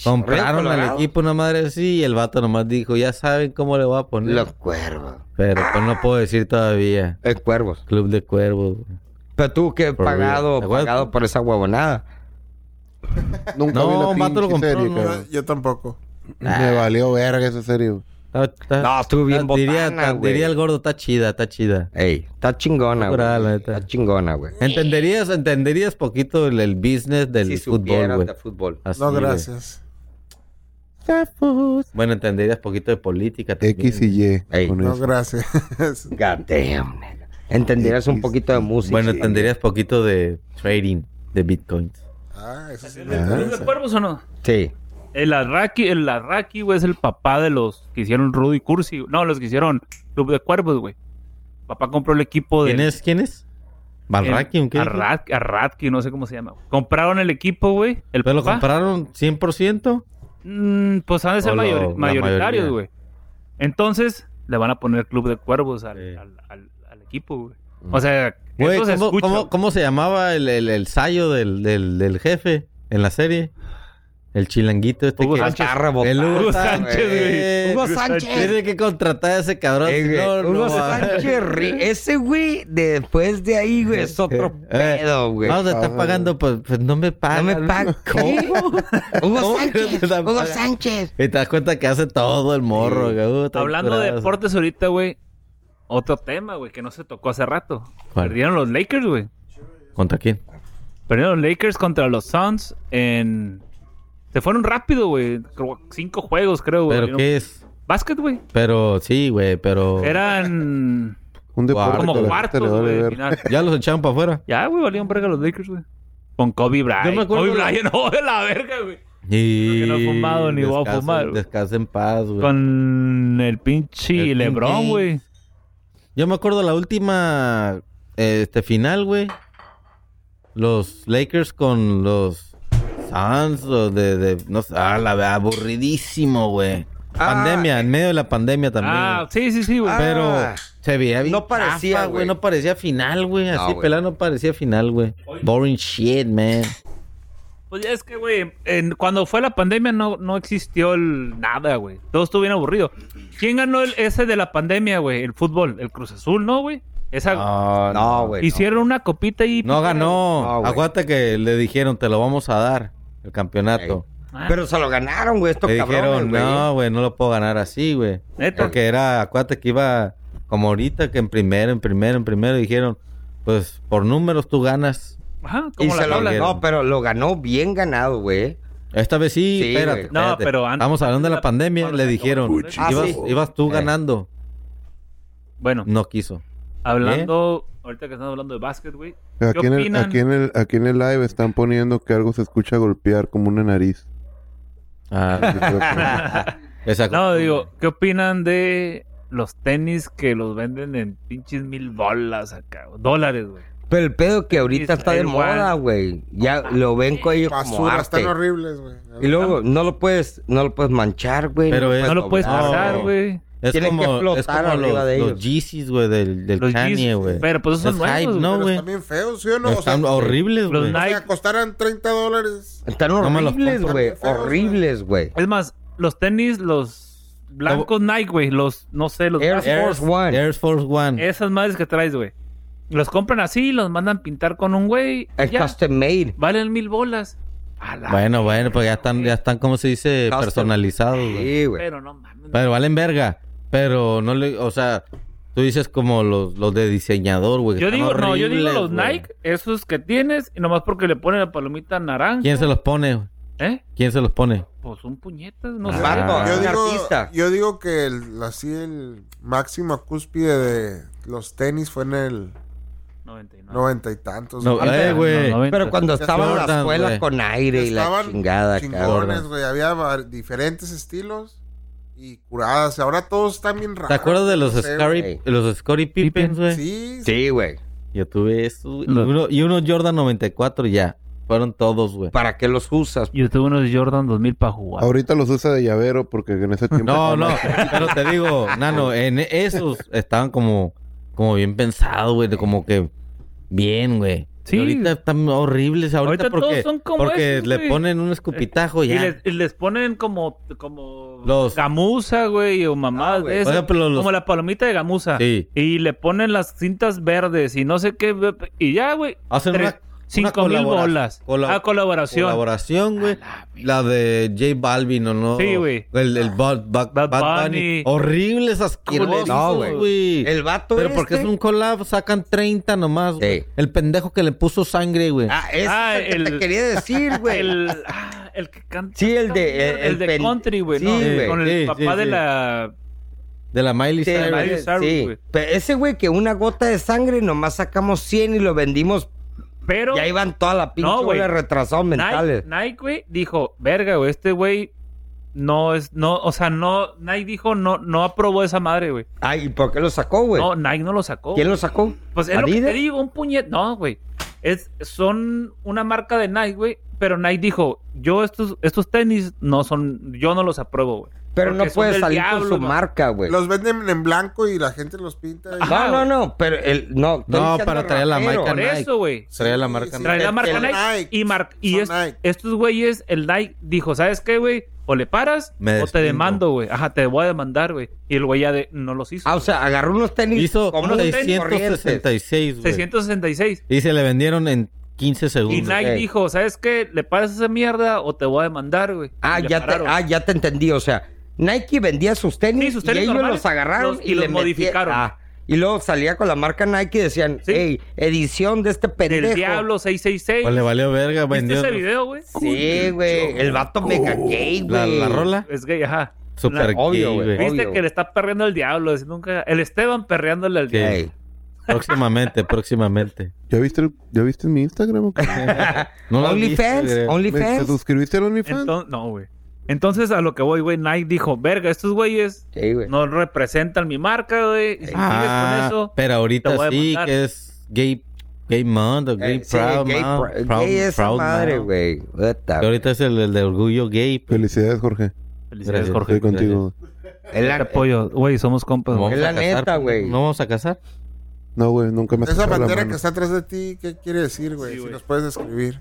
Speaker 5: Compraron
Speaker 4: Río
Speaker 5: al
Speaker 4: Colorado.
Speaker 5: equipo una madre así y el vato nomás dijo, ya saben cómo le voy a poner.
Speaker 4: Los cuervos.
Speaker 5: Pero pues no puedo decir todavía.
Speaker 4: El cuervos.
Speaker 5: Club de Cuervos. güey.
Speaker 4: Pero tú que
Speaker 5: Por vida.
Speaker 4: pagado,
Speaker 5: ¿Te acuerdas?
Speaker 4: pagado por esa huevonada.
Speaker 2: Nunca
Speaker 5: No,
Speaker 2: vi la
Speaker 5: un vato lo
Speaker 2: pinche
Speaker 5: compró,
Speaker 2: serie,
Speaker 5: no.
Speaker 2: cabrón.
Speaker 3: Yo tampoco.
Speaker 2: Me valió verga esa serie. güey.
Speaker 5: Está- está-
Speaker 4: No, estuvo bien
Speaker 5: está- diría,
Speaker 4: botana,
Speaker 5: está-
Speaker 4: güey.
Speaker 5: diría el gordo, está chida, está chida.
Speaker 4: Ey, está chingona, güey.
Speaker 5: Curada, la neta.
Speaker 4: Está chingona, güey.
Speaker 5: Entenderías, entenderías poquito el, el business del
Speaker 4: Si
Speaker 5: fútbol,
Speaker 4: supieras
Speaker 5: güey.
Speaker 4: de fútbol.
Speaker 5: Así,
Speaker 3: no,
Speaker 5: güey.
Speaker 3: gracias.
Speaker 5: Bueno, entenderías poquito de política también.
Speaker 2: X y Y.
Speaker 4: Ey.
Speaker 2: con
Speaker 3: No,
Speaker 2: eso.
Speaker 3: gracias.
Speaker 4: God damn, nigga. Entenderías un poquito de música.
Speaker 5: Bueno, entenderías poquito de trading de bitcoins.
Speaker 3: ah, eso sí. me
Speaker 9: ¿Club
Speaker 3: interesa.
Speaker 9: de Cuervos o no?
Speaker 4: Sí.
Speaker 9: El Arraki, el Arraki, güey, es el papá de los que hicieron Rudy Cursi. güey. No, los que hicieron Club de Cuervos, güey. Papá compró el equipo de...
Speaker 5: ¿Quién es? ¿Quién es?
Speaker 9: el-
Speaker 5: ¿Balrakium? ¿Qué? dijo?
Speaker 9: Arrat- Arratki, no sé cómo se llama. güey. Compraron el equipo, güey. El
Speaker 5: ¿Pero lo
Speaker 9: papá.
Speaker 5: compraron 100%?
Speaker 9: Mm, pues han de ser
Speaker 5: O lo-
Speaker 9: mayori-
Speaker 5: la mayoría.
Speaker 9: mayoritarios, güey. Entonces, le van a poner Club de Cuervos al,
Speaker 5: Sí. Mm.
Speaker 9: al- al- al equipo, güey. O sea,
Speaker 5: Güey,
Speaker 9: eso se
Speaker 5: ¿cómo,
Speaker 9: escucha.
Speaker 5: cómo, cómo se llamaba el, el, el sayo del, del, del jefe en la serie? El chilanguito este
Speaker 9: Hugo
Speaker 5: que...
Speaker 9: Sánchez.
Speaker 4: Está rebotado,
Speaker 5: El Hugo
Speaker 9: Hugo
Speaker 5: Sánchez,
Speaker 9: Sánchez,
Speaker 5: güey.
Speaker 9: güey.
Speaker 4: Hugo
Speaker 5: Tiene que contratar a ese cabrón.
Speaker 4: Eh,
Speaker 5: si
Speaker 4: güey,
Speaker 5: no, no
Speaker 4: Hugo
Speaker 5: va.
Speaker 4: Sánchez Ri- Ese güey, después de ahí, güey, es otro
Speaker 5: Eh,
Speaker 4: pedo, güey. Ah,
Speaker 5: No, te está pagando, pues, pues no me paga.
Speaker 4: No me paga. ¿Cómo? Hugo
Speaker 5: ¿Cómo que no te
Speaker 4: Sánchez.
Speaker 5: la
Speaker 4: Hugo
Speaker 5: paga?
Speaker 4: Sánchez.
Speaker 5: Y te das cuenta que hace todo el morro, güey. Uh, está
Speaker 9: Hablando de
Speaker 5: curado.
Speaker 9: deportes ahorita, güey. Otro tema, güey, que no se tocó hace rato.
Speaker 5: ¿Cuál?
Speaker 9: Perdieron los Lakers, güey.
Speaker 5: ¿Contra quién?
Speaker 9: Perdieron los Lakers contra los Suns en... Se fueron rápido, güey. Creo- Cinco juegos, creo, güey.
Speaker 5: ¿Pero qué Oh. es?
Speaker 9: Básquet, güey.
Speaker 5: Pero sí, güey, pero...
Speaker 9: Eran
Speaker 2: Un deporte que a
Speaker 5: Como
Speaker 9: como
Speaker 2: la
Speaker 9: cuartos,
Speaker 2: gente le vale
Speaker 9: güey. al
Speaker 2: ver.
Speaker 9: final.
Speaker 5: Ya los echaron para afuera.
Speaker 9: Ya, güey, valían verga los Lakers, güey. Con Kobe Bryant.
Speaker 5: Yo me acuerdo
Speaker 9: Kobe
Speaker 5: de-
Speaker 9: Bryant, no, de la verga, güey.
Speaker 5: Y...
Speaker 9: Creo que no he fumado ni voy a
Speaker 5: descansa-
Speaker 9: fumar, güey.
Speaker 5: Descansa en paz, güey.
Speaker 9: Con el pinche
Speaker 5: El
Speaker 9: LeBron,
Speaker 5: King
Speaker 9: güey.
Speaker 5: Yo me acuerdo la última este final, güey. Los Lakers con los Suns o de, de- no sé, ah, la verdad, aburridísimo, güey.
Speaker 4: Ah,
Speaker 5: pandemia, en medio de la pandemia también.
Speaker 9: Ah,
Speaker 5: güey.
Speaker 9: sí, sí, sí, güey.
Speaker 5: pero
Speaker 4: ah.
Speaker 5: se veía bien.
Speaker 4: No parecía,
Speaker 5: chafa,
Speaker 4: güey.
Speaker 5: No parecía final, güey.
Speaker 4: No,
Speaker 5: Así
Speaker 4: güey.
Speaker 5: pelado no parecía final, güey. Boring shit, man.
Speaker 9: Pues ya es que, güey, en- cuando fue la pandemia no, no existió el nada, güey. Todo estuvo bien aburrido. ¿Quién ganó el, ese de la pandemia, güey? El fútbol. El Cruz Azul, ¿no, güey? Esa...
Speaker 5: No,
Speaker 4: No, güey. no.
Speaker 9: Hicieron una copita y...
Speaker 5: No
Speaker 4: No,
Speaker 5: ganó.
Speaker 4: güey.
Speaker 5: Acuérdate que le dijeron, te lo vamos a dar, el campeonato.
Speaker 9: Ah,
Speaker 4: Pero se lo ganaron, güey, estos
Speaker 5: Le
Speaker 4: cabrones,
Speaker 5: dijeron,
Speaker 4: güey.
Speaker 5: no, güey, no lo puedo ganar así, güey.
Speaker 9: Neta.
Speaker 5: Porque era, acuérdate que iba como ahorita, que en primero, en primero, en primero, dijeron, pues por números tú ganas.
Speaker 9: Ajá,
Speaker 4: Y
Speaker 9: como la
Speaker 4: se lo
Speaker 9: tabla.
Speaker 5: tabla.
Speaker 4: ganó, pero lo ganó bien ganado, güey.
Speaker 5: Esta vez sí,
Speaker 4: Sí,
Speaker 5: espérate,
Speaker 4: güey.
Speaker 9: No,
Speaker 5: espérate.
Speaker 9: pero antes-
Speaker 5: Estamos hablando de la
Speaker 9: antes-
Speaker 5: pandemia,
Speaker 9: cuando
Speaker 5: le
Speaker 9: se
Speaker 5: dijeron,
Speaker 9: acabó.
Speaker 1: Puchi.
Speaker 4: Ah,
Speaker 5: ibas,
Speaker 4: sí.
Speaker 5: ibas tú
Speaker 4: Eh.
Speaker 5: ganando.
Speaker 9: Bueno,
Speaker 5: No quiso.
Speaker 9: hablando... Ahorita que estamos hablando de básquet, güey.
Speaker 2: Aquí
Speaker 9: ¿Qué
Speaker 2: en, el,
Speaker 9: opinan?
Speaker 2: aquí, en el, aquí en el live están poniendo que algo se escucha golpear como una nariz.
Speaker 5: Ah, exacto.
Speaker 9: No, digo, ¿qué opinan de los tenis que los venden en pinches mil bolas acá? güey? Dólares, güey.
Speaker 4: Pero el pedo que ahorita
Speaker 9: Sí,
Speaker 4: está de
Speaker 9: el guan.
Speaker 4: moda, güey. Ya lo ven con ellos como
Speaker 3: Basura,
Speaker 4: arte.
Speaker 3: están horribles, güey.
Speaker 4: Y luego no lo puedes, no lo puedes manchar, güey.
Speaker 5: Pero es-
Speaker 9: No lo puedes
Speaker 5: No,
Speaker 9: pasar, güey.
Speaker 5: es
Speaker 4: tienen que
Speaker 5: como, es
Speaker 4: flotar
Speaker 5: como
Speaker 4: arriba
Speaker 5: los,
Speaker 4: de
Speaker 5: los
Speaker 4: ellos.
Speaker 5: Yeezys, güey, del, del
Speaker 9: Los
Speaker 5: Kanye,
Speaker 9: Yeezys,
Speaker 5: güey.
Speaker 9: Pero pues esos
Speaker 5: Es
Speaker 9: son
Speaker 5: hype,
Speaker 9: nuevos,
Speaker 5: no,
Speaker 9: güey.
Speaker 3: Pero
Speaker 5: güey.
Speaker 3: están bien feos, ¿sí o no? O sea,
Speaker 5: Están horribles,
Speaker 9: Los
Speaker 5: güey.
Speaker 3: O
Speaker 9: Nike.
Speaker 3: sea, costaran 30 dólares.
Speaker 4: Están
Speaker 5: No me los
Speaker 4: horribles,
Speaker 5: pongo.
Speaker 4: güey.
Speaker 3: Están feos,
Speaker 4: Horribles, güey.
Speaker 9: Es más, los tenis, los blancos Nike, güey. Los, no sé, los...
Speaker 4: Air
Speaker 9: blancos.
Speaker 5: Air
Speaker 4: Force One.
Speaker 5: Air Force One.
Speaker 9: Esas madres que traes, güey. Los compran así, los mandan pintar con un güey. y
Speaker 4: Es
Speaker 9: ya.
Speaker 4: custom made.
Speaker 9: Valen mil bolas. A la-
Speaker 5: Bueno, bueno, pues ya están, ya están, como se dice,
Speaker 4: Custom.
Speaker 5: personalizados, güey.
Speaker 4: Sí, güey.
Speaker 9: Pero no mames.
Speaker 5: Pero valen verga. Pero no le, o sea, tú dices como los, los de diseñador, güey. que
Speaker 9: Yo
Speaker 5: están
Speaker 9: digo, no, yo digo
Speaker 5: horribles,
Speaker 9: los
Speaker 5: güey.
Speaker 9: Nike, esos que tienes, y nomás porque le ponen la palomita naranja.
Speaker 5: ¿Quién se los pone?
Speaker 9: ¿Eh?
Speaker 5: ¿Quién se los pone?
Speaker 9: Pues un puñetas, no
Speaker 5: Ah.
Speaker 9: sé.
Speaker 4: Vato,
Speaker 5: Ah.
Speaker 4: es
Speaker 3: Yo
Speaker 4: un
Speaker 3: digo,
Speaker 4: artista.
Speaker 3: yo digo que el, así el máximo cúspide de los tenis fue en el
Speaker 9: 99.
Speaker 3: noventa y tantos.
Speaker 5: No,
Speaker 3: güey.
Speaker 5: eh, güey.
Speaker 9: No, 90.
Speaker 4: Pero cuando estaba en la
Speaker 5: Jordan,
Speaker 4: escuela
Speaker 5: güey.
Speaker 4: con aire y la
Speaker 3: Estaban
Speaker 4: chingada,
Speaker 3: Chingones,
Speaker 4: cabrón.
Speaker 3: güey. Había var- diferentes estilos y curadas. Ahora todos están bien raros.
Speaker 5: ¿Te acuerdas de los
Speaker 3: no sé,
Speaker 5: Scary,
Speaker 4: güey.
Speaker 5: los Scottie Pippens,
Speaker 9: Pippen,
Speaker 5: güey?
Speaker 3: Sí, sí.
Speaker 4: Sí, güey.
Speaker 5: Yo tuve eso. güey. Y
Speaker 9: Los-
Speaker 5: uno, y uno Jordan 94 ya. fueron todos, güey.
Speaker 4: ¿Para qué los usas?
Speaker 9: Yo tuve unos Jordan 2000 para jugar.
Speaker 10: Ahorita los usa de llavero porque en ese tiempo.
Speaker 5: No, no, pero te digo, nano, en esos estaban como, como bien pensados, güey, de como que bien, güey.
Speaker 9: Sí.
Speaker 5: Y ahorita están horribles, ahorita,
Speaker 9: Ahorita todos
Speaker 5: porque,
Speaker 9: son como
Speaker 5: porque
Speaker 9: esos,
Speaker 5: le
Speaker 9: güey.
Speaker 5: ponen un escupitajo y
Speaker 9: Y
Speaker 5: Oh, ya.
Speaker 9: les, y les ponen como, como
Speaker 5: Los- Ah,
Speaker 9: gamuza, güey, o mamadas de esas.
Speaker 5: O sea, pero los-
Speaker 9: Como la palomita de gamuza.
Speaker 5: Sí.
Speaker 9: Y le ponen las cintas verdes y no sé qué. ve- Y ya, güey.
Speaker 5: Hacen
Speaker 9: Tres-
Speaker 5: una-
Speaker 9: Cinco
Speaker 5: una
Speaker 9: mil
Speaker 5: colabora-
Speaker 9: bolas.
Speaker 5: cola-
Speaker 9: Ah, colaboración.
Speaker 5: colaboración, güey. La de J Balvin, ¿o no?
Speaker 9: Sí, güey.
Speaker 5: El, el Bad, Bad-
Speaker 9: Bad
Speaker 5: Bad
Speaker 9: Bunny.
Speaker 5: Bunny. Horribles, asquerosos,
Speaker 4: No, güey.
Speaker 5: güey.
Speaker 4: El vato
Speaker 5: Pero porque es
Speaker 4: este-
Speaker 5: un collab, sacan 30 nomás. güey.
Speaker 4: Sí.
Speaker 5: El pendejo que le puso sangre, güey.
Speaker 4: Ah, ese
Speaker 9: Ah,
Speaker 4: es el que
Speaker 9: el-
Speaker 4: te quería decir, güey.
Speaker 9: El, ah, el que canta.
Speaker 4: Sí, el de- el-
Speaker 9: El,
Speaker 4: el
Speaker 9: de
Speaker 4: pen-
Speaker 9: country, güey.
Speaker 4: Sí,
Speaker 9: ¿no?
Speaker 4: güey.
Speaker 9: Con el
Speaker 5: Sí,
Speaker 9: papá
Speaker 5: sí,
Speaker 9: de
Speaker 5: sí.
Speaker 9: la.
Speaker 5: De la Miley
Speaker 4: Sí,
Speaker 5: Cyrus.
Speaker 9: Miley Cyrus,
Speaker 4: sí.
Speaker 9: güey.
Speaker 4: Pero ese güey que una gota de sangre nomás sacamos 100 y lo vendimos.
Speaker 9: Pero.
Speaker 4: Y ahí van toda la pinche
Speaker 9: No, güey.
Speaker 4: bola de retrasados mentales.
Speaker 9: Nike, Nike, güey, dijo, verga, güey, este güey no es, no, o sea, no, Nike dijo, no, no aprobó esa madre, güey.
Speaker 4: Ay, ¿y por qué lo sacó, güey?
Speaker 9: No, Nike no lo sacó.
Speaker 4: Pues, ¿Quién lo sacó?
Speaker 9: Pues es lo que
Speaker 4: ¿Adidas?
Speaker 9: te digo, un puñet. No, güey. Es, son una marca de Nike, güey. Pero Nike dijo, yo estos, estos tenis no son, yo no los apruebo, güey.
Speaker 4: Pero no
Speaker 9: porque son
Speaker 4: puede
Speaker 9: del
Speaker 4: salir
Speaker 9: diablo,
Speaker 4: con su
Speaker 9: güey.
Speaker 4: marca, güey. Ah,
Speaker 3: Los venden en blanco y la gente los pinta. y-
Speaker 9: Ajá,
Speaker 4: no,
Speaker 9: güey.
Speaker 4: no, no, pero el no,
Speaker 5: No,
Speaker 4: estoy diciendo
Speaker 5: para traer la
Speaker 4: rapero.
Speaker 5: marca
Speaker 9: Por
Speaker 5: Nike.
Speaker 9: eso, güey.
Speaker 5: Trae la marca
Speaker 3: Sí,
Speaker 9: Trae la
Speaker 3: sí,
Speaker 9: marca
Speaker 3: son
Speaker 9: Nike, y, mar- y
Speaker 3: son
Speaker 9: es-
Speaker 3: Nike.
Speaker 9: estos güeyes, el Nike dijo, ¿sabes qué, güey? O le paras
Speaker 5: Me
Speaker 9: o te
Speaker 5: despinto.
Speaker 9: demando, güey. Ajá, te voy a demandar, güey. Y el güey ya de, no los hizo.
Speaker 4: Ah, o sea, agarró unos tenis
Speaker 5: Hizo
Speaker 4: comunes, corrientes.
Speaker 5: 666, güey.
Speaker 9: 666.
Speaker 5: Y se le vendieron en 15
Speaker 9: Y
Speaker 5: segundos.
Speaker 9: Nike
Speaker 4: ok.
Speaker 9: dijo, ¿sabes qué? ¿Le paras esa mierda o te voy a demandar, güey?
Speaker 4: Ah,
Speaker 9: Y le
Speaker 4: ya te,
Speaker 9: pararon.
Speaker 4: ah, ya te entendí, o sea, Nike vendía sus tenis,
Speaker 9: Sí, sus tenis
Speaker 4: y ellos
Speaker 9: normales,
Speaker 4: los agarraron
Speaker 9: los-
Speaker 4: y,
Speaker 9: y los
Speaker 4: le metí-
Speaker 9: modificaron.
Speaker 4: ah, y luego salía con la marca Nike y decían,
Speaker 9: Sí.
Speaker 4: hey, edición de este pendejo.
Speaker 9: Del diablo 666.
Speaker 5: Pues le valió verga,
Speaker 9: ¿Viste
Speaker 5: vendió.
Speaker 9: ese video, güey?
Speaker 4: Sí, güey, el vato mega gay, güey.
Speaker 5: La, la rola.
Speaker 9: Es gay, ajá.
Speaker 5: Super
Speaker 4: La- obvio,
Speaker 5: gay,
Speaker 4: güey.
Speaker 5: güey.
Speaker 9: Viste
Speaker 4: Obvio.
Speaker 9: que le está perreando al diablo, diciendo nunca. El Esteban perreándole al diablo.
Speaker 4: Ey.
Speaker 5: Próximamente, próximamente.
Speaker 10: ¿Ya viste, el- ¿Ya viste mi Instagram? o qué?
Speaker 5: No la viste, güey.
Speaker 4: OnlyFans,
Speaker 10: ¿Me- ¿Te
Speaker 4: OnlyFans.
Speaker 10: suscribiste al OnlyFans?
Speaker 9: Entonces, no, güey. Entonces, a lo que voy, güey, Nike dijo, verga, estos güeyes
Speaker 4: Sí, güey.
Speaker 9: no representan mi marca, güey. Y si
Speaker 5: Ah,
Speaker 9: sigues con eso,
Speaker 5: pero
Speaker 9: te voy
Speaker 5: ahorita
Speaker 9: a
Speaker 5: sí
Speaker 9: mandar.
Speaker 5: que es gay, gay month o gay
Speaker 4: Eh, sí,
Speaker 5: proud
Speaker 4: gay
Speaker 5: month,
Speaker 4: pro-
Speaker 5: proud-
Speaker 4: gay esa
Speaker 5: proud
Speaker 4: madre,
Speaker 5: month.
Speaker 4: güey. What the-
Speaker 5: Que ahorita es el, el de orgullo gay. pues.
Speaker 10: Felicidades, Jorge.
Speaker 9: felicidades,
Speaker 5: Gracias.
Speaker 9: Jorge. Eh,
Speaker 10: Estoy contigo.
Speaker 4: Es la-
Speaker 9: Te apoyo, güey, somos compas.
Speaker 5: Nos
Speaker 9: güey.
Speaker 5: vamos
Speaker 4: Es la
Speaker 5: a casar,
Speaker 4: neta, güey.
Speaker 5: ¿No vamos a casar?
Speaker 10: No, güey, nunca me has
Speaker 3: Esa
Speaker 10: tocado la
Speaker 3: bandera
Speaker 10: mano.
Speaker 3: que está atrás de ti, ¿qué quiere decir, güey?
Speaker 9: Sí,
Speaker 3: si
Speaker 9: güey.
Speaker 3: nos puedes describir.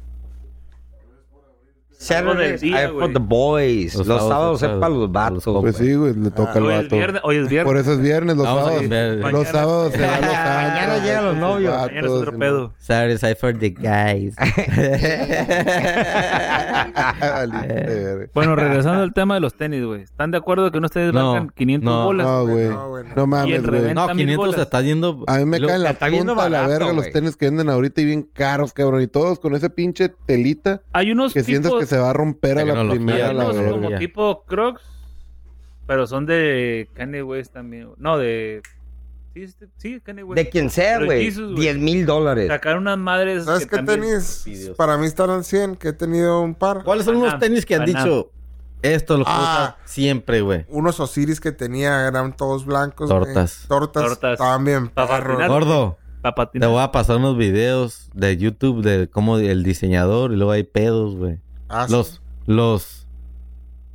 Speaker 9: Sábado del
Speaker 4: Saturdays
Speaker 9: día,
Speaker 4: are for
Speaker 9: güey.
Speaker 4: the boys. Los,
Speaker 5: Los
Speaker 4: sábados,
Speaker 5: sábados
Speaker 4: es para los vatos.
Speaker 5: los
Speaker 10: Pues sí, güey, le toca al
Speaker 9: Hoy es
Speaker 10: vato.
Speaker 9: Ah, viernes, hoy es viernes.
Speaker 10: Por eso es viernes, los
Speaker 5: Vamos a
Speaker 10: sábados.
Speaker 5: cambiar.
Speaker 10: Los
Speaker 9: Mañana-
Speaker 10: sábados se van los
Speaker 4: Mañana
Speaker 10: antros,
Speaker 4: llegan los
Speaker 10: los
Speaker 4: novios.
Speaker 10: vatos,
Speaker 9: Mañana es otro
Speaker 10: sí,
Speaker 9: pedo.
Speaker 5: Sorry, sorry for the guys.
Speaker 10: Valiste, Ah,
Speaker 5: Eh.
Speaker 10: verga.
Speaker 9: Bueno, regresando al tema de los tenis, güey. ¿Están de acuerdo que no ustedes
Speaker 5: No,
Speaker 9: marcan 500
Speaker 5: no.
Speaker 9: bolas?
Speaker 10: No, güey.
Speaker 3: No, güey, no.
Speaker 10: No mames, güey.
Speaker 9: reventa.
Speaker 5: no,
Speaker 9: mil
Speaker 5: 500
Speaker 9: bolas.
Speaker 5: se está yendo.
Speaker 10: A mí me
Speaker 5: Lo-
Speaker 10: caen la
Speaker 4: está viendo
Speaker 10: punta a la
Speaker 4: barato,
Speaker 10: verga los
Speaker 4: güey.
Speaker 10: tenis que venden ahorita y bien caros, cabrón. Y todos con ese pinche telita
Speaker 9: Hay unos
Speaker 10: que sientes
Speaker 9: tipos,
Speaker 10: que se va a romper a la
Speaker 5: Tecnología,
Speaker 10: primera,
Speaker 9: hay
Speaker 10: la
Speaker 9: unos
Speaker 5: tecnología.
Speaker 10: verga.
Speaker 9: como tipo Crocs, pero son de Kanye West también. No, de sí, este- sí Kanye West.
Speaker 4: De quien sea,
Speaker 9: Pero
Speaker 4: güey.
Speaker 9: Jesus,
Speaker 4: 10 mil dólares.
Speaker 9: Sacar unas madres
Speaker 3: ¿Sabes qué
Speaker 9: también-
Speaker 3: tenis?
Speaker 5: Dios.
Speaker 3: Para mí están al 100, que he tenido un par.
Speaker 5: ¿Cuáles son los
Speaker 9: Panam,
Speaker 5: tenis que han
Speaker 9: Panam.
Speaker 5: dicho? Esto lo ah,
Speaker 3: Ah.
Speaker 5: siempre, güey.
Speaker 3: Unos Osiris que tenía, eran todos blancos.
Speaker 5: Tortas.
Speaker 3: güey. Tortas.
Speaker 9: Tortas.
Speaker 3: Estaban bien
Speaker 4: Ah,
Speaker 9: Pa'
Speaker 3: perros.
Speaker 9: patinar.
Speaker 5: Gordo,
Speaker 9: pa'
Speaker 5: te
Speaker 9: patinar.
Speaker 5: voy a pasar unos videos de YouTube de cómo el diseñador y luego hay pedos, güey.
Speaker 3: Ah, sí.
Speaker 5: Los, los,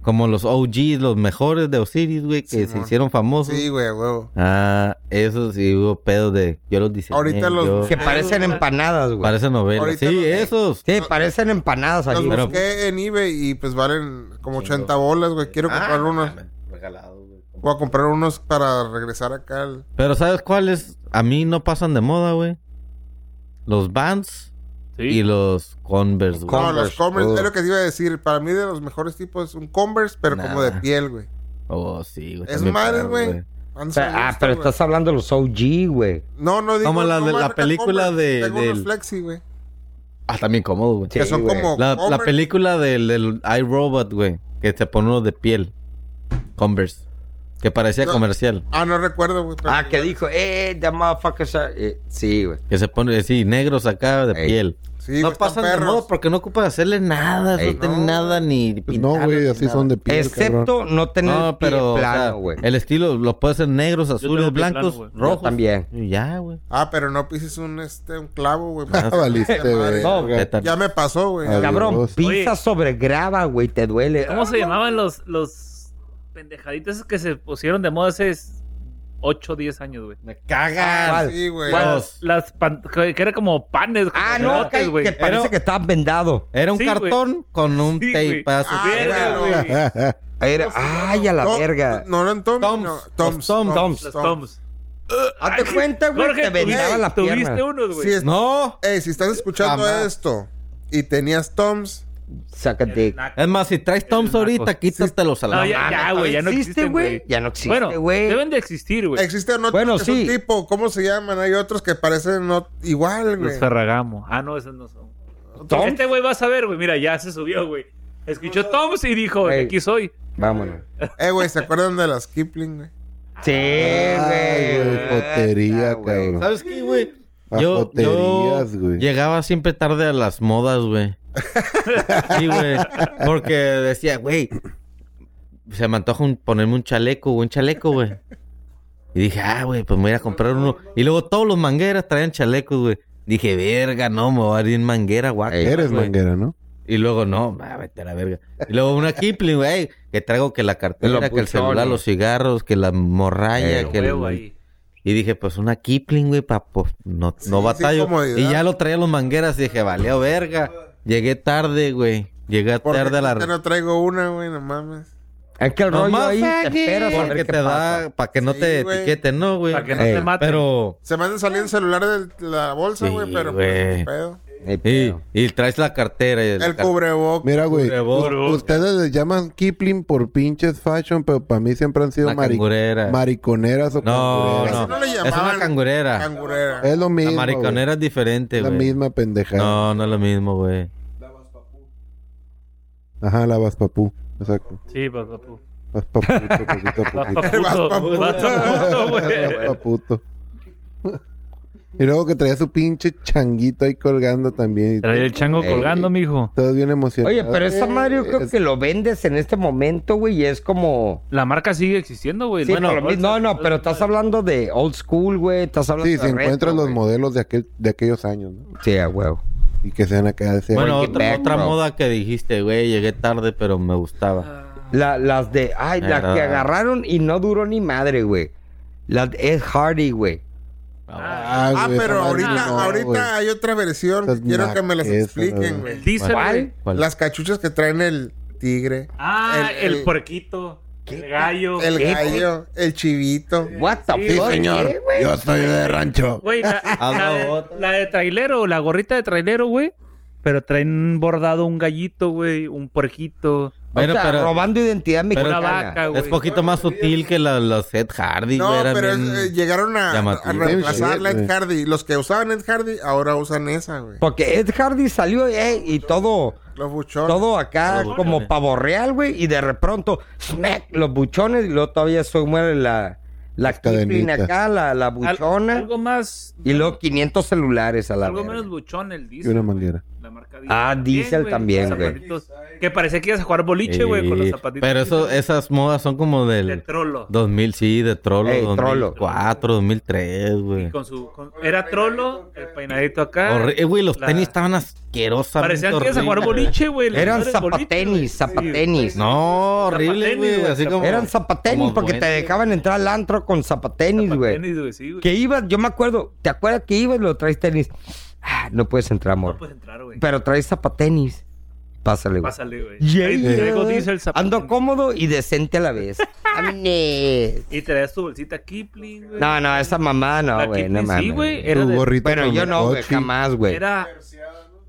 Speaker 5: como los OGs, los mejores de Osiris, güey, que se
Speaker 3: Simón.
Speaker 5: hicieron famosos.
Speaker 3: Sí, güey, a huevo.
Speaker 5: Ah, esos sí hubo pedos de. Yo los diseñé.
Speaker 3: Ahorita los-
Speaker 5: yo-
Speaker 4: Que parecen empanadas, güey.
Speaker 5: Parece novela.
Speaker 3: Ahorita
Speaker 5: sí,
Speaker 3: los-
Speaker 5: esos.
Speaker 4: Sí, parecen empanadas
Speaker 3: Los
Speaker 4: allí.
Speaker 5: pero-
Speaker 3: busqué en eBay y pues valen como 80 bolas, güey. Quiero
Speaker 5: Ah,
Speaker 9: Ah,
Speaker 3: comprar unos. Voy a comprar unos para regresar acá. al-
Speaker 5: Pero ¿sabes cuáles? A mí no pasan de moda, güey. Los Vans
Speaker 9: Sí.
Speaker 5: y los Converse, güey.
Speaker 3: no, los
Speaker 4: Converse,
Speaker 3: Converse,
Speaker 4: oh.
Speaker 3: es lo que te iba a decir. Para mí de los mejores tipos es un Converse, pero como
Speaker 5: Nah.
Speaker 3: de piel, güey.
Speaker 5: Oh, sí, güey.
Speaker 3: Es
Speaker 5: también
Speaker 3: madre,
Speaker 5: perro,
Speaker 3: güey. Han
Speaker 4: Pero-
Speaker 3: salido
Speaker 4: ah,
Speaker 3: esto,
Speaker 4: pero
Speaker 3: güey.
Speaker 4: estás hablando de los OG, güey.
Speaker 3: No, no digo.
Speaker 5: Como la
Speaker 3: no
Speaker 5: de la
Speaker 3: marca
Speaker 5: película de-
Speaker 3: Tengo
Speaker 5: del-
Speaker 3: unos flexi, güey.
Speaker 5: Ah, también cómodo, güey.
Speaker 4: Sí,
Speaker 3: que son
Speaker 4: güey.
Speaker 3: como.
Speaker 5: La, la
Speaker 3: Oh, Converse.
Speaker 5: película del, del iRobot, güey. Que se pone uno de piel. Converse. Que parecía
Speaker 3: No.
Speaker 5: comercial.
Speaker 3: Ah, no recuerdo, güey. pero-
Speaker 4: Ah, que dijo, eh, the motherfuckers are... eh, sí, güey.
Speaker 5: Que se pone, sí, negros acá de
Speaker 4: Ey.
Speaker 5: piel.
Speaker 3: Sí, Sí,
Speaker 5: no
Speaker 3: güey, están
Speaker 5: pasan de
Speaker 3: perros.
Speaker 5: modo porque no ocupan hacerle nada,
Speaker 4: Ey.
Speaker 5: no tienen nada ni
Speaker 10: Pues no,
Speaker 5: pintarlo,
Speaker 10: güey,
Speaker 5: ni
Speaker 10: así
Speaker 5: nada.
Speaker 10: son de piel, cabrón.
Speaker 4: Excepto no tener el
Speaker 5: No,
Speaker 4: pie
Speaker 5: pero o sea,
Speaker 4: plano, güey.
Speaker 5: el estilo lo puede hacer negros, azules,
Speaker 9: tengo pie
Speaker 5: blancos,
Speaker 9: plano, güey.
Speaker 5: rojos.
Speaker 4: Yo también.
Speaker 5: Y ya, güey.
Speaker 3: Ah, pero no pises un, este, un clavo, güey.
Speaker 10: Ah, valiste, güey.
Speaker 5: No,
Speaker 10: verga.
Speaker 5: neta.
Speaker 3: Ya me pasó, güey.
Speaker 10: Adiós.
Speaker 4: Cabrón,
Speaker 10: Oye.
Speaker 4: pisa sobre grava, güey, te duele.
Speaker 9: ¿Cómo se llamaban los, los pendejaditos esos que se pusieron de moda hace 8 o 10 años, güey?
Speaker 5: Me cagas.
Speaker 4: Ah, ¿Cuál?
Speaker 3: Sí, güey.
Speaker 5: Los-
Speaker 9: Las pan- que que era como panes.
Speaker 4: Ah,
Speaker 9: como
Speaker 4: no,
Speaker 9: elotes,
Speaker 4: que,
Speaker 9: güey.
Speaker 4: que parece
Speaker 5: Pero-
Speaker 4: que estaba vendado.
Speaker 5: Era un
Speaker 9: Sí, güey.
Speaker 5: cartón con un
Speaker 9: Sí,
Speaker 5: tape
Speaker 9: güey.
Speaker 5: para
Speaker 3: Ah,
Speaker 5: su-
Speaker 9: Verga,
Speaker 3: güey.
Speaker 9: güey.
Speaker 4: Era, ay, a la
Speaker 3: No,
Speaker 4: verga.
Speaker 3: No, no, en Tom,
Speaker 5: Toms.
Speaker 3: no,
Speaker 5: Los
Speaker 3: Toms.
Speaker 5: Toms.
Speaker 9: Los Toms.
Speaker 4: Hazte cuenta, güey,
Speaker 9: Jorge,
Speaker 4: te vendaba
Speaker 9: tuviste-
Speaker 4: las piernas.
Speaker 9: tuviste unos,
Speaker 3: Si,
Speaker 9: güey.
Speaker 3: es-
Speaker 5: No.
Speaker 3: Ey, si estás escuchando
Speaker 5: Jamás.
Speaker 3: esto y tenías Toms,
Speaker 4: Sácate.
Speaker 5: Es más, si traes Toms ahorita, quítatelos a la
Speaker 9: Eh, No,
Speaker 5: mano.
Speaker 9: ya, ya, güey, ya no
Speaker 4: ¿Existe,
Speaker 9: existen, güey.
Speaker 4: Ya no existe,
Speaker 9: Bueno,
Speaker 4: güey.
Speaker 9: deben de existir, güey.
Speaker 3: existen otros
Speaker 4: Bueno,
Speaker 3: que
Speaker 4: sí.
Speaker 3: son tipo, ¿cómo se llaman? Hay otros que parecen no, igual,
Speaker 9: Los
Speaker 3: güey.
Speaker 9: Ferragamo. Ah, no, esos no son. Este güey va a saber, güey. Mira, ya se subió, güey. Escuchó Toms y dijo,
Speaker 4: Ey.
Speaker 9: aquí soy.
Speaker 4: Vámonos.
Speaker 3: Eh, güey, ¿se acuerdan de las Kipling, güey?
Speaker 4: Sí,
Speaker 10: Ay,
Speaker 9: Eh,
Speaker 10: güey, jotería, cabrón.
Speaker 5: ¿Sabes qué, güey?
Speaker 10: A
Speaker 5: Yo, yo
Speaker 10: joterías, güey.
Speaker 5: llegaba siempre tarde a las modas, güey. Sí, güey. Porque decía, güey, se me antoja un- ponerme un chaleco, güey, un chaleco, güey. Y dije, ah, güey, pues me voy a ir a comprar uno. Y luego todos los mangueras traían chalecos, güey. Dije, verga, no, me voy a ir en manguera, guaca.
Speaker 10: Eres
Speaker 5: güey.
Speaker 10: manguera, ¿no?
Speaker 5: Y luego, no, va, vete a la verga. Y luego una Kipling, güey, que traigo que la cartera,
Speaker 4: Los
Speaker 5: que el celular,
Speaker 4: buzones.
Speaker 5: los cigarros, que la morralla,
Speaker 9: Lo
Speaker 5: que el...
Speaker 9: veo Eh, ahí.
Speaker 5: Y dije, pues una Kipling, güey, pa, pues no, no
Speaker 3: sí,
Speaker 5: batallo.
Speaker 3: comodidad.
Speaker 5: y ya lo traía los mangueras y dije, valeo verga. Llegué tarde, güey. Llegué
Speaker 3: Porque
Speaker 5: tarde a la...
Speaker 3: ahorita no traigo una, güey, no mames.
Speaker 4: Es que el
Speaker 5: No
Speaker 4: rollo
Speaker 5: más
Speaker 4: ahí te esperas a ver
Speaker 5: Porque
Speaker 4: qué
Speaker 5: te
Speaker 4: pasa.
Speaker 5: da... Para que no
Speaker 3: Sí,
Speaker 5: te
Speaker 3: güey.
Speaker 5: etiqueten, ¿no, güey? Eh,
Speaker 9: Para que no
Speaker 4: Ey,
Speaker 9: te maten.
Speaker 5: Pero...
Speaker 3: Se me han salido el celular de la bolsa,
Speaker 5: Sí,
Speaker 3: güey, pero pues,
Speaker 5: güey.
Speaker 3: pedo.
Speaker 4: Ni
Speaker 5: Y,
Speaker 4: pedo.
Speaker 5: y traes la cartera y...
Speaker 3: El cubrebocas.
Speaker 10: Mira, güey.
Speaker 5: Cubrebocas.
Speaker 10: u- Ustedes le llaman Kipling por pinches fashion, pero para mí siempre han sido
Speaker 5: La
Speaker 10: mari-
Speaker 5: cangurera.
Speaker 10: mariconeras o
Speaker 5: No,
Speaker 10: cangureras.
Speaker 5: no.
Speaker 3: no le
Speaker 5: es una
Speaker 3: llamaban
Speaker 5: cangurera.
Speaker 3: Cangurera.
Speaker 10: Es lo mismo.
Speaker 5: la mariconera es diferente,
Speaker 10: güey. Es la
Speaker 5: güey.
Speaker 10: misma pendejada.
Speaker 5: No, no es lo mismo, güey.
Speaker 10: Ajá, la vas papú. Exacto.
Speaker 9: Sí, papá. pu-
Speaker 10: Vas paputo, poquito a
Speaker 9: Vas
Speaker 10: poquito.
Speaker 9: pa' puto, vas pa' puto, güey.
Speaker 10: Vas paputo. Y luego que traía su pinche changuito ahí colgando también.
Speaker 9: Trae el chango
Speaker 4: Ey.
Speaker 9: colgando, mijo.
Speaker 10: Todos bien emocionados.
Speaker 4: Oye, pero esa Mario creo
Speaker 10: Eh, Es-
Speaker 4: que lo vendes en este momento, güey, y es como...
Speaker 9: La marca sigue existiendo, güey.
Speaker 4: Sí,
Speaker 9: Bueno,
Speaker 4: pero lo mismo- no, no, pero estás hablando de old school, güey. Estás hablando
Speaker 10: Sí,
Speaker 4: de
Speaker 10: si
Speaker 4: retro,
Speaker 10: encuentras los
Speaker 4: güey.
Speaker 10: modelos de aquel, de aquellos años, ¿no?
Speaker 4: Sí, a huevo.
Speaker 10: Y que sean acá de ese-
Speaker 5: Bueno,
Speaker 4: Breaking
Speaker 5: otra,
Speaker 4: Bad,
Speaker 5: otra
Speaker 4: bro.
Speaker 5: moda que dijiste, güey, llegué tarde, pero me gustaba.
Speaker 4: La- las de... Ay, las
Speaker 5: Verdad.
Speaker 4: que agarraron y no duró ni madre, güey. Las de Ed Hardy, güey.
Speaker 10: Ah,
Speaker 3: Ah,
Speaker 10: güey,
Speaker 3: pero
Speaker 10: esa madre
Speaker 3: ahorita,
Speaker 10: no, güey.
Speaker 3: ahorita hay otra versión.
Speaker 10: Esas
Speaker 3: que Quiero que me las
Speaker 10: naquezas,
Speaker 3: expliquen,
Speaker 10: güey.
Speaker 3: güey.
Speaker 9: El diésel,
Speaker 4: ¿Cuál?
Speaker 9: güey.
Speaker 5: ¿Cuál?
Speaker 3: Las cachuchas que traen el tigre,
Speaker 9: Ah,
Speaker 3: El-
Speaker 9: el,
Speaker 3: el-
Speaker 9: puerquito. El gallo.
Speaker 3: el
Speaker 4: ¿Qué?
Speaker 3: gallo, el chivito.
Speaker 4: What the
Speaker 9: Sí,
Speaker 4: fuck,
Speaker 11: Señor,
Speaker 4: eh, güey?
Speaker 11: yo soy de rancho.
Speaker 9: Güey, la,
Speaker 4: Ah,
Speaker 9: la de, la de trailero, la gorrita de trailero, güey. Pero traen bordado un gallito, güey. Un puerquito.
Speaker 5: Bueno,
Speaker 4: o sea,
Speaker 5: pero-
Speaker 4: robando identidad mexicana.
Speaker 9: Una vaca, güey.
Speaker 5: Es poquito más sutil que la- las Ed Hardy,
Speaker 3: No,
Speaker 5: güey. eran
Speaker 3: pero es-
Speaker 5: bien-
Speaker 3: eh, llegaron a, a
Speaker 5: llamativo.
Speaker 3: reemplazar
Speaker 10: Sí,
Speaker 3: la Ed
Speaker 10: güey.
Speaker 3: Hardy. Los que usaban Ed Hardy ahora usan esa, güey.
Speaker 4: Porque Ed Hardy salió eh, y todo...
Speaker 3: Los buchones.
Speaker 4: Todo acá
Speaker 5: Todo
Speaker 4: como
Speaker 5: buchones.
Speaker 4: pavo real, güey. Y de repronto, smack, los buchones. Y luego todavía se muere la, la
Speaker 10: Las cadenitas.
Speaker 4: Kipling acá, la, la
Speaker 9: Al-
Speaker 4: buchona.
Speaker 9: algo más.
Speaker 4: y luego 500 celulares a la
Speaker 9: Algo
Speaker 4: verga.
Speaker 9: menos buchón el
Speaker 10: Y
Speaker 9: diésel.
Speaker 10: una manguera.
Speaker 9: La marca
Speaker 4: Ah, diésel también,
Speaker 9: Los
Speaker 4: güey.
Speaker 9: zapatitos. Que parecía que ibas a jugar boliche, güey, con los
Speaker 5: Sí,
Speaker 9: zapatitos.
Speaker 5: Pero eso, esas modas son como
Speaker 9: De
Speaker 5: del
Speaker 9: trolo.
Speaker 5: 2000, sí, de Trollo.
Speaker 4: Ey, trolo.
Speaker 5: 2004, 2003, güey.
Speaker 9: Con su, con- era trolo, el peinadito acá.
Speaker 5: Horri- eh, Güey, los
Speaker 9: La-
Speaker 5: tenis estaban asquerosamente
Speaker 9: Parecían que ibas a jugar
Speaker 5: horribles.
Speaker 9: boliche, güey. los
Speaker 4: Eran
Speaker 9: madres boliche, güey.
Speaker 4: zapatenis, zapatenis.
Speaker 5: No, horrible,
Speaker 9: Zapatenis,
Speaker 5: güey.
Speaker 9: güey,
Speaker 5: Así como...
Speaker 4: Eran zapatenis
Speaker 5: como
Speaker 4: porque te
Speaker 5: duende.
Speaker 4: dejaban entrar al antro con zapatenis, güey.
Speaker 9: Zapatenis, güey, sí, güey.
Speaker 4: Que ibas, yo me acuerdo, ¿te acuerdas que ibas y lo traes tenis? Ah, no puedes entrar, amor.
Speaker 9: No puedes entrar, güey.
Speaker 4: Pero traes zapatenis. Pásale, güey.
Speaker 9: Pásale, güey.
Speaker 4: Y ahí,
Speaker 9: Ahí traigo
Speaker 4: güey,
Speaker 9: diésel zapatenis.
Speaker 4: Ando cómodo y decente a la vez. Amine.
Speaker 9: Y traías tu bolsita Kipling, güey.
Speaker 4: No, no, esa mamá no,
Speaker 9: La
Speaker 4: güey, no
Speaker 9: Kipling,
Speaker 4: mames.
Speaker 9: sí, güey. Era,
Speaker 10: Tu
Speaker 9: de-
Speaker 10: gorrito.
Speaker 4: Bueno,
Speaker 10: con
Speaker 4: yo no, güey,
Speaker 10: Ochi.
Speaker 4: jamás, güey.
Speaker 9: era,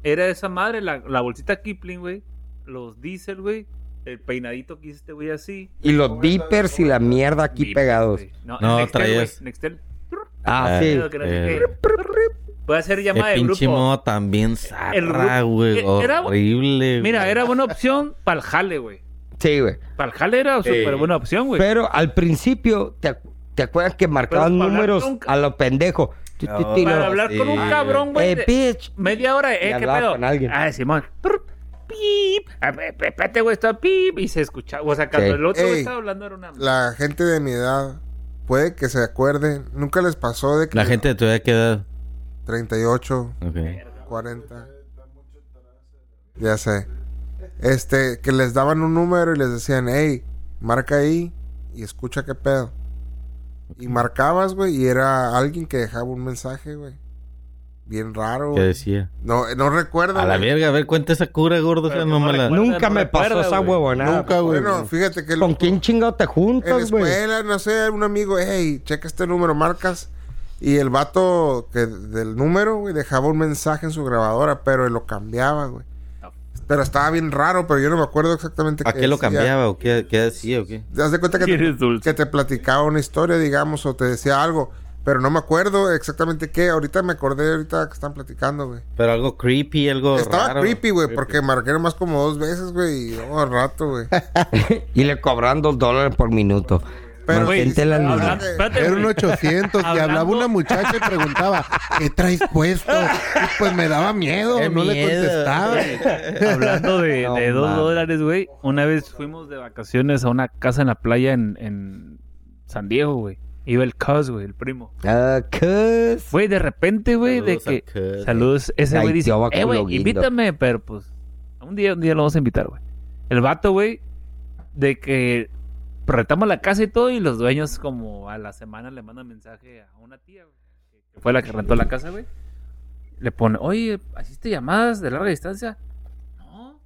Speaker 9: era esa madre, la, la bolsita Kipling, güey. Los diésel, güey. El peinadito que hiciste, güey, así.
Speaker 4: Y los beepers y la mierda aquí
Speaker 9: Beepers,
Speaker 4: pegados.
Speaker 9: güey. No,
Speaker 5: No,
Speaker 9: Nextel, güey,
Speaker 5: traías-
Speaker 9: Nextel.
Speaker 4: Ah,
Speaker 5: Ah,
Speaker 4: sí. eh,
Speaker 9: Creo que era así
Speaker 5: eh.
Speaker 9: que- Voy a hacer llamada
Speaker 5: El
Speaker 9: de
Speaker 5: pinche
Speaker 9: grupo.
Speaker 5: moda también zarra,
Speaker 9: grupo-
Speaker 5: güey.
Speaker 9: Eh, era-
Speaker 5: Horrible,
Speaker 9: Mira,
Speaker 5: güey.
Speaker 9: era buena opción para el jale, güey.
Speaker 4: Sí, güey.
Speaker 9: Para el jale era súper buena opción, güey.
Speaker 4: Pero al principio, te, ac- ¿Te acuerdas que marcaban
Speaker 9: para hablar
Speaker 4: números
Speaker 9: nunca-
Speaker 4: a lo pendejo? Tu, tu, tu, y
Speaker 9: Para
Speaker 4: lo-
Speaker 9: hablar con un
Speaker 5: sí.
Speaker 9: cabrón, güey.
Speaker 4: Eh,
Speaker 9: de-
Speaker 4: bitch.
Speaker 9: Media hora,
Speaker 4: Y
Speaker 9: eh, qué
Speaker 4: hablaba
Speaker 9: pedo.
Speaker 4: con alguien.
Speaker 9: Ah, Simón. Prr, Pip. Ah, pe- pe- Espérate, güey, está pip. Y se escuchaba. O sea, cuando
Speaker 4: Sí.
Speaker 9: el otro güey
Speaker 3: Ey.
Speaker 9: estaba hablando era una.
Speaker 3: La gente de mi edad puede que se acuerden. Nunca les pasó de que.
Speaker 5: La gente de tu edad, ¿qué edad?
Speaker 3: 38,
Speaker 5: Ok.
Speaker 3: 40. Ya sé. Este, que les daban un número y les decían, hey, marca ahí y escucha qué pedo. Y marcabas, güey, y era alguien que dejaba un mensaje, güey. Bien raro,
Speaker 5: ¿Qué
Speaker 3: güey.
Speaker 5: decía?
Speaker 3: No, no recuerdo.
Speaker 5: A la
Speaker 3: güey.
Speaker 5: verga, a ver, cuenta esa cura, gordo. o sea,
Speaker 9: Pero
Speaker 5: no
Speaker 9: no
Speaker 5: me la-
Speaker 9: recuerdo.
Speaker 4: Nunca
Speaker 9: no
Speaker 4: me
Speaker 9: recuerda,
Speaker 4: pasó esa
Speaker 9: güey.
Speaker 4: huevonada.
Speaker 2: Nunca, güey.
Speaker 3: Bueno, fíjate que
Speaker 4: ¿Con quién chingado te
Speaker 3: en la
Speaker 4: juntas, güey?
Speaker 3: escuela, no sé, un amigo, hey, checa este número, marcas. Y el vato que del número, güey, dejaba un mensaje en su grabadora, pero él lo cambiaba, güey. Pero estaba bien raro, pero yo no me acuerdo exactamente
Speaker 5: ¿A qué lo
Speaker 3: decía.
Speaker 5: cambiaba o qué, qué decía o qué?
Speaker 3: Te das de cuenta que te,
Speaker 9: Eres dulce.
Speaker 3: que te platicaba una historia, digamos, o te decía algo, pero no me acuerdo exactamente qué. Ahorita me acordé, ahorita que están platicando, güey.
Speaker 5: Pero algo creepy, algo
Speaker 3: Estaba
Speaker 5: raro.
Speaker 3: creepy, güey, porque marqué más como dos veces, güey, y oh, al rato, güey.
Speaker 4: Y le cobran dos dólares por minuto.
Speaker 3: Pero,
Speaker 9: güey,
Speaker 4: Mantente la
Speaker 9: hablando-
Speaker 4: luna.
Speaker 9: Ah, espérate,
Speaker 2: Era un
Speaker 9: güey.
Speaker 2: 800 y hablaba
Speaker 9: Hablando-
Speaker 2: una muchacha y preguntaba, ¿qué traes puesto? Y pues me daba miedo,
Speaker 5: Qué
Speaker 2: no le
Speaker 5: miedo.
Speaker 2: contestaba.
Speaker 9: Hablando de,
Speaker 4: No
Speaker 9: de dos
Speaker 4: mames.
Speaker 9: dólares, güey. Una vez fuimos de vacaciones a una casa en la playa en, en San Diego, güey. Iba el Cos, güey, el primo.
Speaker 4: Ah, ¿qué?
Speaker 9: Güey, de repente, güey, de
Speaker 5: Saludos
Speaker 9: que.
Speaker 5: a Cus,
Speaker 9: Saludos. Ese güey
Speaker 4: Ay,
Speaker 9: dice,
Speaker 4: tío, va
Speaker 9: eh, güey,
Speaker 4: culo guindo".
Speaker 9: invítame, pero pues. Un día, un día lo vamos a invitar, güey. El vato, güey, de que retamos la casa y todo, y los dueños, como a la semana, le mandan mensaje a una tía, güey, que fue la que rentó la casa, güey. Le pone, oye, ¿hiciste llamadas de larga distancia? No.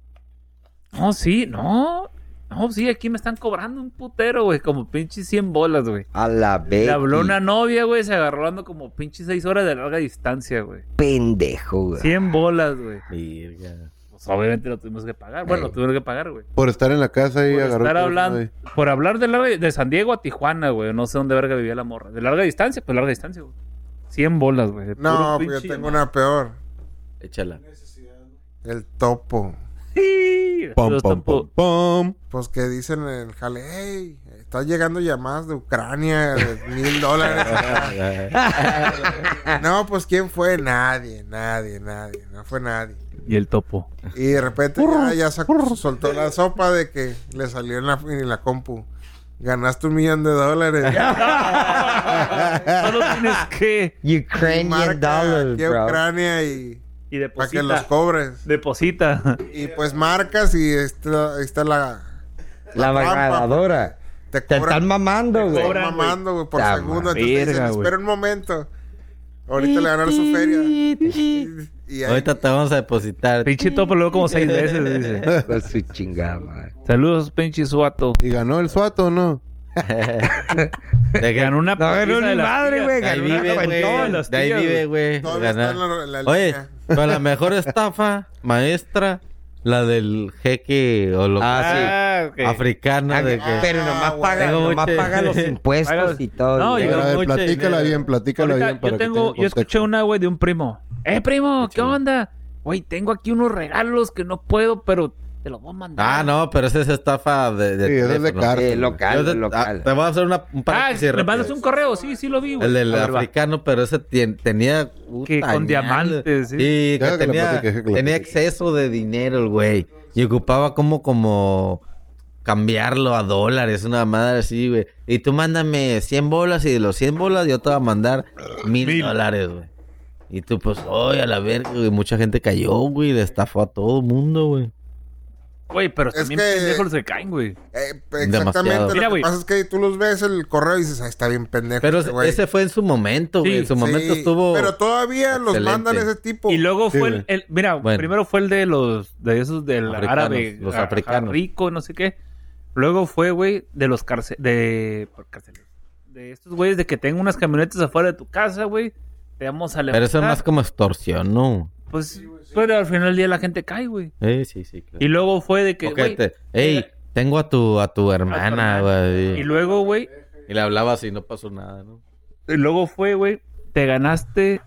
Speaker 9: No, sí, no. No, sí, aquí me están cobrando un putero, güey, como pinches 100 bolas, güey.
Speaker 4: A la vez.
Speaker 9: Le habló una novia, güey, se agarró dando como pinches 6 horas de larga distancia, güey.
Speaker 4: pendejo, güey.
Speaker 9: 100 bolas, güey.
Speaker 5: Verga.
Speaker 9: Pues obviamente lo tuvimos que pagar. Bueno,
Speaker 4: Ey.
Speaker 9: lo tuvieron que pagar, güey.
Speaker 2: Por estar en la casa y
Speaker 9: Por
Speaker 2: agarró.
Speaker 9: estar
Speaker 2: el teléfono
Speaker 9: hablando,
Speaker 2: y-
Speaker 9: por hablar de, larga- de San Diego a Tijuana, güey. No sé dónde verga vivía la morra. De larga distancia, pues larga distancia, güey. 100 bolas, güey. de
Speaker 3: no,
Speaker 9: puro
Speaker 3: pues yo
Speaker 9: pinche-
Speaker 3: tengo una peor.
Speaker 5: Échala.
Speaker 3: El topo.
Speaker 9: Sí,
Speaker 2: Pom,
Speaker 9: los
Speaker 2: pom, pom,
Speaker 9: tampo-
Speaker 2: pom.
Speaker 3: Pues que dicen en el jale, hey, están llegando llamadas de Ucrania de mil dólares. no, pues ¿quién fue? Nadie, nadie, nadie, no fue nadie.
Speaker 9: Y el topo.
Speaker 3: Y de repente ya, ya sacó- soltó la sopa de que le salió en la, en la compu. Ganaste un millón de dólares.
Speaker 9: Solo tienes que.
Speaker 3: Y
Speaker 4: Ukrainian
Speaker 3: marca
Speaker 4: dollars,
Speaker 3: aquí a
Speaker 4: bro.
Speaker 3: Ucrania y
Speaker 9: Y
Speaker 3: para que
Speaker 9: deposita.
Speaker 3: los cobres.
Speaker 9: Deposita.
Speaker 3: Y pues marcas y está, está la...
Speaker 4: La
Speaker 3: trampa,
Speaker 4: vagradora.
Speaker 3: Te
Speaker 4: Te
Speaker 3: cobran-
Speaker 4: están mamando,
Speaker 3: Te
Speaker 4: güey.
Speaker 3: están mamando, güey, por
Speaker 4: Ta
Speaker 3: segundo.
Speaker 4: madre,
Speaker 3: Entonces te dicen,
Speaker 9: verga, güey.
Speaker 3: espera un momento. Ahorita le van a dar su feria. Y ahí-
Speaker 5: Ahorita te vamos a depositar.
Speaker 9: Pinche topo lo veo como seis veces, dice.
Speaker 4: Con Pues su chingada, madre.
Speaker 9: Saludos, pinche suato.
Speaker 2: Y ganó el suato, ¿no?
Speaker 5: De que-
Speaker 9: Ganó una
Speaker 4: No, ganó
Speaker 9: putiza
Speaker 4: ni
Speaker 9: de las
Speaker 4: madre,
Speaker 9: tías.
Speaker 4: güey,
Speaker 5: De ahí
Speaker 4: ganó una
Speaker 5: vive, güey.
Speaker 9: cuentona de las
Speaker 5: De ahí
Speaker 9: tías,
Speaker 5: vive, güey.
Speaker 3: Todavía está en
Speaker 5: Ganar.
Speaker 3: la- la
Speaker 5: Oye,
Speaker 3: línea.
Speaker 5: pero la mejor estafa maestra, la del jeque o lo
Speaker 4: Ah,
Speaker 9: Ah, ok.
Speaker 5: africana de
Speaker 3: Ah,
Speaker 5: que...
Speaker 4: Pero nomás paga,
Speaker 5: Tengo
Speaker 4: nomás
Speaker 5: mucho-
Speaker 4: paga los impuestos y todo.
Speaker 9: No,
Speaker 4: güey.
Speaker 9: yo-
Speaker 2: Pero, a ver,
Speaker 5: mucho
Speaker 2: platícala
Speaker 5: dinero.
Speaker 2: bien, platícala
Speaker 9: Ahorita
Speaker 2: bien. para
Speaker 9: yo
Speaker 2: que
Speaker 9: tengo,
Speaker 2: tenga
Speaker 9: yo escuché
Speaker 2: contexto.
Speaker 9: una, güey, de un primo. Eh, primo, ¿qué onda? Güey, tengo aquí unos regalos que no puedo, pero te los voy a mandar.
Speaker 5: Ah, no, pero esa es estafa de... de
Speaker 2: Sí, esa es de
Speaker 5: teléfono.
Speaker 2: carta.
Speaker 4: Eh,
Speaker 5: Yo
Speaker 4: local,
Speaker 5: te,
Speaker 4: local.
Speaker 5: ah, te voy a hacer una, un
Speaker 9: Ah,
Speaker 5: paréntesis
Speaker 9: le
Speaker 5: rápido.
Speaker 9: mandas un correo, sí, sí lo vi, güey.
Speaker 5: El del
Speaker 9: A ver, va.
Speaker 5: africano, pero ese tien- tenía...
Speaker 9: Que
Speaker 5: puta,
Speaker 9: con
Speaker 5: ñal.
Speaker 9: diamantes, sí.
Speaker 5: Y que
Speaker 2: Déjala que la
Speaker 5: tenía,
Speaker 2: platique, déjala que la
Speaker 5: tenía
Speaker 2: platique.
Speaker 5: exceso de dinero el güey. Y ocupaba como, como... Cambiarlo a dólares, una madre así, güey. Y tú mándame 100 bolas y de los 100 bolas yo te voy a mandar mil dólares, güey. Y tú, pues, oye, a la verga, güey. Mucha gente cayó, güey. Le estafó a todo el mundo, güey.
Speaker 9: Güey, pero
Speaker 3: Es
Speaker 9: también
Speaker 3: que-
Speaker 9: pendejos se caen, güey.
Speaker 3: Eh, p-
Speaker 5: Demasiado.
Speaker 3: exactamente. Lo
Speaker 9: Mira,
Speaker 3: que
Speaker 9: güey.
Speaker 3: pasa es que tú los ves el correo y dices, ah, está bien pendejo.
Speaker 5: Pero
Speaker 3: este güey".
Speaker 5: ese fue en su momento, güey.
Speaker 9: Sí,
Speaker 5: en su
Speaker 3: Sí,
Speaker 5: momento estuvo.
Speaker 3: Pero todavía los
Speaker 5: excelente.
Speaker 3: mandan ese tipo.
Speaker 9: Y luego
Speaker 2: Sí,
Speaker 9: fue
Speaker 2: güey.
Speaker 9: el, el- mira,
Speaker 5: Bueno.
Speaker 9: primero fue el de los de esos del
Speaker 5: Africanos,
Speaker 9: árabe,
Speaker 5: los
Speaker 9: a- a-
Speaker 5: africanos.
Speaker 9: rico, no sé qué. Luego fue, güey, de los cárceles, de por cárceles. de estos güeyes de que tengo unas camionetas afuera de tu casa, güey. Te vamos a levantar.
Speaker 5: Pero eso es más como extorsión, ¿no?
Speaker 9: Pues, pero al final del día la gente cae, güey.
Speaker 5: Eh, sí, sí, claro.
Speaker 9: Y luego fue de que,
Speaker 5: Ok,
Speaker 9: güey,
Speaker 5: te- Ey, tengo a tu, a tu hermana,
Speaker 9: hermana.
Speaker 5: güey.
Speaker 9: y
Speaker 5: Y,
Speaker 9: luego, güey,
Speaker 5: le hablaba así, no pasó nada, ¿no?
Speaker 9: y luego fue, güey, te ganaste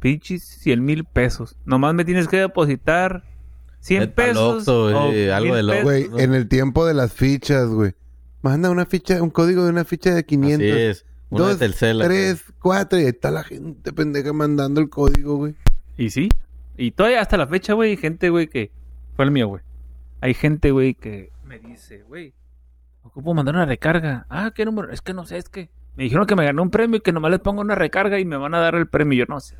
Speaker 9: pinches 100 mil pesos. Nomás me tienes que depositar 100
Speaker 5: Vete al
Speaker 9: pesos.
Speaker 5: Oxxo,
Speaker 9: o
Speaker 5: eh, algo
Speaker 9: 1000
Speaker 5: del Oxxo.
Speaker 9: pesos.
Speaker 2: Güey, en el tiempo de las fichas, güey.
Speaker 10: Manda una ficha, un código de una ficha de 500.
Speaker 5: Así es. Una
Speaker 10: dos,
Speaker 5: de Telcel. acá.
Speaker 10: tres, cuatro. Y ahí está la gente pendeja mandando el código, güey.
Speaker 9: Y sí. Y todavía hasta la fecha, güey, hay gente, güey, que. Fue el mío, güey. Hay gente, güey, que me dice, güey, ocupo mandar una recarga. Ah, ¿qué número? Es que no sé, es que. Me dijeron que me gané un premio y que nomás les pongo una recarga y me van a dar el premio. Yo no sé.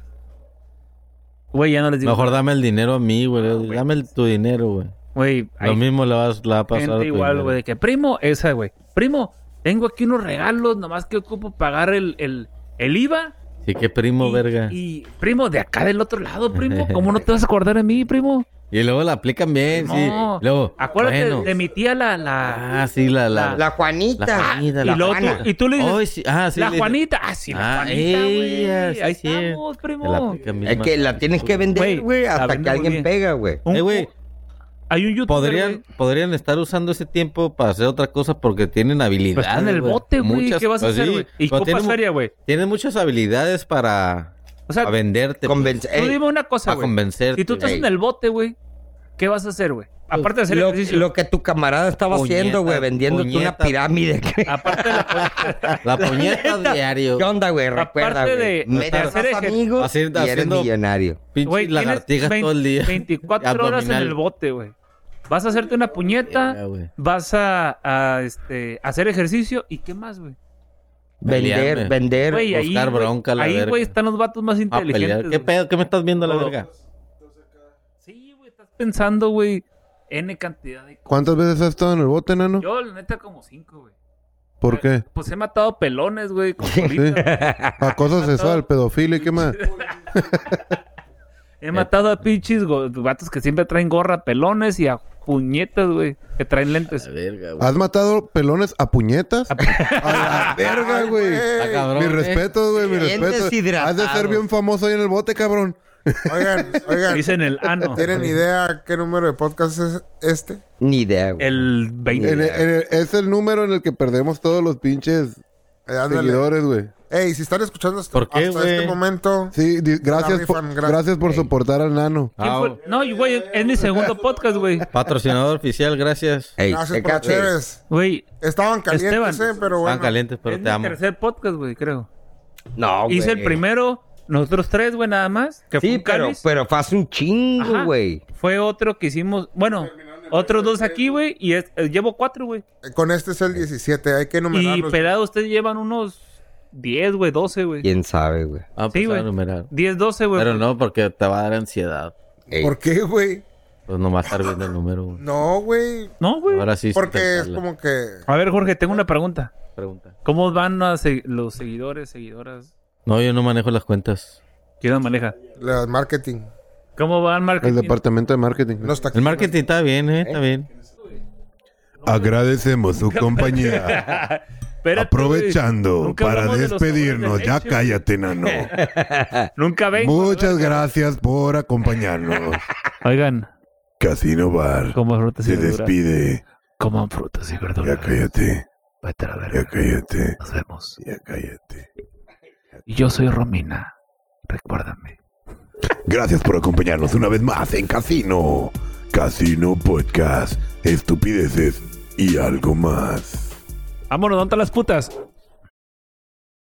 Speaker 9: Güey, ya no les digo.
Speaker 5: Mejor dame el dinero a mí, güey.
Speaker 9: No, Ah, güey.
Speaker 5: dame el- tu dinero, güey.
Speaker 9: Güey,
Speaker 5: Lo
Speaker 9: hay
Speaker 5: mismo le vas, la va a pasar. a
Speaker 9: gente
Speaker 5: tu
Speaker 9: igual,
Speaker 5: dinero.
Speaker 9: güey, de que, primo, esa, güey. Primo, tengo aquí unos regalos, nomás que ocupo pagar el, el, el IVA.
Speaker 5: Sí, qué primo,
Speaker 9: y,
Speaker 5: verga. Y,
Speaker 9: y, primo, de acá del otro lado, primo. ¿Cómo no te vas a acordar de mí, primo?
Speaker 5: luego la aplican bien, sí.
Speaker 9: No.
Speaker 5: Luego,
Speaker 9: Acuérdate
Speaker 5: bueno.
Speaker 9: de mi tía, la. la...
Speaker 5: Ah, sí, la... La,
Speaker 4: La Juanita.
Speaker 5: la Juanita,
Speaker 9: y,
Speaker 5: la
Speaker 9: luego tú-
Speaker 5: Juana.
Speaker 9: y tú le dices,
Speaker 5: Ay, sí, ah, sí,
Speaker 9: la
Speaker 5: le-
Speaker 9: Juanita. Ah, sí, la
Speaker 5: Ah,
Speaker 9: Juanita, güey.
Speaker 5: ella, sí,
Speaker 9: Ahí
Speaker 5: sí.
Speaker 9: estamos,
Speaker 5: te la
Speaker 9: primo.
Speaker 5: aplican bien,
Speaker 4: Es que
Speaker 5: macho.
Speaker 4: la tienes que vender,
Speaker 9: Güey,
Speaker 4: güey,
Speaker 9: la
Speaker 4: hasta que
Speaker 9: vendo muy
Speaker 4: alguien
Speaker 9: bien.
Speaker 4: pega, güey.
Speaker 9: Un-
Speaker 5: Eh, güey,
Speaker 9: Hay un youtuber,
Speaker 5: podrían,
Speaker 9: güey.
Speaker 5: podrían estar usando ese tiempo para hacer otra cosa porque tienen
Speaker 9: Pues
Speaker 5: habilidades.
Speaker 9: está en el
Speaker 5: güey.
Speaker 9: bote, güey.
Speaker 5: Muchas-
Speaker 9: ¿Qué vas a
Speaker 5: pues
Speaker 9: hacer,
Speaker 5: sí,
Speaker 9: güey? Y
Speaker 5: pero
Speaker 9: copas
Speaker 5: tienen, mu-
Speaker 9: feria, güey.
Speaker 5: tienen muchas habilidades para,
Speaker 9: O sea,
Speaker 5: para venderte. pues.
Speaker 4: Convence-
Speaker 9: tú
Speaker 4: Ey,
Speaker 9: dime una cosa,
Speaker 5: para
Speaker 9: güey.
Speaker 5: convencerte.
Speaker 9: Si tú estás
Speaker 5: güey.
Speaker 9: en el bote, güey, ¿qué vas a hacer, güey?
Speaker 5: Pues
Speaker 9: Aparte de hacer
Speaker 4: lo,
Speaker 9: ejercicio.
Speaker 4: lo que tu camarada estaba
Speaker 5: Puñeta,
Speaker 4: haciendo, güey, vendiéndote una
Speaker 5: puñeta.
Speaker 4: pirámide. ¿Qué,
Speaker 9: Aparte de la.
Speaker 5: La puñeta diario.
Speaker 4: ¿Qué onda, güey?
Speaker 9: Aparte
Speaker 4: Recuerda,
Speaker 9: de-
Speaker 4: güey.
Speaker 9: de
Speaker 4: Metes
Speaker 9: hacer
Speaker 4: más
Speaker 9: ejer-
Speaker 4: amigos
Speaker 5: Así-
Speaker 4: y eres
Speaker 5: haciendo-
Speaker 4: millonario.
Speaker 5: Pinches
Speaker 9: Güey, tienes
Speaker 5: lagartijas
Speaker 9: 20
Speaker 5: todo el día.
Speaker 9: 24 horas en
Speaker 5: Abdominal.
Speaker 9: el bote, güey. Vas a hacerte una
Speaker 5: Verga,
Speaker 9: puñeta,
Speaker 5: Ah, güey.
Speaker 9: vas a, a, este, hacer ejercicio y qué más, güey.
Speaker 5: Pelearme.
Speaker 4: Vender, vender.
Speaker 9: Güey, ahí,
Speaker 5: buscar
Speaker 9: güey,
Speaker 5: bronca, la
Speaker 9: ahí,
Speaker 5: verga.
Speaker 9: güey, están los vatos más
Speaker 5: A Ah, pelear.
Speaker 9: inteligentes.
Speaker 5: ¿Qué
Speaker 9: güey.
Speaker 5: pedo? ¿Qué me estás viendo a la
Speaker 9: Todo.
Speaker 5: verga?
Speaker 9: Sí, güey, estás pensando, güey, N cantidad de...
Speaker 10: ¿Cuántas veces has estado en el bote, nano?
Speaker 9: Yo, la neta, como cinco, güey.
Speaker 10: ¿Por qué?
Speaker 9: Pues he matado pelones, güey, con bolitas.
Speaker 10: Acoso sexual, pedofilia y qué más.
Speaker 9: He matado a pinches go- vatos que siempre traen gorra, pelones y a puñetas, güey, que traen lentes.
Speaker 5: La verga, güey.
Speaker 10: ¿Has matado pelones a puñetas? A la verga, güey.
Speaker 5: Está cabrón,
Speaker 10: Mi
Speaker 5: eh.
Speaker 10: respeto, güey, mi
Speaker 4: Bien
Speaker 10: respeto.
Speaker 4: deshidratado.
Speaker 10: Has de ser bien famoso ahí en el bote, cabrón.
Speaker 3: Oigan, oigan,
Speaker 9: Dicen el ano.
Speaker 3: ¿tienen idea qué número de podcast es este?
Speaker 4: Ni idea, güey.
Speaker 9: El 20.
Speaker 10: En el- en el- es el número en el que perdemos todos los pinches
Speaker 3: Eh, ándale.
Speaker 10: seguidores, güey.
Speaker 3: Ey, si están escuchando hasta,
Speaker 5: ¿Por qué,
Speaker 3: hasta
Speaker 5: güey?
Speaker 3: este momento,
Speaker 10: Sí, di- gracias,
Speaker 3: La
Speaker 10: por,
Speaker 3: rifan, gra-
Speaker 10: gracias por soportar al nano.
Speaker 9: ¿Quién
Speaker 5: Ah,
Speaker 9: fue?
Speaker 5: güey.
Speaker 9: No, y, güey, es mi segundo podcast, güey.
Speaker 5: Patrocinador oficial, gracias.
Speaker 4: Ey,
Speaker 3: gracias por las
Speaker 4: chécate.
Speaker 3: cheves.
Speaker 9: Güey,
Speaker 3: Estaban calientes,
Speaker 9: Esteban.
Speaker 3: eh, pero
Speaker 5: Estaban
Speaker 3: bueno.
Speaker 5: calientes, pero
Speaker 9: es mi
Speaker 5: te amo.
Speaker 9: tercer podcast, güey, creo.
Speaker 4: No, Ah, güey.
Speaker 9: Hice el primero, nosotros tres, güey, nada más. Que fue
Speaker 4: Sí,
Speaker 9: un
Speaker 4: pero, pues
Speaker 9: cáliz.
Speaker 4: pero fue hace un
Speaker 9: Ajá.
Speaker 4: chingo, güey.
Speaker 9: Fue otro que hicimos, bueno, otros dos aquí, güey, y es- eh, llevo cuatro, güey.
Speaker 3: Eh, Con este es el 17, hay que
Speaker 9: Y
Speaker 3: numerarlos.
Speaker 9: pelado, ustedes llevan unos 10, güey, 12, güey.
Speaker 4: Quién sabe, güey.
Speaker 5: Vamos
Speaker 9: Sí,
Speaker 5: Ah, pues, a empezar a
Speaker 9: güey.
Speaker 5: numerar.
Speaker 9: 10, 12, güey. pues.
Speaker 5: Pero no, porque te va a dar ansiedad.
Speaker 4: Ey,
Speaker 3: ¿Por qué, güey?
Speaker 5: Pues nomás estar viendo el número, güey.
Speaker 3: No, güey.
Speaker 9: No, güey.
Speaker 5: Ahora sí.
Speaker 3: Porque es
Speaker 5: suéltala.
Speaker 3: como que...
Speaker 9: A ver, Jorge, tengo una pregunta.
Speaker 5: Pregunta.
Speaker 9: ¿Cómo van a se- los seguidores, seguidoras?
Speaker 5: No, yo no manejo las cuentas.
Speaker 9: ¿Quién las maneja?
Speaker 3: El marketing.
Speaker 9: ¿Cómo van
Speaker 10: El
Speaker 9: marketing?
Speaker 10: departamento de marketing.
Speaker 3: Los taquis-
Speaker 5: El marketing está bien, ¿eh? Está bien.
Speaker 2: Agradecemos su compañía.
Speaker 9: Espérate, güey.
Speaker 2: Aprovechando
Speaker 9: Nunca
Speaker 2: para
Speaker 9: hablamos de los
Speaker 2: despedirnos,
Speaker 9: sabores de
Speaker 2: ya
Speaker 9: leche,
Speaker 2: cállate, nano.
Speaker 9: güey. Nunca ven.
Speaker 2: Muchas gracias por acompañarnos.
Speaker 9: Oigan,
Speaker 2: Casino Bar
Speaker 9: como frutas y
Speaker 2: se
Speaker 9: verduras.
Speaker 2: despide.
Speaker 9: Coman frutas y
Speaker 2: Ya
Speaker 9: verduras.
Speaker 2: cállate,
Speaker 9: Vete a la verga.
Speaker 2: ya cállate,
Speaker 9: Nos vemos.
Speaker 2: ya cállate.
Speaker 9: Y yo soy Romina. Recuérdame.
Speaker 2: Gracias por acompañarnos una vez más en Casino. Casino Podcast, estupideces y algo más.
Speaker 9: Vámonos, ¿dónde están las putas?